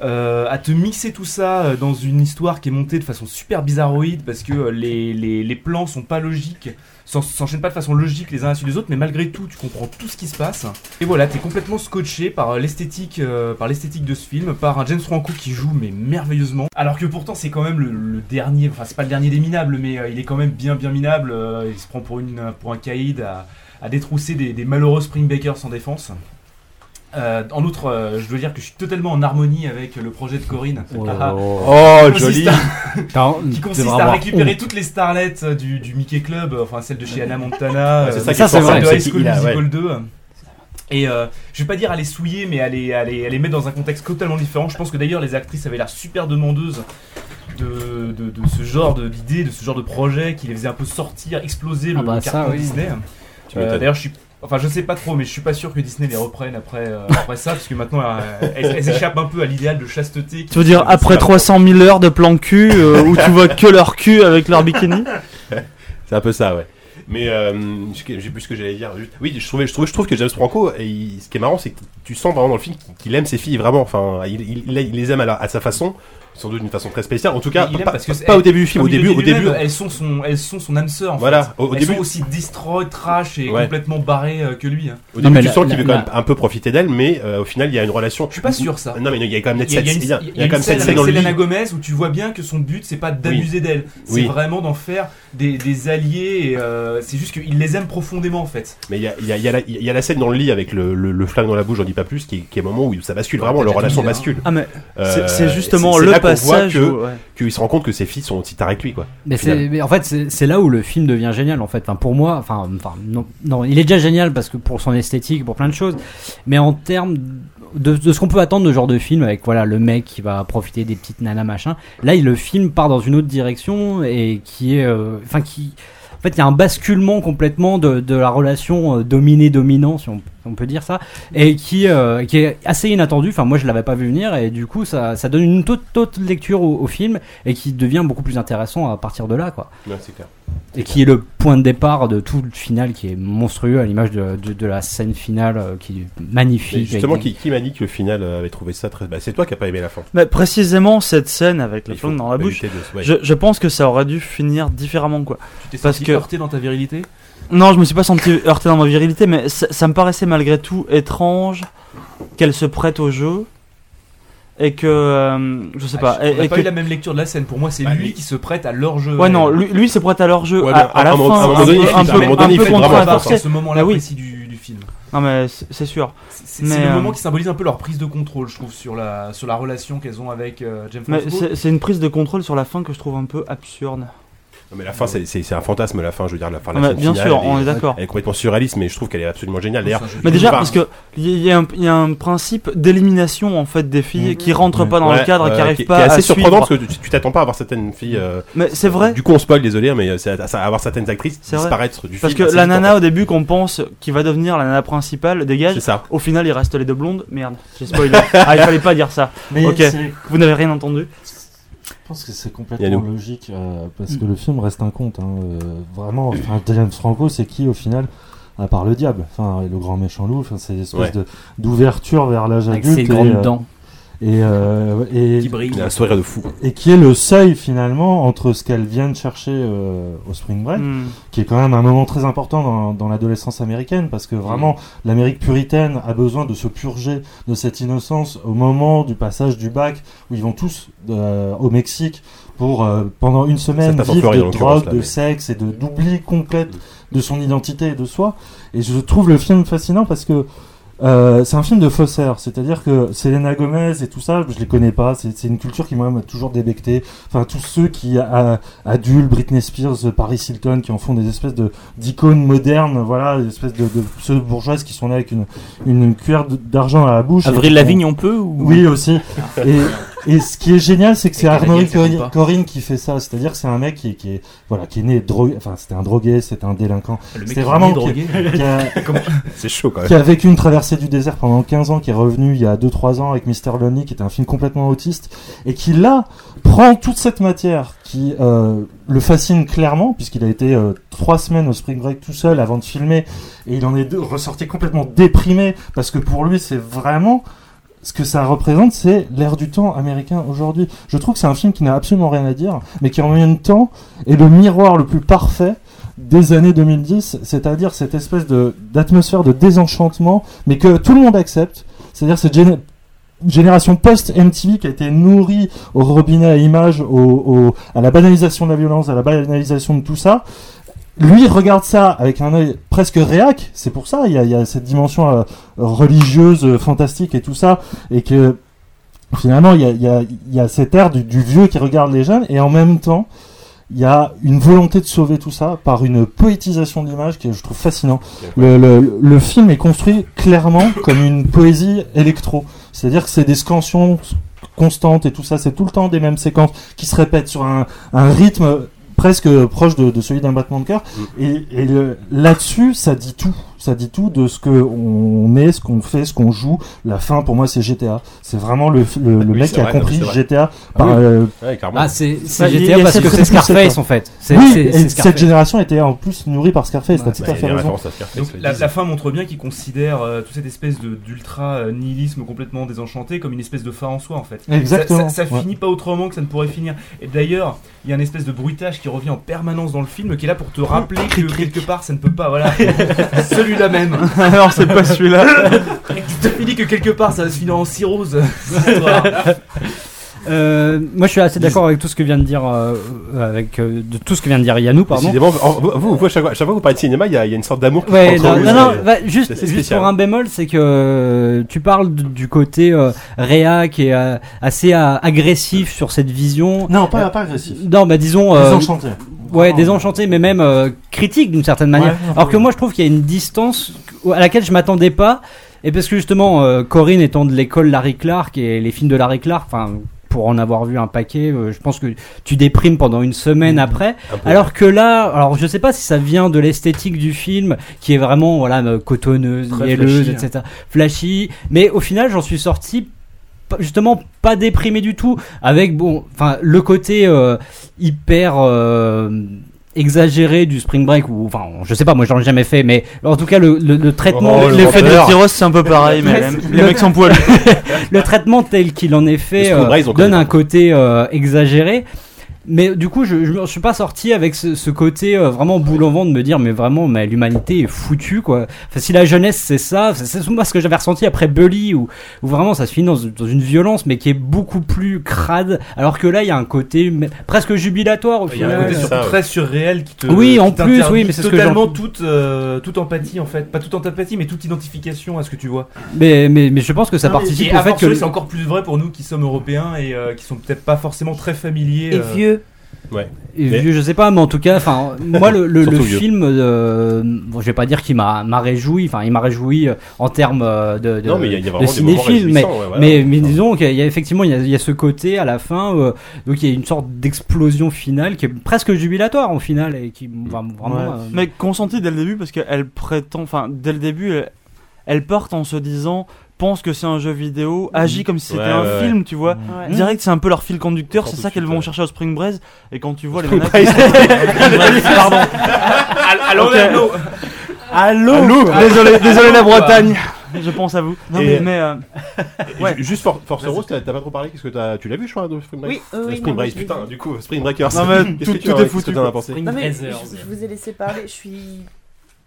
[SPEAKER 7] euh, à te mixer tout ça euh, dans une histoire qui est montée de façon super bizarroïde parce que euh, les, les, les plans sont pas logiques, s'en- s'enchaînent pas de façon logique les uns à les autres, mais malgré tout tu comprends tout ce qui se passe. Et voilà, t'es complètement scotché par euh, l'esthétique, euh, par l'esthétique de ce film, par un James Franco qui joue mais merveilleusement. Alors que pourtant c'est quand même le, le dernier, enfin c'est pas le dernier des minables, mais euh, il est quand même bien bien minable. euh, il se prend pour une pour un caïd à, à détrousser des, des malheureux Springbakers sans défense. Euh, en outre, euh, je dois dire que je suis totalement en harmonie avec le projet de Corinne.
[SPEAKER 4] Mm.
[SPEAKER 11] Oh,
[SPEAKER 7] Ah, ah.
[SPEAKER 11] Oh,
[SPEAKER 7] Qui consiste
[SPEAKER 11] joli.
[SPEAKER 7] à-
[SPEAKER 11] T'as-
[SPEAKER 7] Qui
[SPEAKER 11] tu
[SPEAKER 7] consiste
[SPEAKER 11] devrais
[SPEAKER 7] à
[SPEAKER 11] avoir
[SPEAKER 7] récupérer
[SPEAKER 11] honte.
[SPEAKER 7] toutes les starlettes euh, du, du Mickey Club, euh, enfin celle de chez Anna Montana,
[SPEAKER 4] Ouais, c'est
[SPEAKER 7] euh,
[SPEAKER 4] ça qui
[SPEAKER 7] celle
[SPEAKER 4] est fort,
[SPEAKER 7] de
[SPEAKER 4] c'est
[SPEAKER 7] High School
[SPEAKER 4] qu'il a,
[SPEAKER 7] Musical
[SPEAKER 4] ouais.
[SPEAKER 7] 2. Et euh, je vais pas dire à les souiller, mais à les, à les- à les mettre dans un contexte totalement différent. Je pense que d'ailleurs les actrices avaient l'air super demandeuses de, de- de ce genre de- d'idée, de ce genre de projet, qui les faisait un peu sortir, exploser le,
[SPEAKER 11] Ah bah
[SPEAKER 7] le
[SPEAKER 11] ça,
[SPEAKER 7] carton
[SPEAKER 11] oui.
[SPEAKER 7] Disney.
[SPEAKER 11] Tu
[SPEAKER 7] Euh,
[SPEAKER 11] m'étonnes.
[SPEAKER 7] d'ailleurs, je suis, enfin, je sais pas trop, mais je suis pas sûr que Disney les reprenne après, euh, après ça, parce que maintenant euh, elles, elles échappent un peu à l'idéal de chasteté.
[SPEAKER 5] Tu veux dire, après 300 000 heures de plan cul, euh, où tu vois que leur cul avec leur bikini
[SPEAKER 4] C'est un peu ça, ouais. Mais euh, j'ai j'ai plus ce que j'allais dire. juste- Oui, je trouvais, je trouve, je trouve que James Franco, et il- ce qui est marrant, c'est que tu sens vraiment dans le film qu'il- qu'il aime ses filles vraiment. Enfin, il, il- il les aime à, la- à sa façon, sans doute d'une façon très spéciale. En tout cas,
[SPEAKER 7] Il aime
[SPEAKER 4] pas,
[SPEAKER 7] parce que
[SPEAKER 4] pas-
[SPEAKER 7] c'est-
[SPEAKER 4] pas au début du film. Au
[SPEAKER 7] comme il le
[SPEAKER 4] début,
[SPEAKER 7] dit
[SPEAKER 4] au début,
[SPEAKER 7] lui-même, elles sont son, elles sont son âme sœur. En
[SPEAKER 4] Voilà,
[SPEAKER 7] fait.
[SPEAKER 4] au- au
[SPEAKER 7] elles
[SPEAKER 4] début-
[SPEAKER 7] sont aussi destroy, trash et
[SPEAKER 4] Ouais.
[SPEAKER 7] complètement barrées euh, que lui. hein.
[SPEAKER 4] Au début, tu sens qu'il veut quand même un peu profiter d'elle, mais euh, au final, il y a une relation. Je suis
[SPEAKER 7] pas sûr ça.
[SPEAKER 4] Non, mais il y a quand même net
[SPEAKER 7] Il y a, il y a une-
[SPEAKER 4] cette- il y a- il y a
[SPEAKER 7] une
[SPEAKER 4] quand
[SPEAKER 7] scène
[SPEAKER 4] même cette
[SPEAKER 7] avec
[SPEAKER 4] scène dans le
[SPEAKER 7] Selena
[SPEAKER 4] lit.
[SPEAKER 7] Gomez où tu vois bien que son but c'est pas d'abuser d'elle, c'est
[SPEAKER 4] Oui.
[SPEAKER 7] vraiment d'en faire des, des alliés. et, euh, c'est juste qu'il les aime profondément en fait.
[SPEAKER 4] Mais il y a, il y a- il y a la- il y a la scène dans le lit avec le, le, le flingue dans la bouche, j'en dis pas plus, qui est, qui est le moment où ça bascule vraiment, leur relation bascule.
[SPEAKER 5] Ah, mais
[SPEAKER 4] Euh,
[SPEAKER 5] c'est- c'est justement
[SPEAKER 4] c'est- c'est
[SPEAKER 5] le
[SPEAKER 4] là qu'on voit
[SPEAKER 5] passage
[SPEAKER 4] que-
[SPEAKER 5] où- ouais.
[SPEAKER 4] qu'il se rend compte que ses filles sont aussi tarées que lui, quoi.
[SPEAKER 11] Mais,
[SPEAKER 4] au final.
[SPEAKER 11] c'est- mais en fait, c'est c'est là où le film devient génial. En fait, enfin, pour moi, enfin, enfin, non, non, il est déjà génial parce que pour son esthétique, pour plein de choses. Mais en termes de, de ce qu'on peut attendre de ce genre de film, avec voilà le mec qui va profiter des petites nanas machin. Là, il, le film part dans une autre direction et qui est, euh, enfin, qui, en fait, il y a un basculement complètement de, de la relation euh, dominée-dominant, si on on peut dire ça, et qui, euh, qui est assez inattendu. Enfin, moi, je l'avais pas vu venir, et du coup, ça, ça donne une toute autre lecture au, au film et qui devient beaucoup plus intéressant à partir de là, quoi.
[SPEAKER 4] Ouais, c'est clair.
[SPEAKER 11] Et qui est le point de départ de tout le final qui est monstrueux à l'image de, de- de la scène finale euh, qui est
[SPEAKER 4] Mais
[SPEAKER 11] magnifique.
[SPEAKER 4] justement,
[SPEAKER 11] avec-
[SPEAKER 4] qui, qui m'a dit que le final euh, avait trouvé ça très. Bah, c'est toi qui n'as pas aimé la fin.
[SPEAKER 5] Mais précisément cette scène avec la
[SPEAKER 4] Il
[SPEAKER 5] flamme
[SPEAKER 4] faut
[SPEAKER 5] dans la bouche,
[SPEAKER 4] éviter de- ouais.
[SPEAKER 5] je, je pense que ça aurait dû finir différemment quoi.
[SPEAKER 7] Tu t'es senti heurté dans ta virilité
[SPEAKER 5] Non, je me suis pas senti heurté dans ma virilité, mais ça, ça me paraissait malgré tout étrange qu'elle se prête au jeu et que euh, je sais pas.
[SPEAKER 7] Ah,
[SPEAKER 5] et-
[SPEAKER 7] On n'a
[SPEAKER 5] et
[SPEAKER 7] pas
[SPEAKER 5] que-
[SPEAKER 7] eu la même lecture de la scène. Pour moi,
[SPEAKER 4] Bah,
[SPEAKER 7] c'est lui qui se prête à leur jeu.
[SPEAKER 5] Ouais, non, lui, lui se prête à leur jeu à,
[SPEAKER 7] Ouais, mais
[SPEAKER 5] à
[SPEAKER 7] à
[SPEAKER 5] la
[SPEAKER 7] un moment-
[SPEAKER 5] fin.
[SPEAKER 7] à un moment donné, il
[SPEAKER 5] peu-
[SPEAKER 7] fait- à un
[SPEAKER 5] peu-
[SPEAKER 7] moment donné,
[SPEAKER 5] un
[SPEAKER 7] il
[SPEAKER 5] peu
[SPEAKER 7] fait vraiment
[SPEAKER 5] contraint,
[SPEAKER 7] pas
[SPEAKER 5] parce que-
[SPEAKER 7] ce moment-là
[SPEAKER 5] Bah oui.
[SPEAKER 7] précis du, du film.
[SPEAKER 5] Non, mais c'est c'est sûr.
[SPEAKER 7] C'est
[SPEAKER 5] Mais,
[SPEAKER 7] c'est le
[SPEAKER 5] euh,
[SPEAKER 7] moment qui symbolise un peu leur prise de contrôle, je trouve, sur la, sur la relation qu'elles ont avec euh, James
[SPEAKER 5] mais
[SPEAKER 7] Franco.
[SPEAKER 5] c'est c'est une prise de contrôle sur la fin que je trouve un peu absurde.
[SPEAKER 4] Non, mais la fin, c'est- c'est c'est un fantasme, la fin, je veux dire, la fin. la
[SPEAKER 5] Mais
[SPEAKER 4] scène
[SPEAKER 5] bien
[SPEAKER 4] finale,
[SPEAKER 5] sûr,
[SPEAKER 4] elle
[SPEAKER 5] on est d'accord.
[SPEAKER 4] Elle est complètement surréaliste, mais je trouve qu'elle est absolument géniale. D'ailleurs,
[SPEAKER 5] Mais déjà,
[SPEAKER 4] enfin,
[SPEAKER 5] parce que il y, y a un- y a un principe d'élimination en fait des filles qui rentrent pas dans
[SPEAKER 4] Ouais,
[SPEAKER 5] le cadre,
[SPEAKER 4] euh,
[SPEAKER 5] qui arrivent
[SPEAKER 4] qui,
[SPEAKER 5] pas
[SPEAKER 4] qui est assez
[SPEAKER 5] à
[SPEAKER 4] surprenant
[SPEAKER 5] suivre.
[SPEAKER 4] parce que tu tu t'attends pas à voir certaines filles. euh,
[SPEAKER 5] Mais c'est vrai.
[SPEAKER 4] Du coup, on spoil, désolé, mais euh, c'est à, ça- à avoir certaines actrices
[SPEAKER 5] C'est vrai.
[SPEAKER 4] disparaître du
[SPEAKER 5] Parce
[SPEAKER 4] film.
[SPEAKER 5] que
[SPEAKER 4] assez
[SPEAKER 5] la
[SPEAKER 4] vite, en
[SPEAKER 5] nana au début qu'on pense qui va devenir la nana principale dégage. Oh.
[SPEAKER 4] C'est ça.
[SPEAKER 5] Au final, il reste les deux blondes. Merde, j'ai spoilé. ah, il fallait pas dire ça.
[SPEAKER 13] Mais
[SPEAKER 5] ok,
[SPEAKER 13] c'est-
[SPEAKER 5] vous n'avez rien entendu.
[SPEAKER 13] Je pense que c'est
[SPEAKER 4] Yannou.
[SPEAKER 13] complètement logique euh, parce que
[SPEAKER 5] Mm.
[SPEAKER 13] le film reste un conte. hein, euh, vraiment, enfin, James Franco, c'est qui au final à part le diable, enfin le grand méchant loup, enfin, c'est une espèce
[SPEAKER 4] Ouais.
[SPEAKER 13] de- d'ouverture vers l'âge
[SPEAKER 11] Avec
[SPEAKER 13] adulte.
[SPEAKER 11] ses grandes
[SPEAKER 13] euh,
[SPEAKER 11] dents.
[SPEAKER 13] Et, euh, et,
[SPEAKER 4] Qui brille. Il a un sourire de fou.
[SPEAKER 13] Et qui est le seuil finalement entre ce qu'elle vient de chercher euh, au Spring Break,
[SPEAKER 5] Mm.
[SPEAKER 13] qui est quand même un moment très important dans, dans l'adolescence américaine, parce que vraiment l'Amérique puritaine a besoin de se purger de cette innocence au moment du passage du bac, où ils vont tous euh, au Mexique pour euh, pendant une
[SPEAKER 4] Ça
[SPEAKER 13] semaine
[SPEAKER 4] passe en
[SPEAKER 13] vivre
[SPEAKER 4] Floride, en
[SPEAKER 13] de
[SPEAKER 4] l'occurrence,
[SPEAKER 13] drogue,
[SPEAKER 4] là,
[SPEAKER 13] de
[SPEAKER 4] mais- Mm.
[SPEAKER 13] sexe et de d'oubli complète de son identité et de soi. Et je trouve le film fascinant parce que euh, c'est un film de faussaire, c'est-à-dire que Selena Gomez et tout ça, je les connais pas, c'est c'est une culture qui moi m'a toujours débecté. Enfin, tous ceux qui a- adulent Britney Spears, Paris Hilton, qui en font des espèces de d'icônes modernes, voilà, des espèces de, de pseudo-bourgeoises qui sont là avec une, une cuillère de- d'argent à la bouche.
[SPEAKER 6] Avril
[SPEAKER 13] Et-
[SPEAKER 6] Lavigne, on peut, ou-
[SPEAKER 13] Oui, aussi. Et, et ce qui est génial, c'est que c'est
[SPEAKER 6] Canadienne,
[SPEAKER 13] Arnaud
[SPEAKER 6] ça compte
[SPEAKER 13] Corinne,
[SPEAKER 6] pas.
[SPEAKER 13] Corinne qui fait ça, c'est-à-dire que c'est un mec qui, est- qui est voilà qui est né drogué, enfin c'était un drogué, c'était un délinquant,
[SPEAKER 7] Le mec
[SPEAKER 13] c'était
[SPEAKER 7] qui est
[SPEAKER 13] vraiment
[SPEAKER 7] né drogué.
[SPEAKER 13] qui- qui a-
[SPEAKER 7] Comment-
[SPEAKER 4] C'est chaud, quand même.
[SPEAKER 13] Qui a vécu une traversée du désert pendant 15 ans, qui est revenu il y a 2-3 ans avec Mr Lonely, qui était un film complètement autiste, et qui là prend toute cette matière qui euh, le fascine clairement, puisqu'il a été euh, trois semaines au Spring Break tout seul avant de filmer, et il en est de- ressorti complètement déprimé, parce que pour lui c'est vraiment ce que ça représente, c'est l'ère du temps américain aujourd'hui. Je trouve que c'est un film qui n'a absolument rien à dire, mais qui en même temps est le miroir le plus parfait des années 2010, c'est-à-dire cette espèce de d'atmosphère de désenchantement, mais que tout le monde accepte. C'est-à-dire cette géné- génération post-MTV qui a été nourrie au robinet à images, au, au- à la banalisation de la violence, à la banalisation de tout ça. Lui regarde ça avec un œil presque réac, c'est pour ça, il y a, il y a cette dimension euh, religieuse euh, fantastique et tout ça, et que finalement il y a, il y a- il y a cette ère du, du vieux qui regarde les jeunes, et en même temps, il y a une volonté de sauver tout ça par une poétisation de l'image qui je trouve fascinant. Le, le- le film est construit clairement comme une poésie électro. C'est-à-dire que c'est des scansions constantes et tout ça, c'est tout le temps des mêmes séquences qui se répètent sur un, un rythme presque proche de, de celui d'un battement de cœur.
[SPEAKER 4] Mm.
[SPEAKER 13] Et, et le- là-dessus, ça dit tout. Ça dit tout de ce que on est, ce qu'on fait, ce qu'on joue. La fin, pour moi, c'est GTA. C'est vraiment le, le- le
[SPEAKER 4] Oui,
[SPEAKER 13] mec
[SPEAKER 4] c'est
[SPEAKER 13] qui a
[SPEAKER 4] vrai, non,
[SPEAKER 13] compris
[SPEAKER 4] mais c'est vrai.
[SPEAKER 13] GTA
[SPEAKER 4] Ah
[SPEAKER 13] par,
[SPEAKER 4] oui.
[SPEAKER 13] euh,
[SPEAKER 4] Ouais, clairement. Ah, c'est- c'est
[SPEAKER 13] Ouais,
[SPEAKER 4] GTA
[SPEAKER 13] il y a
[SPEAKER 4] parce
[SPEAKER 13] cette
[SPEAKER 4] que c'est
[SPEAKER 13] conception,
[SPEAKER 4] Scarface,
[SPEAKER 13] quoi.
[SPEAKER 4] en fait. C'est-
[SPEAKER 13] oui,
[SPEAKER 4] c'est-
[SPEAKER 13] et
[SPEAKER 4] c'est
[SPEAKER 13] cette [LAUGHS]
[SPEAKER 4] Scarface. bah,
[SPEAKER 13] génération était en plus nourrie par Scarface. T'as tout à fait raison.
[SPEAKER 7] Donc, la, la fin montre bien qu'il considère euh, toute cette espèce de- d'ultra euh, nihilisme complètement désenchanté comme une espèce de fin en soi en fait. Ça,
[SPEAKER 13] Exactement,
[SPEAKER 7] ça- ça
[SPEAKER 13] ouais.
[SPEAKER 7] finit pas autrement que ça ne pourrait finir. Et d'ailleurs, il y a un espèce de bruitage qui revient en permanence dans le film qui est là pour te rappeler que quelque part ça ne peut pas. [LAUGHS] Voilà, celui-là même.
[SPEAKER 5] Alors, c'est pas celui-là.
[SPEAKER 7] Et tu te finis que quelque part ça va se finir en [LAUGHS] cirrhose. cette histoire.
[SPEAKER 11] [LAUGHS] Euh, moi, je suis assez d'accord avec tout ce que vient de dire euh, avec euh, de tout ce que vient de dire Yannou, pardon.
[SPEAKER 4] Décidément, en- vous, vous, vous, à chaque fois, à chaque fois que vous parlez de cinéma, il y a, il y a une sorte d'amour qui
[SPEAKER 11] Ouais,
[SPEAKER 4] se
[SPEAKER 11] non,
[SPEAKER 4] entre
[SPEAKER 11] non,
[SPEAKER 4] vous,
[SPEAKER 11] non,
[SPEAKER 4] c'est-
[SPEAKER 11] bah, juste,
[SPEAKER 4] c'est assez
[SPEAKER 11] juste
[SPEAKER 4] spécial.
[SPEAKER 11] pour un bémol, c'est que euh, tu parles d- du côté euh, réac et euh, assez euh, agressif sur cette vision.
[SPEAKER 13] Non, pas- pas agressif.
[SPEAKER 11] Non, bah disons.
[SPEAKER 13] Désenchanté.
[SPEAKER 11] Ouais, désenchanté, mais même euh, critique d'une certaine manière.
[SPEAKER 13] Ouais,
[SPEAKER 11] Alors que moi, je trouve qu'il y a une distance à laquelle je m'attendais pas. Et parce que justement, euh, Corinne étant de l'école Larry Clark et les films de Larry Clark, enfin, pour en avoir vu un paquet, euh, je pense que tu déprimes pendant une semaine
[SPEAKER 13] Mm.
[SPEAKER 11] après. Alors que là, alors je sais pas si ça vient de l'esthétique du film qui est vraiment voilà euh, cotonneuse,
[SPEAKER 5] Très
[SPEAKER 11] mielleuse,
[SPEAKER 5] flashy, hein.
[SPEAKER 11] etc. Flashy. Mais au final, j'en suis sorti p- justement pas déprimé du tout avec bon enfin le côté euh, hyper euh, exagéré du spring break ou enfin je sais pas moi j'en ai jamais fait mais en tout cas le, le- le traitement
[SPEAKER 5] Oh, le L'effet menteur. de Tyros, c'est
[SPEAKER 13] [LAUGHS]
[SPEAKER 5] un peu pareil, mais les- les mecs sont poilus.
[SPEAKER 11] le traitement tel qu'il en est
[SPEAKER 5] Le
[SPEAKER 11] fait
[SPEAKER 5] spring
[SPEAKER 11] euh,
[SPEAKER 5] break, ils ont
[SPEAKER 11] donne
[SPEAKER 5] connu,
[SPEAKER 11] un côté euh, exagéré. Mais du coup, je, je, je suis pas sorti avec ce, ce côté euh, vraiment boule en ventre de me dire, mais vraiment, mais l'humanité est foutue, quoi. Enfin, si la jeunesse, c'est ça, c'est- c'est moi ce que j'avais ressenti après Bully, où, où vraiment ça se finit dans, dans une violence, mais qui est beaucoup plus crade, alors que là, il y a un côté mais- presque jubilatoire au
[SPEAKER 7] Il y a
[SPEAKER 11] final.
[SPEAKER 7] un côté surtout très surréel qui te.
[SPEAKER 11] Oui, en
[SPEAKER 7] qui
[SPEAKER 11] plus,
[SPEAKER 7] t'interdit
[SPEAKER 11] oui, mais c'est ce que j'en-
[SPEAKER 7] Totalement toute, euh, toute empathie en fait. Pas toute empathie, mais toute identification à ce que tu vois.
[SPEAKER 11] mais, mais, mais je pense que ça
[SPEAKER 7] Non, mais-
[SPEAKER 11] participe
[SPEAKER 7] Ah et
[SPEAKER 11] au
[SPEAKER 7] a
[SPEAKER 11] fait que.
[SPEAKER 7] fortiori, c'est encore plus vrai pour nous qui sommes européens et euh, qui sont peut-être pas forcément très familiers. euh,
[SPEAKER 11] Et vieux. Et vieux, je sais pas, mais en tout cas, enfin, moi, le, le- le
[SPEAKER 7] Surtout vieux.
[SPEAKER 11] film, euh, bon, je vais pas dire qu'il m'a m'a réjoui, enfin, il m'a réjoui euh, en termes euh, de, de,
[SPEAKER 4] Non, mais il y a- il y a
[SPEAKER 11] de
[SPEAKER 4] vraiment des moments
[SPEAKER 11] cinéphile, mais,
[SPEAKER 4] réjouissants, ouais, voilà.
[SPEAKER 11] mais, mais disons qu'il y a effectivement, il y a, il y a ce côté à la fin, euh, donc il y a une sorte d'explosion finale qui est presque jubilatoire en finale et qui,
[SPEAKER 4] Mm.
[SPEAKER 11] enfin, vraiment.
[SPEAKER 5] Ouais.
[SPEAKER 11] euh,
[SPEAKER 5] Mais consentie dès le début parce qu'elle prétend, enfin dès le début, elle, elle part en se disant pense que c'est un jeu vidéo, agit comme si c'était
[SPEAKER 11] Ouais,
[SPEAKER 5] un
[SPEAKER 11] ouais,
[SPEAKER 5] film,
[SPEAKER 11] ouais.
[SPEAKER 5] tu vois.
[SPEAKER 11] Ouais.
[SPEAKER 5] Direct, c'est un peu leur fil conducteur, c'est ça qu'elles vont chercher au Spring Breeze. Et quand tu vois les
[SPEAKER 11] Spring
[SPEAKER 5] nanas-
[SPEAKER 11] Breeze.
[SPEAKER 5] pardon.
[SPEAKER 11] À- à l'envers,
[SPEAKER 5] Ok.
[SPEAKER 11] l'eau.
[SPEAKER 5] Allô,
[SPEAKER 11] À l'eau, quoi.
[SPEAKER 5] Désolé, désolé
[SPEAKER 11] À
[SPEAKER 5] la
[SPEAKER 11] l'eau, quoi.
[SPEAKER 5] Bretagne. Je pense à vous. Non, mais,
[SPEAKER 4] Et-
[SPEAKER 5] mais, euh,
[SPEAKER 4] Et ju- Juste For- Force Rose, t'as t'as pas trop parlé Qu'est-ce que t'as- tu l'as vu, je crois, de Spring Break
[SPEAKER 10] Oui, euh, oui,
[SPEAKER 4] Spring
[SPEAKER 10] non,
[SPEAKER 4] Break,
[SPEAKER 10] je l'ai
[SPEAKER 4] putain,
[SPEAKER 10] vu.
[SPEAKER 4] du coup, Spring Breakers.
[SPEAKER 5] Non, mais
[SPEAKER 4] Qu'est-ce que
[SPEAKER 5] tout-
[SPEAKER 4] tu
[SPEAKER 5] tout
[SPEAKER 4] en-
[SPEAKER 5] est
[SPEAKER 4] qu'est-ce
[SPEAKER 5] foutu,
[SPEAKER 4] que t'en
[SPEAKER 5] quoi.
[SPEAKER 4] as pensé
[SPEAKER 10] Non, mais je, je vous ai laissé parler. Je suis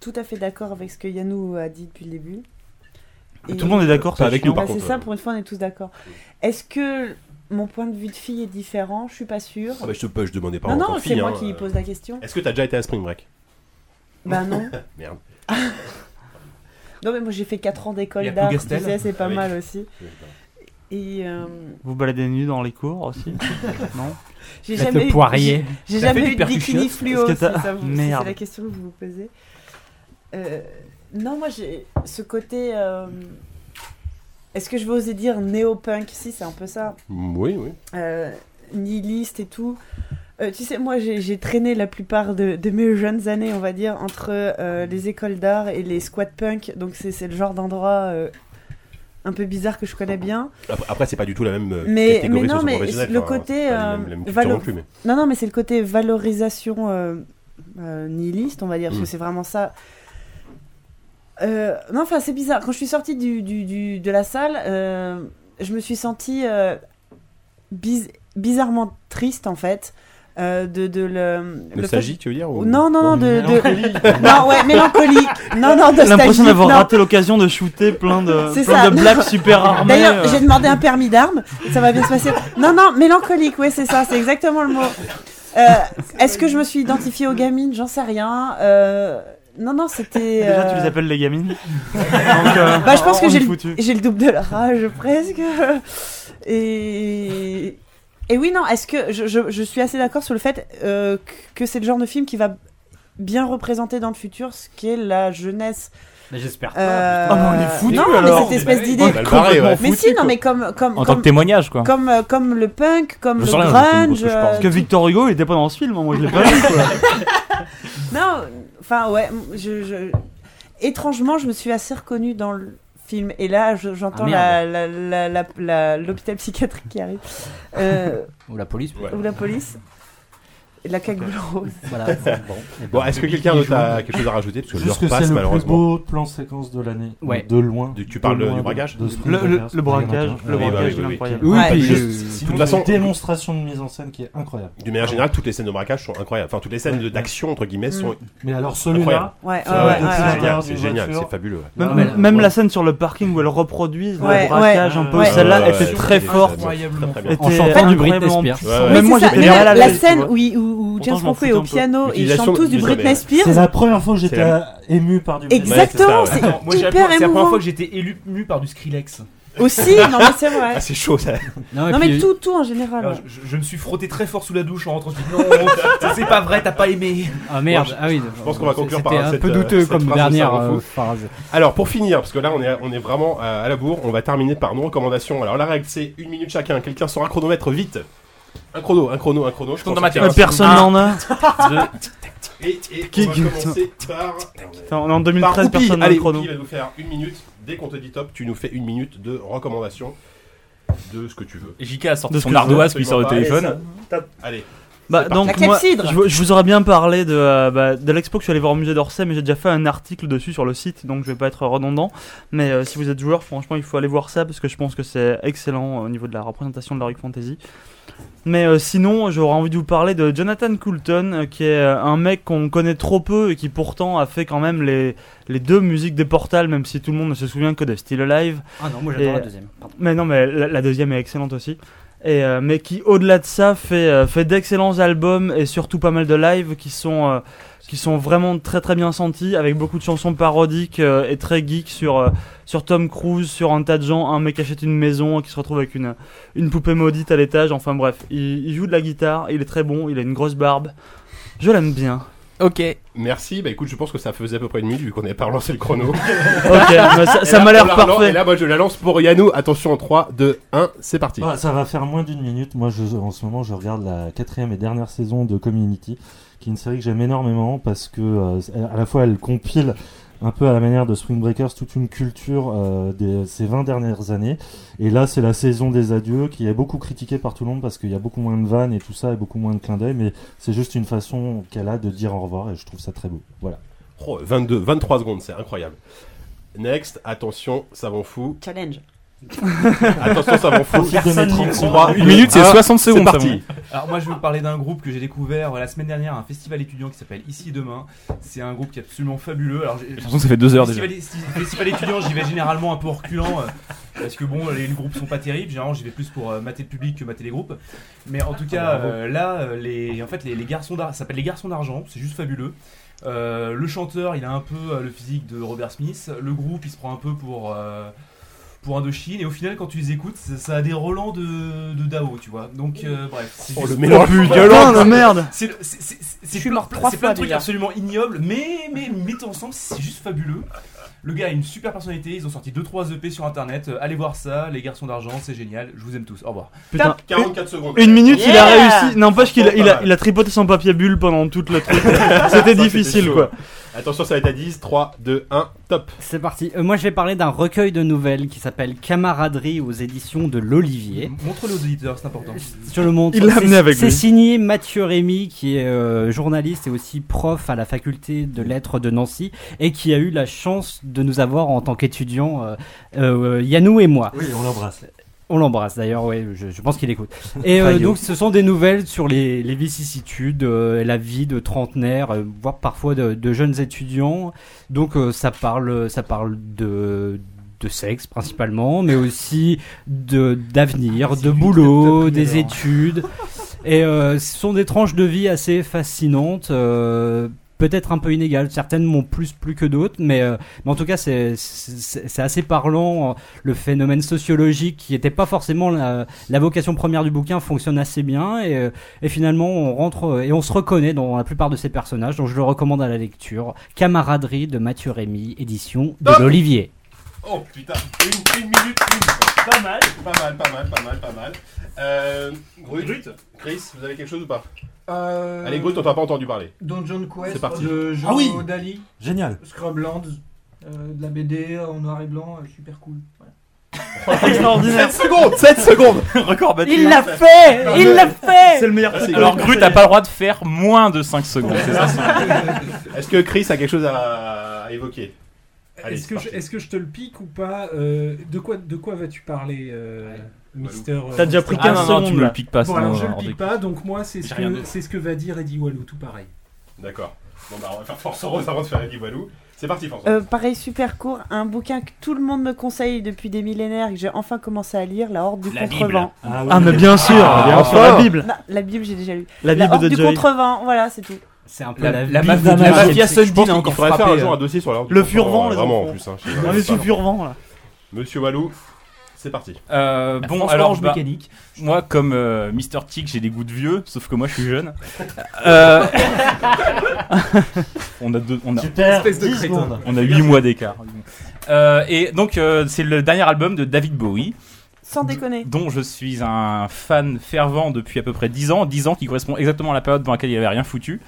[SPEAKER 10] tout à fait d'accord avec ce que Yannou a dit depuis le début.
[SPEAKER 5] Tout le monde est d'accord, Pas ça, avec nous, chiant. par
[SPEAKER 10] Bah, C'est
[SPEAKER 5] contre.
[SPEAKER 10] ça, pour une fois, on est tous d'accord. Est-ce que mon point de vue de fille est différent Je suis pas sûre.
[SPEAKER 4] Ah bah, je te peux, je demandais pas
[SPEAKER 10] Non,
[SPEAKER 4] en
[SPEAKER 10] non,
[SPEAKER 4] tant que
[SPEAKER 10] c'est
[SPEAKER 4] fille,
[SPEAKER 10] moi
[SPEAKER 4] hein,
[SPEAKER 10] qui
[SPEAKER 4] euh.
[SPEAKER 10] pose la question.
[SPEAKER 4] Est-ce que t'as déjà été à Spring Break
[SPEAKER 10] Bah non.
[SPEAKER 4] Merde.
[SPEAKER 10] Non, mais moi j'ai fait 4 ans
[SPEAKER 7] Il y a
[SPEAKER 10] d'école d'art, tu
[SPEAKER 7] Plougastel.
[SPEAKER 10] sais, c'est pas
[SPEAKER 7] Ah oui.
[SPEAKER 10] mal aussi. Et euh,
[SPEAKER 5] vous baladez nu dans les cours aussi Non
[SPEAKER 10] j'ai jamais eu- J'ai j'ai jamais eu de bikini fluo,
[SPEAKER 5] Est-ce
[SPEAKER 10] si
[SPEAKER 5] que t'as-
[SPEAKER 10] ça vous- si c'est
[SPEAKER 5] Merde.
[SPEAKER 10] la question que vous vous posez. Euh, non, moi j'ai ce côté. euh, Est-ce que je vais oser dire néo-punk Si, c'est un peu ça.
[SPEAKER 4] Mm, Oui, oui.
[SPEAKER 10] Euh, nihiliste et tout. Euh, tu sais, moi j'ai j'ai traîné la plupart de, de mes jeunes années, on va dire, entre euh, les écoles d'art et les squat punk. Donc c'est c'est le genre d'endroit euh, un peu bizarre que je connais bien.
[SPEAKER 4] Après, après, c'est pas du tout la même euh,
[SPEAKER 10] Mais,
[SPEAKER 4] catégorie
[SPEAKER 10] mais non, mais
[SPEAKER 4] socio-professionnelle,
[SPEAKER 10] le
[SPEAKER 4] enfin,
[SPEAKER 10] côté.
[SPEAKER 4] c'est pas
[SPEAKER 10] euh,
[SPEAKER 4] la même- la même culture
[SPEAKER 10] valo-
[SPEAKER 4] non plus, mais-
[SPEAKER 10] Non, non, mais c'est le côté valorisation euh, euh, nihiliste, on va dire, parce que c'est vraiment ça. Euh, non, enfin, c'est bizarre. Quand je suis sortie du, du- du- de la salle, euh, je me suis sentie euh, biz- bizarrement triste, en fait. euh, de, de le, le
[SPEAKER 4] Nostalgie,
[SPEAKER 10] fait-
[SPEAKER 4] tu veux dire, ou-
[SPEAKER 10] Non, non, non,
[SPEAKER 4] Non,
[SPEAKER 10] de.
[SPEAKER 4] mélancolique.
[SPEAKER 10] de- [LAUGHS] non, ouais, mélancolique. Non, non,
[SPEAKER 5] J'ai l'impression
[SPEAKER 10] nostalgique,
[SPEAKER 5] d'avoir
[SPEAKER 10] non.
[SPEAKER 5] raté l'occasion de shooter plein de,
[SPEAKER 10] C'est
[SPEAKER 5] plein
[SPEAKER 10] ça.
[SPEAKER 5] de blagues super armées.
[SPEAKER 10] D'ailleurs,
[SPEAKER 5] euh.
[SPEAKER 10] j'ai demandé un permis d'armes, ça va bien se passer. Non, non, mélancolique, oui, c'est ça, c'est exactement le mot. Euh, Est-ce que je me suis identifiée aux gamines J'en sais rien. Euh, non, non, c'était.
[SPEAKER 5] Déjà, tu
[SPEAKER 10] euh,
[SPEAKER 5] les appelles les
[SPEAKER 13] [LAUGHS]
[SPEAKER 5] gamines. Donc, euh,
[SPEAKER 10] bah, je pense que
[SPEAKER 5] on est
[SPEAKER 10] j'ai le,
[SPEAKER 5] foutu.
[SPEAKER 10] j'ai le double de la rage presque. Et et oui non, est-ce que je, je- je suis assez d'accord sur le fait euh, que c'est le genre de film qui va bien représenter dans le futur ce qu'est la jeunesse.
[SPEAKER 11] Mais j'espère pas,
[SPEAKER 10] Euh,
[SPEAKER 11] putain. Ah, mais on est foutus,
[SPEAKER 10] Non,
[SPEAKER 11] alors.
[SPEAKER 10] mais cette espèce
[SPEAKER 11] On est
[SPEAKER 10] d'idée.
[SPEAKER 11] mal barrés, ouais.
[SPEAKER 10] Mais si,
[SPEAKER 11] Foutus,
[SPEAKER 10] non,
[SPEAKER 11] quoi.
[SPEAKER 10] mais comme comme
[SPEAKER 5] En tant
[SPEAKER 10] comme-
[SPEAKER 5] que témoignage, quoi.
[SPEAKER 10] Comme euh, comme le punk, comme
[SPEAKER 5] Hein. Je
[SPEAKER 10] le
[SPEAKER 5] sais rien, je sais pas de quoi
[SPEAKER 10] grunge.
[SPEAKER 5] je parle.
[SPEAKER 10] euh,
[SPEAKER 5] Parce que Victor Hugo, il était pas dans ce film, hein, moi je l'ai pas vu. quoi.
[SPEAKER 10] [LAUGHS] Non, enfin ouais, je, je- étrangement, je me suis assez reconnue dans le film. Et là, je- j'entends
[SPEAKER 11] Ah,
[SPEAKER 10] la-
[SPEAKER 11] merde.
[SPEAKER 10] la- la- la- la- l'hôpital psychiatrique qui arrive. Euh,
[SPEAKER 11] Ou la police, ouais.
[SPEAKER 10] Ou la police. Et La cagoule rose.
[SPEAKER 11] Voilà.
[SPEAKER 4] [LAUGHS] Bon, est-ce que quelqu'un d'autre a quelque chose à rajouter Parce que
[SPEAKER 13] Juste
[SPEAKER 4] je
[SPEAKER 13] que c'est
[SPEAKER 4] repasse
[SPEAKER 13] le plus
[SPEAKER 4] malheureusement.
[SPEAKER 13] beau plan séquence de l'année.
[SPEAKER 11] Ouais.
[SPEAKER 13] De loin.
[SPEAKER 4] Tu, tu
[SPEAKER 13] De
[SPEAKER 4] parles
[SPEAKER 13] loin
[SPEAKER 4] du
[SPEAKER 13] de-
[SPEAKER 4] braquage
[SPEAKER 13] de Spring Breakers.
[SPEAKER 4] Oui, bah oui, oui, oui.
[SPEAKER 13] Juste-
[SPEAKER 4] de
[SPEAKER 13] sinon,
[SPEAKER 4] toute
[SPEAKER 13] une
[SPEAKER 4] façon,
[SPEAKER 13] démonstration de mise en scène qui est incroyable.
[SPEAKER 4] d'une manière générale, toutes les scènes de braquage sont incroyables. Enfin, toutes les scènes de- d'action, entre guillemets, sont.
[SPEAKER 13] Mais alors, celui-là-
[SPEAKER 4] incroyables.
[SPEAKER 13] Ouais,
[SPEAKER 4] C'est
[SPEAKER 13] ouais,
[SPEAKER 4] génial,
[SPEAKER 13] ouais, ouais,
[SPEAKER 4] c'est génial,
[SPEAKER 13] ouais.
[SPEAKER 4] c'est génial,
[SPEAKER 13] Voiture.
[SPEAKER 4] c'est fabuleux. ouais.
[SPEAKER 5] Même,
[SPEAKER 13] Non, mais-
[SPEAKER 5] même la scène sur le parking où elles reproduisent
[SPEAKER 10] Ouais,
[SPEAKER 5] le braquage
[SPEAKER 10] ouais.
[SPEAKER 5] un peu,
[SPEAKER 10] Ouais.
[SPEAKER 5] celle-là
[SPEAKER 10] Ouais,
[SPEAKER 5] était
[SPEAKER 10] ouais,
[SPEAKER 5] très
[SPEAKER 10] c'est
[SPEAKER 5] forte.
[SPEAKER 10] incroyablement
[SPEAKER 5] Était
[SPEAKER 10] fort.
[SPEAKER 11] En chantant du Britney
[SPEAKER 5] incroyablement
[SPEAKER 11] Spears.
[SPEAKER 5] puissante.
[SPEAKER 11] Ouais, ouais.
[SPEAKER 10] Mais
[SPEAKER 5] Même moi
[SPEAKER 10] c'est ça,
[SPEAKER 5] j'étais
[SPEAKER 10] mais
[SPEAKER 5] mal à
[SPEAKER 10] la, la
[SPEAKER 5] l'aise, tu
[SPEAKER 10] scène
[SPEAKER 5] vois.
[SPEAKER 10] où, il- où, où
[SPEAKER 5] Pourtant,
[SPEAKER 10] James
[SPEAKER 5] je m'en
[SPEAKER 10] Franco est
[SPEAKER 5] foutais
[SPEAKER 10] au
[SPEAKER 5] un peu.
[SPEAKER 10] piano et il
[SPEAKER 5] L'utilisation
[SPEAKER 10] chante tous
[SPEAKER 5] du
[SPEAKER 10] du Britney
[SPEAKER 5] Britney.
[SPEAKER 10] Spears.
[SPEAKER 13] C'est la première fois que j'étais
[SPEAKER 7] C'est la-
[SPEAKER 13] ému par du
[SPEAKER 10] Exactement, c'est
[SPEAKER 7] Moi, j'ai la-
[SPEAKER 10] hyper
[SPEAKER 7] C'est la première
[SPEAKER 10] émouvant.
[SPEAKER 7] fois que j'étais élu- ému par du Skrillex.
[SPEAKER 10] Aussi, non mais c'est vrai.
[SPEAKER 5] [LAUGHS]
[SPEAKER 4] Ah, c'est chaud ça.
[SPEAKER 10] Non, mais tout, tout en
[SPEAKER 11] Ah.
[SPEAKER 10] général.
[SPEAKER 7] Alors,
[SPEAKER 10] ouais.
[SPEAKER 7] je, je me suis frotté très fort sous la douche en rentrant. Je me suis dit, non, [LAUGHS] ça, c'est pas vrai, t'as pas aimé.
[SPEAKER 11] Ah merde, ah oui.
[SPEAKER 4] Je pense qu'on va conclure par
[SPEAKER 11] C'était un
[SPEAKER 4] cette,
[SPEAKER 11] peu
[SPEAKER 4] euh,
[SPEAKER 11] douteux
[SPEAKER 4] cette
[SPEAKER 11] comme
[SPEAKER 4] phrase de
[SPEAKER 11] dernière
[SPEAKER 4] Sarah Fou.
[SPEAKER 11] euh, phrase.
[SPEAKER 4] Alors pour finir, parce que là on est, on est vraiment à, à la bourre, on va terminer par nos recommandations. Alors la règle c'est une minute chacun, quelqu'un sort un chronomètre vite. Un chrono, un chrono, un chrono. Je
[SPEAKER 7] Tourne dans
[SPEAKER 4] pense
[SPEAKER 7] ma
[SPEAKER 4] qu'il y
[SPEAKER 7] tête.
[SPEAKER 4] un-
[SPEAKER 5] Personne
[SPEAKER 4] Un,
[SPEAKER 5] n'en a.
[SPEAKER 4] Et, et
[SPEAKER 5] Qui-
[SPEAKER 4] on
[SPEAKER 5] qui-
[SPEAKER 4] va commencer
[SPEAKER 5] [LAUGHS]
[SPEAKER 4] par...
[SPEAKER 5] Attends, on est Bah, en 2013,
[SPEAKER 4] Par Oupi.
[SPEAKER 5] personne n'a
[SPEAKER 4] Allez,
[SPEAKER 5] le chrono.
[SPEAKER 4] Oupi va nous faire une minute. Dès qu'on te dit top, tu nous fais une minute de recommandation de ce que tu veux.
[SPEAKER 6] Et JK a sorti
[SPEAKER 5] De ce son que je veux. ardoise qui
[SPEAKER 6] sort au
[SPEAKER 4] Absolument pas.
[SPEAKER 6] téléphone.
[SPEAKER 4] Allez, ça, top. Allez.
[SPEAKER 5] Bah,
[SPEAKER 4] Ah, C'est parti.
[SPEAKER 5] donc, moi, je, vous- je vous aurais bien parlé de, euh, bah, de l'expo que je suis allé voir au musée d'Orsay, mais j'ai déjà fait un article dessus sur le site, donc je vais pas être redondant. Mais euh, si vous êtes joueur, franchement, il faut aller voir ça parce que je pense que c'est excellent euh, au niveau de la représentation de la Rock Fantasy. Mais euh, sinon, j'aurais envie de vous parler de Jonathan Coulton, euh, qui est euh, un mec qu'on connaît trop peu et qui pourtant a fait quand même les, les deux musiques des portals, même si tout le monde ne se souvient que de Still Alive.
[SPEAKER 11] Ah non, moi, j'adore
[SPEAKER 5] Et-
[SPEAKER 11] la deuxième. Pardon.
[SPEAKER 5] mais non, mais la, la deuxième est excellente aussi. Et, euh, mais qui, au-delà de ça, fait, euh, fait d'excellents albums et surtout pas mal de lives qui sont, euh, qui sont vraiment très très bien sentis, avec beaucoup de chansons parodiques euh, et très geeks sur, euh, sur Tom Cruise, sur un tas de gens, un mec qui achète une maison, qui se retrouve avec une, une poupée maudite à l'étage, enfin bref, il, il joue de la guitare, il est très bon, il a une grosse barbe, je l'aime bien.
[SPEAKER 6] Ok.
[SPEAKER 4] Merci, bah écoute, je pense que ça faisait à peu près une minute vu qu'on n'avait pas relancé le
[SPEAKER 5] [LAUGHS]
[SPEAKER 4] chrono. ok,
[SPEAKER 5] mais ça- ça m'a l'air parfait.
[SPEAKER 4] Ah, Et là, moi je la lance pour Yannou. Attention, en 3, 2, 1, c'est parti.
[SPEAKER 8] Ah, ça va faire moins d'une minute. Moi, je, en ce moment, je regarde la quatrième et dernière saison de Community, qui est une série que j'aime énormément parce que, euh, à la fois, elle compile un peu à la manière de Spring Breakers toute une culture euh, des, ces 20 dernières années. Et là, c'est la saison des adieux qui est beaucoup critiquée par tout le monde parce qu'il y a beaucoup moins de vannes et tout ça et beaucoup moins de clins d'œil. Mais c'est juste une façon qu'elle a de dire au revoir et je trouve ça très beau. Voilà.
[SPEAKER 4] Oh, 22, 23 secondes, c'est incroyable. Next, attention, savon fou.
[SPEAKER 10] Challenge.
[SPEAKER 4] attention, savon
[SPEAKER 5] Ah,
[SPEAKER 4] fou.
[SPEAKER 13] [LAUGHS]
[SPEAKER 7] Personne n'y
[SPEAKER 4] Trois,
[SPEAKER 7] croit.
[SPEAKER 4] deux,
[SPEAKER 7] Une minute, c'est
[SPEAKER 4] un,
[SPEAKER 7] 60 secondes,
[SPEAKER 4] C'est parti.
[SPEAKER 7] Alors moi je vais vous parler d'un groupe que j'ai découvert euh, la semaine dernière, un festival étudiant qui s'appelle Ici et Demain. C'est un groupe qui est absolument fabuleux. Alors j'ai j'ai
[SPEAKER 6] l'impression que ça fait deux heures
[SPEAKER 7] festival, esti- Festival étudiant, j'y vais généralement un peu en reculant euh, parce que bon les, les groupes sont pas terribles. Généralement j'y vais plus pour euh, mater le public que mater les groupes. Mais en tout cas euh, là euh, les en fait les, les garçons d'argent, ça s'appelle les garçons d'argent, c'est juste fabuleux. Euh, le chanteur, il a un peu euh, le physique de Robert Smith. Le groupe, il se prend un peu pour euh, pour Indochine. Et au final, quand tu les écoutes, ça, ça a des relents de, de Dao, tu vois. Donc euh, bref. c'est
[SPEAKER 4] Oh,
[SPEAKER 7] juste-
[SPEAKER 4] le mélange
[SPEAKER 7] Putain,
[SPEAKER 4] violent.
[SPEAKER 7] le
[SPEAKER 5] merde.
[SPEAKER 7] C'est le- c'est- c'est- c'est- c'est plein- C'est plein de trucs absolument ignobles, mais mais mis ensemble, c'est juste fabuleux. Le gars a une super personnalité. Ils ont sorti 2-3 EP sur internet. Euh, allez voir ça, les garçons d'argent, c'est génial. Je vous aime tous. Au revoir.
[SPEAKER 5] Putain,
[SPEAKER 4] 44 secondes.
[SPEAKER 5] Une minute, il a
[SPEAKER 7] Yeah
[SPEAKER 5] réussi. N'empêche qu'il a, il a, il a tripoté son papier bulle pendant toute le
[SPEAKER 4] [LAUGHS]
[SPEAKER 5] truc. C'était difficile,
[SPEAKER 4] chaud.
[SPEAKER 5] quoi.
[SPEAKER 4] Attention, ça va être à 10, 3, 2, 1, top.
[SPEAKER 11] C'est parti. Euh, moi, je vais parler d'un recueil de nouvelles qui s'appelle Camaraderie aux éditions de l'Olivier.
[SPEAKER 7] Montre-le aux auditeurs, c'est important.
[SPEAKER 11] Sur le monde.
[SPEAKER 5] Il l'a amené avec
[SPEAKER 11] C'est
[SPEAKER 5] lui.
[SPEAKER 11] signé Mathieu Rémy, qui est euh, journaliste et aussi prof à la faculté de lettres de Nancy et qui a eu la chance de nous avoir en tant qu'étudiants, euh, euh, Yannou et moi.
[SPEAKER 8] Oui, on l'embrasse.
[SPEAKER 11] On l'embrasse d'ailleurs, ouais, je, je pense qu'il écoute.
[SPEAKER 13] [LAUGHS]
[SPEAKER 11] Et
[SPEAKER 8] Enfin,
[SPEAKER 11] euh,
[SPEAKER 8] Yo.
[SPEAKER 11] donc ce sont des nouvelles sur les, les vicissitudes, euh, la vie de trentenaires, euh, voire parfois de, de jeunes étudiants. Donc euh, ça parle, ça parle de de sexe principalement, mais aussi de d'avenir, de boulot, des études. Et euh, ce sont des tranches de vie assez fascinantes. euh, Peut-être un peu inégales, certaines m'ont plus plus que d'autres, mais, euh, mais en tout cas c'est c'est c'est assez parlant. euh, Le phénomène sociologique qui n'était pas forcément la, la vocation première du bouquin fonctionne assez bien et, euh, et finalement on rentre euh, et on se reconnaît dans la plupart de ces personnages. Donc je le recommande à la lecture. Camaraderie de Mathieu Rémy, édition de
[SPEAKER 4] Top.
[SPEAKER 11] l'Olivier.
[SPEAKER 4] Oh putain, une, une minute, une. Pas mal, pas mal, pas mal, pas mal, pas mal. Euh, Grut, Chris, vous avez quelque chose ou pas
[SPEAKER 28] Euh,
[SPEAKER 4] Allez, Grut, on t'a pas entendu parler.
[SPEAKER 28] Dungeon Quest
[SPEAKER 4] C'est parti.
[SPEAKER 28] de Jean
[SPEAKER 4] Ah oui
[SPEAKER 28] Dali.
[SPEAKER 8] Génial.
[SPEAKER 28] Scrublands, euh, de la BD en noir et blanc, euh, super cool. Voilà.
[SPEAKER 5] Extraordinaire.
[SPEAKER 4] 7 secondes, 7 secondes.
[SPEAKER 6] Record battu.
[SPEAKER 28] Il l'a fait
[SPEAKER 6] Non,
[SPEAKER 28] Il
[SPEAKER 6] mais-
[SPEAKER 28] l'a fait
[SPEAKER 5] C'est le meilleur truc.
[SPEAKER 6] Alors Grut t'as pas le droit de faire moins de
[SPEAKER 4] Ah,
[SPEAKER 6] 5 secondes, c'est ça
[SPEAKER 4] Est-ce que Chris a quelque chose à, à évoquer Allez,
[SPEAKER 9] Est-ce
[SPEAKER 4] c'est
[SPEAKER 9] que, je-
[SPEAKER 4] parti.
[SPEAKER 9] est-ce que je te le pique ou pas Euh, De quoi, de quoi vas-tu parler, euh, Mister euh,
[SPEAKER 5] T'as déjà
[SPEAKER 9] Mister-
[SPEAKER 5] pris 15
[SPEAKER 6] Ah non, non, tu
[SPEAKER 5] secondes,
[SPEAKER 6] me le
[SPEAKER 5] là.
[SPEAKER 6] piques pas,
[SPEAKER 9] Bon,
[SPEAKER 6] sinon,
[SPEAKER 9] alors
[SPEAKER 6] euh,
[SPEAKER 9] je le
[SPEAKER 6] hors de-
[SPEAKER 9] pique pas, donc moi, c'est ce,
[SPEAKER 6] J'ai rien
[SPEAKER 9] que,
[SPEAKER 6] d'autre.
[SPEAKER 9] c'est ce que va dire Eddie Wallou, tout pareil.
[SPEAKER 4] D'accord. Bon bah on va faire force rose avant de faire Eddie Walou. C'est parti, force
[SPEAKER 10] Euh, pareil, super court, un bouquin que tout le monde me conseille depuis des millénaires et que j'ai enfin commencé à lire, La Horde du
[SPEAKER 6] La
[SPEAKER 10] Contrevent.
[SPEAKER 6] Bible.
[SPEAKER 5] Ah, mais bien sûr,
[SPEAKER 6] Ah,
[SPEAKER 5] bien
[SPEAKER 6] bien
[SPEAKER 5] sûr, la
[SPEAKER 6] sûr.
[SPEAKER 5] Bible.
[SPEAKER 10] Non, la Bible, j'ai déjà lu.
[SPEAKER 5] La Bible
[SPEAKER 10] Horde
[SPEAKER 5] de
[SPEAKER 10] du
[SPEAKER 5] Joey.
[SPEAKER 10] Contrevent, voilà, c'est tout.
[SPEAKER 11] C'est un peu
[SPEAKER 6] La-
[SPEAKER 11] la,
[SPEAKER 6] la
[SPEAKER 11] Bible
[SPEAKER 6] mafia-
[SPEAKER 11] d'Amazon.
[SPEAKER 6] la mafia
[SPEAKER 11] Je pense
[SPEAKER 6] Soldin,
[SPEAKER 11] qu'il
[SPEAKER 6] encore
[SPEAKER 4] On
[SPEAKER 11] faudrait
[SPEAKER 4] va faire
[SPEAKER 11] faire
[SPEAKER 4] un jour un dossier sur l'ordre.
[SPEAKER 5] Le Furvent, les
[SPEAKER 4] Vraiment,
[SPEAKER 5] enfants.
[SPEAKER 4] en plus. hein, je-
[SPEAKER 5] On est sous Furvent, là.
[SPEAKER 4] Monsieur Walou, C'est parti.
[SPEAKER 6] Euh,
[SPEAKER 4] La
[SPEAKER 6] bon,
[SPEAKER 4] France
[SPEAKER 6] alors,
[SPEAKER 4] Orange
[SPEAKER 6] bah,
[SPEAKER 4] Mécanique.
[SPEAKER 6] moi, comme euh, Mister Tick, j'ai des goûts de vieux, sauf que moi, je suis
[SPEAKER 4] [LAUGHS]
[SPEAKER 6] jeune. Euh, on a deux, on a,
[SPEAKER 13] Tu perds Espèce de 10 crétin. secondes.
[SPEAKER 6] On a 8 mois d'écart. Euh, et donc, euh, c'est le dernier album de David Bowie.
[SPEAKER 10] Sans déconner.
[SPEAKER 6] dont je suis un fan fervent depuis à peu près 10 ans, 10 ans qui correspond exactement à la période dans laquelle il avait rien foutu.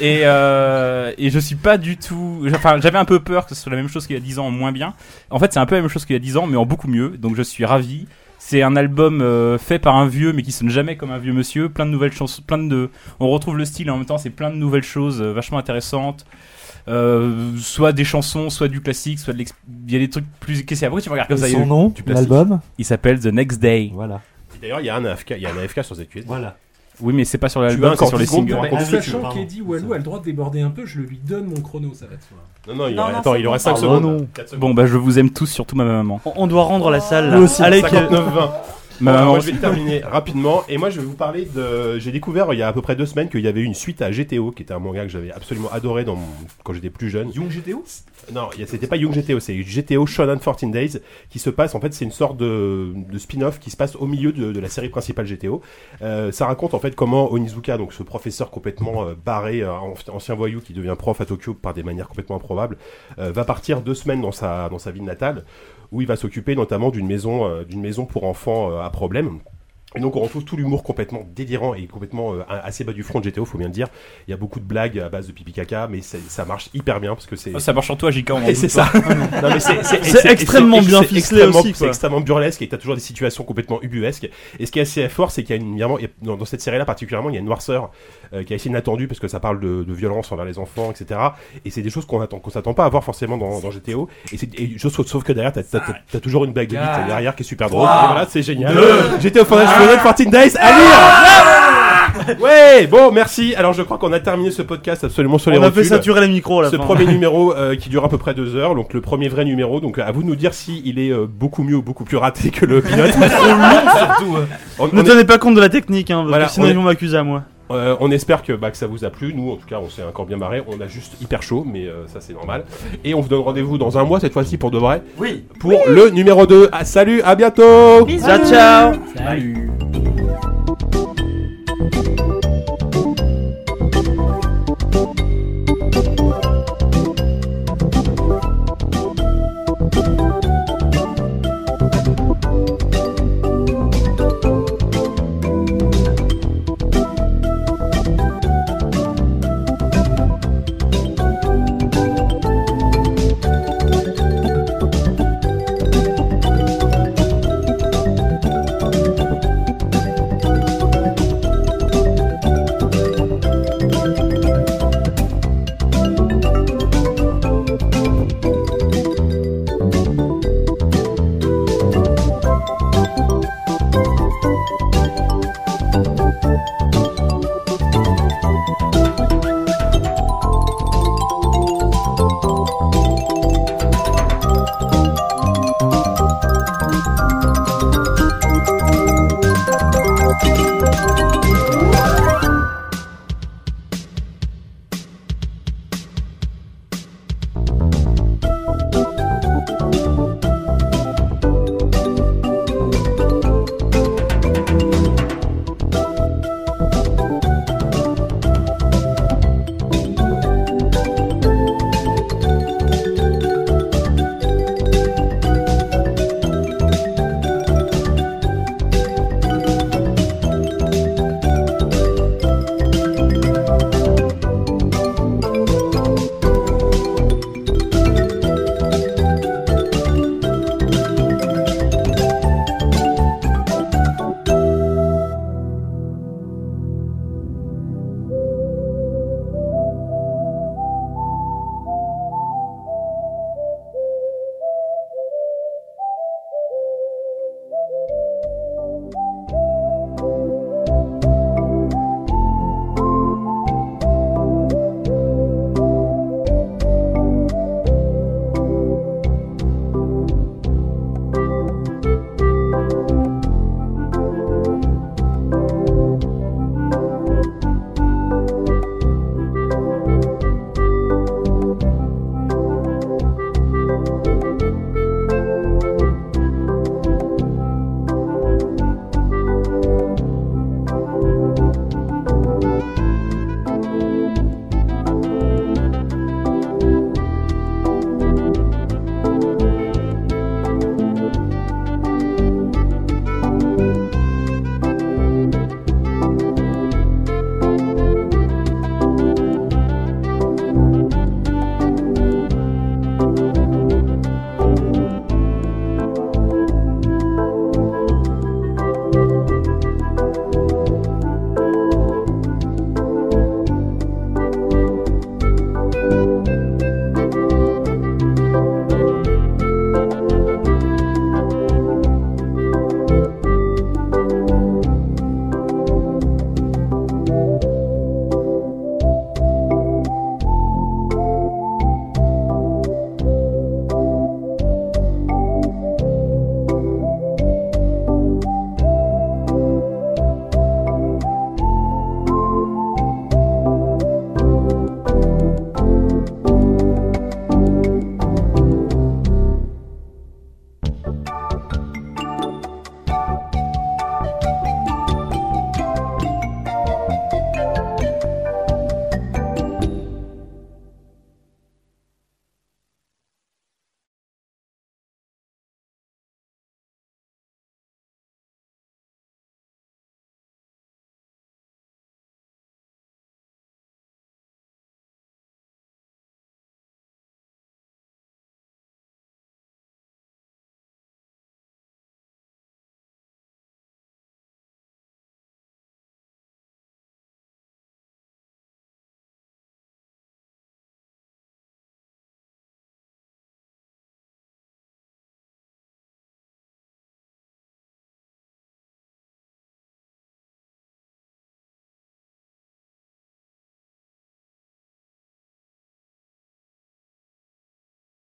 [SPEAKER 6] et, euh, et je suis pas du tout. Enfin, j'avais un peu peur que ce soit la même chose qu'il y a 10 ans, en moins bien. En fait, c'est un peu la même chose qu'il y a 10 ans, mais en beaucoup mieux. Donc, je suis ravi. C'est un album euh, fait par un vieux, mais qui sonne jamais comme un vieux monsieur. Plein de nouvelles chansons, plein de. On retrouve le style et en même temps, c'est plein de nouvelles choses euh, vachement intéressantes. Euh, soit des chansons, soit du classique, soit de l'ex- il y a des trucs plus. Qu'est-ce que c'est Après, tu me regardes comme
[SPEAKER 13] Et
[SPEAKER 6] ça.
[SPEAKER 13] son
[SPEAKER 6] il-
[SPEAKER 13] nom,
[SPEAKER 6] du classique.
[SPEAKER 13] l'album
[SPEAKER 6] Il s'appelle The Next Day.
[SPEAKER 13] Voilà.
[SPEAKER 4] D'ailleurs, il y a un AFK, il y a un AFK sur ZQSD.
[SPEAKER 13] Voilà.
[SPEAKER 6] Oui, mais c'est pas sur
[SPEAKER 4] Tu as
[SPEAKER 6] l'album, c'est
[SPEAKER 4] encore
[SPEAKER 6] sur les
[SPEAKER 4] 10 secondes
[SPEAKER 6] singles.
[SPEAKER 4] pour raconter ce que tu veux.
[SPEAKER 9] Sachant qu'Eddie Wallou a le droit de déborder un peu, je lui donne mon chrono, ça va de soi.
[SPEAKER 4] Non, non, il Non, aurait- non, attends, il aurait c'est cinq bon. secondes. Quatre secondes.
[SPEAKER 6] Bon, bah, je vous aime tous, surtout ma maman.
[SPEAKER 5] On doit rendre la salle.
[SPEAKER 6] là.
[SPEAKER 4] Oh,
[SPEAKER 6] Nous aussi.
[SPEAKER 5] Allez,
[SPEAKER 4] 59-20.
[SPEAKER 6] Ma
[SPEAKER 4] Alors,
[SPEAKER 6] maman
[SPEAKER 4] moi, je
[SPEAKER 6] aussi.
[SPEAKER 4] vais terminer rapidement. Et moi, je vais vous parler de. J'ai découvert il y a à peu près deux semaines qu'il y avait une suite à GTO, qui était un manga que j'avais absolument adoré dans mon- quand j'étais plus jeune.
[SPEAKER 9] Young GTO
[SPEAKER 4] Non, il y a- c'était pas Young GTO, c'est GTO Shonen 14 Days qui se passe. En fait, c'est une sorte de, de spin-off qui se passe au milieu de, de la série principale GTO. Euh, ça raconte en fait comment Onizuka, donc ce professeur complètement euh, barré, euh, an- ancien voyou qui devient prof à Tokyo par des manières complètement improbables, euh, va partir deux semaines dans sa, dans sa ville natale où il va s'occuper notamment d'une maison, euh, d'une maison pour enfants euh, à problème. Et donc on retrouve tout l'humour complètement délirant et complètement euh, assez bas du front de GTO, faut bien le dire. Il y a beaucoup de blagues à base de pipi caca, mais c'est- ça marche hyper bien parce que c'est.
[SPEAKER 6] Ça marche sur toi,
[SPEAKER 4] [LAUGHS]
[SPEAKER 6] JK, on en
[SPEAKER 4] Et c'est
[SPEAKER 6] doute
[SPEAKER 4] ça.
[SPEAKER 6] pas.
[SPEAKER 4] Non, mais c'est- c'est-
[SPEAKER 6] C'est
[SPEAKER 4] et et
[SPEAKER 6] extrêmement
[SPEAKER 4] et
[SPEAKER 6] bien
[SPEAKER 4] c'est
[SPEAKER 6] ficelé
[SPEAKER 4] extrêmement-
[SPEAKER 6] aussi, quoi.
[SPEAKER 4] C'est extrêmement burlesque et t'as toujours des situations complètement ubuesques. Et ce qui est assez fort, c'est qu'il y a une vraiment- il y a- dans, dans cette série-là particulièrement, il y a une noirceur euh, qui est assez inattendue parce que ça parle de, de violence envers les enfants, etc. Et c'est des choses qu'on attend, qu'on s'attend pas à voir forcément dans, dans GTO. Et, c'est- et je sauf, sauf que derrière, t'as, t'as- t'as- t'as toujours une blague de bite
[SPEAKER 6] Quatre.
[SPEAKER 4] derrière qui est super drôle.
[SPEAKER 6] Trois.
[SPEAKER 4] Et voilà, c'est génial.
[SPEAKER 6] Deux.
[SPEAKER 4] GTO Foundation
[SPEAKER 6] Un.
[SPEAKER 4] 14 Days à lire. Ouais, bon, merci. Alors je crois qu'on a terminé ce podcast absolument sur les
[SPEAKER 5] On a fait
[SPEAKER 4] rotules.
[SPEAKER 5] saturer les micros, à la
[SPEAKER 4] Ce
[SPEAKER 5] fin. [LAUGHS]
[SPEAKER 4] premier numéro euh, qui dure à peu près deux heures, donc le premier vrai numéro. Donc euh, à vous de nous dire si il est euh, beaucoup mieux ou beaucoup plus raté
[SPEAKER 5] [LAUGHS]
[SPEAKER 4] que le pilote. On-
[SPEAKER 5] ne
[SPEAKER 4] on est-
[SPEAKER 5] tenez pas compte de la technique, hein, parce
[SPEAKER 4] Voilà,
[SPEAKER 5] que sinon
[SPEAKER 4] on est-
[SPEAKER 5] ils vont m'accuser à moi.
[SPEAKER 4] Euh, on espère que, bah, que ça vous a plu. Nous, en tout cas, on s'est encore bien marré. On a juste hyper chaud, mais euh, ça c'est normal. Et on vous donne rendez-vous dans un mois cette fois-ci pour de vrai.
[SPEAKER 6] Oui.
[SPEAKER 4] Pour le numéro 2. Ah, salut, à bientôt.
[SPEAKER 5] Ciao, ciao.
[SPEAKER 6] Salut.